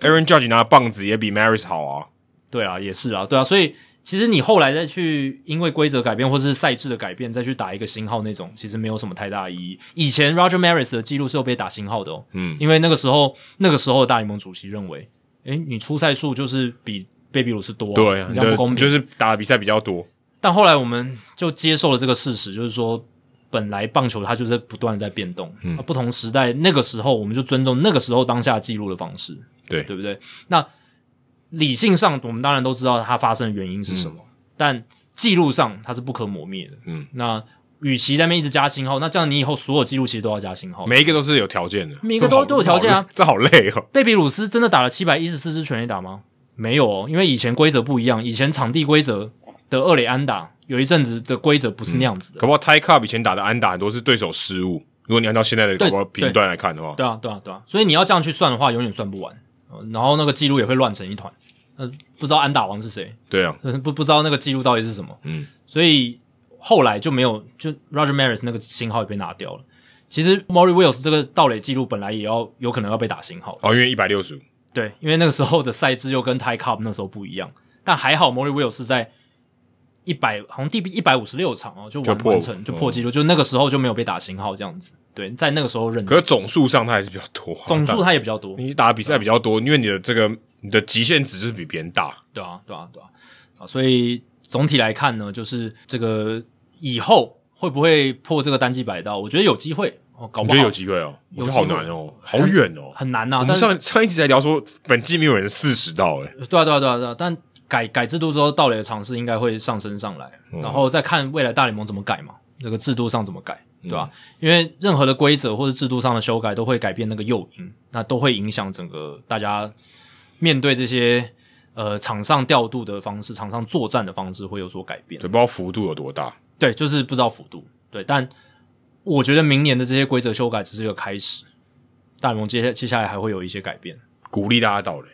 Speaker 2: Aaron Judge 拿的棒子也比 Maris 好啊。
Speaker 1: 对啊，也是啊，对啊，所以其实你后来再去因为规则改变或是赛制的改变再去打一个星号那种，其实没有什么太大意义。以前 Roger Maris 的记录是有被打星号的哦，
Speaker 5: 嗯，
Speaker 1: 因为那个时候那个时候的大联盟主席认为，诶，你出赛数就是比贝哦比鲁斯多，
Speaker 2: 对啊，
Speaker 1: 你这样不公平，
Speaker 2: 就是打的比赛比较多，
Speaker 1: 但后来我们就接受了这个事实，就是说，本来棒球它就是不断地在变动，嗯、不同时代那个时候，我们就尊重那个时候当下记录的方式，
Speaker 2: 对
Speaker 1: 对不对？那理性上，我们当然都知道它发生的原因是什么，但记录上它是不可磨灭的。
Speaker 5: 嗯，
Speaker 1: 那与其在那边一直加星号，那这样你以后所有记录其实都要加星号。
Speaker 2: 每一个都是有条件的，
Speaker 1: 哦每一个都
Speaker 2: 这好
Speaker 1: 都有条件啊。
Speaker 2: 这好累哦，
Speaker 1: 贝比鲁斯真的打了七百一十四支全垒打吗？没有哦，因为以前规则不一样，以前场地规则的二垒安打有一阵子的规则不是那样子的。
Speaker 2: 搞不好 Ty Cobb 以前打的安打很多是对手失误，如果你按照现在的
Speaker 1: 对
Speaker 2: 搞不好评断来看的话，
Speaker 1: 对啊，对啊，对啊，所以你要这样去算的话，永远算不完。呃然后那个记录也会乱成一团，呃，不知道安打王是谁，
Speaker 2: 对啊，
Speaker 1: 呃不不知道那个记录到底是什么。
Speaker 5: 嗯，
Speaker 1: 所以后来就没有，就 Roger Maris 那个星号也被拿掉了。其实 Maury Wills 这个盗垒记录本来也要有可能要被打星号，
Speaker 2: 哦，因为一百六十五，
Speaker 1: 对，因为那个时候的赛制又跟 Ty Cobb 那时候不一样，但还好 Maury Wills 是在一百好像第一百五十六场哦，就
Speaker 2: 就
Speaker 1: 完
Speaker 2: 破嗯
Speaker 1: 完成就破纪录，就那个时候就没有被打星号这样子。对，在那个时候认
Speaker 2: 可是总数上它还是比较多啊，
Speaker 1: 总
Speaker 2: 但
Speaker 1: 数他也比较多，
Speaker 2: 你打比赛比较多，因为你的这个你的极限值就是比别人大，
Speaker 1: 对啊，对啊，对啊，啊，所以总体来看呢，就是这个以后会不会破这个单季百道？我觉得有机会哦，搞
Speaker 2: 我
Speaker 1: 不
Speaker 2: 觉
Speaker 1: 好
Speaker 2: 得有机会哦，我
Speaker 1: 有
Speaker 2: 觉
Speaker 1: 机会
Speaker 2: 得好难哦，好远哦。
Speaker 1: 很难
Speaker 2: 我
Speaker 1: 呐、
Speaker 2: 们
Speaker 1: 但是
Speaker 2: 上上一集才聊说本季没有人四十到，哎，
Speaker 1: 对啊，对啊，对啊，对啊，但改改制度之后，盗垒的尝试应该会上升上来，
Speaker 2: 嗯
Speaker 1: 然后再看未来大联盟怎么改嘛，那个制度上怎么改，对吧、
Speaker 2: 嗯
Speaker 1: 因为任何的规则或者制度上的修改都会改变那个诱因，那都会影响整个大家面对这些呃场上调度的方式、场上作战的方式会有所改变
Speaker 2: 对，。不知道幅度有多大。
Speaker 1: 对，就是不知道幅度。对，但我觉得明年的这些规则修改只是一个开始，大联盟接下接下来还会有一些改变，
Speaker 2: 鼓励大家到嘞，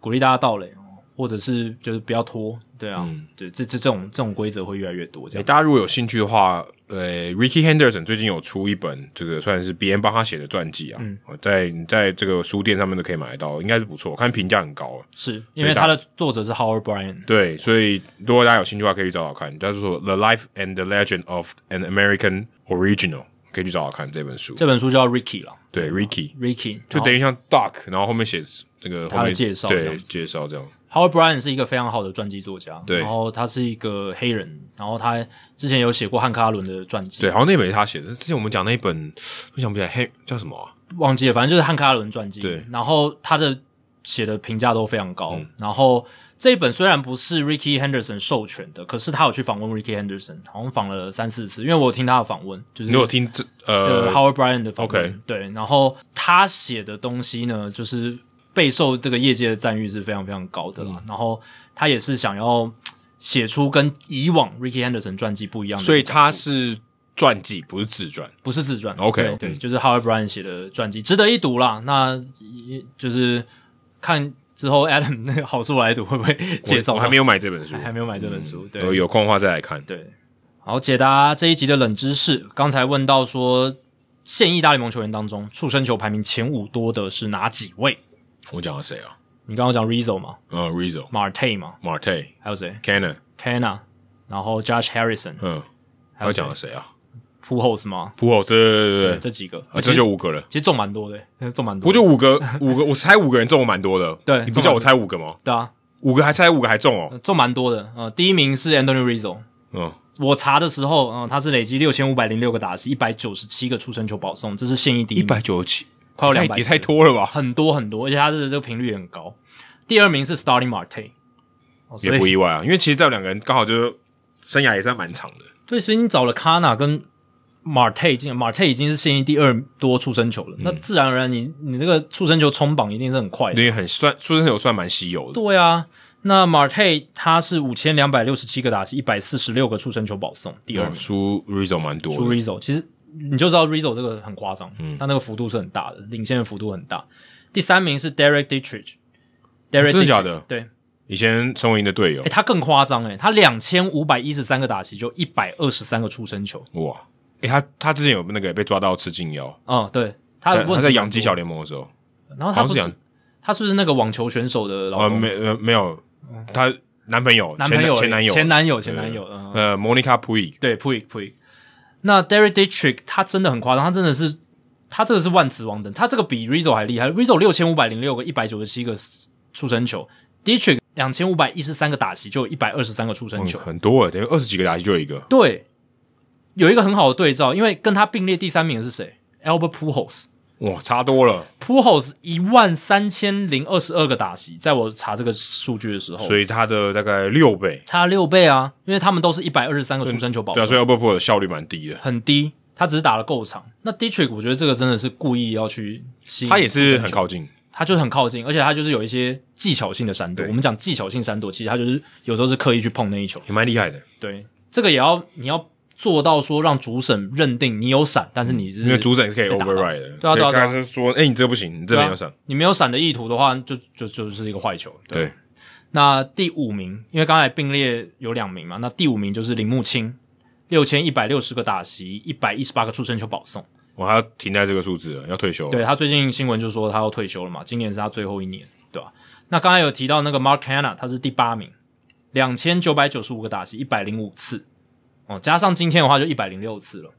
Speaker 1: 鼓励大家盗垒，哦或者是就是不要拖。对啊，
Speaker 5: 嗯
Speaker 1: 对，这这这种这种规则会越来越多。这
Speaker 2: 哎，
Speaker 1: 样，
Speaker 2: 大家如果有兴趣的话，呃，Ricky Henderson 最近有出一本这个算是别人帮他写的传记啊，
Speaker 1: 嗯
Speaker 2: 哦在你在这个书店上面都可以买得到，应该是不错，我看评价很高啊。
Speaker 1: 是因为
Speaker 2: 大
Speaker 1: 它的作者是 Howard Bryan，
Speaker 2: 对，所以如果大家有兴趣的话，可以去找找看，叫做《The Life and the Legend of an American Original》，可以去找找看这本书。
Speaker 1: 这本书叫 Ricky 了
Speaker 2: 对，Ricky，
Speaker 1: ，Ricky
Speaker 2: 就
Speaker 1: 然后
Speaker 2: 等于像 Duck，然后后面写那个
Speaker 1: 他的
Speaker 2: 后面
Speaker 1: 介绍这样
Speaker 2: 对
Speaker 1: 子
Speaker 2: 介绍这样。
Speaker 1: Howard Bryan 是一个非常好的传记作家，
Speaker 2: 对
Speaker 1: 然后他是一个黑人，然后他之前有写过汉克阿伦的传记，
Speaker 2: 对，好像那本也是他写的。之前我们讲那一本，我想不起来，黑叫什么啊、
Speaker 1: 忘记了，反正就是汉克阿伦传记。
Speaker 2: 对嗯
Speaker 1: 然后他的写的评价都非常高。然后这一本虽然不是 Ricky Henderson 授权的，可是他有去访问 Ricky Henderson，好像访了三四次，因为我有听他的访问，就是
Speaker 2: 你有听这呃
Speaker 1: 呃 Howard Bryan 的访问。
Speaker 2: OK
Speaker 1: 对，然后他写的东西呢，就是备受这个业界的赞誉是非常非常高的啦。
Speaker 2: 嗯
Speaker 1: 然后他也是想要。写出跟以往 Ricky Henderson 传记不一样的，
Speaker 2: 所以他是传记，不是自传。
Speaker 1: 不是自传。
Speaker 2: OK，
Speaker 1: 对
Speaker 2: 嗯
Speaker 1: 对，就是 Howard Bryan 写的传记，值得一读啦。那也就是看之后 Adam 那个好处来读会不会介绍
Speaker 2: 我
Speaker 1: 到？
Speaker 2: 我还没有买这本书
Speaker 1: 还，还没有买这本书，
Speaker 2: 呃，
Speaker 1: 对
Speaker 2: 有空的话再来看。
Speaker 1: 对。好，解答这一集的冷知识。刚才问到说，现役大联盟球员当中，触身球排名前五多的是哪几位？
Speaker 2: 我讲了谁啊？
Speaker 1: 你刚刚讲 Rizzo 嘛
Speaker 2: 呃，Rizzo、
Speaker 1: ，Marte 嘛，
Speaker 2: Marte、
Speaker 1: 还有谁
Speaker 2: Cannon，
Speaker 1: ？Tana，然后 Josh Harrison，
Speaker 2: 嗯，
Speaker 1: 还
Speaker 2: 还
Speaker 1: 有谁
Speaker 2: 有讲了谁啊
Speaker 1: Pujols 嘛，
Speaker 2: 普 u 这对对对
Speaker 1: 这几个，
Speaker 2: 啊，这就五个了。
Speaker 1: 其实中蛮多的，中蛮多
Speaker 2: 不
Speaker 1: 的。
Speaker 2: 就五个？ 五个，我猜五个人中我蛮多的。
Speaker 1: 对
Speaker 2: 你不叫我猜五个吗？
Speaker 1: 对啊，
Speaker 2: 五个还猜五个还中哦。
Speaker 1: 中蛮多的。呃，第一名是 Anthony Rizzo，
Speaker 2: 嗯，
Speaker 1: 我查的时候，嗯、他是累积六千五百零六个打席，一百九十七个出生球保送，这是现役第一
Speaker 2: 一
Speaker 1: 名，
Speaker 2: 百九十七，
Speaker 1: 快要
Speaker 2: 太
Speaker 1: 两百，
Speaker 2: 哦也太多了吧？
Speaker 1: 很多很多，而且他的这个频率也很高。第二名是 Starting Marte，、哦、 所
Speaker 2: 也不
Speaker 1: 以
Speaker 2: 意外啊，因为其实这两个人刚好就是生涯也算蛮长的。
Speaker 1: 对，所以你找了 Kana 跟 Marte 进，Marte 已经是现役第二多触身球
Speaker 2: 嗯
Speaker 1: 了，那自然而然你你这个触身球冲榜一定是很快的。
Speaker 2: 因为很算出生球算蛮稀有的，
Speaker 1: 对啊，那 Marte 他是五千两百六十七个打击，一百四十六个触身球保送，第二
Speaker 2: 哦
Speaker 1: 名。
Speaker 2: 输 Rizzo 蛮多
Speaker 1: 输
Speaker 2: 的，哦
Speaker 1: Rizzo，其实你就知道 Rizzo 这个很夸张，嗯，他那个幅度是很大的，领先的幅度很大。第三名是 Derek Dietrich，Derek、
Speaker 2: 哦真的假的
Speaker 1: 对，
Speaker 2: 以前陈伟霆的队友
Speaker 1: 诶、，他更夸张诶，他两千五百一十三个打席，就一百二十三个出生球，
Speaker 2: 哇，诶，他他之前有那个被抓到吃禁药，
Speaker 1: 嗯，对，他
Speaker 2: 他
Speaker 1: 的问
Speaker 2: 他
Speaker 1: 题
Speaker 2: 在养鸡
Speaker 1: 很
Speaker 2: 小联盟的时候，
Speaker 1: 多，然后他
Speaker 2: 好像
Speaker 1: 不
Speaker 2: 是养
Speaker 1: 是他是不是那个网球选手的老
Speaker 2: 呃
Speaker 1: 公？
Speaker 2: 没呃没有，他男朋友
Speaker 1: 哦男朋友
Speaker 2: 前男友啊
Speaker 1: 前男友前
Speaker 2: 对
Speaker 1: 男友，嗯，
Speaker 2: 呃 Monica Pui
Speaker 1: 对 p u i p u i 那 Derek Dietrich 他真的很夸张，他真的是他这个是万磁王等，他这个比 Rizzo 还厉害。Rizzo 六千五百零六个，一百九十七个出生球，Dietrich 两千五百一十三个打席，就有一百二十三个出生球。
Speaker 2: 嗯很多诶，等于二十几个打击就有一个，
Speaker 1: 对，有一个很好的对照，因为跟他并列第三名的是谁？Albert Pujols。
Speaker 2: 哇，差多了，
Speaker 1: Pujols 一万三千零二十二个打席，在我查这个数据的时候，
Speaker 2: 所以他的大概六倍，
Speaker 1: 差六倍啊，因为他们都是一百二十三个出生球保
Speaker 2: 对
Speaker 1: 送
Speaker 2: 啊，。所以 a l b e r p u 的效率蛮低的，
Speaker 1: 很低，他只是打了够长。那 Dietrich 我觉得这个真的是故意要去吸引，
Speaker 2: 他也是很，靠近，
Speaker 1: 他就是很靠近，而且他就是有一些技巧性的闪躲。我们讲技巧性闪躲，其实他就是有时候是刻意去碰那一球。
Speaker 2: 也蛮厉害的，
Speaker 1: 对，这个也要你要做到说让主审认定你有闪，但是你是
Speaker 2: 嗯因为主审是可以
Speaker 1: 被打到
Speaker 2: override 的，
Speaker 1: 对啊对啊对啊
Speaker 2: 他是说，哎诶，你这不行，你这没有上，，
Speaker 1: 你没有闪的意图的话，就就就是一个坏球。
Speaker 2: 对，
Speaker 1: 那第五名，因为刚才并列有两名嘛，那第五名就是铃木清，六千一百六十个打席，一百一十八个出生球保送。
Speaker 2: 我还要停在这个数字了，要退休了，
Speaker 1: 对啊他最近新闻就说他要退休了嘛，今年是他最后一年，对吧、那刚才有提到那个 Mark Hanna，他是第八名，两千九百九十五个打席，一百零五次，哦，加上今天的话就一百零六次了，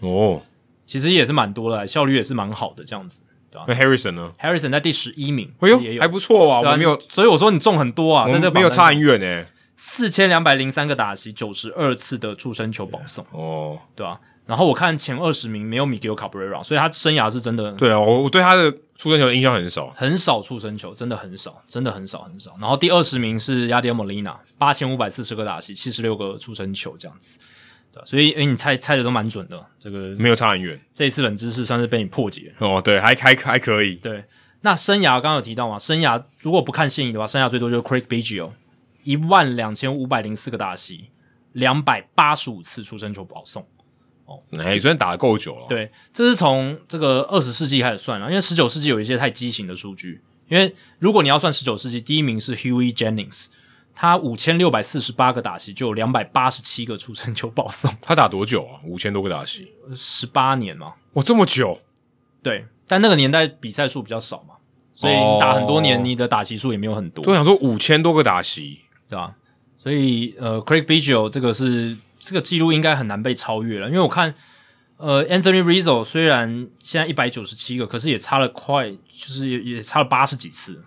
Speaker 2: 哦，
Speaker 1: 其实也是蛮多啊了，效率也是蛮好的这样子。
Speaker 2: 那 Harrison 呢？
Speaker 1: Harrison 在第十一名，
Speaker 2: 哎
Speaker 1: 也
Speaker 2: 呦，
Speaker 1: 有
Speaker 2: 还不错啊，
Speaker 1: 对啊
Speaker 2: 我们没有
Speaker 1: 你，所以我说你中很多啊，
Speaker 2: 我
Speaker 1: 在这
Speaker 2: 们没有差很远呢。
Speaker 1: 四千两百零三个打席，九十二次的触身球保送，
Speaker 2: 哦，
Speaker 1: 对吧、然后我看前二十名没有 Miguel Cabrera，所以他生涯是真的
Speaker 2: 对啊，我我对他的出生球的印象很少，
Speaker 1: 很少触身球，真的很少，真的很少很少。然后第二十名是亚迪尔莫利娜，八千五百四十个打席，七十六个触身球这样子，对吧所以诶、你猜猜的都蛮准的。这个
Speaker 2: 没有差很远。
Speaker 1: 这一次冷知识算是被你破解。
Speaker 2: 哦，对，还还还可以，
Speaker 1: 对，那生涯刚刚有提到嘛，生涯如果不看现役的话，生涯最多就是 Craig Biggio 一万两千五百零四个打席，两百八十五次触身球保送。
Speaker 2: 哎，虽然打的够久了，
Speaker 1: 对，这是从这个二十世纪开始算啊了，因为十九世纪有一些太畸形的数据。因为如果你要算十九世纪，第一名是 Huey Jennings，他五千六百四十八个打席，就有两百八十七个出生球保送，
Speaker 2: 他打多久啊？五千多个打席，
Speaker 1: 十八年嘛。
Speaker 2: 哇，这么久，
Speaker 1: 对，但那个年代比赛数比较少嘛，所以你打很多年，
Speaker 2: 哦
Speaker 1: 你的打席数也没有很多，
Speaker 2: 都想说五千多个打席，
Speaker 1: 对吧、所以呃，Craig Biggio 这个是这个记录应该很难被超越了，因为我看呃，Anthony Rizzo 虽然现在一百九十七个，可是也差了快，就是也也差了八十几次，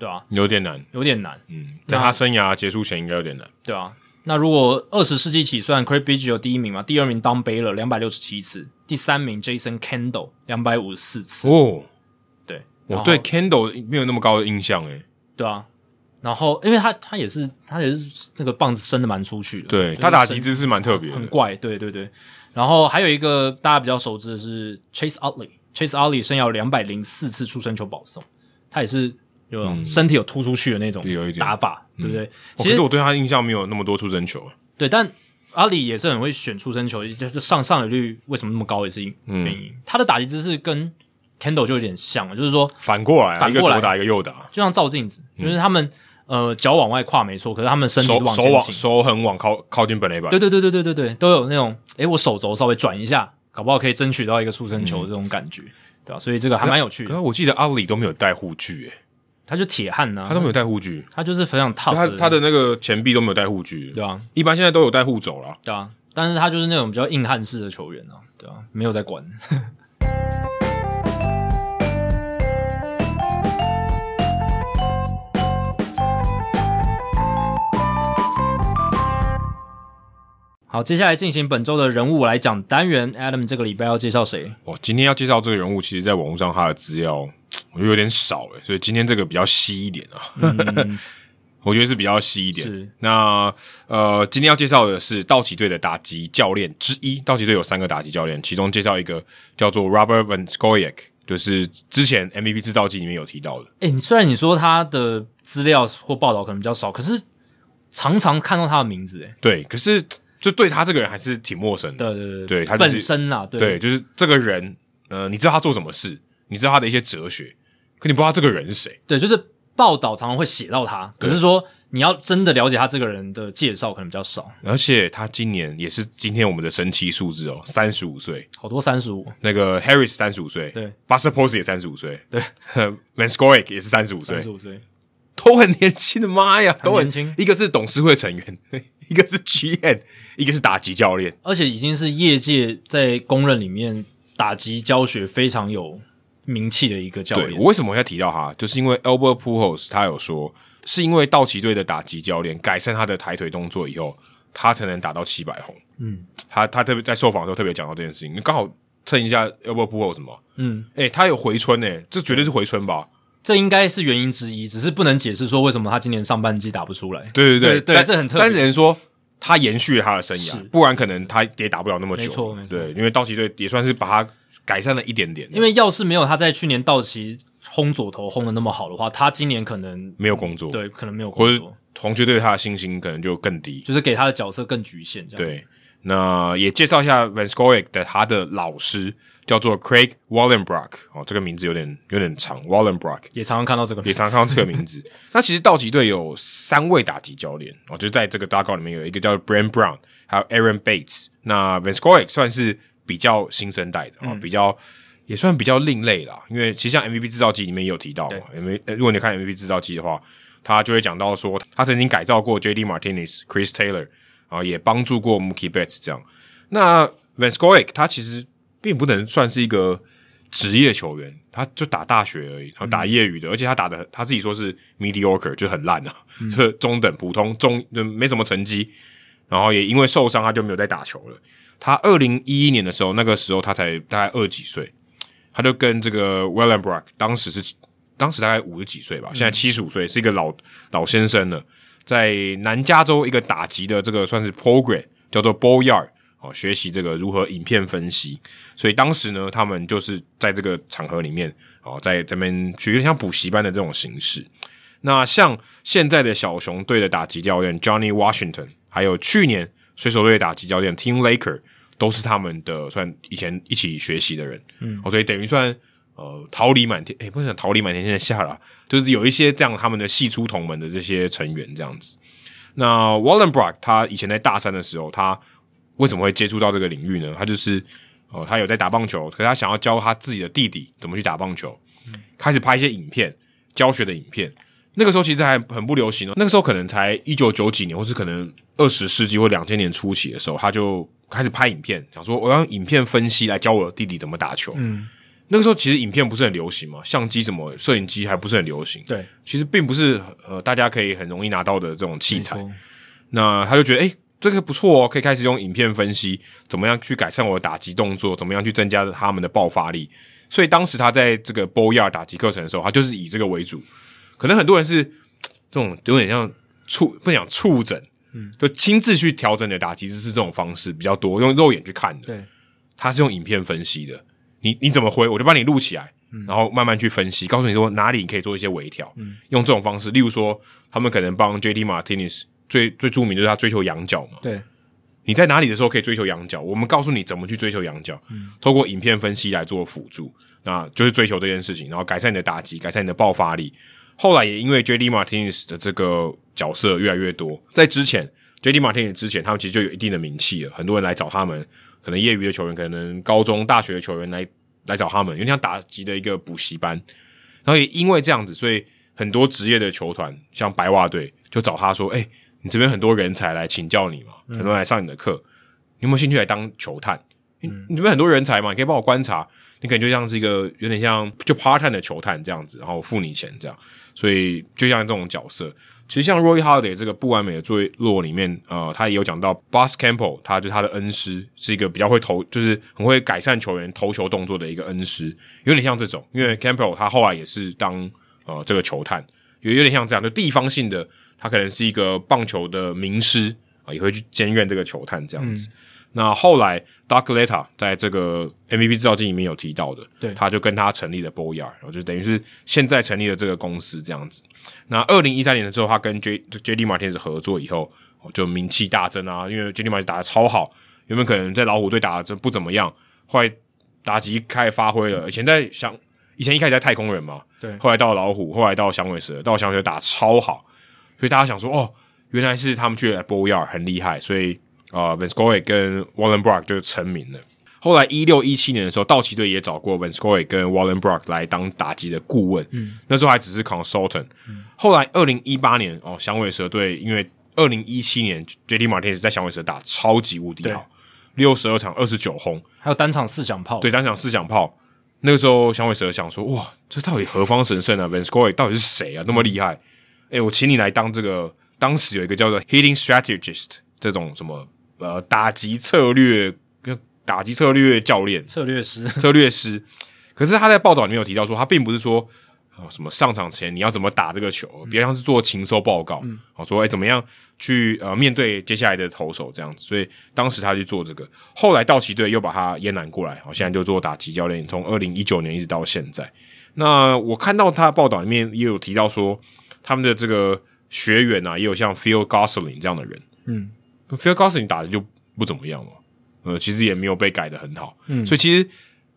Speaker 1: 对啊，
Speaker 2: 有点难。
Speaker 1: 有点难，
Speaker 2: 嗯，在他生涯结束前应该有点难。
Speaker 1: 对啊。那如果二十世纪起算，Craig Biggio 第一名嘛，第二名 Don Baylor 两百六十七次，第三名 Jason Kendall 两百五十四次，
Speaker 2: 哦，
Speaker 1: 对，然
Speaker 2: 我
Speaker 1: 后
Speaker 2: 对 Kendall 没有那么高的印象哎诶。
Speaker 1: 对啊。然后，因为他他也是他也是那个棒子伸的蛮出去的，
Speaker 2: 对
Speaker 1: 就是
Speaker 2: 他打
Speaker 1: 伸
Speaker 2: 击姿势蛮特别
Speaker 1: 很
Speaker 2: 的，
Speaker 1: 怪，对对对。然后还有一个大家比较熟知的是 Chase Utley，Chase Utley 生涯两百零四次出生球保送，他也是有种身体有突出去的那种
Speaker 2: 嗯有一点
Speaker 1: 打法，对不对？
Speaker 2: 哦
Speaker 1: 其
Speaker 2: 可
Speaker 1: 实
Speaker 2: 是我对他印象没有那么多出生球。
Speaker 1: 对，但阿里也是很会选出生球，就是上上垒率为什么那么高也是因
Speaker 2: 嗯
Speaker 1: 原因。他的打击姿势跟 Kendall 就有点像了，就是说
Speaker 2: 反过来啊，
Speaker 1: 反
Speaker 2: 一个
Speaker 1: 过来
Speaker 2: 左打一个右打，
Speaker 1: 就像照镜子，
Speaker 2: 嗯
Speaker 1: 就是他们呃脚往外跨没错，可是他们身体是
Speaker 2: 手
Speaker 1: 往
Speaker 2: 手
Speaker 1: 前
Speaker 2: 往
Speaker 1: 倾
Speaker 2: 手很往靠靠近本垒板
Speaker 1: 对。对对对对对对，都有那种，诶，我手肘稍微转一下，搞不好可以争取到一个出生球这种感觉，对吧、所以这个还蛮有趣
Speaker 2: 嗯可
Speaker 1: 的
Speaker 2: 是。我记得阿里都没有带护具，欸诶，
Speaker 1: 他就铁汉呐、
Speaker 2: 他都没有带护具，
Speaker 1: 他就是非常
Speaker 2: 就
Speaker 1: tough，
Speaker 2: 他
Speaker 1: 的
Speaker 2: 他的那个前臂都没有带护具。
Speaker 1: 对啊？
Speaker 2: 一般现在都有带护肘啦。
Speaker 1: 对啊，但是他就是那种比较硬汉式的球员啊，对啊，没有在管。 好，接下来进行本周的人物来讲单元。Adam 这个礼拜要介绍谁？
Speaker 2: 我哦今天要介绍这个人物，其实在网络欸上他的资料我觉得有点少诶，所以今天这个比较稀一点啊。 我觉得是比较细一点。
Speaker 1: 嗯是
Speaker 2: 那呃，今天要介绍的是道奇队的打击教练之一。道奇队有三个打击教练，其中介绍一个叫做 Robert Van Scoyak，就是之前 MVP 制造机里面有提到的。
Speaker 1: 哎、你虽然你说他的资料或报道可能比较少，可是常常看到他的名字，哎，
Speaker 2: 对，可是就对他这个人还是挺陌生的。
Speaker 1: 对对对
Speaker 2: 对他就是
Speaker 1: 本身啦，对
Speaker 2: 对，就是这个人，呃，你知道他做什么事，你知道他的一些哲学，可你不知道他这个人是谁。
Speaker 1: 对就是报道常常会写到他，可
Speaker 2: 对
Speaker 1: 是说你要真的了解他这个人的介绍，可能比较少，
Speaker 2: 而且他今年也是今天我们的神奇数字哦，三十五岁。
Speaker 1: 好多三十五，
Speaker 2: 那个 Harris 三十五岁，
Speaker 1: 对
Speaker 2: ，Buster Posey 也三十五岁，
Speaker 1: 对
Speaker 2: ，Van Scoic 也是三十五岁
Speaker 1: 三十，五岁，
Speaker 2: 都很年轻的，妈呀，都很
Speaker 1: 年轻
Speaker 2: 一个是董事会成员， 一个是 GM，一个是打击教练，
Speaker 1: 而且已经是业界在公认里面打击教学非常有名气的一个教
Speaker 2: 对
Speaker 1: 练
Speaker 2: 我，为什么要提到他？就是因为 Albert Pujols 他有说，是因为道奇队的打击教练改善他的抬腿动作以后，他才能打到七百红。
Speaker 1: 嗯，
Speaker 2: 他他特别在受访的时候特别讲到这件事情，刚好蹭一下 Albert Pujols 嘛，
Speaker 1: 嗯，
Speaker 2: 诶、他有回春诶、这绝对是回春吧？
Speaker 1: 这应该是原因之一，只是不能解释说为什么他今年上半季打不出来，
Speaker 2: 对对
Speaker 1: 对对
Speaker 2: 但
Speaker 1: 这很特别
Speaker 2: 但只能说他延续了他的生涯
Speaker 1: 是，
Speaker 2: 不然可能他也打不了那么久。
Speaker 1: 没错没错
Speaker 2: 对，因为道奇队也算是把他改善了一点点，啊
Speaker 1: 因为要是没有他在去年道奇轰左投轰的那么好的话，他今年可能
Speaker 2: 没有工作，，
Speaker 1: 对可能没有
Speaker 2: 或
Speaker 1: 工
Speaker 2: 者
Speaker 1: 作，
Speaker 2: 红雀对他的信心可能就更低。
Speaker 1: 就是给他的角色更局限这样子。
Speaker 2: 对，那也介绍一下 Van Scoic 的他的老师叫做 Craig Wallenbrock 哦，这个名字有点有点长，Wallenbrock。
Speaker 1: 也常常看到这个
Speaker 2: 也常常看到这个名字。那其实道奇队有三位打击教练哦，就是在这个大纲里面有一个叫 Brian Brown，还有 Aaron Bates。那 Van Scoic 算是比较新生代的哦，比较也算比较另类啦。因为其实像 MVP 制造机里面也有提到嘛，因为呃如果你看 MVP 制造机的话，他就会讲到说他曾经改造过 J.D. Martinez、Chris Taylor，啊、也帮助过 Mookie Betts 这样。那 Van Scoic 他其实并不能算是一个职业球员，他就打大学而已，然后打业余的，而且他打的他自己说是 mediocre，就很烂啊，就是中等、普通、中就没什么成绩。然后也因为受伤，他就没有再打球了。他二零一一年的时候，那个时候他才大概二十几岁，他就跟这个 Wellenbrock 当时是当时大概五十几岁吧，现在七十五岁，是一个老老先生了，在南加州一个打击的这个算是 program 叫做 Ball Yard 哦，学习这个如何影片分析。所以当时呢，他们就是在这个场合里面哦，在这边去有点像补习班的这种形式。那像现在的小熊队的打击教练 Johnny Washington，还有去年水手队的打击教练 Tim Laker，都是他们的算以前一起学习的人，嗯，哦，所以等于算呃桃李满天，诶、不是讲桃李满天，现在下了啊，就是有一些这样他们的系出同门的这些成员这样子。那 Wallenbrock 他以前在大三的时候，他为什么会接触到这个领域呢？他就是哦，他有在打棒球，可是他想要教他自己的弟弟怎么去打棒球，开始拍一些影片，教学的影片。那个时候其实还很不流行哦，那个时候可能才一九九几年，或是可能二十世纪或两千年初期的时候，他就开始拍影片，想说我要用影片分析来教我弟弟怎么打球。嗯，那个时候其实影片不是很流行嘛，相机什么摄影机还不是很流行，
Speaker 1: 对，
Speaker 2: 其实并不是呃大家可以很容易拿到的这种器
Speaker 1: 没
Speaker 2: 材。
Speaker 1: 错
Speaker 2: 那他就觉得，哎、这个不错哦，可以开始用影片分析，怎么样去改善我的打击动作，怎么样去增加他们的爆发力。所以当时他在这个 b o y a 打击课程的时候，他就是以这个为主。可能很多人是这种有点像触，不讲触诊，嗯，就亲自去调整你的打击姿势这种方式比较多，用肉眼去看的。
Speaker 1: 对，
Speaker 2: 他是用影片分析的。你你怎么回，我就帮你录起来，然后慢慢去分析，告诉你说哪里可以做一些微调。用这种方式，例如说，他们可能帮 J.D. Martinez 最最著名就是他追求仰角嘛。
Speaker 1: 对，
Speaker 2: 你在哪里的时候可以追求仰角，我们告诉你怎么去追求仰角，透过影片分析来做辅助，那就是追求这件事情，然后改善你的打击，改善你的爆发力。后来也因为 J.D. Martinez 的这个角色越来越多，在之前 J.D. Martinez 之前，他们其实就有一定的名气了，很多人来找他们，可能业余的球员，可能高中、大学的球员来来找他们，有点像打击的一个补习班。然后也因为这样子，所以很多职业的球团，像白袜队，就找他说：“哎、你这边很多人才来请教你嘛，很多人来上你的课，你有没有兴趣来当球探？你你这边很多人才嘛，你可以帮我观察。你可能就像是一个有点像就 part time 的球探这样子，然后付你钱这样。所以就像这种角色，其实像 Roy Holiday 这个不完美的坠落里面，呃，他也有讲到 Boss Campbell，他就是他的恩师，是一个比较会投，就是很会改善球员投球动作的一个恩师，有点像这种，因为 Campbell 他后来也是当呃这个球探，有有点像这样，就地方性的他可能是一个棒球的名师啊，也会去兼任这个球探这样子。那后来 Doc Letta 在这个 MVP 制造机里面有提到的，
Speaker 1: 对
Speaker 2: 他就跟他成立了 Boyard，然后就等于是现在成立了这个公司这样子。那二零一三年的时候，他跟 J J D 马天子合作以后，哦就名气大增啊，因为 J D 马天子打的超好，原本可能在老虎队打的真不怎么样，后来打击开始发挥了，以前在想。以前一开始在太空人嘛，
Speaker 1: 对
Speaker 2: 后来到老虎，后来到响尾蛇，到响尾蛇打超好，所以大家想说，哦，原来是他们去了 b o y a r 很厉害，所以啊、呃、v i n s c o y 跟 Wallen Brock 就成名了。后来一六一七年的时候，道奇队也找过 v i n s c o y 跟 Wallen Brock 来当打击的顾问，嗯，那时候还只是 consultant。后来二零一八年哦，响尾蛇队因为二零一七年 J.D. Martinez 在响尾蛇打超级无敌好，六十二场二十九轰，
Speaker 1: 还有单场四响炮，
Speaker 2: 对，单场四响炮。那个时候，响尾蛇想说：“哇，这到底何方神圣啊 v a n s c o y 到底是谁啊？那么厉害？哎、我请你来当这个，当时有一个叫做 hitting strategist 这种什么呃打击策略跟打击策略教练，
Speaker 1: 策略师，
Speaker 2: 策略师。可是他在报道里面有提到说，他并不是说、哦、什么上场前你要怎么打这个球，比较像是做情搜报告，好、说哎怎么样去呃面对接下来的投手这样子。所以当时他去做这个，后来道奇队又把他延揽过来，好、现在就做打击教练，从二零一九年一直到现在。那我看到他的报道里面也有提到说，他们的这个学员啊，也有像 Phil Gosselin 这样的人，
Speaker 1: 嗯
Speaker 2: ，Phil Gosselin 打的就不怎么样嘛，呃，其实也没有被改的很好，
Speaker 1: 嗯
Speaker 2: 所以其实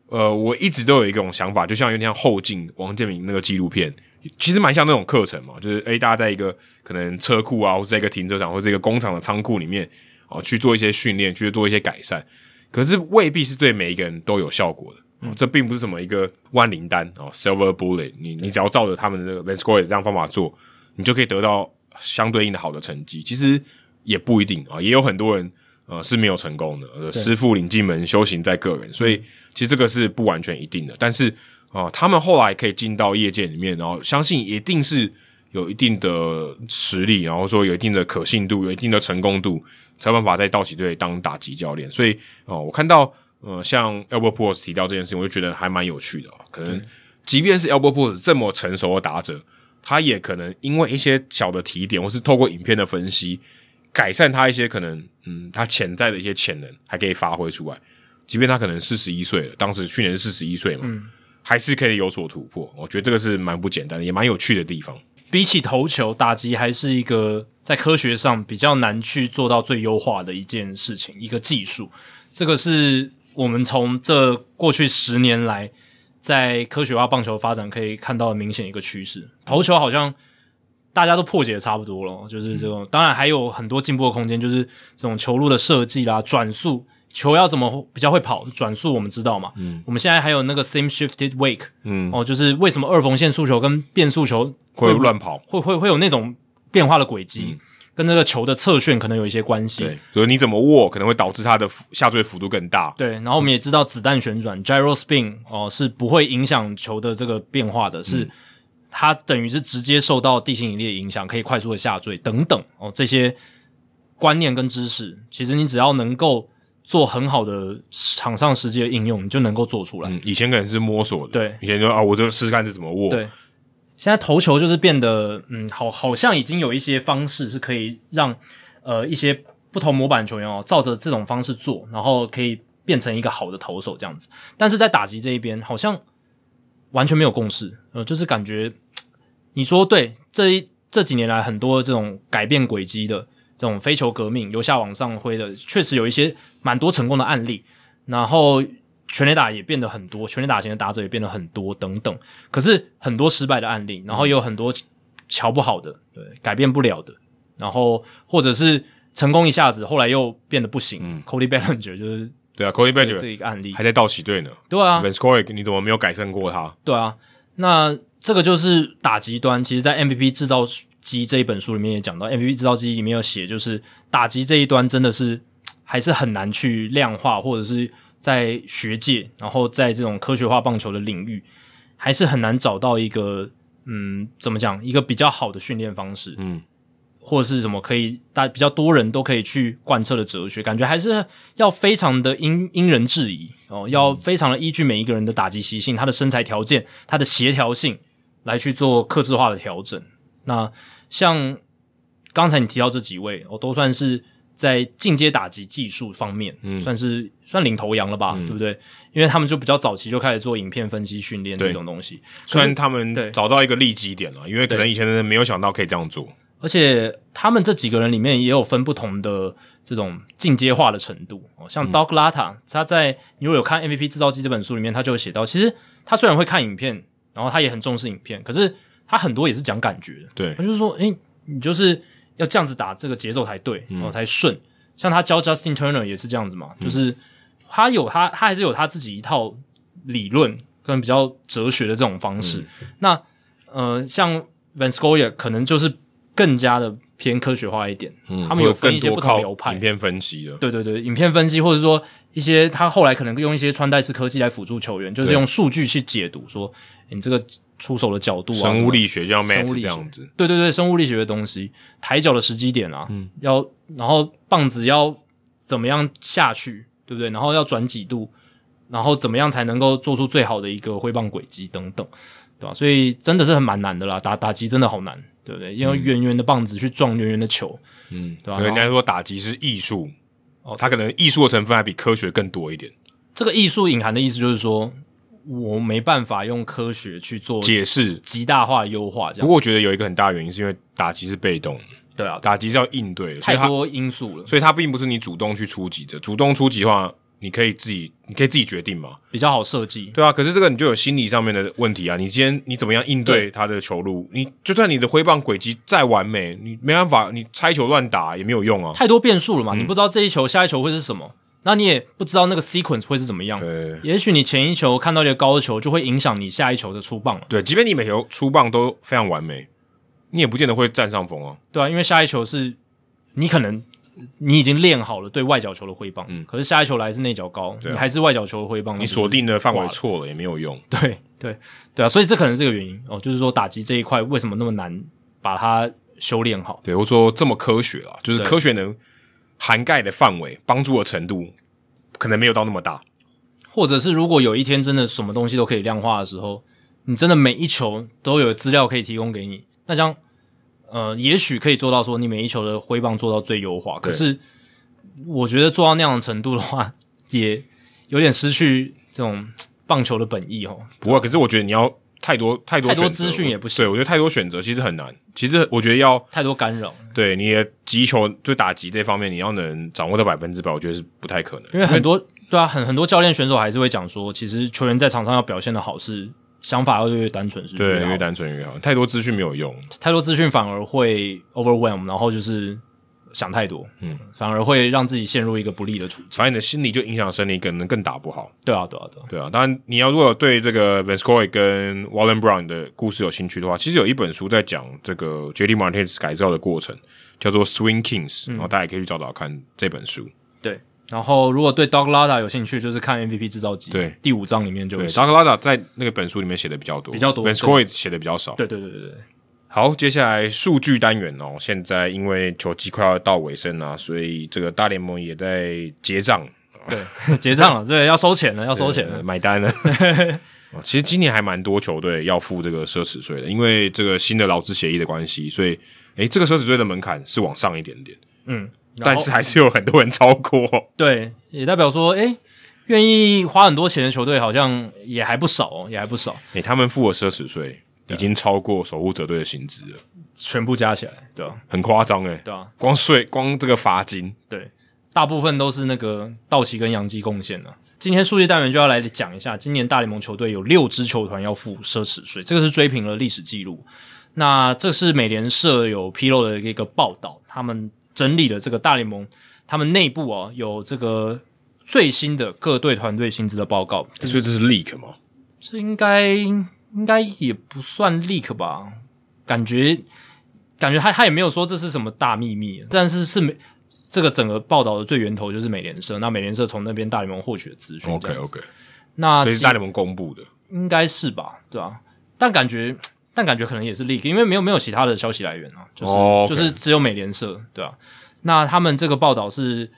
Speaker 2: 呃，我一直都有一种想法，就像有点像后进王建民那个纪录片，其实蛮像那种课程嘛，就是诶、大家在一个可能车库啊，或是在一个停车场，或者一个工厂的仓库里面哦、去做一些训练，去做一些改善，可是未必是对每一个人都有效果的。哦这并不是什么一个万灵丹哦，silver bullet，你你只要照着他们的 v a n s c o r e 这样方法做，你就可以得到相对应的好的成绩。其实也不一定啊，也有很多人呃是没有成功的，呃、师傅领进门，修行在个人，所以其实这个是不完全一定的。但是啊、呃他们后来可以进到业界里面，然后相信一定是有一定的呃实力，然后说有一定的可信度，有一定的成功度，才有办法在道奇队当打击教练。所以哦、呃我看到呃，像 Albert p o r s 提到这件事情，我就觉得还蛮有趣的、哦。可能即便是 Albert p o r s 这么成熟的打者，他也可能因为一些小的提点，或是透过影片的分析，改善他一些可能嗯他潜在的一些潜能，还可以发挥出来。即便他可能四十一岁了，当时去年四十一岁嘛，还是可以有所突破。我觉得这个是蛮不简单的，也蛮有趣的地方。
Speaker 1: 比起投球，打击还是一个在科学上比较难去做到最优化的一件事情，一个技术。这个是我们从这过去十年来在科学化棒球发展可以看到的明显一个趋势。投球好像大家都破解的差不多了，就是这种。当然还有很多进步的空间，就是这种球路的设计啦、转速。球要怎么比较会跑？转速我们知道嘛，嗯，我们现在还有那个 same shifted wake，嗯，哦，就是为什么二缝线速球跟变速球
Speaker 2: 会乱跑，
Speaker 1: 会会会有那种变化的轨迹，跟那个球的侧旋可能有一些关系。
Speaker 2: 对，所以你怎么握可能会导致他的幅下坠幅度更大。
Speaker 1: 对，然后我们也知道子弹旋转 （gyro spin） 哦、是不会影响球的这个变化的，是、它等于是直接受到地心引力的影响，可以快速的下坠等等哦、这些观念跟知识，其实你只要能够做很好的场上实际的应用，你就能够做出来。
Speaker 2: 嗯，以前可能是摸索的，
Speaker 1: 对
Speaker 2: 以前就啊，我就试试看是怎么握，
Speaker 1: 对，现在投球就是变得，嗯，好，好像已经有一些方式是可以让呃一些不同模板球员哦，照着这种方式做，然后可以变成一个好的投手这样子。但是在打击这一边，好像完全没有共识，呃，就是感觉嘖你说对，这一这几年来很多这种改变轨迹的这种飞球革命，由下往上挥的，确实有一些蛮多成功的案例。然后全垒打也变得很多，全垒打型的打者也变得很多等等。可是很多失败的案例，然后也有很多瞧不好的，对，改变不了的，然后或者是成功一下子，后来又变得不行。Cody Bellinger 就是
Speaker 2: 对啊，Cody
Speaker 1: 这这
Speaker 2: Bellinger
Speaker 1: 一个案例，
Speaker 2: 还在道奇队呢
Speaker 1: 对啊
Speaker 2: v，a n s c o y 你怎么没有改善过他？
Speaker 1: 对啊，那这个就是打极端。其实，在 MVP 制造机这一本书里面也讲到，MVP 制造机里面有写，就是打击这一端真的是还是很难去量化，或者是在学界，然后在这种科学化棒球的领域，还是很难找到一个嗯，怎么讲，一个比较好的训练方式，
Speaker 2: 嗯，
Speaker 1: 或者是什么可以大比较多人都可以去贯彻的哲学，感觉还是要非常的因因人制宜哦，要非常的依据每一个人的打击习性、他的身材条件、他的协调性来去做克制化的调整。那像刚才你提到这几位，我、哦、都算是在进阶打击技术方面，算是算领头羊了吧，对不对？因为他们就比较早期就开始做影片分析训练
Speaker 6: 对
Speaker 1: 这种东西，
Speaker 2: 虽然他
Speaker 1: 对
Speaker 2: 们找到一个利基点了，因为可能以前的人没有想到可以这样做。
Speaker 1: 而且他们这几个人里面也有分不同的这种进阶化的程度哦，像 Doc Lata，、他在你如果有看《MVP 制造机》这本书里面，他就有写到，其实他虽然会看影片，然后他也很重视影片，可是他很多也是讲感觉的，
Speaker 2: 对
Speaker 1: 他就是说，诶、你就是要这样子打，这个节奏才对，
Speaker 2: 嗯
Speaker 1: 然后才顺。像他教 Justin Turner 也是这样子嘛，就是他有他他还是有他自己一套理论跟比较哲学的这种方式。
Speaker 2: 嗯
Speaker 1: 那呃，像 Van s c o y a 可能就是更加的偏科学化一点，
Speaker 2: 嗯
Speaker 1: 他们有
Speaker 2: 会
Speaker 1: 分一
Speaker 2: 更
Speaker 1: 些
Speaker 2: 多
Speaker 1: 不同
Speaker 2: 靠
Speaker 1: 流派
Speaker 2: 影，片分析的，
Speaker 1: 对对对，影片分析，或者说一些他后来可能用一些穿戴式科技来辅助球员，就是
Speaker 2: 对
Speaker 1: 用数据去解读说诶你这个出手的角度啊，
Speaker 2: 生物
Speaker 1: 力。
Speaker 2: 力学就像
Speaker 1: 生物
Speaker 2: math
Speaker 1: 力学
Speaker 2: 这样子，
Speaker 1: 对对对，生物力学的东西，抬脚的时机点啊，要然后棒子要怎么样下去，对不对？然后要转几度，然后怎么样才能够做出最好的一个挥棒轨迹等等，对吧、所以真的是很蛮难的啦，打打击真的好难，对不对？因为圆圆的棒子去撞圆圆的球，
Speaker 2: 嗯，
Speaker 1: 对啊
Speaker 2: 人
Speaker 1: 然
Speaker 2: 家说打击是艺术，
Speaker 1: 哦
Speaker 2: 它可能艺术的成分还比科学更多一点，
Speaker 1: 这个艺术隐含的意思就是说，我没办法用科学去做
Speaker 2: 解释。
Speaker 1: 极大化优化，这
Speaker 2: 不
Speaker 1: 样
Speaker 2: 过我觉得有一个很大原因是因为打击是被动的，
Speaker 1: 对啊，
Speaker 2: 打击是要应对的，所
Speaker 1: 太
Speaker 2: 以它
Speaker 1: 多因素了，
Speaker 2: 所以它并不是你主动去出击的，主动出击的话，你可以自己你可以自己决定嘛，
Speaker 1: 比较好设计，
Speaker 2: 对啊，可是这个你就有心理上面的问题啊。你今天你怎么样应对
Speaker 1: 对
Speaker 2: 他的球路？你就算你的挥棒轨迹再完美，你没办法，你拆球乱打也没有用啊。
Speaker 1: 太多变数了嘛，你不知道这一球、下一球会是什么，那你也不知道那个 sequence 会是怎么样。
Speaker 2: 对
Speaker 1: 也许你前一球看到一个高球，就会影响你下一球的出棒了，
Speaker 2: 对，即便你每球出棒都非常完美，你也不见得会占上风啊。
Speaker 1: 对啊，因为下一球是你可能你已经练好了对外角球的挥棒，可是下一球来是内角高，你还是外角球的挥棒，
Speaker 2: 嗯啊你
Speaker 1: 那就是
Speaker 2: 锁定的范
Speaker 1: 挂
Speaker 2: 围
Speaker 1: 了
Speaker 2: 错了也没有用。
Speaker 1: 对对对啊，所以这可能是个原因哦，就是说打击这一块为什么那么难把它修炼好？
Speaker 2: 对，我说这么科学啦，就是
Speaker 1: 对
Speaker 2: 科学能涵盖的范围、帮助的程度，可能没有到那么大。
Speaker 1: 或者是如果有一天真的什么东西都可以量化的时候，你真的每一球都有资料可以提供给你，那这样呃，也许可以做到说你每一球的挥棒做到最优化。可
Speaker 2: 对
Speaker 1: 是我觉得做到那样的程度的话，也有点失去这种棒球的本意哦。
Speaker 2: 不过，可是我觉得你要太多太多
Speaker 1: 太多
Speaker 2: 选择
Speaker 1: 资讯也不行
Speaker 2: 对我觉得太多选择其实很难。其实我觉得要
Speaker 1: 太多干扰，
Speaker 2: 对你的击球就打击这方面，你要能掌握到百分之百，我觉得是不太可能。
Speaker 1: 因为很多对啊，很很多教练选手还是会讲说，其实球员在场上要表现的好是想法要越来越单纯，是
Speaker 2: 对，
Speaker 1: 越好
Speaker 2: 越单纯越好，太多资讯没有用。
Speaker 1: 太多资讯反而会 overwhelm，然后就是想太多，嗯，反而会让自己陷入一个不利的处境。
Speaker 2: 反正你的心理就影响生理，可能更打不好。
Speaker 1: 对啊，对啊，对啊，
Speaker 2: 对啊，当然你要如果对这个 v a n s c o y 跟 Wallen Brown 的故事有兴趣的话，其实有一本书在讲这个 J.D. Martinez 改造的过程，叫做 Swing Kings，、然后
Speaker 1: 嗯
Speaker 2: 大家也可以去找找看这本书。
Speaker 1: 对。然后如果对 Dog Lada 有兴趣，就是看 MVP 制造机，
Speaker 2: 对，
Speaker 1: 第五章里面就
Speaker 2: 对
Speaker 1: 有
Speaker 2: d
Speaker 1: 写
Speaker 2: a r k l a d a 在那个本书里面写的比较多，
Speaker 1: 比较多
Speaker 2: v a n s c o y 写的比较少。
Speaker 1: 对对对对对，
Speaker 2: 好，接下来数据单元哦。现在因为球季快要到尾声了、所以这个大联盟也在结账，
Speaker 1: 对结账 了，对，要收钱了，要收钱
Speaker 2: 呃
Speaker 1: 了，
Speaker 2: 买 单了。哦其实今年还蛮多球队要付这个奢侈税的，因为这个新的劳资协议的关系，所以诶，这个奢侈税的门槛是往上一点点，
Speaker 1: 嗯，然后
Speaker 2: 但是还是有很多人超过。
Speaker 1: 对，也代表说，诶，愿意花很多钱的球队好像也还不少、哦，也还不少，
Speaker 2: 诶，他们付的奢侈税已经超过守护者队的薪资了，
Speaker 1: 全部加起来，对啊，
Speaker 2: 很夸张诶。
Speaker 1: 对啊，嗯
Speaker 2: 光税光这个罚金，
Speaker 1: 对，大部分都是那个道奇跟洋基贡献的。今天数据单元就要来讲一下，今年大联盟球队有六支球团要付奢侈税，这个是追平了历史记录。那这是美联社有披露的一个报道，他们整理了这个大联盟他们内部啊有这个最新的各队团队薪资的报告，
Speaker 2: 所以这是 leak 吗？
Speaker 1: 这应该应该也不算 leak 吧？感觉感觉他他也没有说这是什么大秘密，但是是美这个整个报道的最源头就是美联社，那美联社从那边大联盟获取的资讯这
Speaker 2: OK
Speaker 1: 样子。
Speaker 2: OK，
Speaker 1: 那
Speaker 2: 所以是大联盟公布的。
Speaker 1: 应该是吧？对啊，但感觉但感觉可能也是 leak，因为没有没有其他的消息来源啊，就是、
Speaker 2: 哦
Speaker 1: 就
Speaker 2: ，OK
Speaker 1: 是只有美联社，对啊。那他们这个报道是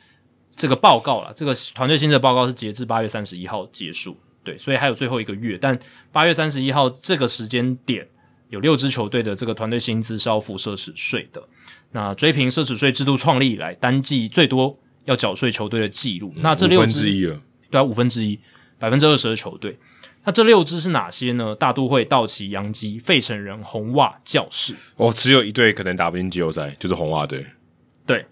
Speaker 1: 这个报告啦，这个团队薪资的报告是截至八月三十一号结束，对，所以还有最后一个月。但八月三十一号这个时间点，有六支球队的这个团队薪资是要付奢侈税的。那追平奢侈税制度创立以来单季最多要缴税球队的记录。那这
Speaker 4: 五
Speaker 1: 六
Speaker 4: 分之
Speaker 1: 支
Speaker 4: 一了，
Speaker 1: 对啊，五分之一，百分之二十的球队。那这六支是哪些呢？大都会、道奇、洋基、费城人、红袜、教士。
Speaker 4: 哦，只有一队可能打不进季后赛，就是红袜队，
Speaker 1: 对，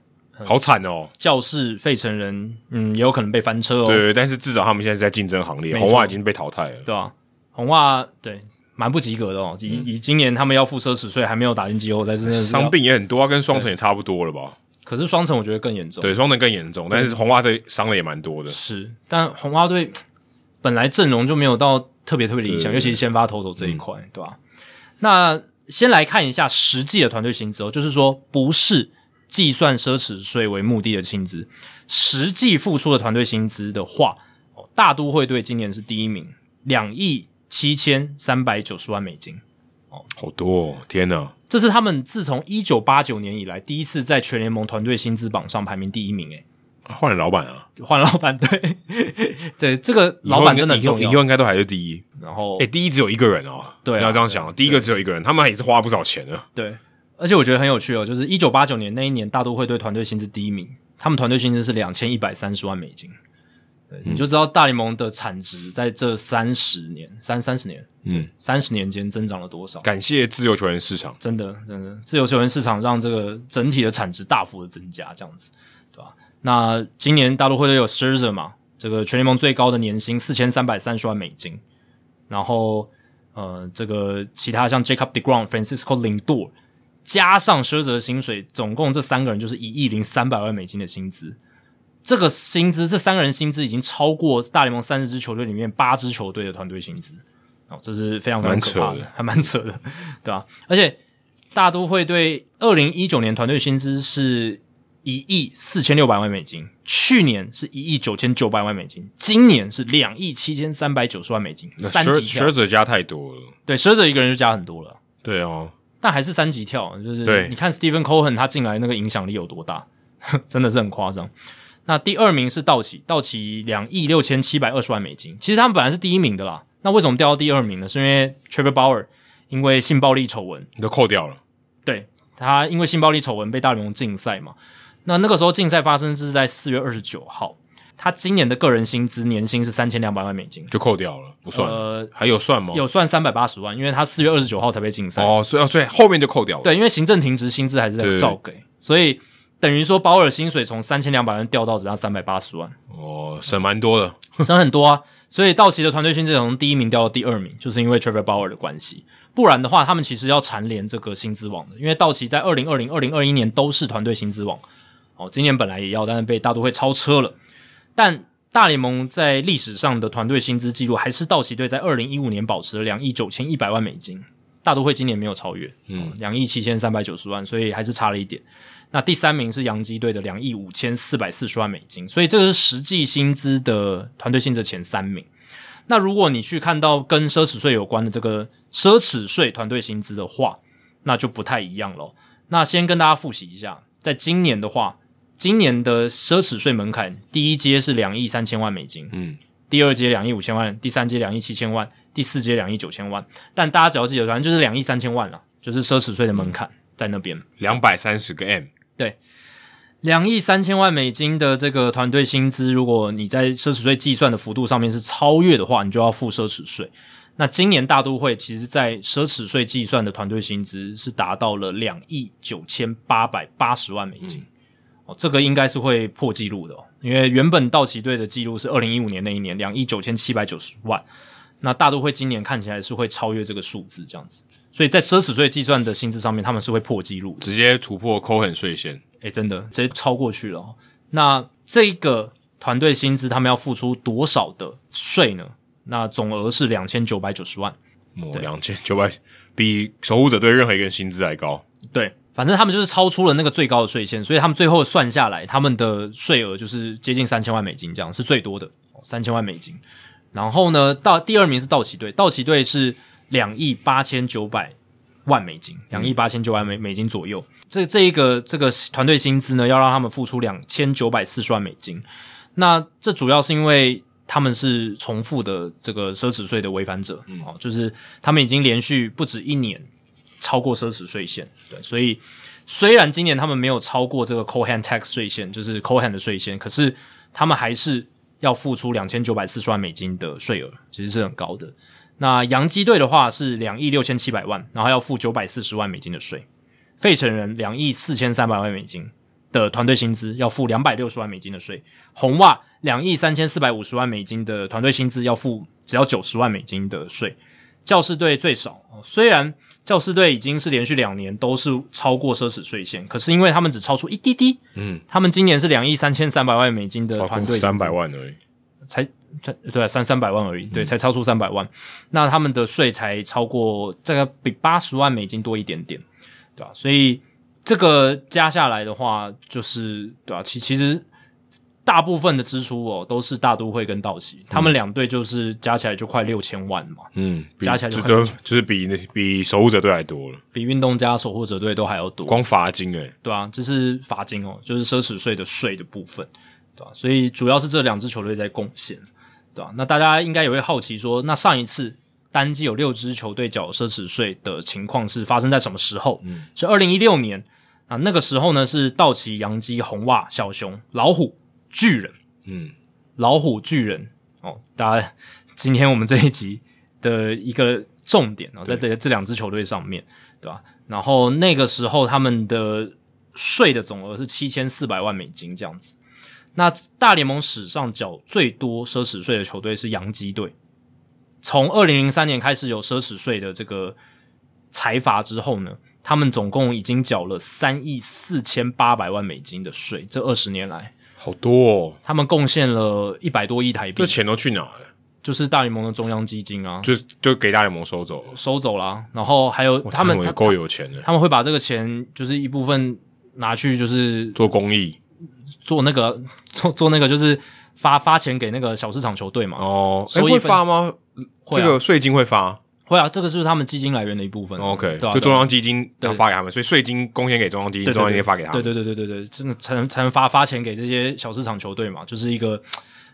Speaker 4: 好惨哦。
Speaker 1: 教士、费城人，嗯，也有可能被翻车哦，
Speaker 4: 对，但是至少他们现在是在竞争行列，
Speaker 1: 没错
Speaker 4: 红袜已经被淘汰了。
Speaker 1: 对吧、红袜对蛮不及格的哦，以、以今年他们要付奢侈税，还没有打进季后赛，真的是要
Speaker 4: 伤。病也很多啊，跟双城也差不多了吧？
Speaker 1: 可是双城我觉得更严重，
Speaker 4: 对，双城更严重，但是红袜队伤的也蛮多的。
Speaker 1: 是，但红袜队本来阵容就没有到特别特别理想，
Speaker 4: 对嗯
Speaker 1: 尤其是先发投手这一块，对吧、那先来看一下实际的团队薪资哦，就是说不是计算奢侈税为目的的薪资，实际付出的团队薪资的话，哦大都会队今年是第一名，两亿七千三百九十万美金。
Speaker 4: 好多、哦，天哪！
Speaker 1: 这是他们自从一九八九年以来第一次在全联盟团队薪资榜上排名第一名，诶，
Speaker 4: 换了老板啊，
Speaker 1: 换老板对 对，这个老板真的很
Speaker 4: 以后
Speaker 1: 重
Speaker 4: 应该以后
Speaker 1: 要
Speaker 4: 以。后应该都还是第一。
Speaker 1: 然后，
Speaker 4: 哎、第一只有一个人哦，
Speaker 1: 对啊
Speaker 4: 你要这样想，第一个只有一个人，他们也是花不少钱的。
Speaker 1: 对，而且我觉得很有趣哦，就是一九八九年那一年，大都会队团队薪资第一名，他们团队薪资是两千一百三十万美金，对，你就知道大联盟的产值在这三十年、三三十年、
Speaker 4: 嗯，
Speaker 1: 三十年间增长了多少？
Speaker 4: 感谢自由球员市场，
Speaker 1: 真的，真的，自由球员市场让这个整体的产值大幅的增加，这样子，对吧？那今年大陆会队有 s h i r z e r 嘛，这个全联盟最高的年薪四千三百三十万美金，然后呃，这个其他像 Jacob Degrom、Francisco Lindor 加上 s h i r z e r 的薪水，总共这三个人就是一亿零三百万美金的薪资。这个薪资，这三个人薪资已经超过大联盟三十支球队里面八支球队的团队薪资，哦，这是非常非常
Speaker 4: 蛮
Speaker 1: 可怕
Speaker 4: 扯
Speaker 1: 的
Speaker 4: 的，
Speaker 1: 还蛮扯的，对吧、而且大都会对二零一九年团队薪资是一亿四千六百万美金，去年是一亿九千九百万美金，今年是两亿七千三百九十万美金，
Speaker 4: 那
Speaker 1: 三级
Speaker 4: Scher-
Speaker 1: 跳。
Speaker 4: Scherzer 加太多了。
Speaker 1: 对，蛇者一个人就加很多了，
Speaker 4: 对哦，
Speaker 1: 但还是三级跳，就是
Speaker 4: 对
Speaker 1: 你看 Stephen Cohen 他进来那个影响力有多大， 真的是很夸张。那第二名是道奇，道奇两亿六千七百二十万美金，其实他们本来是第一名的啦，那为什么掉到第二名呢？是因为 Trevor Bauer 因为性暴力丑闻
Speaker 4: 你都扣掉了。
Speaker 1: 对他因为性暴力丑闻被大联盟禁赛嘛。那那个时候禁赛发生是在四月二十九号，他今年的个人薪资年薪是三千两百万美金，
Speaker 4: 就扣掉了，不算了。
Speaker 1: 呃，
Speaker 4: 还有算吗？
Speaker 1: 有算三百八十万，因为他四月二十九号才被禁赛。
Speaker 4: 哦，所以哦，所以后面就扣掉了。
Speaker 1: 对，因为行政停职薪资还是在
Speaker 4: 对
Speaker 1: 照给，所以等于说保尔薪水从三千两百万掉到只剩三百八十万，
Speaker 4: 哦，省蛮多的。
Speaker 1: 省很多啊。所以道奇的团队薪资从第一名掉到第二名，就是因为 Trevor Bauer 的关系。不然的话，他们其实要蝉联这个薪资网的，因为道奇在二零二零、二零二一年都是团队薪资网。哦，今年本来也要，但是被大都会超车了。但大联盟在历史上的团队薪资记录还是道奇队在二零一五年保持了两亿九千一百万美金，大都会今年没有超越，嗯，两亿七千三百九十万，所以还是差了一点。那第三名是洋基队的两亿五千四百四十万美金，所以这个是实际薪资的团队薪资的前三名。那如果你去看到跟奢侈税有关的这个奢侈税团队薪资的话，那就不太一样咯。那先跟大家复习一下，在今年的话，今年的奢侈税门槛第一阶是两亿三千万美金，
Speaker 4: 嗯，
Speaker 1: 第二阶两亿五千万，第三阶两亿七千万，第四阶两亿九千万。但大家只要记得，反正就是两亿三千万了，就是奢侈税的门槛在那边。
Speaker 4: 两百三十个 M，
Speaker 1: 两亿三千万美金的这个团队薪资，如果你在奢侈税计算的幅度上面是超越的话，你就要付奢侈税。那今年大都会其实在奢侈税计算的团队薪资是达到了两亿九千八百八十万美金，哦，这个应该是会破纪录的、哦，因为原本道奇队的记录是二零一五年那一年两亿九千七百九十万，那大都会今年看起来是会超越这个数字这样子，所以在奢侈税计算的薪资上面，他们是会破纪录的。
Speaker 4: 直接突破扣很税线。
Speaker 1: 哎，真的直接超过去了、哦。那这个团队薪资他们要付出多少的税呢？那总额是两千九百九十万。
Speaker 4: 哦，两千九百，比守护者队任何一个人薪资还高。
Speaker 1: 对，反正他们就是超出了那个最高的税线，所以他们最后算下来，他们的税额就是接近三千万美金，这样是最多的哦三千万美金。然后呢，到第二名是道奇队，道奇队是两亿八千九百万美金，两亿八千九百美美金左右。这这一个这个团队薪资呢，要让他们付出两千九百四十万美金。那这主要是因为他们是重复的这个奢侈税的违反者、哦，就是他们已经连续不止一年超过奢侈税线，对，所以虽然今年他们没有超过这个 Cohen tax 税线，就是 Cohen 的税线，可是他们还是要付出两千九百四十万美金的税额，其实是很高的。那洋基队的话是两亿六千七百万，然后要付九百四十万美金的税。费城人两亿四千三百万美金的团队薪资要付两百六十万美金的税，红袜两亿三千四百五十万美金的团队薪资要付只要九十万美金的税。教士队最少，哦虽然教士队已经是连续两年都是超过奢侈税线，可是因为他们只超出一滴滴，嗯，他们今年是两亿三千三百万美金的
Speaker 2: 超
Speaker 1: 呃团
Speaker 2: 过
Speaker 1: 队
Speaker 2: 三
Speaker 1: 薪
Speaker 2: 百
Speaker 1: 资
Speaker 2: 万而已。
Speaker 1: 才才对、啊、三三百万而已，对，才超出三百万，那他们的税才超过这个比八十万美金多一点点，对吧、所以这个加下来的话，就是对吧、其其实大部分的支出哦，都是大都会跟道奇，他们两队就是加起来就快六千万嘛，
Speaker 2: 嗯，比
Speaker 1: 加起来就
Speaker 2: 这
Speaker 1: 快
Speaker 2: 都就是比那比守护者队还多了，
Speaker 1: 比运动家、守护者队都还要多。
Speaker 2: 光罚金哎、
Speaker 1: 对啊，这是罚金哦，就是奢侈税的税的部分，对吧、啊所以主要是这两支球队在贡献，对吧、啊那大家应该也会好奇说，那上一次单季有六支球队缴奢侈税的情况是发生在什么时候？嗯，是二零一六年啊，那个时候呢是道奇、洋基、红袜、小熊、老虎、巨人，
Speaker 2: 嗯，
Speaker 1: 老虎、巨人哦，大家今天我们这一集的一个重点哦，在这这两支球队上面，对吧、然后那个时候他们的税的总额是七千四百万美金这样子。那大联盟史上缴最多奢侈税的球队是洋基队，从二零零三年开始有奢侈税的这个财阀之后呢，他们总共已经缴了三亿四千八百万美金的税，这二十年来。
Speaker 2: 好多哦，
Speaker 1: 他们贡献了一百多亿台币
Speaker 2: 这，钱都去哪了？
Speaker 1: 就是大联盟的中央基金啊，
Speaker 2: 就就给大联盟收走了，
Speaker 1: 收走了啊、然后还有
Speaker 2: 哇
Speaker 1: 他们
Speaker 2: 也
Speaker 1: 他
Speaker 2: 够有钱的，
Speaker 1: 他们会把这个钱就是一部分拿去就是
Speaker 2: 做公益
Speaker 1: 做那个做做那个就是发发钱给那个小市场球队嘛，
Speaker 2: 哦。哎、
Speaker 1: 收一
Speaker 2: 会
Speaker 1: 份
Speaker 2: 发吗？
Speaker 1: 会啊
Speaker 2: 这个税金会发、
Speaker 1: 会啊，这个是他们基金来源的一部分啊、
Speaker 2: o k
Speaker 1: 对啊、
Speaker 2: 哦就
Speaker 1: 对
Speaker 2: 中
Speaker 1: 啊
Speaker 2: 央基金要
Speaker 1: 对
Speaker 2: 发给他们，所以税金贡献给中央基金，
Speaker 1: 对对
Speaker 2: 中央基
Speaker 1: 对
Speaker 2: 金发给他
Speaker 1: 对
Speaker 2: 们。
Speaker 1: 对对对对对，真的才能才能发发钱给这些小市场球队嘛，就是一个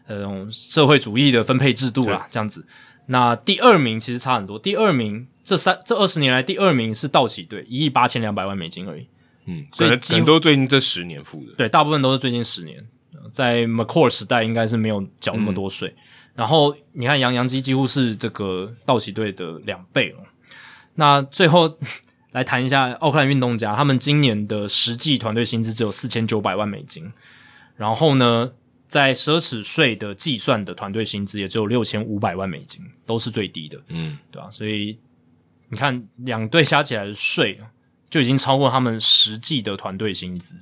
Speaker 1: 呃社会主义的分配制度啦，这样子。那第二名其实差很多，第二名这三这二十年来第二名是道奇队，一亿八千两百万美金而已。
Speaker 2: 嗯，
Speaker 1: 所
Speaker 2: 可
Speaker 1: 以
Speaker 2: 能
Speaker 1: 几
Speaker 2: 可
Speaker 1: 乎
Speaker 2: 能都是最近这十年付的。
Speaker 1: 对，大部分都是最近十年，在 McCord 时代应该是没有缴那么多税。
Speaker 2: 嗯
Speaker 1: 然后你看杨洋基几乎是这个道奇队的两倍了。那最后来谈一下奥克兰运动家，他们今年的实际团队薪资只有四千九百万美金，然后呢，在奢侈税的计算的团队薪资也只有六千五百万美金，都是最低的。
Speaker 2: 嗯，
Speaker 1: 对吧、所以你看，两队加起来的税就已经超过他们实际的团队薪资，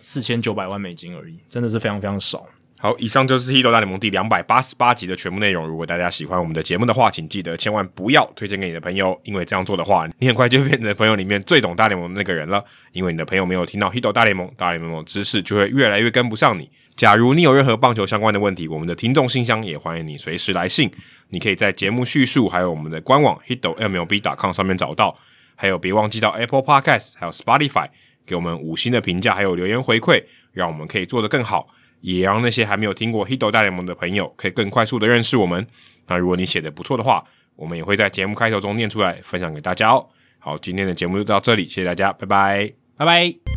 Speaker 1: 四千九百万美金而已，真的是非常非常少。
Speaker 2: 好，以上就是《h e r o 大联盟》第两百八十八集的全部内容。如果大家喜欢我们的节目的话，请记得千万不要推荐给你的朋友，因为这样做的话，你很快就会变成朋友里面最懂大联盟的那个人了。因为你的朋友没有听到《h e r o 大联盟》，大联盟的知识就会越来越跟不上你。假如你有任何棒球相关的问题，我们的听众信箱也欢迎你随时来信。你可以在节目叙述还有我们的官网 hitomlb.com 上面找到。还有别忘记到 Apple Podcast 还有 Spotify 给我们五星的评价，还有留言回馈，让我们可以做得更好，也让那些还没有听过《h i t o 大联盟》的朋友可以更快速的认识我们。那如果你写的不错的话，我们也会在节目开头中念出来，分享给大家哦。好，今天的节目就到这里，谢谢大家，拜拜。
Speaker 1: 拜拜。